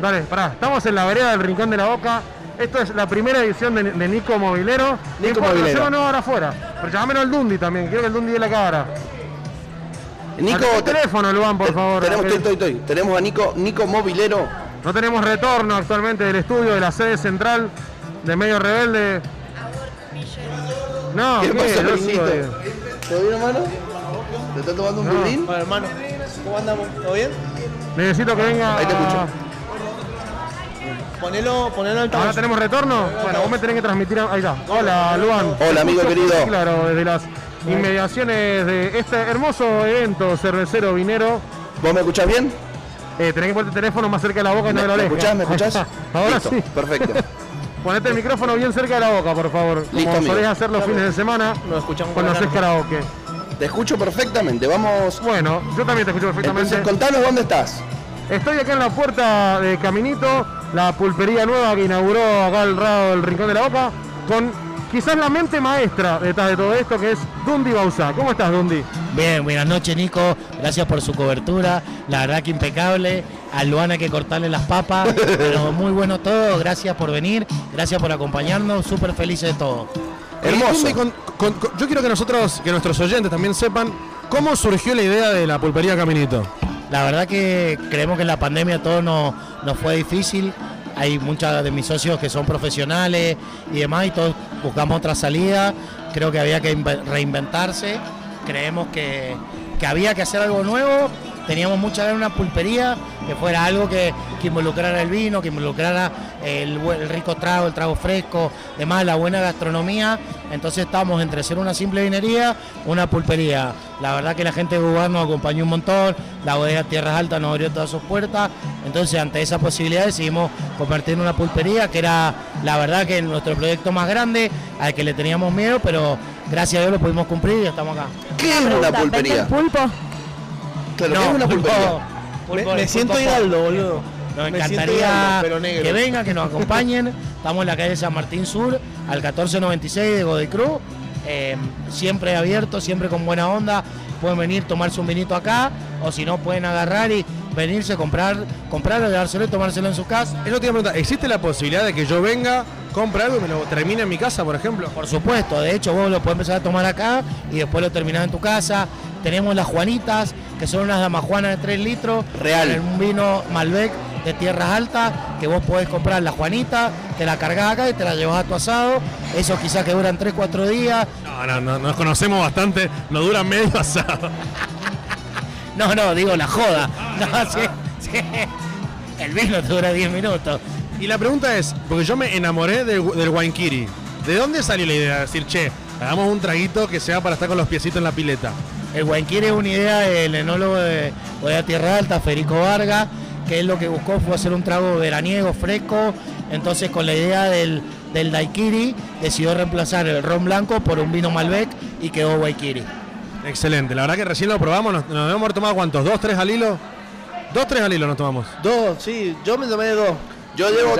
Speaker 14: Dale, pará, estamos en la vereda del Rincón de la Boca. Esto es la primera edición de, de Nico Movilero.
Speaker 1: Nico
Speaker 14: Importa,
Speaker 1: Movilero.
Speaker 14: lleva no ahora afuera. Pero llámenos al Dundi también, quiero que el Dundi dé la cara.
Speaker 1: Nico,
Speaker 14: Al teléfono, Luan, por favor.
Speaker 1: Tenemos,
Speaker 14: aquel-
Speaker 1: estoy, estoy, estoy. tenemos a Nico, Nico Movilero.
Speaker 14: No tenemos retorno actualmente del estudio de la sede central de Medio Rebelde. No,
Speaker 1: ¿Qué pasa,
Speaker 14: No
Speaker 1: Luisito?
Speaker 14: sigo, digo.
Speaker 1: ¿Te doy una mano? ¿Te está tomando un
Speaker 14: No.
Speaker 1: burrín?
Speaker 13: Bueno, hermano, ¿cómo andamos? ¿Todo bien?
Speaker 14: Necesito que venga.
Speaker 13: Ahí te escucho. Ponelo, ponelo al
Speaker 14: Ahora Ah, tenemos retorno. Bueno, vos me tenés que transmitir. a- Ahí está. Hola, Luan.
Speaker 1: Hola, amigo
Speaker 14: Sí,
Speaker 1: querido.
Speaker 14: Claro, desde las inmediaciones de este hermoso evento cervecero vinero.
Speaker 1: ¿Vos me escuchás bien?
Speaker 14: Eh, tenés que poner el teléfono más cerca de la boca y no
Speaker 1: ¿Me-
Speaker 14: de la
Speaker 1: me
Speaker 14: oreja.
Speaker 1: escuchás? ¿Me
Speaker 14: Ahí
Speaker 1: escuchás?
Speaker 14: está. Ahora
Speaker 1: Listo,
Speaker 14: sí.
Speaker 1: Perfecto.
Speaker 14: Ponete el micrófono bien cerca de la boca, por favor.
Speaker 1: Listo,
Speaker 14: como
Speaker 1: amigo.
Speaker 14: solés hacer los fines de semana
Speaker 13: Nos escuchamos
Speaker 14: cuando
Speaker 1: por acá,
Speaker 14: haces karaoke.
Speaker 1: Te escucho perfectamente, vamos.
Speaker 14: Bueno, yo también te escucho perfectamente.
Speaker 1: Entonces, contanos dónde estás.
Speaker 14: Estoy acá en la puerta de Caminito, la pulpería nueva que inauguró acá al lado del Rincón de la Boca, con quizás la mente maestra detrás de todo esto, que es Dundi Bausá. ¿Cómo estás, Dundi?
Speaker 15: Bien, buenas noches Nico, gracias por su cobertura, la verdad que impecable, a Luana hay que cortarle las papas, pero muy bueno todo, gracias por venir, gracias por acompañarnos, súper felices de todo.
Speaker 7: Hermoso. yo quiero que nosotros, que nuestros oyentes también sepan cómo surgió la idea de la pulpería Caminito.
Speaker 15: La verdad que creemos que en la pandemia todo nos, nos fue difícil. Hay muchos de mis socios que son profesionales y demás, y todos buscamos otra salida. Creo que había que inve- reinventarse. Creemos que, que había que hacer algo nuevo. Teníamos mucha ganas de una pulpería que fuera algo que, que involucrara el vino, que involucrara el, bu- el rico trago, el trago fresco, demás, la buena gastronomía. Entonces estábamos entre ser una simple vinería, una pulpería. La verdad que la gente de Uruguay nos acompañó un montón, la bodega Tierras Altas nos abrió todas sus puertas. Entonces, ante esa posibilidad decidimos convertirnos en una pulpería, que era la verdad que nuestro proyecto más grande, al que le teníamos miedo, pero gracias a Dios lo pudimos cumplir y estamos acá.
Speaker 1: ¿Qué es una pulpería?
Speaker 15: pulpo?
Speaker 1: Claro, ¿qué es una pulpería?
Speaker 15: Pulpo,
Speaker 13: Me- me
Speaker 15: el
Speaker 13: siento
Speaker 15: pulpo
Speaker 13: Hidalgo,
Speaker 15: pop.
Speaker 13: boludo.
Speaker 15: Nos
Speaker 13: Me siento
Speaker 15: encantaría
Speaker 13: Hidalgo, pero negro.
Speaker 15: que vengan, que nos acompañen. Estamos en la calle San Martín Sur, al 1496 de Godoy Cruz. Eh, siempre abierto, siempre con buena onda. Pueden venir, tomarse un vinito acá, o si no, pueden agarrar y venirse, comprar, comprarlo, llevárselo y tomárselo en su casa.
Speaker 7: Es lo que te iba a preguntar, ¿existe la posibilidad de que yo venga, compre algo y me lo termine en mi casa, por ejemplo?
Speaker 15: Por supuesto, de hecho vos lo podés empezar a tomar acá y después lo terminás en tu casa. Tenemos las Juanitas, que son unas damajuanas de 3 litros.
Speaker 1: Real.
Speaker 15: con Un vino Malbec de tierras altas, que vos podés comprar la Juanita, te la cargas acá y te la llevas a tu asado. Eso quizás que duran 3, 4 días.
Speaker 7: No, no, no, nos conocemos bastante, nos dura medio asado. Ah,
Speaker 15: No, no, digo la joda. No, sí, sí. El vino te dura 10 minutos.
Speaker 7: Y la pregunta es, porque yo me enamoré del, del Wankiri. ¿De dónde salió la idea de decir, che, hagamos un traguito que sea para estar con los piecitos en la pileta?
Speaker 15: El Guanquiri es una idea del enólogo de Bodega Tierra Alta, Federico Vargas, que él lo que buscó fue hacer un trago veraniego, fresco. Entonces, con la idea del, del Daiquiri, decidió reemplazar el ron blanco por un vino Malbec y quedó Guanquiri.
Speaker 7: Excelente, la verdad que recién lo probamos, nos, nos hemos tomado cuántos, dos, tres al hilo. Dos, tres al hilo nos tomamos.
Speaker 13: Dos, sí, yo me tomé de dos.
Speaker 1: Yo
Speaker 13: llevo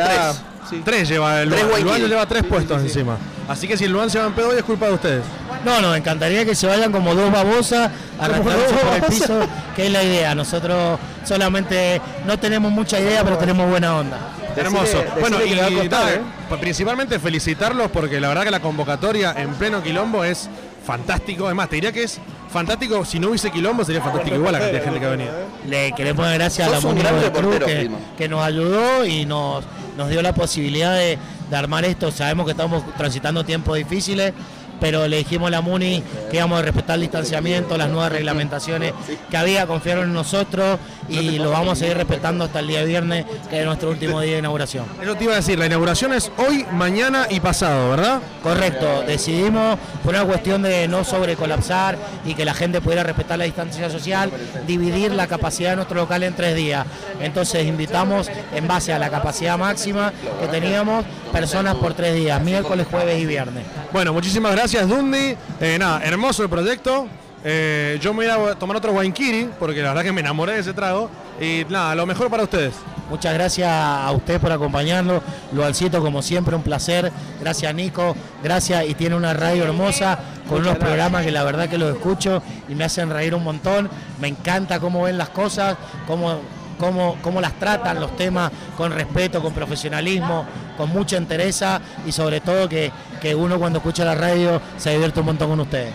Speaker 7: Tres lleva el
Speaker 13: Tres
Speaker 7: Luan.
Speaker 13: Guayaquil.
Speaker 7: Luan le lleva tres puestos encima. Así que si el Luan se va en pedo hoy es culpa de ustedes.
Speaker 15: No, nos encantaría que se vayan como dos babosas arrastrándose
Speaker 7: dos
Speaker 15: por el
Speaker 7: babosas.
Speaker 15: piso, que es la idea. Nosotros solamente no tenemos mucha idea, pero tenemos buena onda.
Speaker 7: Hermoso. bueno, y, nada,
Speaker 15: ¿eh?
Speaker 7: pa- principalmente felicitarlos porque la verdad que la convocatoria en pleno quilombo es fantástico. Es más, te diría que es fantástico. Si no hubiese quilombo sería fantástico igual la cantidad de gente que ha venido.
Speaker 15: Le queremos dar gracias a la
Speaker 7: Sos un
Speaker 15: Muni
Speaker 7: gran
Speaker 15: Godoy Cruz
Speaker 7: reportero,
Speaker 15: que,
Speaker 7: primo.
Speaker 15: que nos ayudó y nos, nos dio la posibilidad de, de armar esto. Sabemos que estamos transitando tiempos difíciles, pero le dijimos a la Muni que íbamos a respetar el distanciamiento, las nuevas reglamentaciones que había, confiaron en nosotros y lo vamos a seguir respetando hasta el día viernes, que es nuestro último día de inauguración.
Speaker 7: Eso te iba a decir, la inauguración es hoy, mañana y pasado, ¿verdad?
Speaker 15: Correcto, decidimos por una cuestión de no sobrecolapsar y que la gente pudiera respetar la distancia social, dividir la capacidad de nuestro local en tres días. Entonces invitamos en base a la capacidad máxima que teníamos personas por tres días, miércoles, jueves y viernes.
Speaker 7: Bueno, muchísimas gracias, Dundi. Eh, nada, hermoso el proyecto. Eh, yo me voy a ir a tomar otro Wainkiri, porque la verdad que me enamoré de ese trago. Y nada, lo mejor para ustedes.
Speaker 15: Muchas gracias a usted por acompañarnos. Lo alcito como siempre, un placer. Gracias Nico, gracias. Y tiene una radio hermosa con unos programas que la verdad que los escucho y me hacen reír un montón. Me encanta cómo ven las cosas, cómo, cómo, cómo las tratan los temas con respeto, con profesionalismo, con mucha entereza y sobre todo que, que uno cuando escucha la radio se divierte un montón con ustedes.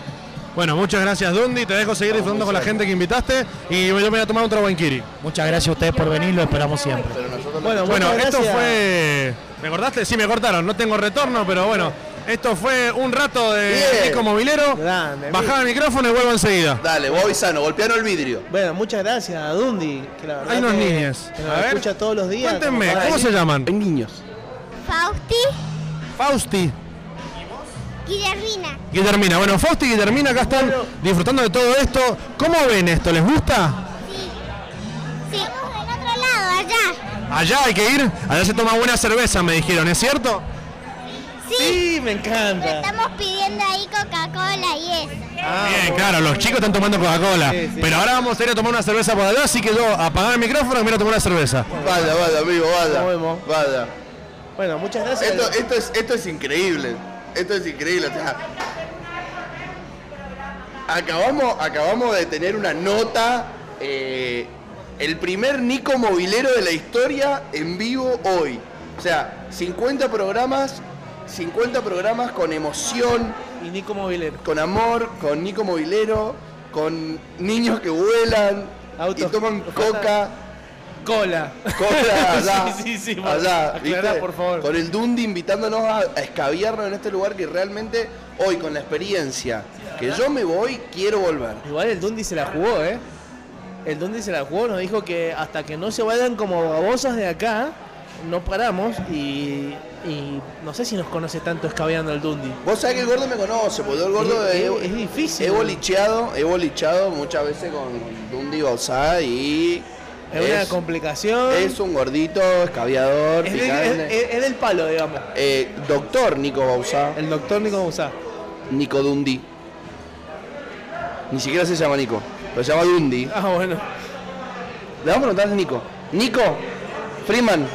Speaker 7: Bueno, muchas gracias, Dundi. Te dejo seguir disfrutando con la gente que invitaste. Y yo me voy a tomar otro Wainkiri.
Speaker 15: Muchas gracias a ustedes por venir, lo esperamos siempre.
Speaker 7: Bueno,
Speaker 15: muchas
Speaker 7: esto
Speaker 15: gracias.
Speaker 7: fue. ¿Me cortaste? Sí, me cortaron. No tengo retorno, pero bueno. Esto fue un rato de
Speaker 1: Bien.
Speaker 7: Nico Movilero. Bajaba el micrófono y vuelvo enseguida.
Speaker 1: Dale, voy sano, golpearon el vidrio.
Speaker 2: Bueno, muchas gracias a Dundi, que la verdad
Speaker 7: Hay unos
Speaker 2: que-
Speaker 7: niños.
Speaker 2: que
Speaker 7: A
Speaker 2: nos
Speaker 7: ver.
Speaker 2: escucha todos los días.
Speaker 7: Cuéntenme,
Speaker 2: como para
Speaker 7: ¿cómo
Speaker 2: decir-
Speaker 7: se llaman?
Speaker 1: niños.
Speaker 16: Fausti,
Speaker 7: Fausti.
Speaker 16: Guillermina.
Speaker 7: Guillermina. Bueno, Fausti y Guillermina acá están disfrutando de todo esto. ¿Cómo ven esto? ¿Les gusta?
Speaker 16: Sí, del otro lado, allá.
Speaker 7: Allá hay que ir. Allá se toma buena cerveza, me dijeron, ¿es cierto?
Speaker 16: Sí,
Speaker 7: me
Speaker 16: pero
Speaker 7: encanta.
Speaker 16: estamos pidiendo ahí Coca-Cola y eso.
Speaker 7: Bien, claro, los chicos están tomando Coca-Cola. Pero ahora vamos a ir a tomar una cerveza por allá, así que yo apagar el micrófono y me voy a tomar una cerveza.
Speaker 1: Vaya, vaya, amigo, vaya. Vaya.
Speaker 2: Bueno, muchas gracias.
Speaker 1: Esto, esto, es, esto es increíble. Esto es increíble. o sea, acabamos, acabamos de tener una nota. eh, el primer Nico Movilero de la historia en vivo hoy. O sea, 50 programas. 50 programas con emoción.
Speaker 2: Y Nico Movilero.
Speaker 1: Con amor, con Nico Movilero, con niños que vuelan y toman coca.
Speaker 2: Cola.
Speaker 1: Cola, allá.
Speaker 2: Sí, sí, sí,
Speaker 1: allá,
Speaker 2: aclará,
Speaker 1: ¿viste?
Speaker 2: por favor.
Speaker 1: Con el Dundi invitándonos a, a escabiarnos en este lugar que realmente hoy, con la experiencia que yo me voy, quiero volver.
Speaker 2: Igual el Dundi se la jugó, ¿eh? El Dundi se la jugó, nos dijo que hasta que no se vayan como babosas de acá, no paramos y, y no sé si nos conoce tanto escabeando el Dundi.
Speaker 1: Vos sabés que el gordo me conoce, porque yo el gordo
Speaker 2: Es-
Speaker 1: he-
Speaker 2: es- es difícil.
Speaker 1: He bolicheado, he bolicheado muchas veces con Dundi Bausá y.
Speaker 2: Es una complicación.
Speaker 1: Es un gordito, escabiador,
Speaker 2: Es, del-
Speaker 1: picante.
Speaker 2: es- es- es del palo, digamos.
Speaker 1: Eh, doctor Nico Bausá.
Speaker 2: El doctor Nico Bausá.
Speaker 1: Nico Dundi. Ni siquiera se llama Nico, lo llama Dundi.
Speaker 2: Ah, bueno.
Speaker 1: Le vamos a preguntar a Nico. Nico, Freeman,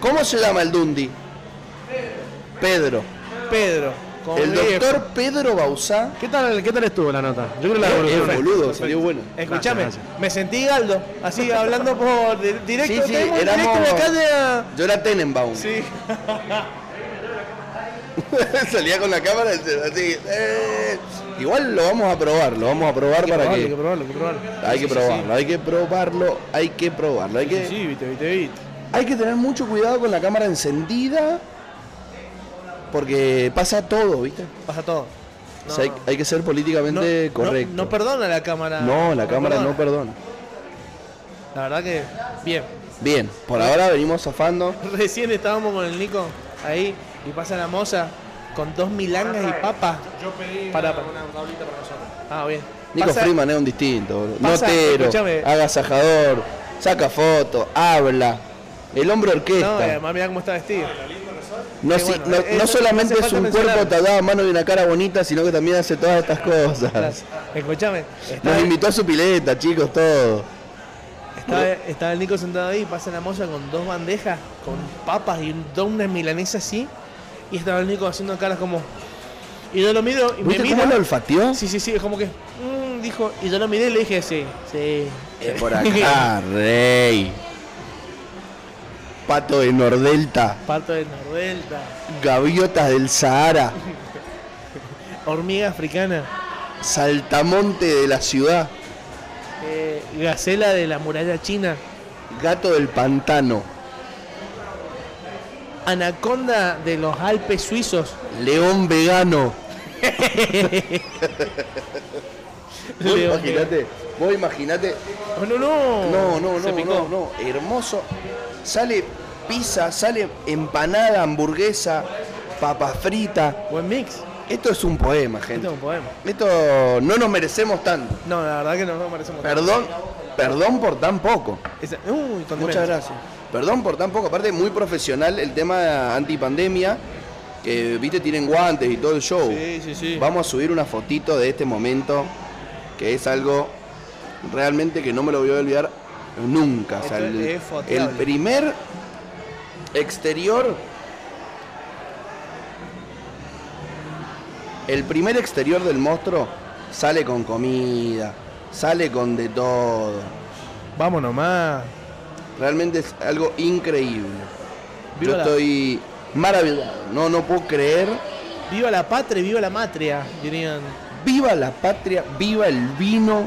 Speaker 1: ¿cómo se llama el Dundi? Pedro.
Speaker 2: Pedro. como
Speaker 1: El
Speaker 2: viejo.
Speaker 1: doctor Pedro Bausá.
Speaker 7: ¿Qué tal, ¿Qué tal estuvo la nota? Yo creo que la
Speaker 1: Eh,
Speaker 7: devolución.
Speaker 1: eh, boludo, salió bueno.
Speaker 2: Escuchame, me sentí Galdo, así hablando por di- directo.
Speaker 1: Sí, sí,
Speaker 2: tenemos un
Speaker 1: éramos-
Speaker 2: directo de acá de la-
Speaker 1: Yo era Tenenbaum.
Speaker 2: Sí.
Speaker 1: Salía con la cámara así. eh. Igual lo vamos a probar, lo vamos a probar
Speaker 2: Hay que
Speaker 1: para
Speaker 2: probarlo,
Speaker 1: que.
Speaker 2: hay que probarlo, hay que probarlo. Sí, sí,
Speaker 1: Hay que probarlo, hay que probarlo, hay que probarlo. Hay que,
Speaker 2: Sí, sí, viste, viste, viste.
Speaker 1: hay que tener mucho cuidado con la cámara encendida porque pasa todo, ¿viste?
Speaker 2: Pasa todo.
Speaker 1: O sea, hay, hay que ser políticamente correcto.
Speaker 2: No perdona la cámara.
Speaker 1: No, la cámara no perdona.
Speaker 2: La verdad que, bien.
Speaker 1: Bien, por ahora venimos zafando.
Speaker 2: Recién estábamos con el Nico ahí y pasa la moza con dos milangas y papas.
Speaker 17: Yo pedí
Speaker 2: Pará,
Speaker 17: una,
Speaker 2: pará.
Speaker 17: una tablita para nosotros.
Speaker 2: Ah, bien.
Speaker 1: Nico
Speaker 2: Pasa-
Speaker 1: Freeman es un distinto, boludo.
Speaker 2: Pasa-
Speaker 1: Notero,
Speaker 2: escúchame.
Speaker 1: agasajador, saca fotos, habla. El hombre
Speaker 2: No, y
Speaker 1: orquesta.
Speaker 2: además mirá cómo está vestido.
Speaker 1: No,
Speaker 2: eh,
Speaker 1: si-
Speaker 2: bueno,
Speaker 1: no-
Speaker 2: eso
Speaker 1: no
Speaker 2: no hace
Speaker 1: solamente es
Speaker 2: falta
Speaker 1: un
Speaker 2: mencionar.
Speaker 1: cuerpo tallado a mano y una cara bonita, sino que también hace todas estas cosas.
Speaker 2: Escúchame,
Speaker 1: Nos invitó a su pileta, chicos, todo.
Speaker 2: estaba, estaba el Nico sentado ahí, pasa la moza con dos bandejas, con papas y un- dos unas milanesas así. Y estaba el Nico haciendo caras como. Y yo lo miro y me
Speaker 1: ¿Viste
Speaker 2: mira.
Speaker 1: cómo lo olfateó?
Speaker 2: Sí, sí, sí, es como que. mm, dijo. Y yo lo miré y le dije, sí, sí.
Speaker 1: Es por acá, rey. Pato de Nordelta,
Speaker 2: Pato de Nordelta,
Speaker 1: gaviotas del Sahara,
Speaker 2: hormiga africana,
Speaker 1: saltamonte de la ciudad,
Speaker 2: eh, gacela de la muralla china,
Speaker 1: gato del pantano,
Speaker 2: anaconda de los Alpes suizos.
Speaker 1: león vegano. Vos
Speaker 2: León Oh,
Speaker 1: imaginate, vos imaginate.
Speaker 2: No, no,
Speaker 1: no. No,
Speaker 2: Se
Speaker 1: no,
Speaker 2: picó.
Speaker 1: no, no. Hermoso. Sale pizza, sale empanada, hamburguesa, papa frita.
Speaker 2: Buen mix.
Speaker 1: Esto es un poema, gente.
Speaker 2: Esto es un poema.
Speaker 1: Esto no nos merecemos tanto.
Speaker 2: No, la verdad que no nos merecemos. tanto.
Speaker 1: Perdón, perdón por tan poco.
Speaker 2: Esa- uy, condimento.
Speaker 1: Muchas gracias. Perdón por tan poco, aparte muy profesional el tema antipandemia. que viste tienen guantes y todo el show.
Speaker 2: Sí, sí, sí.
Speaker 1: Vamos a subir una fotito de este momento, que es algo realmente que no me lo voy a olvidar nunca. O sea,
Speaker 2: Esto
Speaker 1: el,
Speaker 2: es foteable.
Speaker 1: el primer exterior. El primer exterior del monstruo sale con comida, sale con de todo.
Speaker 11: Vamos nomás.
Speaker 1: Realmente es algo increíble.
Speaker 2: Viva
Speaker 1: Yo
Speaker 2: la-
Speaker 1: estoy maravillado. No, no puedo creer.
Speaker 2: Viva la patria, viva la matria, dirían.
Speaker 1: Viva la patria, viva el vino,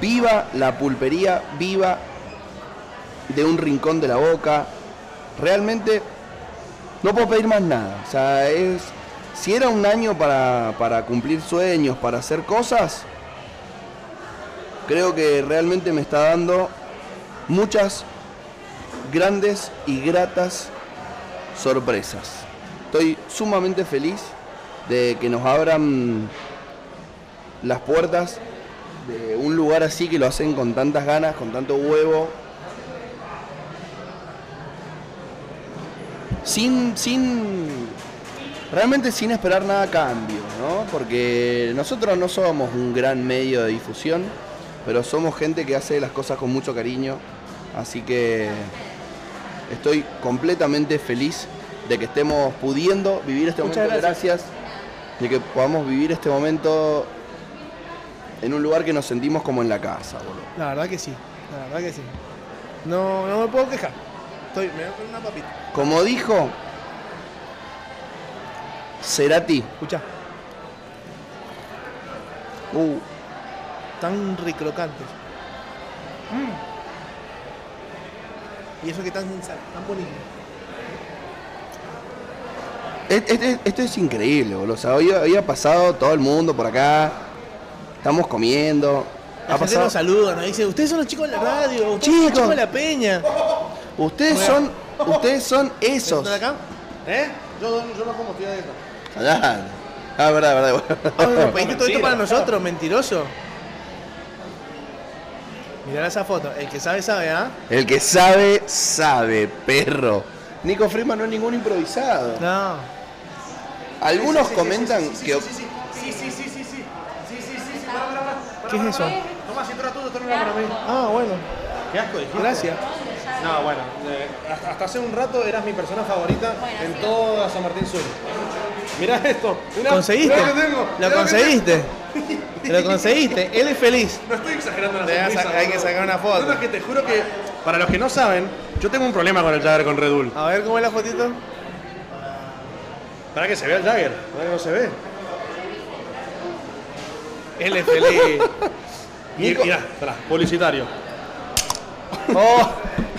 Speaker 1: viva la pulpería, viva de un rincón de la boca. Realmente no puedo pedir más nada. O sea, es. Si era un año para, para cumplir sueños, para hacer cosas, creo que realmente me está dando muchas grandes y gratas sorpresas. Estoy sumamente feliz de que nos abran las puertas de un lugar así que lo hacen con tantas ganas, con tanto huevo. Sin, sin, realmente sin esperar nada a cambio, ¿no? Porque nosotros no somos un gran medio de difusión, pero somos gente que hace las cosas con mucho cariño. Así que estoy completamente feliz de que estemos pudiendo vivir este
Speaker 2: Muchas
Speaker 1: momento. Gracias. De que podamos vivir este momento en un lugar que nos sentimos como en la casa, boludo.
Speaker 2: La verdad que sí, la verdad que sí. No, no me puedo quejar. Estoy, me voy a poner una papita.
Speaker 1: Como dijo Cerati.
Speaker 2: Escucha.
Speaker 1: Uh,
Speaker 2: Tan ricrocantes. Y eso que tan sin sal, tan bonito.
Speaker 1: et- et- et- esto es increíble, boludo. O sea, hoy había pasado todo el mundo por acá. Estamos comiendo.
Speaker 2: La gente nos saluda, nos dice, ustedes son los chicos de la radio, ustedes son los
Speaker 1: Chicos.
Speaker 2: chicos de la peña.
Speaker 1: Ustedes son, ustedes son esos.
Speaker 2: ¿Están acá?
Speaker 17: ¿Eh? Yo, yo no como tía de eso.
Speaker 1: Dale. Ah, verdad, verdad.
Speaker 2: Ah,
Speaker 1: bueno.
Speaker 2: no, pediste todo esto para nosotros, mentiroso. Mirá esa foto, el que sabe, sabe, ¿ah?
Speaker 1: El que sabe, sabe, perro. Nico Freeman no es ningún improvisado.
Speaker 17: Ah,
Speaker 2: No.
Speaker 1: Algunos comentan que.
Speaker 17: Sí, sí, sí, sí, sí. Sí, sí, sí, sí.
Speaker 2: ¿Qué es eso?
Speaker 17: Toma, si tú todo, esto no era para mí.
Speaker 2: Ah, bueno.
Speaker 17: Qué asco, dijiste.
Speaker 2: Gracias.
Speaker 17: No, bueno, eh, hasta, hasta hace un rato eras mi persona favorita en toda San Martín Sur. Mirá esto. mirá,
Speaker 2: ¿Conseguiste?
Speaker 17: mirá lo que tengo, mirá
Speaker 2: ¿Lo
Speaker 17: que
Speaker 2: conseguiste?
Speaker 17: tengo.
Speaker 2: Lo conseguiste, él es feliz.
Speaker 17: No estoy exagerando la
Speaker 2: Le vas a-
Speaker 17: sonrisa,
Speaker 2: hay que
Speaker 17: boludo.
Speaker 2: sacar una foto.
Speaker 17: No, no, es que te juro que, para los que no saben, yo tengo un problema con el Jagger con Red Bull.
Speaker 2: A ver cómo es la fotito.
Speaker 17: Para que se vea el Jagger, para que no se ve.
Speaker 2: Él es feliz.
Speaker 17: Mir- Mirá, pará, publicitario.
Speaker 2: Oh,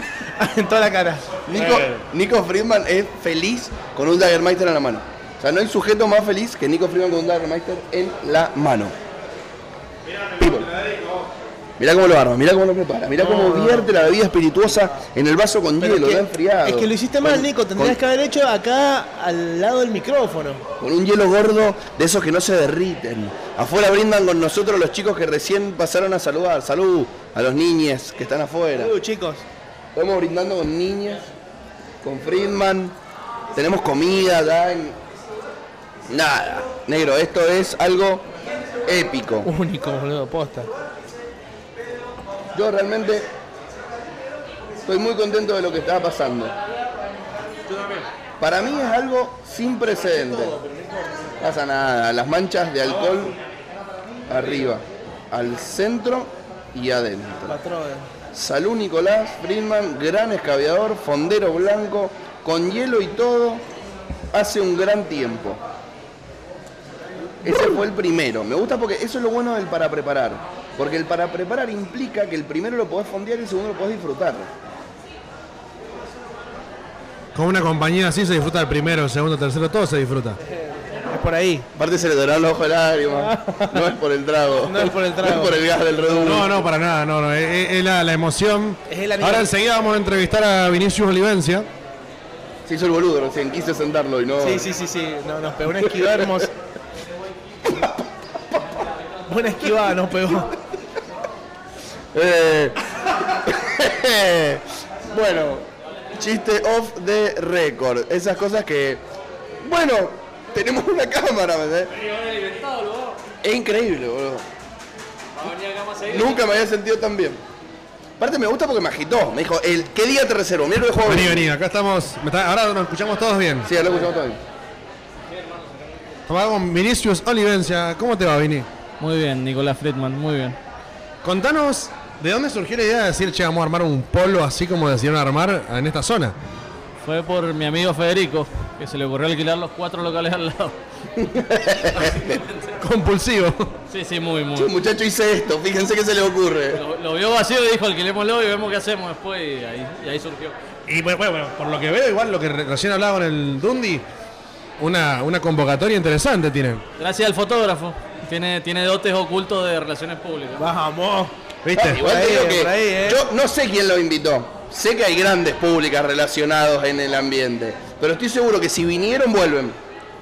Speaker 2: en toda la cara.
Speaker 1: Nico,
Speaker 17: Eh.
Speaker 1: Nico Friedman es feliz con un Daggermeister en la mano. O sea, no hay sujeto más feliz que Nico Friedman con un Daggermeister en la mano. People. Mirá cómo lo arma, mirá cómo lo prepara, mirá cómo vierte la bebida espirituosa en el vaso con hielo, lo ha enfriado.
Speaker 2: Es que lo hiciste mal,
Speaker 1: Con-
Speaker 2: Nico. Tendrías
Speaker 1: con-
Speaker 2: que haber hecho acá al lado del micrófono.
Speaker 1: con un hielo gordo de esos que no se derriten. Afuera brindan con nosotros los chicos que recién pasaron a saludar. Salud a los niñes que están afuera.
Speaker 2: Uh, chicos.
Speaker 1: Estamos brindando con niñas, con Friedman. Tenemos comida ya en- Nada, negro, esto es algo épico.
Speaker 2: Único, boludo, posta.
Speaker 1: Yo realmente estoy muy contento de lo que está pasando. Para mí es algo sin precedentes. Pasa nada, las manchas de alcohol arriba, al centro y adentro.
Speaker 2: Patrón.
Speaker 1: Salud Nicolás, Friedman, gran escabeador, fondero blanco, con hielo y todo, hace un gran tiempo. Ese fue el primero. Me gusta porque eso es lo bueno del para preparar. Porque el para preparar implica que el primero lo podés fondear y el segundo lo podés disfrutar.
Speaker 7: Con una compañía así se disfruta el primero, el segundo, el tercero, todo se disfruta.
Speaker 2: Es por ahí.
Speaker 1: Aparte se le doraron los ojos de lágrimas. No es por el trago.
Speaker 2: No es por el trago.
Speaker 1: No es por el gas del Red Bull.
Speaker 7: No, no, para nada, no, no. Es, es- es la, la emoción.
Speaker 2: Es el animal.
Speaker 7: Ahora enseguida vamos a entrevistar a Vinicius Olivencia.
Speaker 1: Se hizo el boludo recién, quise sentarlo y no.
Speaker 2: Sí, sí, sí, sí. No, nos pegó una esquivada hermosa. Buena esquivada nos pegó.
Speaker 1: Eh. bueno, chiste off the record. Esas cosas que bueno, tenemos una cámara, ¿me entendés?
Speaker 18: Vení, ahora alimentado, lo va.
Speaker 1: Es increíble, boludo.
Speaker 18: Va a venir acá más seguido.
Speaker 1: Nunca me había sentido tan bien. Aparte me gusta porque me agitó. Me dijo, el, ¿qué día te reservo? Mira el juego.
Speaker 7: Vení, vení, acá estamos. me está- ahora nos escuchamos todos bien.
Speaker 1: Sí, ahora lo escuchamos todos bien.
Speaker 7: Estamos con Vinicius Olivencia. ¿Cómo te va, Vini?
Speaker 19: Muy bien, Nicolás Friedman, muy bien.
Speaker 7: Contanos, ¿de dónde surgió la idea de decir, che, vamos a armar un polo así como decidieron armar en esta zona?
Speaker 19: Fue por mi amigo Federico, que se le ocurrió alquilar los cuatro locales al lado.
Speaker 7: Compulsivo.
Speaker 19: Sí, sí, muy, muy.
Speaker 1: Che, muchacho, hice esto. Fíjense qué se le ocurre.
Speaker 19: Lo, lo vio vacío y dijo, alquilémoslo y vemos qué hacemos después. Y ahí, y ahí surgió.
Speaker 7: Y bueno, bueno, bueno, por lo que veo, igual lo que re- recién hablaba con el Dundi, una, una convocatoria interesante tienen.
Speaker 19: Gracias al fotógrafo. Tiene, tiene dotes ocultos de relaciones públicas.
Speaker 1: Vamos.
Speaker 7: ¿Viste?
Speaker 1: Igual te digo que
Speaker 2: ¿eh?
Speaker 1: yo no sé quién lo invitó. Sé que hay grandes públicas relacionados en el ambiente. Pero estoy seguro que si vinieron, vuelven.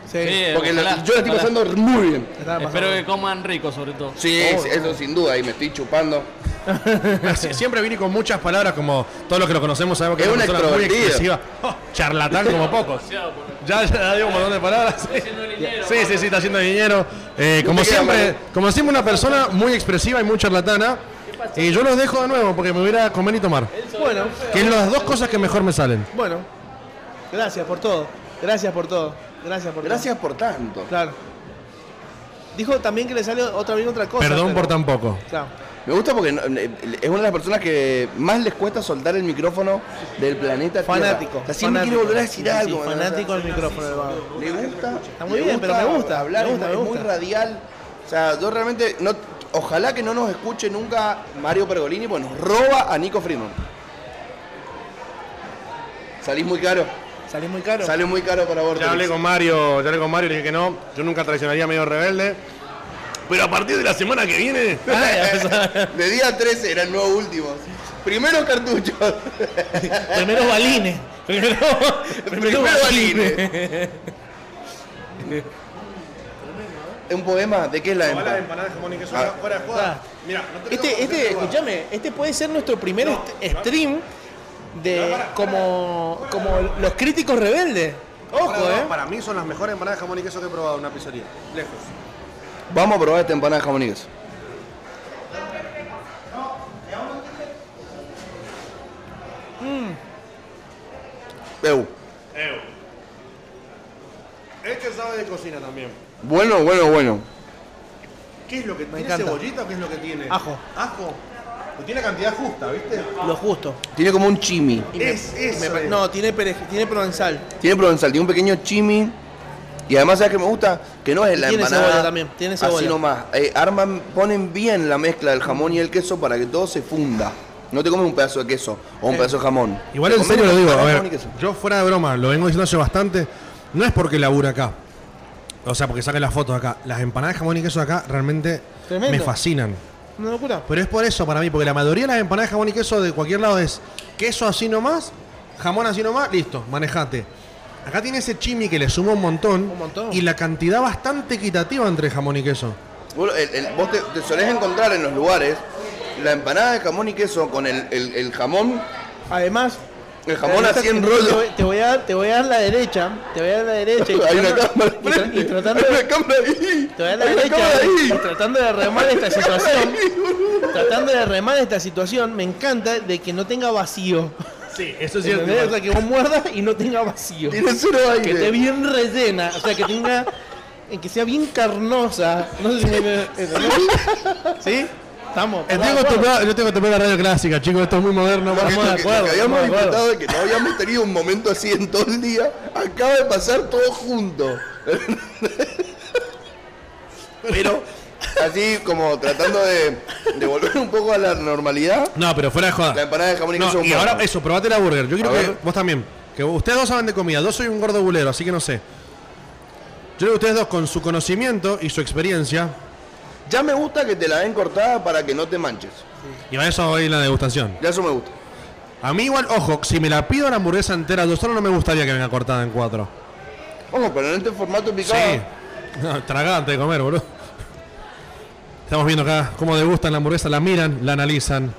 Speaker 19: Sí,
Speaker 1: Porque la-
Speaker 19: Eh, ojalá,
Speaker 1: yo la
Speaker 19: ojalá.
Speaker 1: estoy pasando muy bien.
Speaker 2: Ah,
Speaker 19: Espero que coman rico, sobre todo.
Speaker 1: Sí, sí, eso sin duda, y me estoy chupando.
Speaker 7: Sie- Siempre vine con muchas palabras, como todos los que lo conocemos sabemos que
Speaker 1: Es
Speaker 7: una
Speaker 1: un
Speaker 7: persona muy
Speaker 1: extrovertido.
Speaker 7: expresiva. Oh, charlatán como pocos. Ya, ya dio un montón de palabras. Sí, sí, sí, está haciendo dinero. Eh,
Speaker 1: No
Speaker 7: como,
Speaker 1: te queda
Speaker 7: siempre,
Speaker 1: mal.
Speaker 7: como siempre, una persona muy expresiva y muy charlatana. Y yo los dejo de nuevo porque me voy a ir a comer y tomar.
Speaker 2: Bueno,
Speaker 7: Que es las dos cosas que mejor me salen.
Speaker 2: Bueno, gracias por todo. Gracias por todo. Gracias por
Speaker 1: Gracias por tanto.
Speaker 2: Claro. Dijo también que le sale otra bien otra cosa.
Speaker 7: Perdón
Speaker 2: pero-
Speaker 7: por tan poco.
Speaker 2: Claro.
Speaker 1: Me gusta porque no- eh, es una de las personas que más les cuesta soltar el micrófono del planeta. Tierra.
Speaker 2: Fanático.
Speaker 1: O sea, siempre quiere volver a decir algo. ¿no?
Speaker 2: fanático
Speaker 1: O
Speaker 2: al
Speaker 1: sea,
Speaker 2: micrófono. hermano.
Speaker 1: Le gusta.
Speaker 2: Está muy
Speaker 1: le
Speaker 2: bien, pero me gusta.
Speaker 1: Hablar
Speaker 2: me gusta,
Speaker 1: es,
Speaker 2: me
Speaker 1: muy- es
Speaker 2: gusta.
Speaker 1: muy radial. O sea, yo realmente no. Ojalá que no nos escuche nunca Mario Pergolini, pues nos roba a Nico Freeman. Salís muy caro.
Speaker 2: Salís muy caro.
Speaker 1: Sale muy caro para vos.
Speaker 7: Ya hablé con Mario, ya hablé con Mario, le dije que no, yo nunca traicionaría a medio rebelde. Pero a partir de la semana que viene.
Speaker 1: De día 13 eran los últimos. Primeros cartuchos.
Speaker 2: Primeros balines. Primero,
Speaker 1: Primero balines. Es un poema, ¿de qué es la
Speaker 17: Ojalá la
Speaker 1: empanada?
Speaker 17: empanada de jamón y queso
Speaker 1: Ah.
Speaker 17: acá fuera de
Speaker 2: Ah.
Speaker 17: joda. Mira, no te
Speaker 2: Este, este, escúchame, este puede ser nuestro primer est- stream de como, como los críticos rebeldes. Ojo, eh.
Speaker 17: Para mí son las mejores empanadas de jamón y queso que he probado en una pizzería. Lejos.
Speaker 1: Vamos a probar esta empanada de jamón y queso.
Speaker 2: Mm.
Speaker 1: Eu.
Speaker 17: Este sabe de cocina también.
Speaker 1: Bueno, bueno, bueno.
Speaker 17: ¿Qué es lo que tiene?
Speaker 2: encanta.
Speaker 17: ¿Cebollita o qué es lo que tiene?
Speaker 2: Ajo.
Speaker 17: Ajo. Pero tiene la cantidad justa, ¿viste?
Speaker 2: Lo justo.
Speaker 1: Tiene como un chimi.
Speaker 2: Y me-
Speaker 17: Es eso,
Speaker 2: me pa-
Speaker 17: eh.
Speaker 2: no, tiene, perej- tiene provenzal.
Speaker 1: Tiene provenzal, tiene un pequeño chimi. Y además, ¿sabes qué me gusta? Que no es
Speaker 2: Y
Speaker 1: la
Speaker 2: tiene
Speaker 1: empanada.
Speaker 2: cebolla también, tiene
Speaker 1: Así
Speaker 2: cebolla.
Speaker 1: nomás. Eh, arman, ponen bien la mezcla del jamón y el queso para que todo se funda. No te comes un pedazo de queso o
Speaker 2: Eh.
Speaker 1: un pedazo de jamón.
Speaker 7: Igual
Speaker 1: Te
Speaker 7: en
Speaker 1: comes
Speaker 7: serio
Speaker 1: una
Speaker 7: lo digo, a
Speaker 1: empanada de jamón y
Speaker 7: ver,
Speaker 1: queso.
Speaker 7: yo fuera de broma, lo vengo diciendo hace bastante, no es porque labura acá. O sea, porque saque las fotos acá. Las empanadas de jamón y queso acá realmente
Speaker 2: Tremendo.
Speaker 7: me fascinan.
Speaker 2: Una locura.
Speaker 7: Pero es por eso para mí, porque la mayoría de las empanadas de jamón y queso de cualquier lado es queso así nomás, jamón así nomás, listo, manejate. Acá tiene ese chimi que le suma un montón, y la cantidad bastante equitativa entre jamón y queso.
Speaker 1: Vos, el- el- vos te, te solés encontrar en los lugares la empanada de jamón y queso con el, el- el jamón.
Speaker 2: Además.
Speaker 1: El jamón así en
Speaker 2: Te
Speaker 1: rollo.
Speaker 2: voy- Te voy a dar, te voy a dar la derecha. Te voy a dar la derecha. y
Speaker 1: Hay una
Speaker 2: tratando- y tra- Y tratando de. Te voy a dar la
Speaker 1: Hay una
Speaker 2: derecha.
Speaker 1: cámara ahí.
Speaker 2: y Tratando de remar esta
Speaker 1: Hay una cámara
Speaker 2: situación. Tratando de remar esta situación, me encanta de que no tenga vacío.
Speaker 7: Sí, eso
Speaker 2: es cierto. O sea, que vos muerdas y no tenga vacío.
Speaker 1: Tiene cero aire.
Speaker 2: Que esté bien rellena. O sea, que tenga. eh, Que sea bien carnosa. No sé si me. ¿entendés? ¿Sí? Estamos.
Speaker 7: Eh, tengo acostumbrado- yo tengo que tomar la radio clásica, chicos, esto es muy moderno.
Speaker 1: Porque
Speaker 7: Estamos
Speaker 1: lo
Speaker 7: de
Speaker 1: que, lo que
Speaker 7: acuerdo, estamos
Speaker 1: habíamos
Speaker 7: de acuerdo.
Speaker 1: disfrutado de que no habíamos tenido un momento así en todo el día, acaba de pasar todo junto. Pero así como tratando de, de volver un poco a la normalidad.
Speaker 7: No, pero fuera de joda.
Speaker 1: La empanada de jamón y
Speaker 7: No,
Speaker 1: queso. es un
Speaker 7: y
Speaker 1: montón.
Speaker 7: ahora eso, probate la burger. Yo quiero
Speaker 1: A
Speaker 7: que
Speaker 1: ver.
Speaker 7: vos también. Que ustedes dos saben de comida. Yo soy un gordo bulero, así que no sé. Yo creo que ustedes dos, con su conocimiento y su experiencia,
Speaker 1: Ya me gusta que te la den cortada para que no te manches.
Speaker 7: y a eso hoy la degustación.
Speaker 1: Ya eso me gusta.
Speaker 7: A mí igual, ojo, si me la pido la hamburguesa entera, yo solo no me gustaría que venga cortada en cuatro.
Speaker 1: Ojo, pero en este formato picado.
Speaker 7: Sí. No, tragá antes de comer, boludo. Estamos viendo acá cómo degustan la hamburguesa, la miran, la analizan,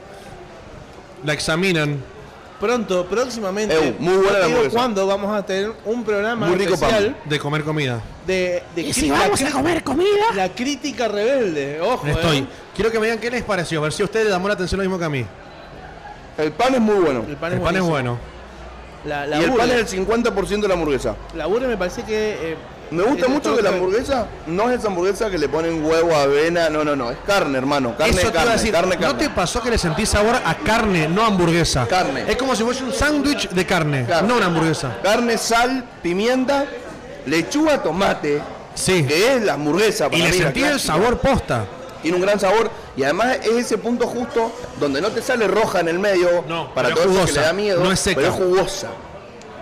Speaker 7: la examinan.
Speaker 2: Pronto, próximamente.
Speaker 7: Eu, muy buena la
Speaker 2: no digo
Speaker 7: hamburguesa.
Speaker 2: cuándo vamos a tener un programa
Speaker 7: Muy rico pan.
Speaker 2: especial
Speaker 7: De comer comida.
Speaker 2: de, de
Speaker 7: ¿Y si
Speaker 2: crítica-
Speaker 7: vamos a comer comida?
Speaker 2: La crítica rebelde, ojo. eh.
Speaker 7: Estoy. Quiero que me digan qué les pareció. A ver si a ustedes les llamó la atención lo mismo que a mí.
Speaker 1: El pan es muy bueno.
Speaker 2: El pan es,
Speaker 7: El pan es
Speaker 2: buenísimo.
Speaker 7: bueno.
Speaker 2: La, la
Speaker 1: y el pan
Speaker 2: burger.
Speaker 1: es el 50% de la hamburguesa.
Speaker 2: La burger me parece que. eh,
Speaker 1: Me gusta
Speaker 2: es
Speaker 1: mucho
Speaker 2: todo
Speaker 1: que la
Speaker 2: lo
Speaker 1: hamburguesa no es esa hamburguesa que le ponen huevo, avena, no, no, no, es carne, hermano, carne,
Speaker 7: Eso te
Speaker 1: carne,
Speaker 7: iba a decir.
Speaker 1: carne, carne.
Speaker 7: ¿No te pasó que le sentís sabor a carne, no a hamburguesa?
Speaker 1: Carne.
Speaker 7: Es como si fuese un sándwich de carne, no una hamburguesa.
Speaker 1: Carne, sal, pimienta, lechuga, tomate.
Speaker 7: Sí.
Speaker 1: Que es la hamburguesa para
Speaker 7: Y le
Speaker 1: mí, la
Speaker 7: sentís el
Speaker 1: clásica.
Speaker 7: sabor posta.
Speaker 1: Tiene un gran sabor y además es ese punto justo donde no te sale roja en el medio para
Speaker 7: pero
Speaker 1: todo
Speaker 7: es
Speaker 1: eso que
Speaker 7: jugosa,
Speaker 1: le da miedo,
Speaker 7: no es seca.
Speaker 1: pero es jugosa.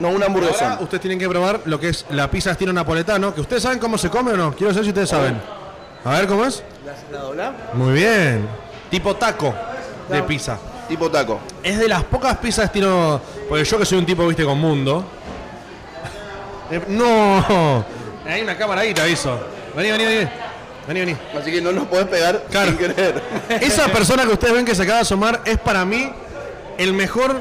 Speaker 1: No una hamburguesa.
Speaker 7: Ahora ustedes tienen que probar lo que es la pizza estilo napoletano, que ustedes saben cómo se come o no. Quiero saber si ustedes saben. A ver cómo es.
Speaker 2: ¿La, la doblá?
Speaker 7: Muy bien. Tipo taco de pizza.
Speaker 1: Tipo taco.
Speaker 7: Es de las pocas pizzas estilo. Porque yo que soy un tipo, viste, con mundo. Eh, No. Hay una cámara ahí, te aviso. Vení, vení, vení. Vení, vení.
Speaker 1: Así que no nos podés pegar sin querer.
Speaker 7: Esa persona que ustedes ven que se acaba de asomar es para mí el mejor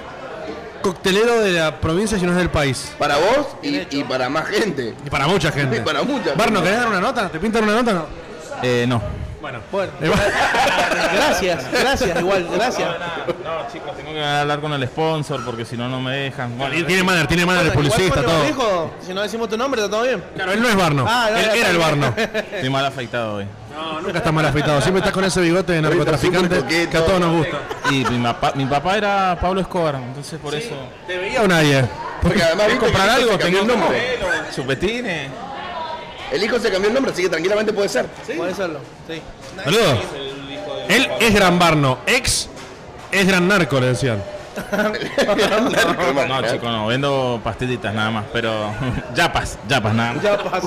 Speaker 7: coctelero de la provincia, si no es del país.
Speaker 1: Para vos y, y para más gente.
Speaker 7: Y para mucha gente.
Speaker 1: Y para mucha
Speaker 7: Barno,
Speaker 1: gente.
Speaker 7: ¿querés dar una nota? ¿Te pintan una nota o no?
Speaker 19: Eh, no.
Speaker 7: Bueno. Eh,
Speaker 2: Bueno. gracias, gracias, igual, gracias.
Speaker 19: No, chicos, tengo que hablar con el sponsor porque si no, no me dejan. Bueno,
Speaker 7: Tiene manera, tiene manera el
Speaker 19: Bueno, igual
Speaker 7: publicista,
Speaker 19: ponle
Speaker 7: todo.
Speaker 19: barbijo.
Speaker 2: Hijo, si no decimos tu nombre, ¿está todo bien?
Speaker 7: Claro, él no es Barno.
Speaker 2: Ah, no,
Speaker 7: él
Speaker 2: no,
Speaker 7: era el
Speaker 2: no.
Speaker 7: Barno.
Speaker 19: Estoy mal afectado hoy.
Speaker 7: Nunca estás mal afeitado. Siempre estás con ese bigote de narcotraficante que a todos nos gusta.
Speaker 19: Y mi papá, mi papá era Pablo Escobar, entonces por eso.
Speaker 7: ¿Te veía o nadie?
Speaker 1: Porque además
Speaker 19: ¿Querés
Speaker 1: viste que
Speaker 19: comprar
Speaker 1: el
Speaker 19: algo?
Speaker 1: hijo se cambió
Speaker 19: Tenía
Speaker 1: el
Speaker 19: un
Speaker 1: nombre.
Speaker 19: Chupetines.
Speaker 1: El hijo se cambió el nombre, así que tranquilamente puede ser.
Speaker 2: Puede serlo, sí.
Speaker 7: Saludos. Él es gran Barno. Ex es gran narco, le decían.
Speaker 19: No, chico, no, vendo pastelitas nada más, pero yapas, yapas nada más.
Speaker 2: Yapas.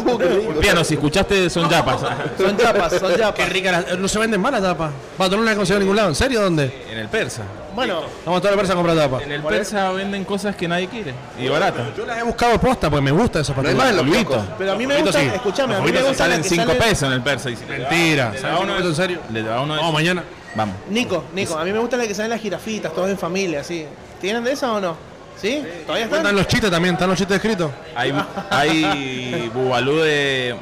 Speaker 19: Piano, si escuchaste, son yapas.
Speaker 2: Son yapas, son yapas.
Speaker 7: Qué rica la- No se venden mal las tapas. Va, tú no las has conseguido en ningún lado. ¿En serio? ¿Dónde?
Speaker 19: En el persa.
Speaker 2: Bueno,
Speaker 7: Vamos a toda la persa a comprar tapas.
Speaker 19: en el persa venden cosas que nadie quiere y baratas.
Speaker 7: Yo las he buscado posta porque me gusta esa
Speaker 19: hay
Speaker 7: pastilla.
Speaker 19: más en los kioscos.
Speaker 2: Pero a mí me
Speaker 7: Los
Speaker 2: gusta,
Speaker 7: juguitos sí.
Speaker 2: escuchame, a
Speaker 19: Los
Speaker 2: mí me
Speaker 19: juguitos
Speaker 2: gusta la
Speaker 19: salen
Speaker 2: que
Speaker 19: 5
Speaker 2: sale-
Speaker 19: pesos en el persa. y si le da-
Speaker 7: Mentira.
Speaker 19: le da
Speaker 7: ¿Salen
Speaker 19: uno
Speaker 7: cinco pesos, en serio?
Speaker 19: Le da uno de
Speaker 7: Vamos,
Speaker 19: esos.
Speaker 7: mañana.
Speaker 19: Vamos.
Speaker 2: Nico, Nico, a mí me gustan las que salen las jirafitas, todos en familia, así. ¿Tienen de esas o no? ¿Sí? ¿Todavía están?
Speaker 7: Están los chistes también, están los chistes escritos.
Speaker 19: Hay, hay bubalú de,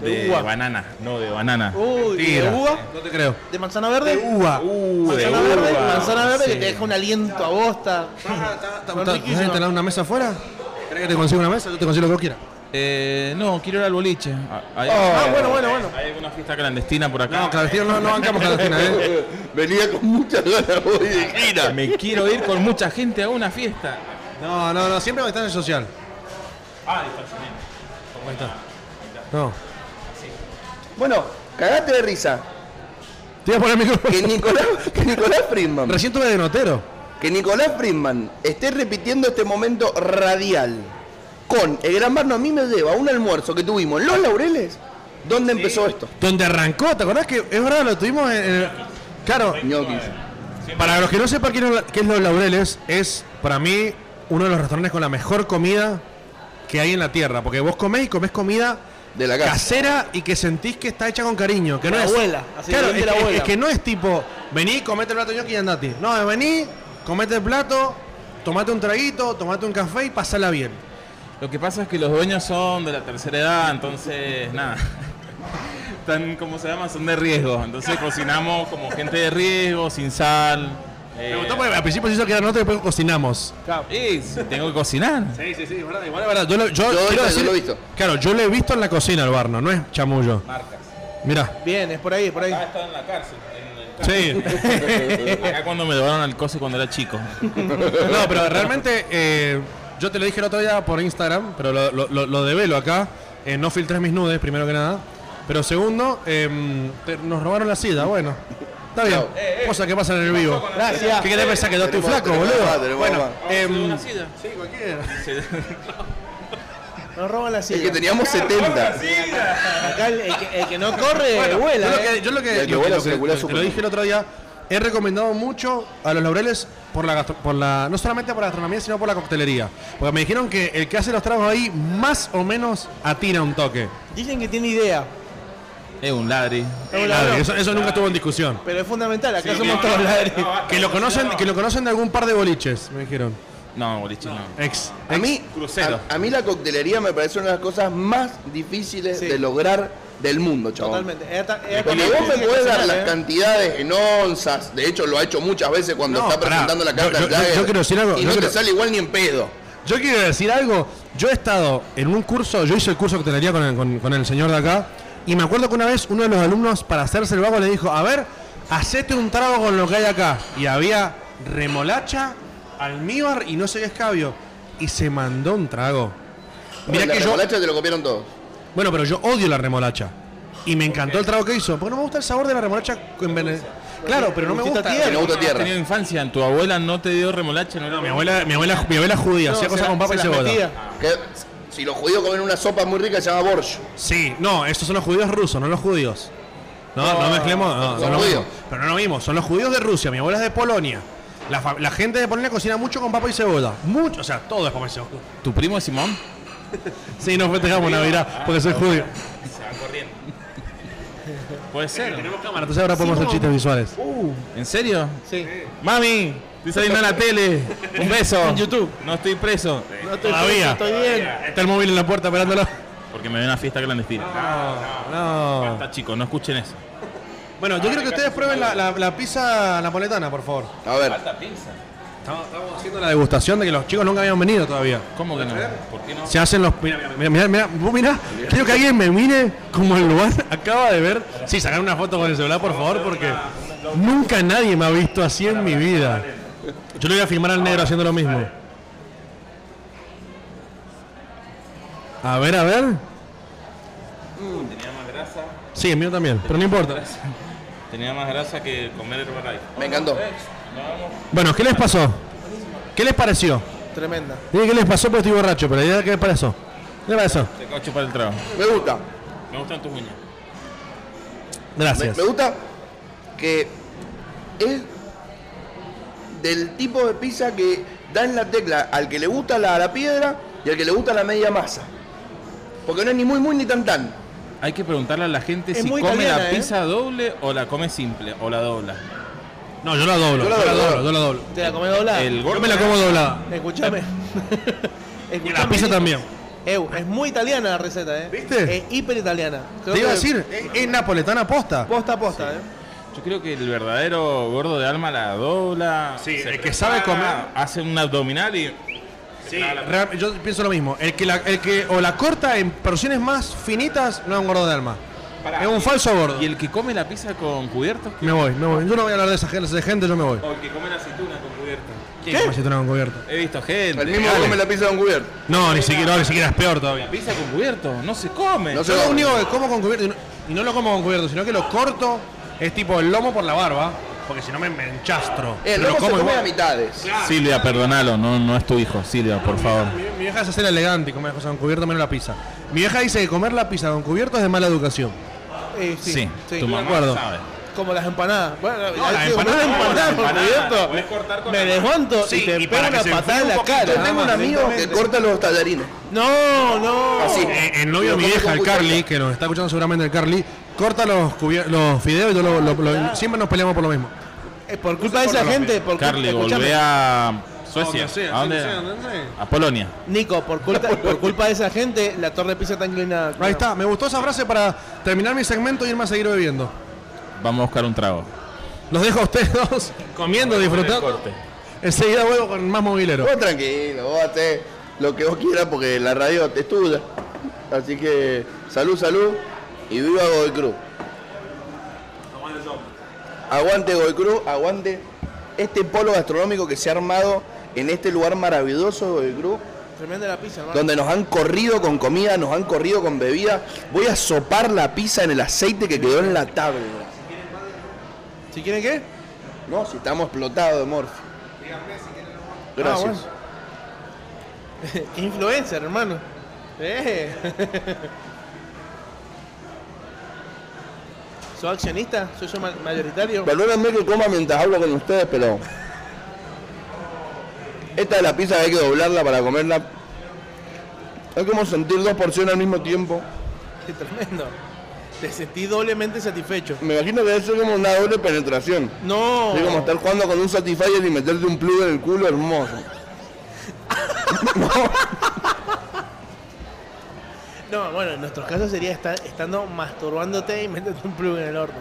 Speaker 19: de
Speaker 2: De uva.
Speaker 19: banana. No, de banana.
Speaker 2: Uy, ¿y ¿de
Speaker 19: Mentira.
Speaker 2: uva?
Speaker 7: No te creo.
Speaker 2: ¿De manzana verde?
Speaker 7: De uva.
Speaker 19: Uh, de
Speaker 2: manzana verde,
Speaker 19: uva,
Speaker 2: manzana verde que
Speaker 19: sí.
Speaker 2: te deja un aliento a bosta. Son
Speaker 7: ¿Estás
Speaker 2: riquísimas.
Speaker 7: instalado una mesa afuera? ¿Querés que te consiga una mesa? Yo te consigo lo que vos quieras.
Speaker 19: Eh, no, quiero ir al boliche. Ah, hay-
Speaker 7: Ah, bueno,
Speaker 2: bueno, bueno.
Speaker 19: Hay alguna fiesta clandestina por acá.
Speaker 7: No, clandestino no, no bancamos clandestina, ¿eh? Ah,
Speaker 1: Venía con muchas ganas hoy de gira.
Speaker 19: Me quiero ir con mucha gente a una fiesta.
Speaker 7: No, no, no, siempre estás en el social.
Speaker 19: Ah, distanciamiento.
Speaker 7: Ahí está. No.
Speaker 1: Bueno, cagate de risa.
Speaker 7: Te voy a poner el micrófono.
Speaker 1: Que Nicolás, que Nicolás Friedman.
Speaker 7: Recién tuve de notero.
Speaker 1: Que Nicolás Friedman esté repitiendo este momento radial con el gran Barno a mí me lleva a un almuerzo que tuvimos en Los Laureles, donde empezó esto.
Speaker 7: Donde arrancó, ¿te acordás que es verdad? Lo tuvimos en. en- claro,
Speaker 1: Ñoquis.
Speaker 7: para los que no sepan quién es- qué es Los Laureles, es para mí uno de los restaurantes con la mejor comida que hay en la tierra. Porque vos comés y comés comida
Speaker 1: De la casa.
Speaker 7: casera y que sentís que está hecha con cariño. Que
Speaker 2: De
Speaker 7: no
Speaker 2: la
Speaker 7: es,
Speaker 2: abuela, así,
Speaker 7: claro,
Speaker 2: bien de
Speaker 7: es,
Speaker 2: la
Speaker 7: que-
Speaker 2: abuela.
Speaker 7: es que no es tipo, vení, comete el plato ñoqui y andate. No, es vení, comete el plato, tomate un traguito, tomate un café y pasala bien.
Speaker 19: Lo que pasa es que los dueños son de la tercera edad, entonces nada. Están, ¿cómo se llama? Son de riesgo. Entonces cocinamos como gente de riesgo, sin sal.
Speaker 7: Me
Speaker 19: eh,
Speaker 7: gustó porque al principio se hizo que era nota y después cocinamos.
Speaker 19: y si tengo que cocinar.
Speaker 17: Sí, sí, sí, es verdad, igual
Speaker 7: Es verdad, yo lo, yo
Speaker 1: Yo
Speaker 7: quiero
Speaker 1: ahorita yo
Speaker 7: decir-
Speaker 1: lo he visto.
Speaker 7: Claro, yo lo he visto en la cocina al barno, no es chamullo.
Speaker 19: Marcas.
Speaker 7: Mirá.
Speaker 2: Bien, es por ahí, por ahí.
Speaker 19: Ah, estaba en la cárcel.
Speaker 7: Sí.
Speaker 19: Acá cuando me llevaron al cose cuando era chico.
Speaker 7: No, pero realmente eh, yo te lo dije el otro día por Instagram, pero lo, lo- lo- lo develo acá. Eh, no filtres mis nudes, primero que nada. Pero segundo, em, te- nos robaron la sida, bueno. Está bien.
Speaker 19: Eh,
Speaker 7: Cosa que pasa en el vivo.
Speaker 2: Gracias.
Speaker 7: ¿Qué querés pensar que yo estoy
Speaker 1: Tenemos-
Speaker 7: flaco,
Speaker 1: tenemos más,
Speaker 7: boludo?
Speaker 1: tenemos
Speaker 7: Bueno,
Speaker 1: más.
Speaker 7: em,
Speaker 19: eh, Sí, cualquiera.
Speaker 2: Nos roban la
Speaker 1: Es
Speaker 2: silla.
Speaker 1: que teníamos 70.
Speaker 2: Acá el, el que, el que no corre, vuela.
Speaker 7: Yo lo
Speaker 2: eh.
Speaker 7: que, yo lo
Speaker 1: Y
Speaker 7: que,
Speaker 1: el que
Speaker 7: lo que-
Speaker 1: vuela
Speaker 7: lo que-
Speaker 1: circula
Speaker 7: lo que-
Speaker 1: súper
Speaker 7: lo
Speaker 1: bien.
Speaker 7: dije el otro día, he recomendado mucho a los laureles por la, gastro- por la no solamente por la gastronomía, sino por la coctelería. Porque me dijeron que el que hace los tragos ahí más o menos atina un toque.
Speaker 2: Dicen que tiene idea.
Speaker 19: Es un ladri.
Speaker 7: Ladri, Eso, eso nunca estuvo en discusión.
Speaker 2: Pero es fundamental, acá
Speaker 7: Sí,
Speaker 2: somos
Speaker 7: no,
Speaker 2: todos
Speaker 7: no,
Speaker 2: ladri.
Speaker 7: Que lo conocen, que lo conocen de algún par de boliches, me dijeron.
Speaker 19: No, boliche no.
Speaker 7: Ex.
Speaker 1: A mí,
Speaker 19: Crucero.
Speaker 1: A, a mí la coctelería me parece una de las cosas más difíciles de lograr del mundo, chabón.
Speaker 2: Totalmente. Es hasta- es hasta-
Speaker 1: Porque vos me podés dar las
Speaker 2: ¿eh?
Speaker 1: cantidades en onzas, de hecho lo ha hecho muchas veces cuando está
Speaker 7: pará.
Speaker 1: presentando la carta
Speaker 7: Yo- yo-
Speaker 1: del Jagger,
Speaker 7: yo quiero decir algo,
Speaker 1: y
Speaker 7: yo
Speaker 1: no te
Speaker 7: quiero-
Speaker 1: sale igual ni en pedo.
Speaker 7: Yo quiero decir algo. Yo he estado en un curso, yo hice el curso de coctelería con el, con, con el señor de acá, y me acuerdo que una vez uno de los alumnos, para hacerse el vago, le dijo: A ver, hacete un trago con lo que hay acá. Y había remolacha, almíbar y no sé qué escabio. Y se mandó un trago. Mirá
Speaker 1: la
Speaker 7: que yo.
Speaker 1: remolacha te lo copiaron todos.
Speaker 7: Bueno, pero yo odio la remolacha. Y me encantó el trago que hizo. Porque no me gusta el sabor de la remolacha en Vene- Claro, pero no me gusta.
Speaker 19: ¿Has tenido infancia? ¿Tu abuela no te dio remolacha? No,
Speaker 7: mi abuela- mi abuela- mi abuela judía, No, hacía se cosas la- con papa se y las cebolla. metía.
Speaker 1: Que- si los judíos comen una sopa muy rica se llama borsch.
Speaker 7: Sí, no, estos son los judíos rusos, no los judíos. No, no, mezclemos. No,
Speaker 1: son
Speaker 7: no lo
Speaker 1: judíos.
Speaker 7: mismo. Pero no lo mismo, son los judíos de Rusia, mi abuela es de Polonia. La, fa- la gente de Polonia cocina mucho con papa y cebolla. Mucho, o sea, todo es papa y cebolla.
Speaker 19: ¿Tu primo es Simón?
Speaker 7: Sí, no festejamos Navidad porque soy judío.
Speaker 19: Se va corriendo. Puede ser. Uh, Tenemos
Speaker 7: cámara, entonces ahora podemos hacer chistes visuales.
Speaker 19: ¿En serio?
Speaker 2: Sí.
Speaker 19: Mami, estoy saliendo a la tele. Un beso.
Speaker 2: En
Speaker 19: YouTube. No estoy preso.
Speaker 2: No estoy Todavía. preso, estoy bien.
Speaker 7: Está el móvil en la puerta esperándolo.
Speaker 19: Porque me ven a una fiesta clandestina.
Speaker 7: No, no.
Speaker 19: Basta, chicos, no escuchen eso.
Speaker 7: Bueno, yo quiero que ustedes prueben la, la- la pizza napoletana, por favor.
Speaker 1: A ver.
Speaker 7: Estamos, estamos haciendo la degustación de que los chicos nunca habían venido todavía.
Speaker 19: ¿Cómo que no? ¿Por qué no?
Speaker 7: Se hacen los. Mira, mira, mira, mira, vos mirá, quiero que alguien me mire como el lugar acaba de ver. Sí, sacar una foto con el celular, por favor, porque nunca nadie me ha visto así en mi vida. Yo le voy a filmar al negro haciendo lo mismo. A ver, a ver.
Speaker 19: Mm, Tenía más grasa.
Speaker 7: Sí, el mío también, pero no importa.
Speaker 19: Tenía más grasa que comer Herbalife.
Speaker 1: Me encantó.
Speaker 7: Bueno, ¿qué les pasó? ¿Qué les pareció?
Speaker 2: Tremenda.
Speaker 7: Dije que les pasó porque estoy borracho, pero la idea es que les pareció. ¿Qué les pareció?
Speaker 19: Te acabo de chupar el trago.
Speaker 1: Me gusta.
Speaker 19: Me gustan tus uñas.
Speaker 7: Gracias.
Speaker 1: Me, me gusta que es del tipo de pizza que da en la tecla al que le gusta la, la piedra y al que le gusta la media masa. Porque no es ni muy muy ni tan tan.
Speaker 19: Hay que preguntarle a la gente
Speaker 1: Es
Speaker 19: si
Speaker 1: muy
Speaker 19: come la
Speaker 1: italiana, ¿eh?
Speaker 19: pizza doble o la come simple o la dobla.
Speaker 7: No, yo la doblo,
Speaker 2: Yo la yo la doblo. doblo, yo
Speaker 7: la doblo.
Speaker 2: ¿Te la comes doblada?
Speaker 19: El gordo- Yo me la como doblada.
Speaker 2: Escuchame. Escuchame,
Speaker 7: la pizza
Speaker 2: Nico.
Speaker 7: también.
Speaker 2: Eu, es muy italiana la receta, ¿eh?
Speaker 7: ¿Viste?
Speaker 2: Es hiper italiana.
Speaker 7: Te iba a decir, es, es napoletana posta.
Speaker 2: Posta a posta, ¿eh?
Speaker 19: Yo creo que el verdadero gordo de alma la dobla. Sí, el
Speaker 7: que sabe comer.
Speaker 19: Hace un abdominal y. Sí,
Speaker 7: Real- yo pienso lo mismo. El que, la, el que o la corta en porciones más finitas no es un gordo de alma. es un falso gordo.
Speaker 19: Y el que come la pizza con cubiertos.
Speaker 7: Me voy, me voy. Yo no voy a hablar de esa gente, de esa gente, yo me voy.
Speaker 19: O el que come la aceituna con cubiertos.
Speaker 7: ¿Quién come aceituna con cubierto?
Speaker 19: He visto gente.
Speaker 7: El mismo que come
Speaker 1: la pizza con cubierto.
Speaker 7: No, ni siquiera, no, ni siquiera es peor todavía.
Speaker 19: La pizza con cubierto no se come.
Speaker 7: yo lo único que como con cubierto, y no, y no lo como con cubierto, sino que lo corto es tipo el lomo por la barba, porque si no me, me enchastro.
Speaker 1: Eh, El
Speaker 7: Pero
Speaker 1: lomo se
Speaker 7: como
Speaker 1: come
Speaker 7: igual.
Speaker 1: a mitades.
Speaker 19: Silvia, perdonalo, no, no es tu hijo. Silvia, por favor.
Speaker 7: Mi, mi vieja se hace la elegante y come las cosas con cubierto menos la pizza. Mi vieja dice que comer la pizza con cubierto es de mala educación.
Speaker 2: Eh, sí,
Speaker 7: Sí,
Speaker 2: sí.
Speaker 7: tu mamá Acuerdo. sabe.
Speaker 2: Como las empanadas. Bueno,
Speaker 7: No, las
Speaker 2: hay que comer
Speaker 7: empanadas, no,
Speaker 2: empanadas,
Speaker 7: las
Speaker 2: por
Speaker 7: empanadas.
Speaker 2: cierto.
Speaker 7: Podés cortar con
Speaker 2: Me
Speaker 7: la-
Speaker 2: desmonto
Speaker 7: Sí,
Speaker 2: y te
Speaker 7: y
Speaker 2: pego
Speaker 7: para
Speaker 2: una
Speaker 7: que se
Speaker 2: patada en
Speaker 7: enfríe
Speaker 2: la
Speaker 7: un poquito,
Speaker 2: cara.
Speaker 7: nada
Speaker 1: Tengo un amigo que corta los tallarines.
Speaker 2: No, no.
Speaker 1: Así.
Speaker 7: Eh, El novio de mi vieja, el Carly, que nos está escuchando seguramente el Carly, corta los, cubier- los fideos y yo lo- lo- lo- siempre nos peleamos por lo mismo.
Speaker 2: Eh, por culpa de esa gente, por culpa-
Speaker 19: Carly,
Speaker 2: escúchame.
Speaker 19: volvé a Suecia. ¿A dónde? A Polonia.
Speaker 2: Nico, por culpa, por culpa de esa gente, la torre de pizza está inclinada.
Speaker 7: Ahí está, me gustó esa frase para terminar mi segmento y irme a seguir bebiendo.
Speaker 19: Vamos a buscar un trago.
Speaker 7: Los dejo a ustedes dos comiendo, disfrutando. Enseguida vuelvo con más movilero.
Speaker 1: Vos tranquilo, vos hacés lo que vos quieras porque la radio te estudia. Así que salud, salud y viva Godoy Cruz. Aguante Godoy Cruz, aguante este polo gastronómico que se ha armado en este lugar maravilloso de Godoy Cruz,
Speaker 2: Tremenda la pizza, hermano.
Speaker 1: donde nos han corrido con comida, nos han corrido con bebida. Voy a sopar la pizza en el aceite que quedó en la tabla.
Speaker 2: ¿Si quieren qué?
Speaker 1: No, si estamos explotados de morfi.
Speaker 2: Ah,
Speaker 1: Gracias.
Speaker 2: Qué influencer, hermano. Eh. ¿Sos accionista? ¿Soy yo ma- mayoritario?
Speaker 1: Perdónenme que coma mientras hablo con ustedes, pero. Esta es la pizza que hay que doblarla para comerla. Es como sentir dos porciones al mismo tiempo.
Speaker 2: Qué tremendo. te sentí doblemente satisfecho.
Speaker 1: Me imagino que debe ser como una doble penetración.
Speaker 2: No.
Speaker 1: Es como estar jugando con un Satisfyer y meterte un plug en el culo hermoso.
Speaker 2: No, bueno, en nuestros casos sería estar, estando masturbándote y métete un plug en el horno.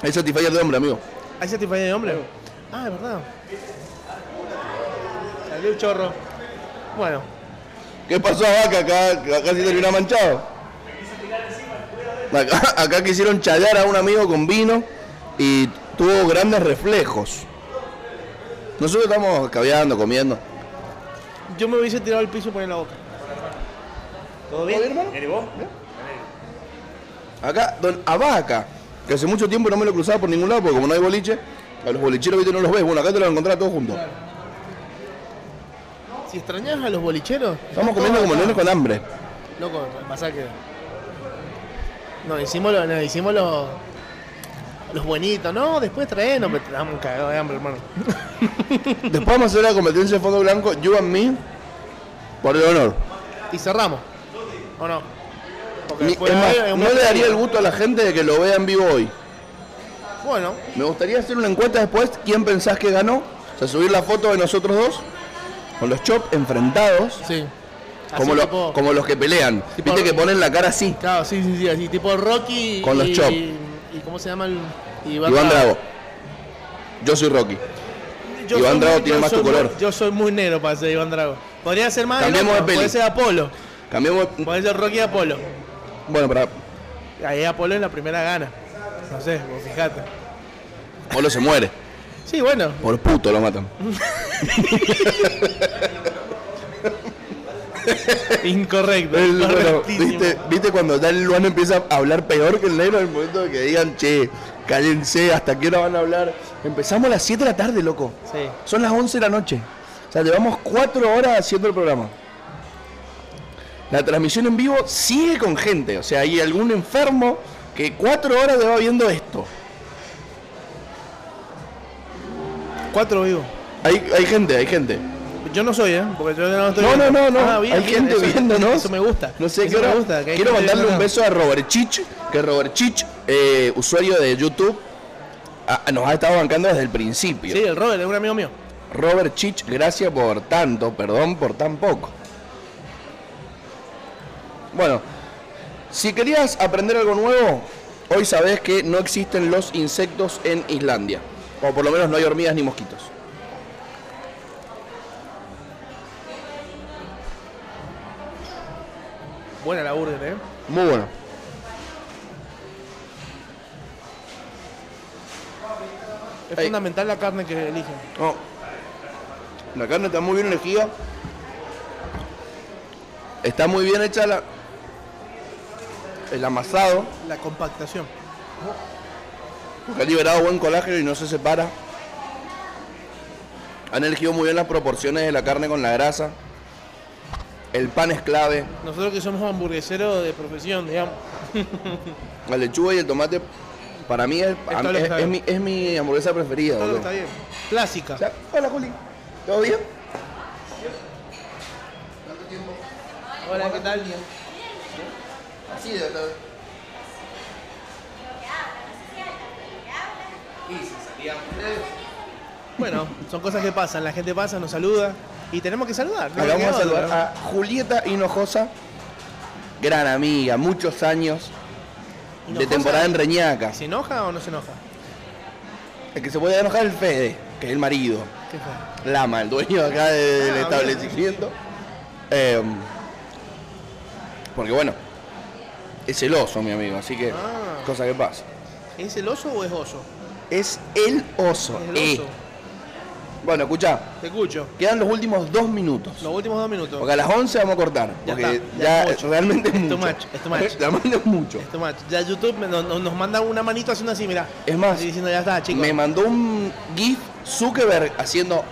Speaker 1: Hay Satisfyer de hombre, amigo.
Speaker 2: ¿Hay satisfacción de hombre? Ah, es verdad. Salió un chorro. Bueno,
Speaker 1: ¿Qué pasó vaca acá? Acá se terminó manchado. Acá, acá quisieron chayar a un amigo con vino y tuvo grandes reflejos. Nosotros estamos caviando, comiendo.
Speaker 2: yo me hubiese tirado al piso y poner la boca. ¿Todo bien?
Speaker 17: ¿Eres vos?
Speaker 1: Acá, don Abaca, que hace mucho tiempo no me lo cruzaba por ningún lado, porque como no hay boliche, a los bolicheros viste, no los ves. Bueno, acá te los encontrás todos juntos.
Speaker 2: Si extrañas a los bolicheros.
Speaker 1: Estamos comiendo como leones con hambre.
Speaker 2: Loco, pasa que. Nos hicimos, lo- nos hicimos los. Los buenitos, no, después traenos, pero te damos un cagado de hambre, hermano.
Speaker 1: Después vamos a hacer la competencia de fondo blanco, you and me, por el honor.
Speaker 2: Y cerramos. ¿O no? Porque
Speaker 1: Mi-
Speaker 2: después
Speaker 1: es más,
Speaker 2: hay un
Speaker 1: no
Speaker 2: buen
Speaker 1: le daría
Speaker 2: partido.
Speaker 1: el gusto a la gente de que lo vea en vivo hoy.
Speaker 2: Bueno,
Speaker 1: Me gustaría hacer una encuesta después. ¿Quién pensás que ganó? O sea, subir la foto de nosotros dos. Con los chop enfrentados.
Speaker 2: Sí.
Speaker 1: Como,
Speaker 2: Así
Speaker 1: lo-
Speaker 2: tipo-
Speaker 1: como los que pelean.
Speaker 2: tipo-
Speaker 1: Viste que ponen la cara así.
Speaker 2: Claro, sí, sí, sí, así tipo Rocky.
Speaker 1: Con los
Speaker 2: y,
Speaker 1: chop.
Speaker 2: ¿Y cómo se llama el. y
Speaker 1: Iván Drago. Yo soy Rocky.
Speaker 2: Yo
Speaker 1: Iván
Speaker 2: soy
Speaker 1: Drago
Speaker 2: muy-
Speaker 1: tiene
Speaker 2: yo
Speaker 1: más tu
Speaker 2: soy muy-
Speaker 1: color.
Speaker 2: Yo soy muy negro para ser Iván Drago. Podría ser más. el
Speaker 1: Cambiemos de
Speaker 2: otro,
Speaker 1: peli.
Speaker 2: Puede ser Apolo.
Speaker 1: Cambiemos.
Speaker 2: Puede ser Rocky y Apolo.
Speaker 1: Bueno, para.
Speaker 2: Ahí Apolo es la primera gana. No sé, vos fijate.
Speaker 1: Polo se muere.
Speaker 2: Sí, bueno.
Speaker 1: Por puto lo matan.
Speaker 2: Incorrecto.
Speaker 1: El- bueno, ¿viste, viste cuando ya el Luan empieza a hablar peor que el negro en el momento de que digan, che, cállense, hasta qué hora van a hablar. Empezamos a las 7 de la tarde, loco.
Speaker 2: Sí.
Speaker 1: Son las 11 de la noche. O sea, llevamos 4 horas haciendo el programa. La transmisión en vivo sigue con gente. O sea, hay algún enfermo que 4 horas lleva viendo esto.
Speaker 2: Cuatro vivo.
Speaker 1: Hay, hay gente, hay gente.
Speaker 2: Yo no soy, ¿eh? Porque yo no estoy
Speaker 1: No, no,
Speaker 2: viendo.
Speaker 1: no, no.
Speaker 2: Ah, bien,
Speaker 1: hay
Speaker 2: bien,
Speaker 1: gente
Speaker 2: eso-
Speaker 1: viéndonos.
Speaker 2: Eso me gusta.
Speaker 1: No sé,
Speaker 2: Eso
Speaker 1: quiero,
Speaker 2: me gusta, que hay
Speaker 1: quiero
Speaker 2: gente
Speaker 1: mandarle un
Speaker 2: viéndonos.
Speaker 1: beso a Robert Chich, que Robert Chich, eh, usuario de YouTube, a- nos ha estado bancando desde el principio.
Speaker 2: Sí, el Robert es un amigo mío.
Speaker 1: Robert Chich, gracias por tanto, perdón por tan poco. Bueno, si querías aprender algo nuevo, hoy sabés que no existen los insectos en Islandia. O por lo menos no hay hormigas ni mosquitos.
Speaker 2: Buena la burger, ¿eh?
Speaker 1: Muy bueno.
Speaker 2: Es
Speaker 1: Ey.
Speaker 2: fundamental la carne que eligen.
Speaker 1: No. La carne está muy bien elegida. Está muy bien hecha la, el amasado.
Speaker 2: La compactación.
Speaker 1: Porque ha liberado buen colágeno y no se separa. Han elegido muy bien las proporciones de la carne con la grasa. El pan es clave.
Speaker 2: Nosotros que somos hamburgueseros de profesión, digamos.
Speaker 1: La lechuga y el tomate, para mí, es,
Speaker 2: Está lo que
Speaker 1: es-
Speaker 2: está
Speaker 1: es mi,
Speaker 2: bien.
Speaker 1: es mi hamburguesa preferida.
Speaker 2: Todo
Speaker 1: boludo.
Speaker 2: está bien. Clásica.
Speaker 1: Hola, Juli. ¿Todo bien?
Speaker 2: Hola, ¿qué tal? Bien.
Speaker 1: Así de
Speaker 2: Bueno, son cosas que pasan. La gente pasa, nos saluda. Y tenemos que saludar. no
Speaker 1: Acá
Speaker 2: nos
Speaker 1: vamos a
Speaker 2: queda otra.
Speaker 1: saludar a Julieta Hinojosa, gran amiga, muchos años de
Speaker 2: ¿Hinojosa?
Speaker 1: temporada en Reñaca.
Speaker 2: ¿Se enoja o no se enoja?
Speaker 1: El que se puede enojar es el Fede, que es el marido.
Speaker 2: ¿Qué fue?
Speaker 1: Lama, el dueño acá del
Speaker 2: Ah,
Speaker 1: establecimiento. Em, porque bueno, es celoso, mi amigo, así que
Speaker 2: Ah.
Speaker 1: cosa que pasa.
Speaker 2: ¿Es el oso o es oso?
Speaker 1: Es el oso.
Speaker 2: Es el
Speaker 1: eh.
Speaker 2: oso.
Speaker 1: Bueno, escuchá,
Speaker 2: Te escucho.
Speaker 1: quedan los últimos dos minutos.
Speaker 2: Los últimos dos minutos.
Speaker 1: Porque a las 11 vamos a cortar.
Speaker 2: Ya
Speaker 1: porque
Speaker 2: está, ya
Speaker 1: ya,
Speaker 2: es mucho.
Speaker 1: realmente es
Speaker 2: Es
Speaker 1: mucho.
Speaker 2: too much, es too much.
Speaker 1: Realmente es mucho.
Speaker 2: Esto más, Este Ya YouTube me- no- no- nos manda una manito haciendo así, mira.
Speaker 1: Es más,
Speaker 2: Así diciendo, ya está, chicos.
Speaker 1: me mandó un GIF Zuckerberg haciendo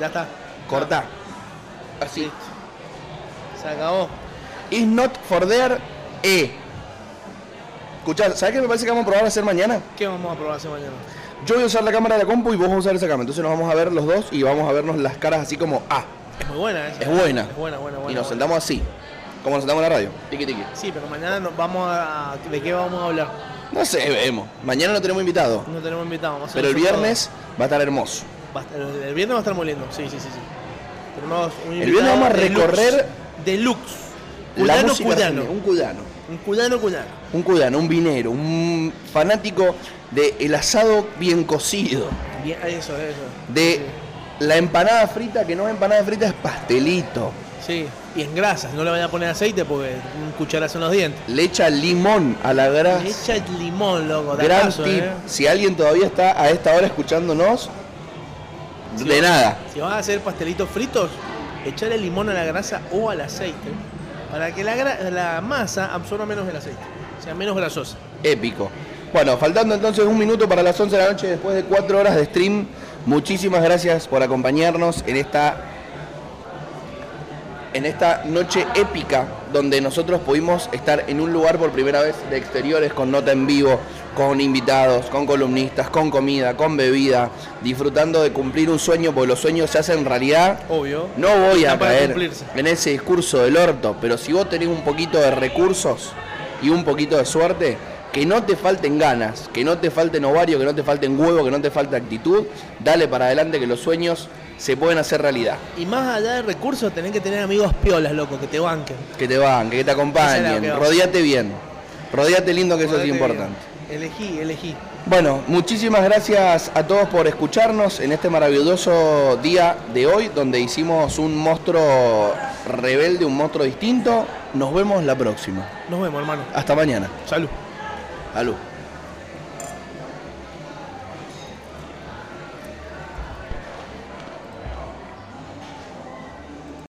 Speaker 2: Ya está. Ah.
Speaker 1: cortar. Así.
Speaker 2: Se acabó.
Speaker 1: Is not for there, E. Escuchá, ¿sabes qué me parece que vamos a probar a hacer mañana?
Speaker 2: ¿Qué vamos a probar hace mañana?
Speaker 1: Yo voy a usar la cámara de la compu y vos vas a usar esa cámara. Entonces nos vamos a ver los dos y vamos a vernos las caras así como A.
Speaker 2: Es muy buena esa.
Speaker 1: Es buena.
Speaker 2: Es buena, buena, buena.
Speaker 1: y
Speaker 2: buena.
Speaker 1: nos sentamos así. Como nos sentamos en la radio. Tiki tiki.
Speaker 2: Sí, pero mañana nos vamos a. ¿De qué vamos a hablar?
Speaker 1: No sé, vemos. Mañana no tenemos invitado.
Speaker 2: No tenemos invitados. vamos a
Speaker 1: Pero el
Speaker 2: hacer
Speaker 1: viernes va a estar hermoso.
Speaker 2: todo. Va a estar- el viernes va a estar muy lindo. Sí, sí, sí. sí. Tenemos un
Speaker 1: El viernes vamos a
Speaker 2: invitado
Speaker 1: recorrer
Speaker 2: Deluxe.
Speaker 1: la
Speaker 2: Deluxe.
Speaker 1: música
Speaker 2: Cudano,
Speaker 1: argentina, Un cudano.
Speaker 2: Un cudano, cudano.
Speaker 1: Un cudano, un vinero, un fanático del el asado bien cocido.
Speaker 2: Bien, eso, eso.
Speaker 1: De la empanada frita, que no es empanada frita, es pastelito.
Speaker 2: Sí. Y en grasas, no le vaya a poner aceite porque un cucharazo en los dientes.
Speaker 1: Le echa limón a la grasa.
Speaker 2: Le echa el limón, loco. da
Speaker 1: Gran
Speaker 2: caso,
Speaker 1: tip.
Speaker 2: eh.
Speaker 1: Si alguien todavía está a esta hora escuchándonos,
Speaker 2: Si
Speaker 1: de
Speaker 2: vas-
Speaker 1: nada.
Speaker 2: Si vas a hacer pastelitos fritos, echarle limón a la grasa o al aceite para que la, gra- la masa absorba menos el aceite, sea menos grasosa.
Speaker 1: Épico. Bueno, faltando entonces un minuto para las 11 de la noche después de cuatro horas de stream. Muchísimas gracias por acompañarnos en esta, en esta noche épica donde nosotros pudimos estar en un lugar por primera vez de exteriores con nota en vivo, con invitados, con columnistas, con comida, con bebida, disfrutando de cumplir un sueño porque los sueños se hacen realidad.
Speaker 2: Obvio.
Speaker 1: No voy a
Speaker 2: Está para
Speaker 1: caer
Speaker 2: cumplirse.
Speaker 1: en ese discurso del orto, pero si vos tenés un poquito de recursos y un poquito de suerte, que no te falten ganas, que no te falten ovario, que no te falten huevo, que no te falte actitud, dale para adelante que los sueños se pueden hacer realidad.
Speaker 2: Y más allá de recursos, tenés que tener amigos piolas, loco, que te banquen.
Speaker 1: Que te van, que
Speaker 2: Esa
Speaker 1: te
Speaker 2: es la que
Speaker 1: acompañen,
Speaker 2: va.
Speaker 1: rodeate bien, rodeate lindo que eso es
Speaker 2: Acordate bien.
Speaker 1: importante.
Speaker 2: Elegí, elegí.
Speaker 1: Bueno, muchísimas gracias a todos por escucharnos en este maravilloso día de hoy, donde hicimos un monstruo rebelde, un monstruo distinto. Nos vemos la próxima.
Speaker 2: Nos vemos, hermano.
Speaker 1: Hasta mañana.
Speaker 2: Salud.
Speaker 1: Salud.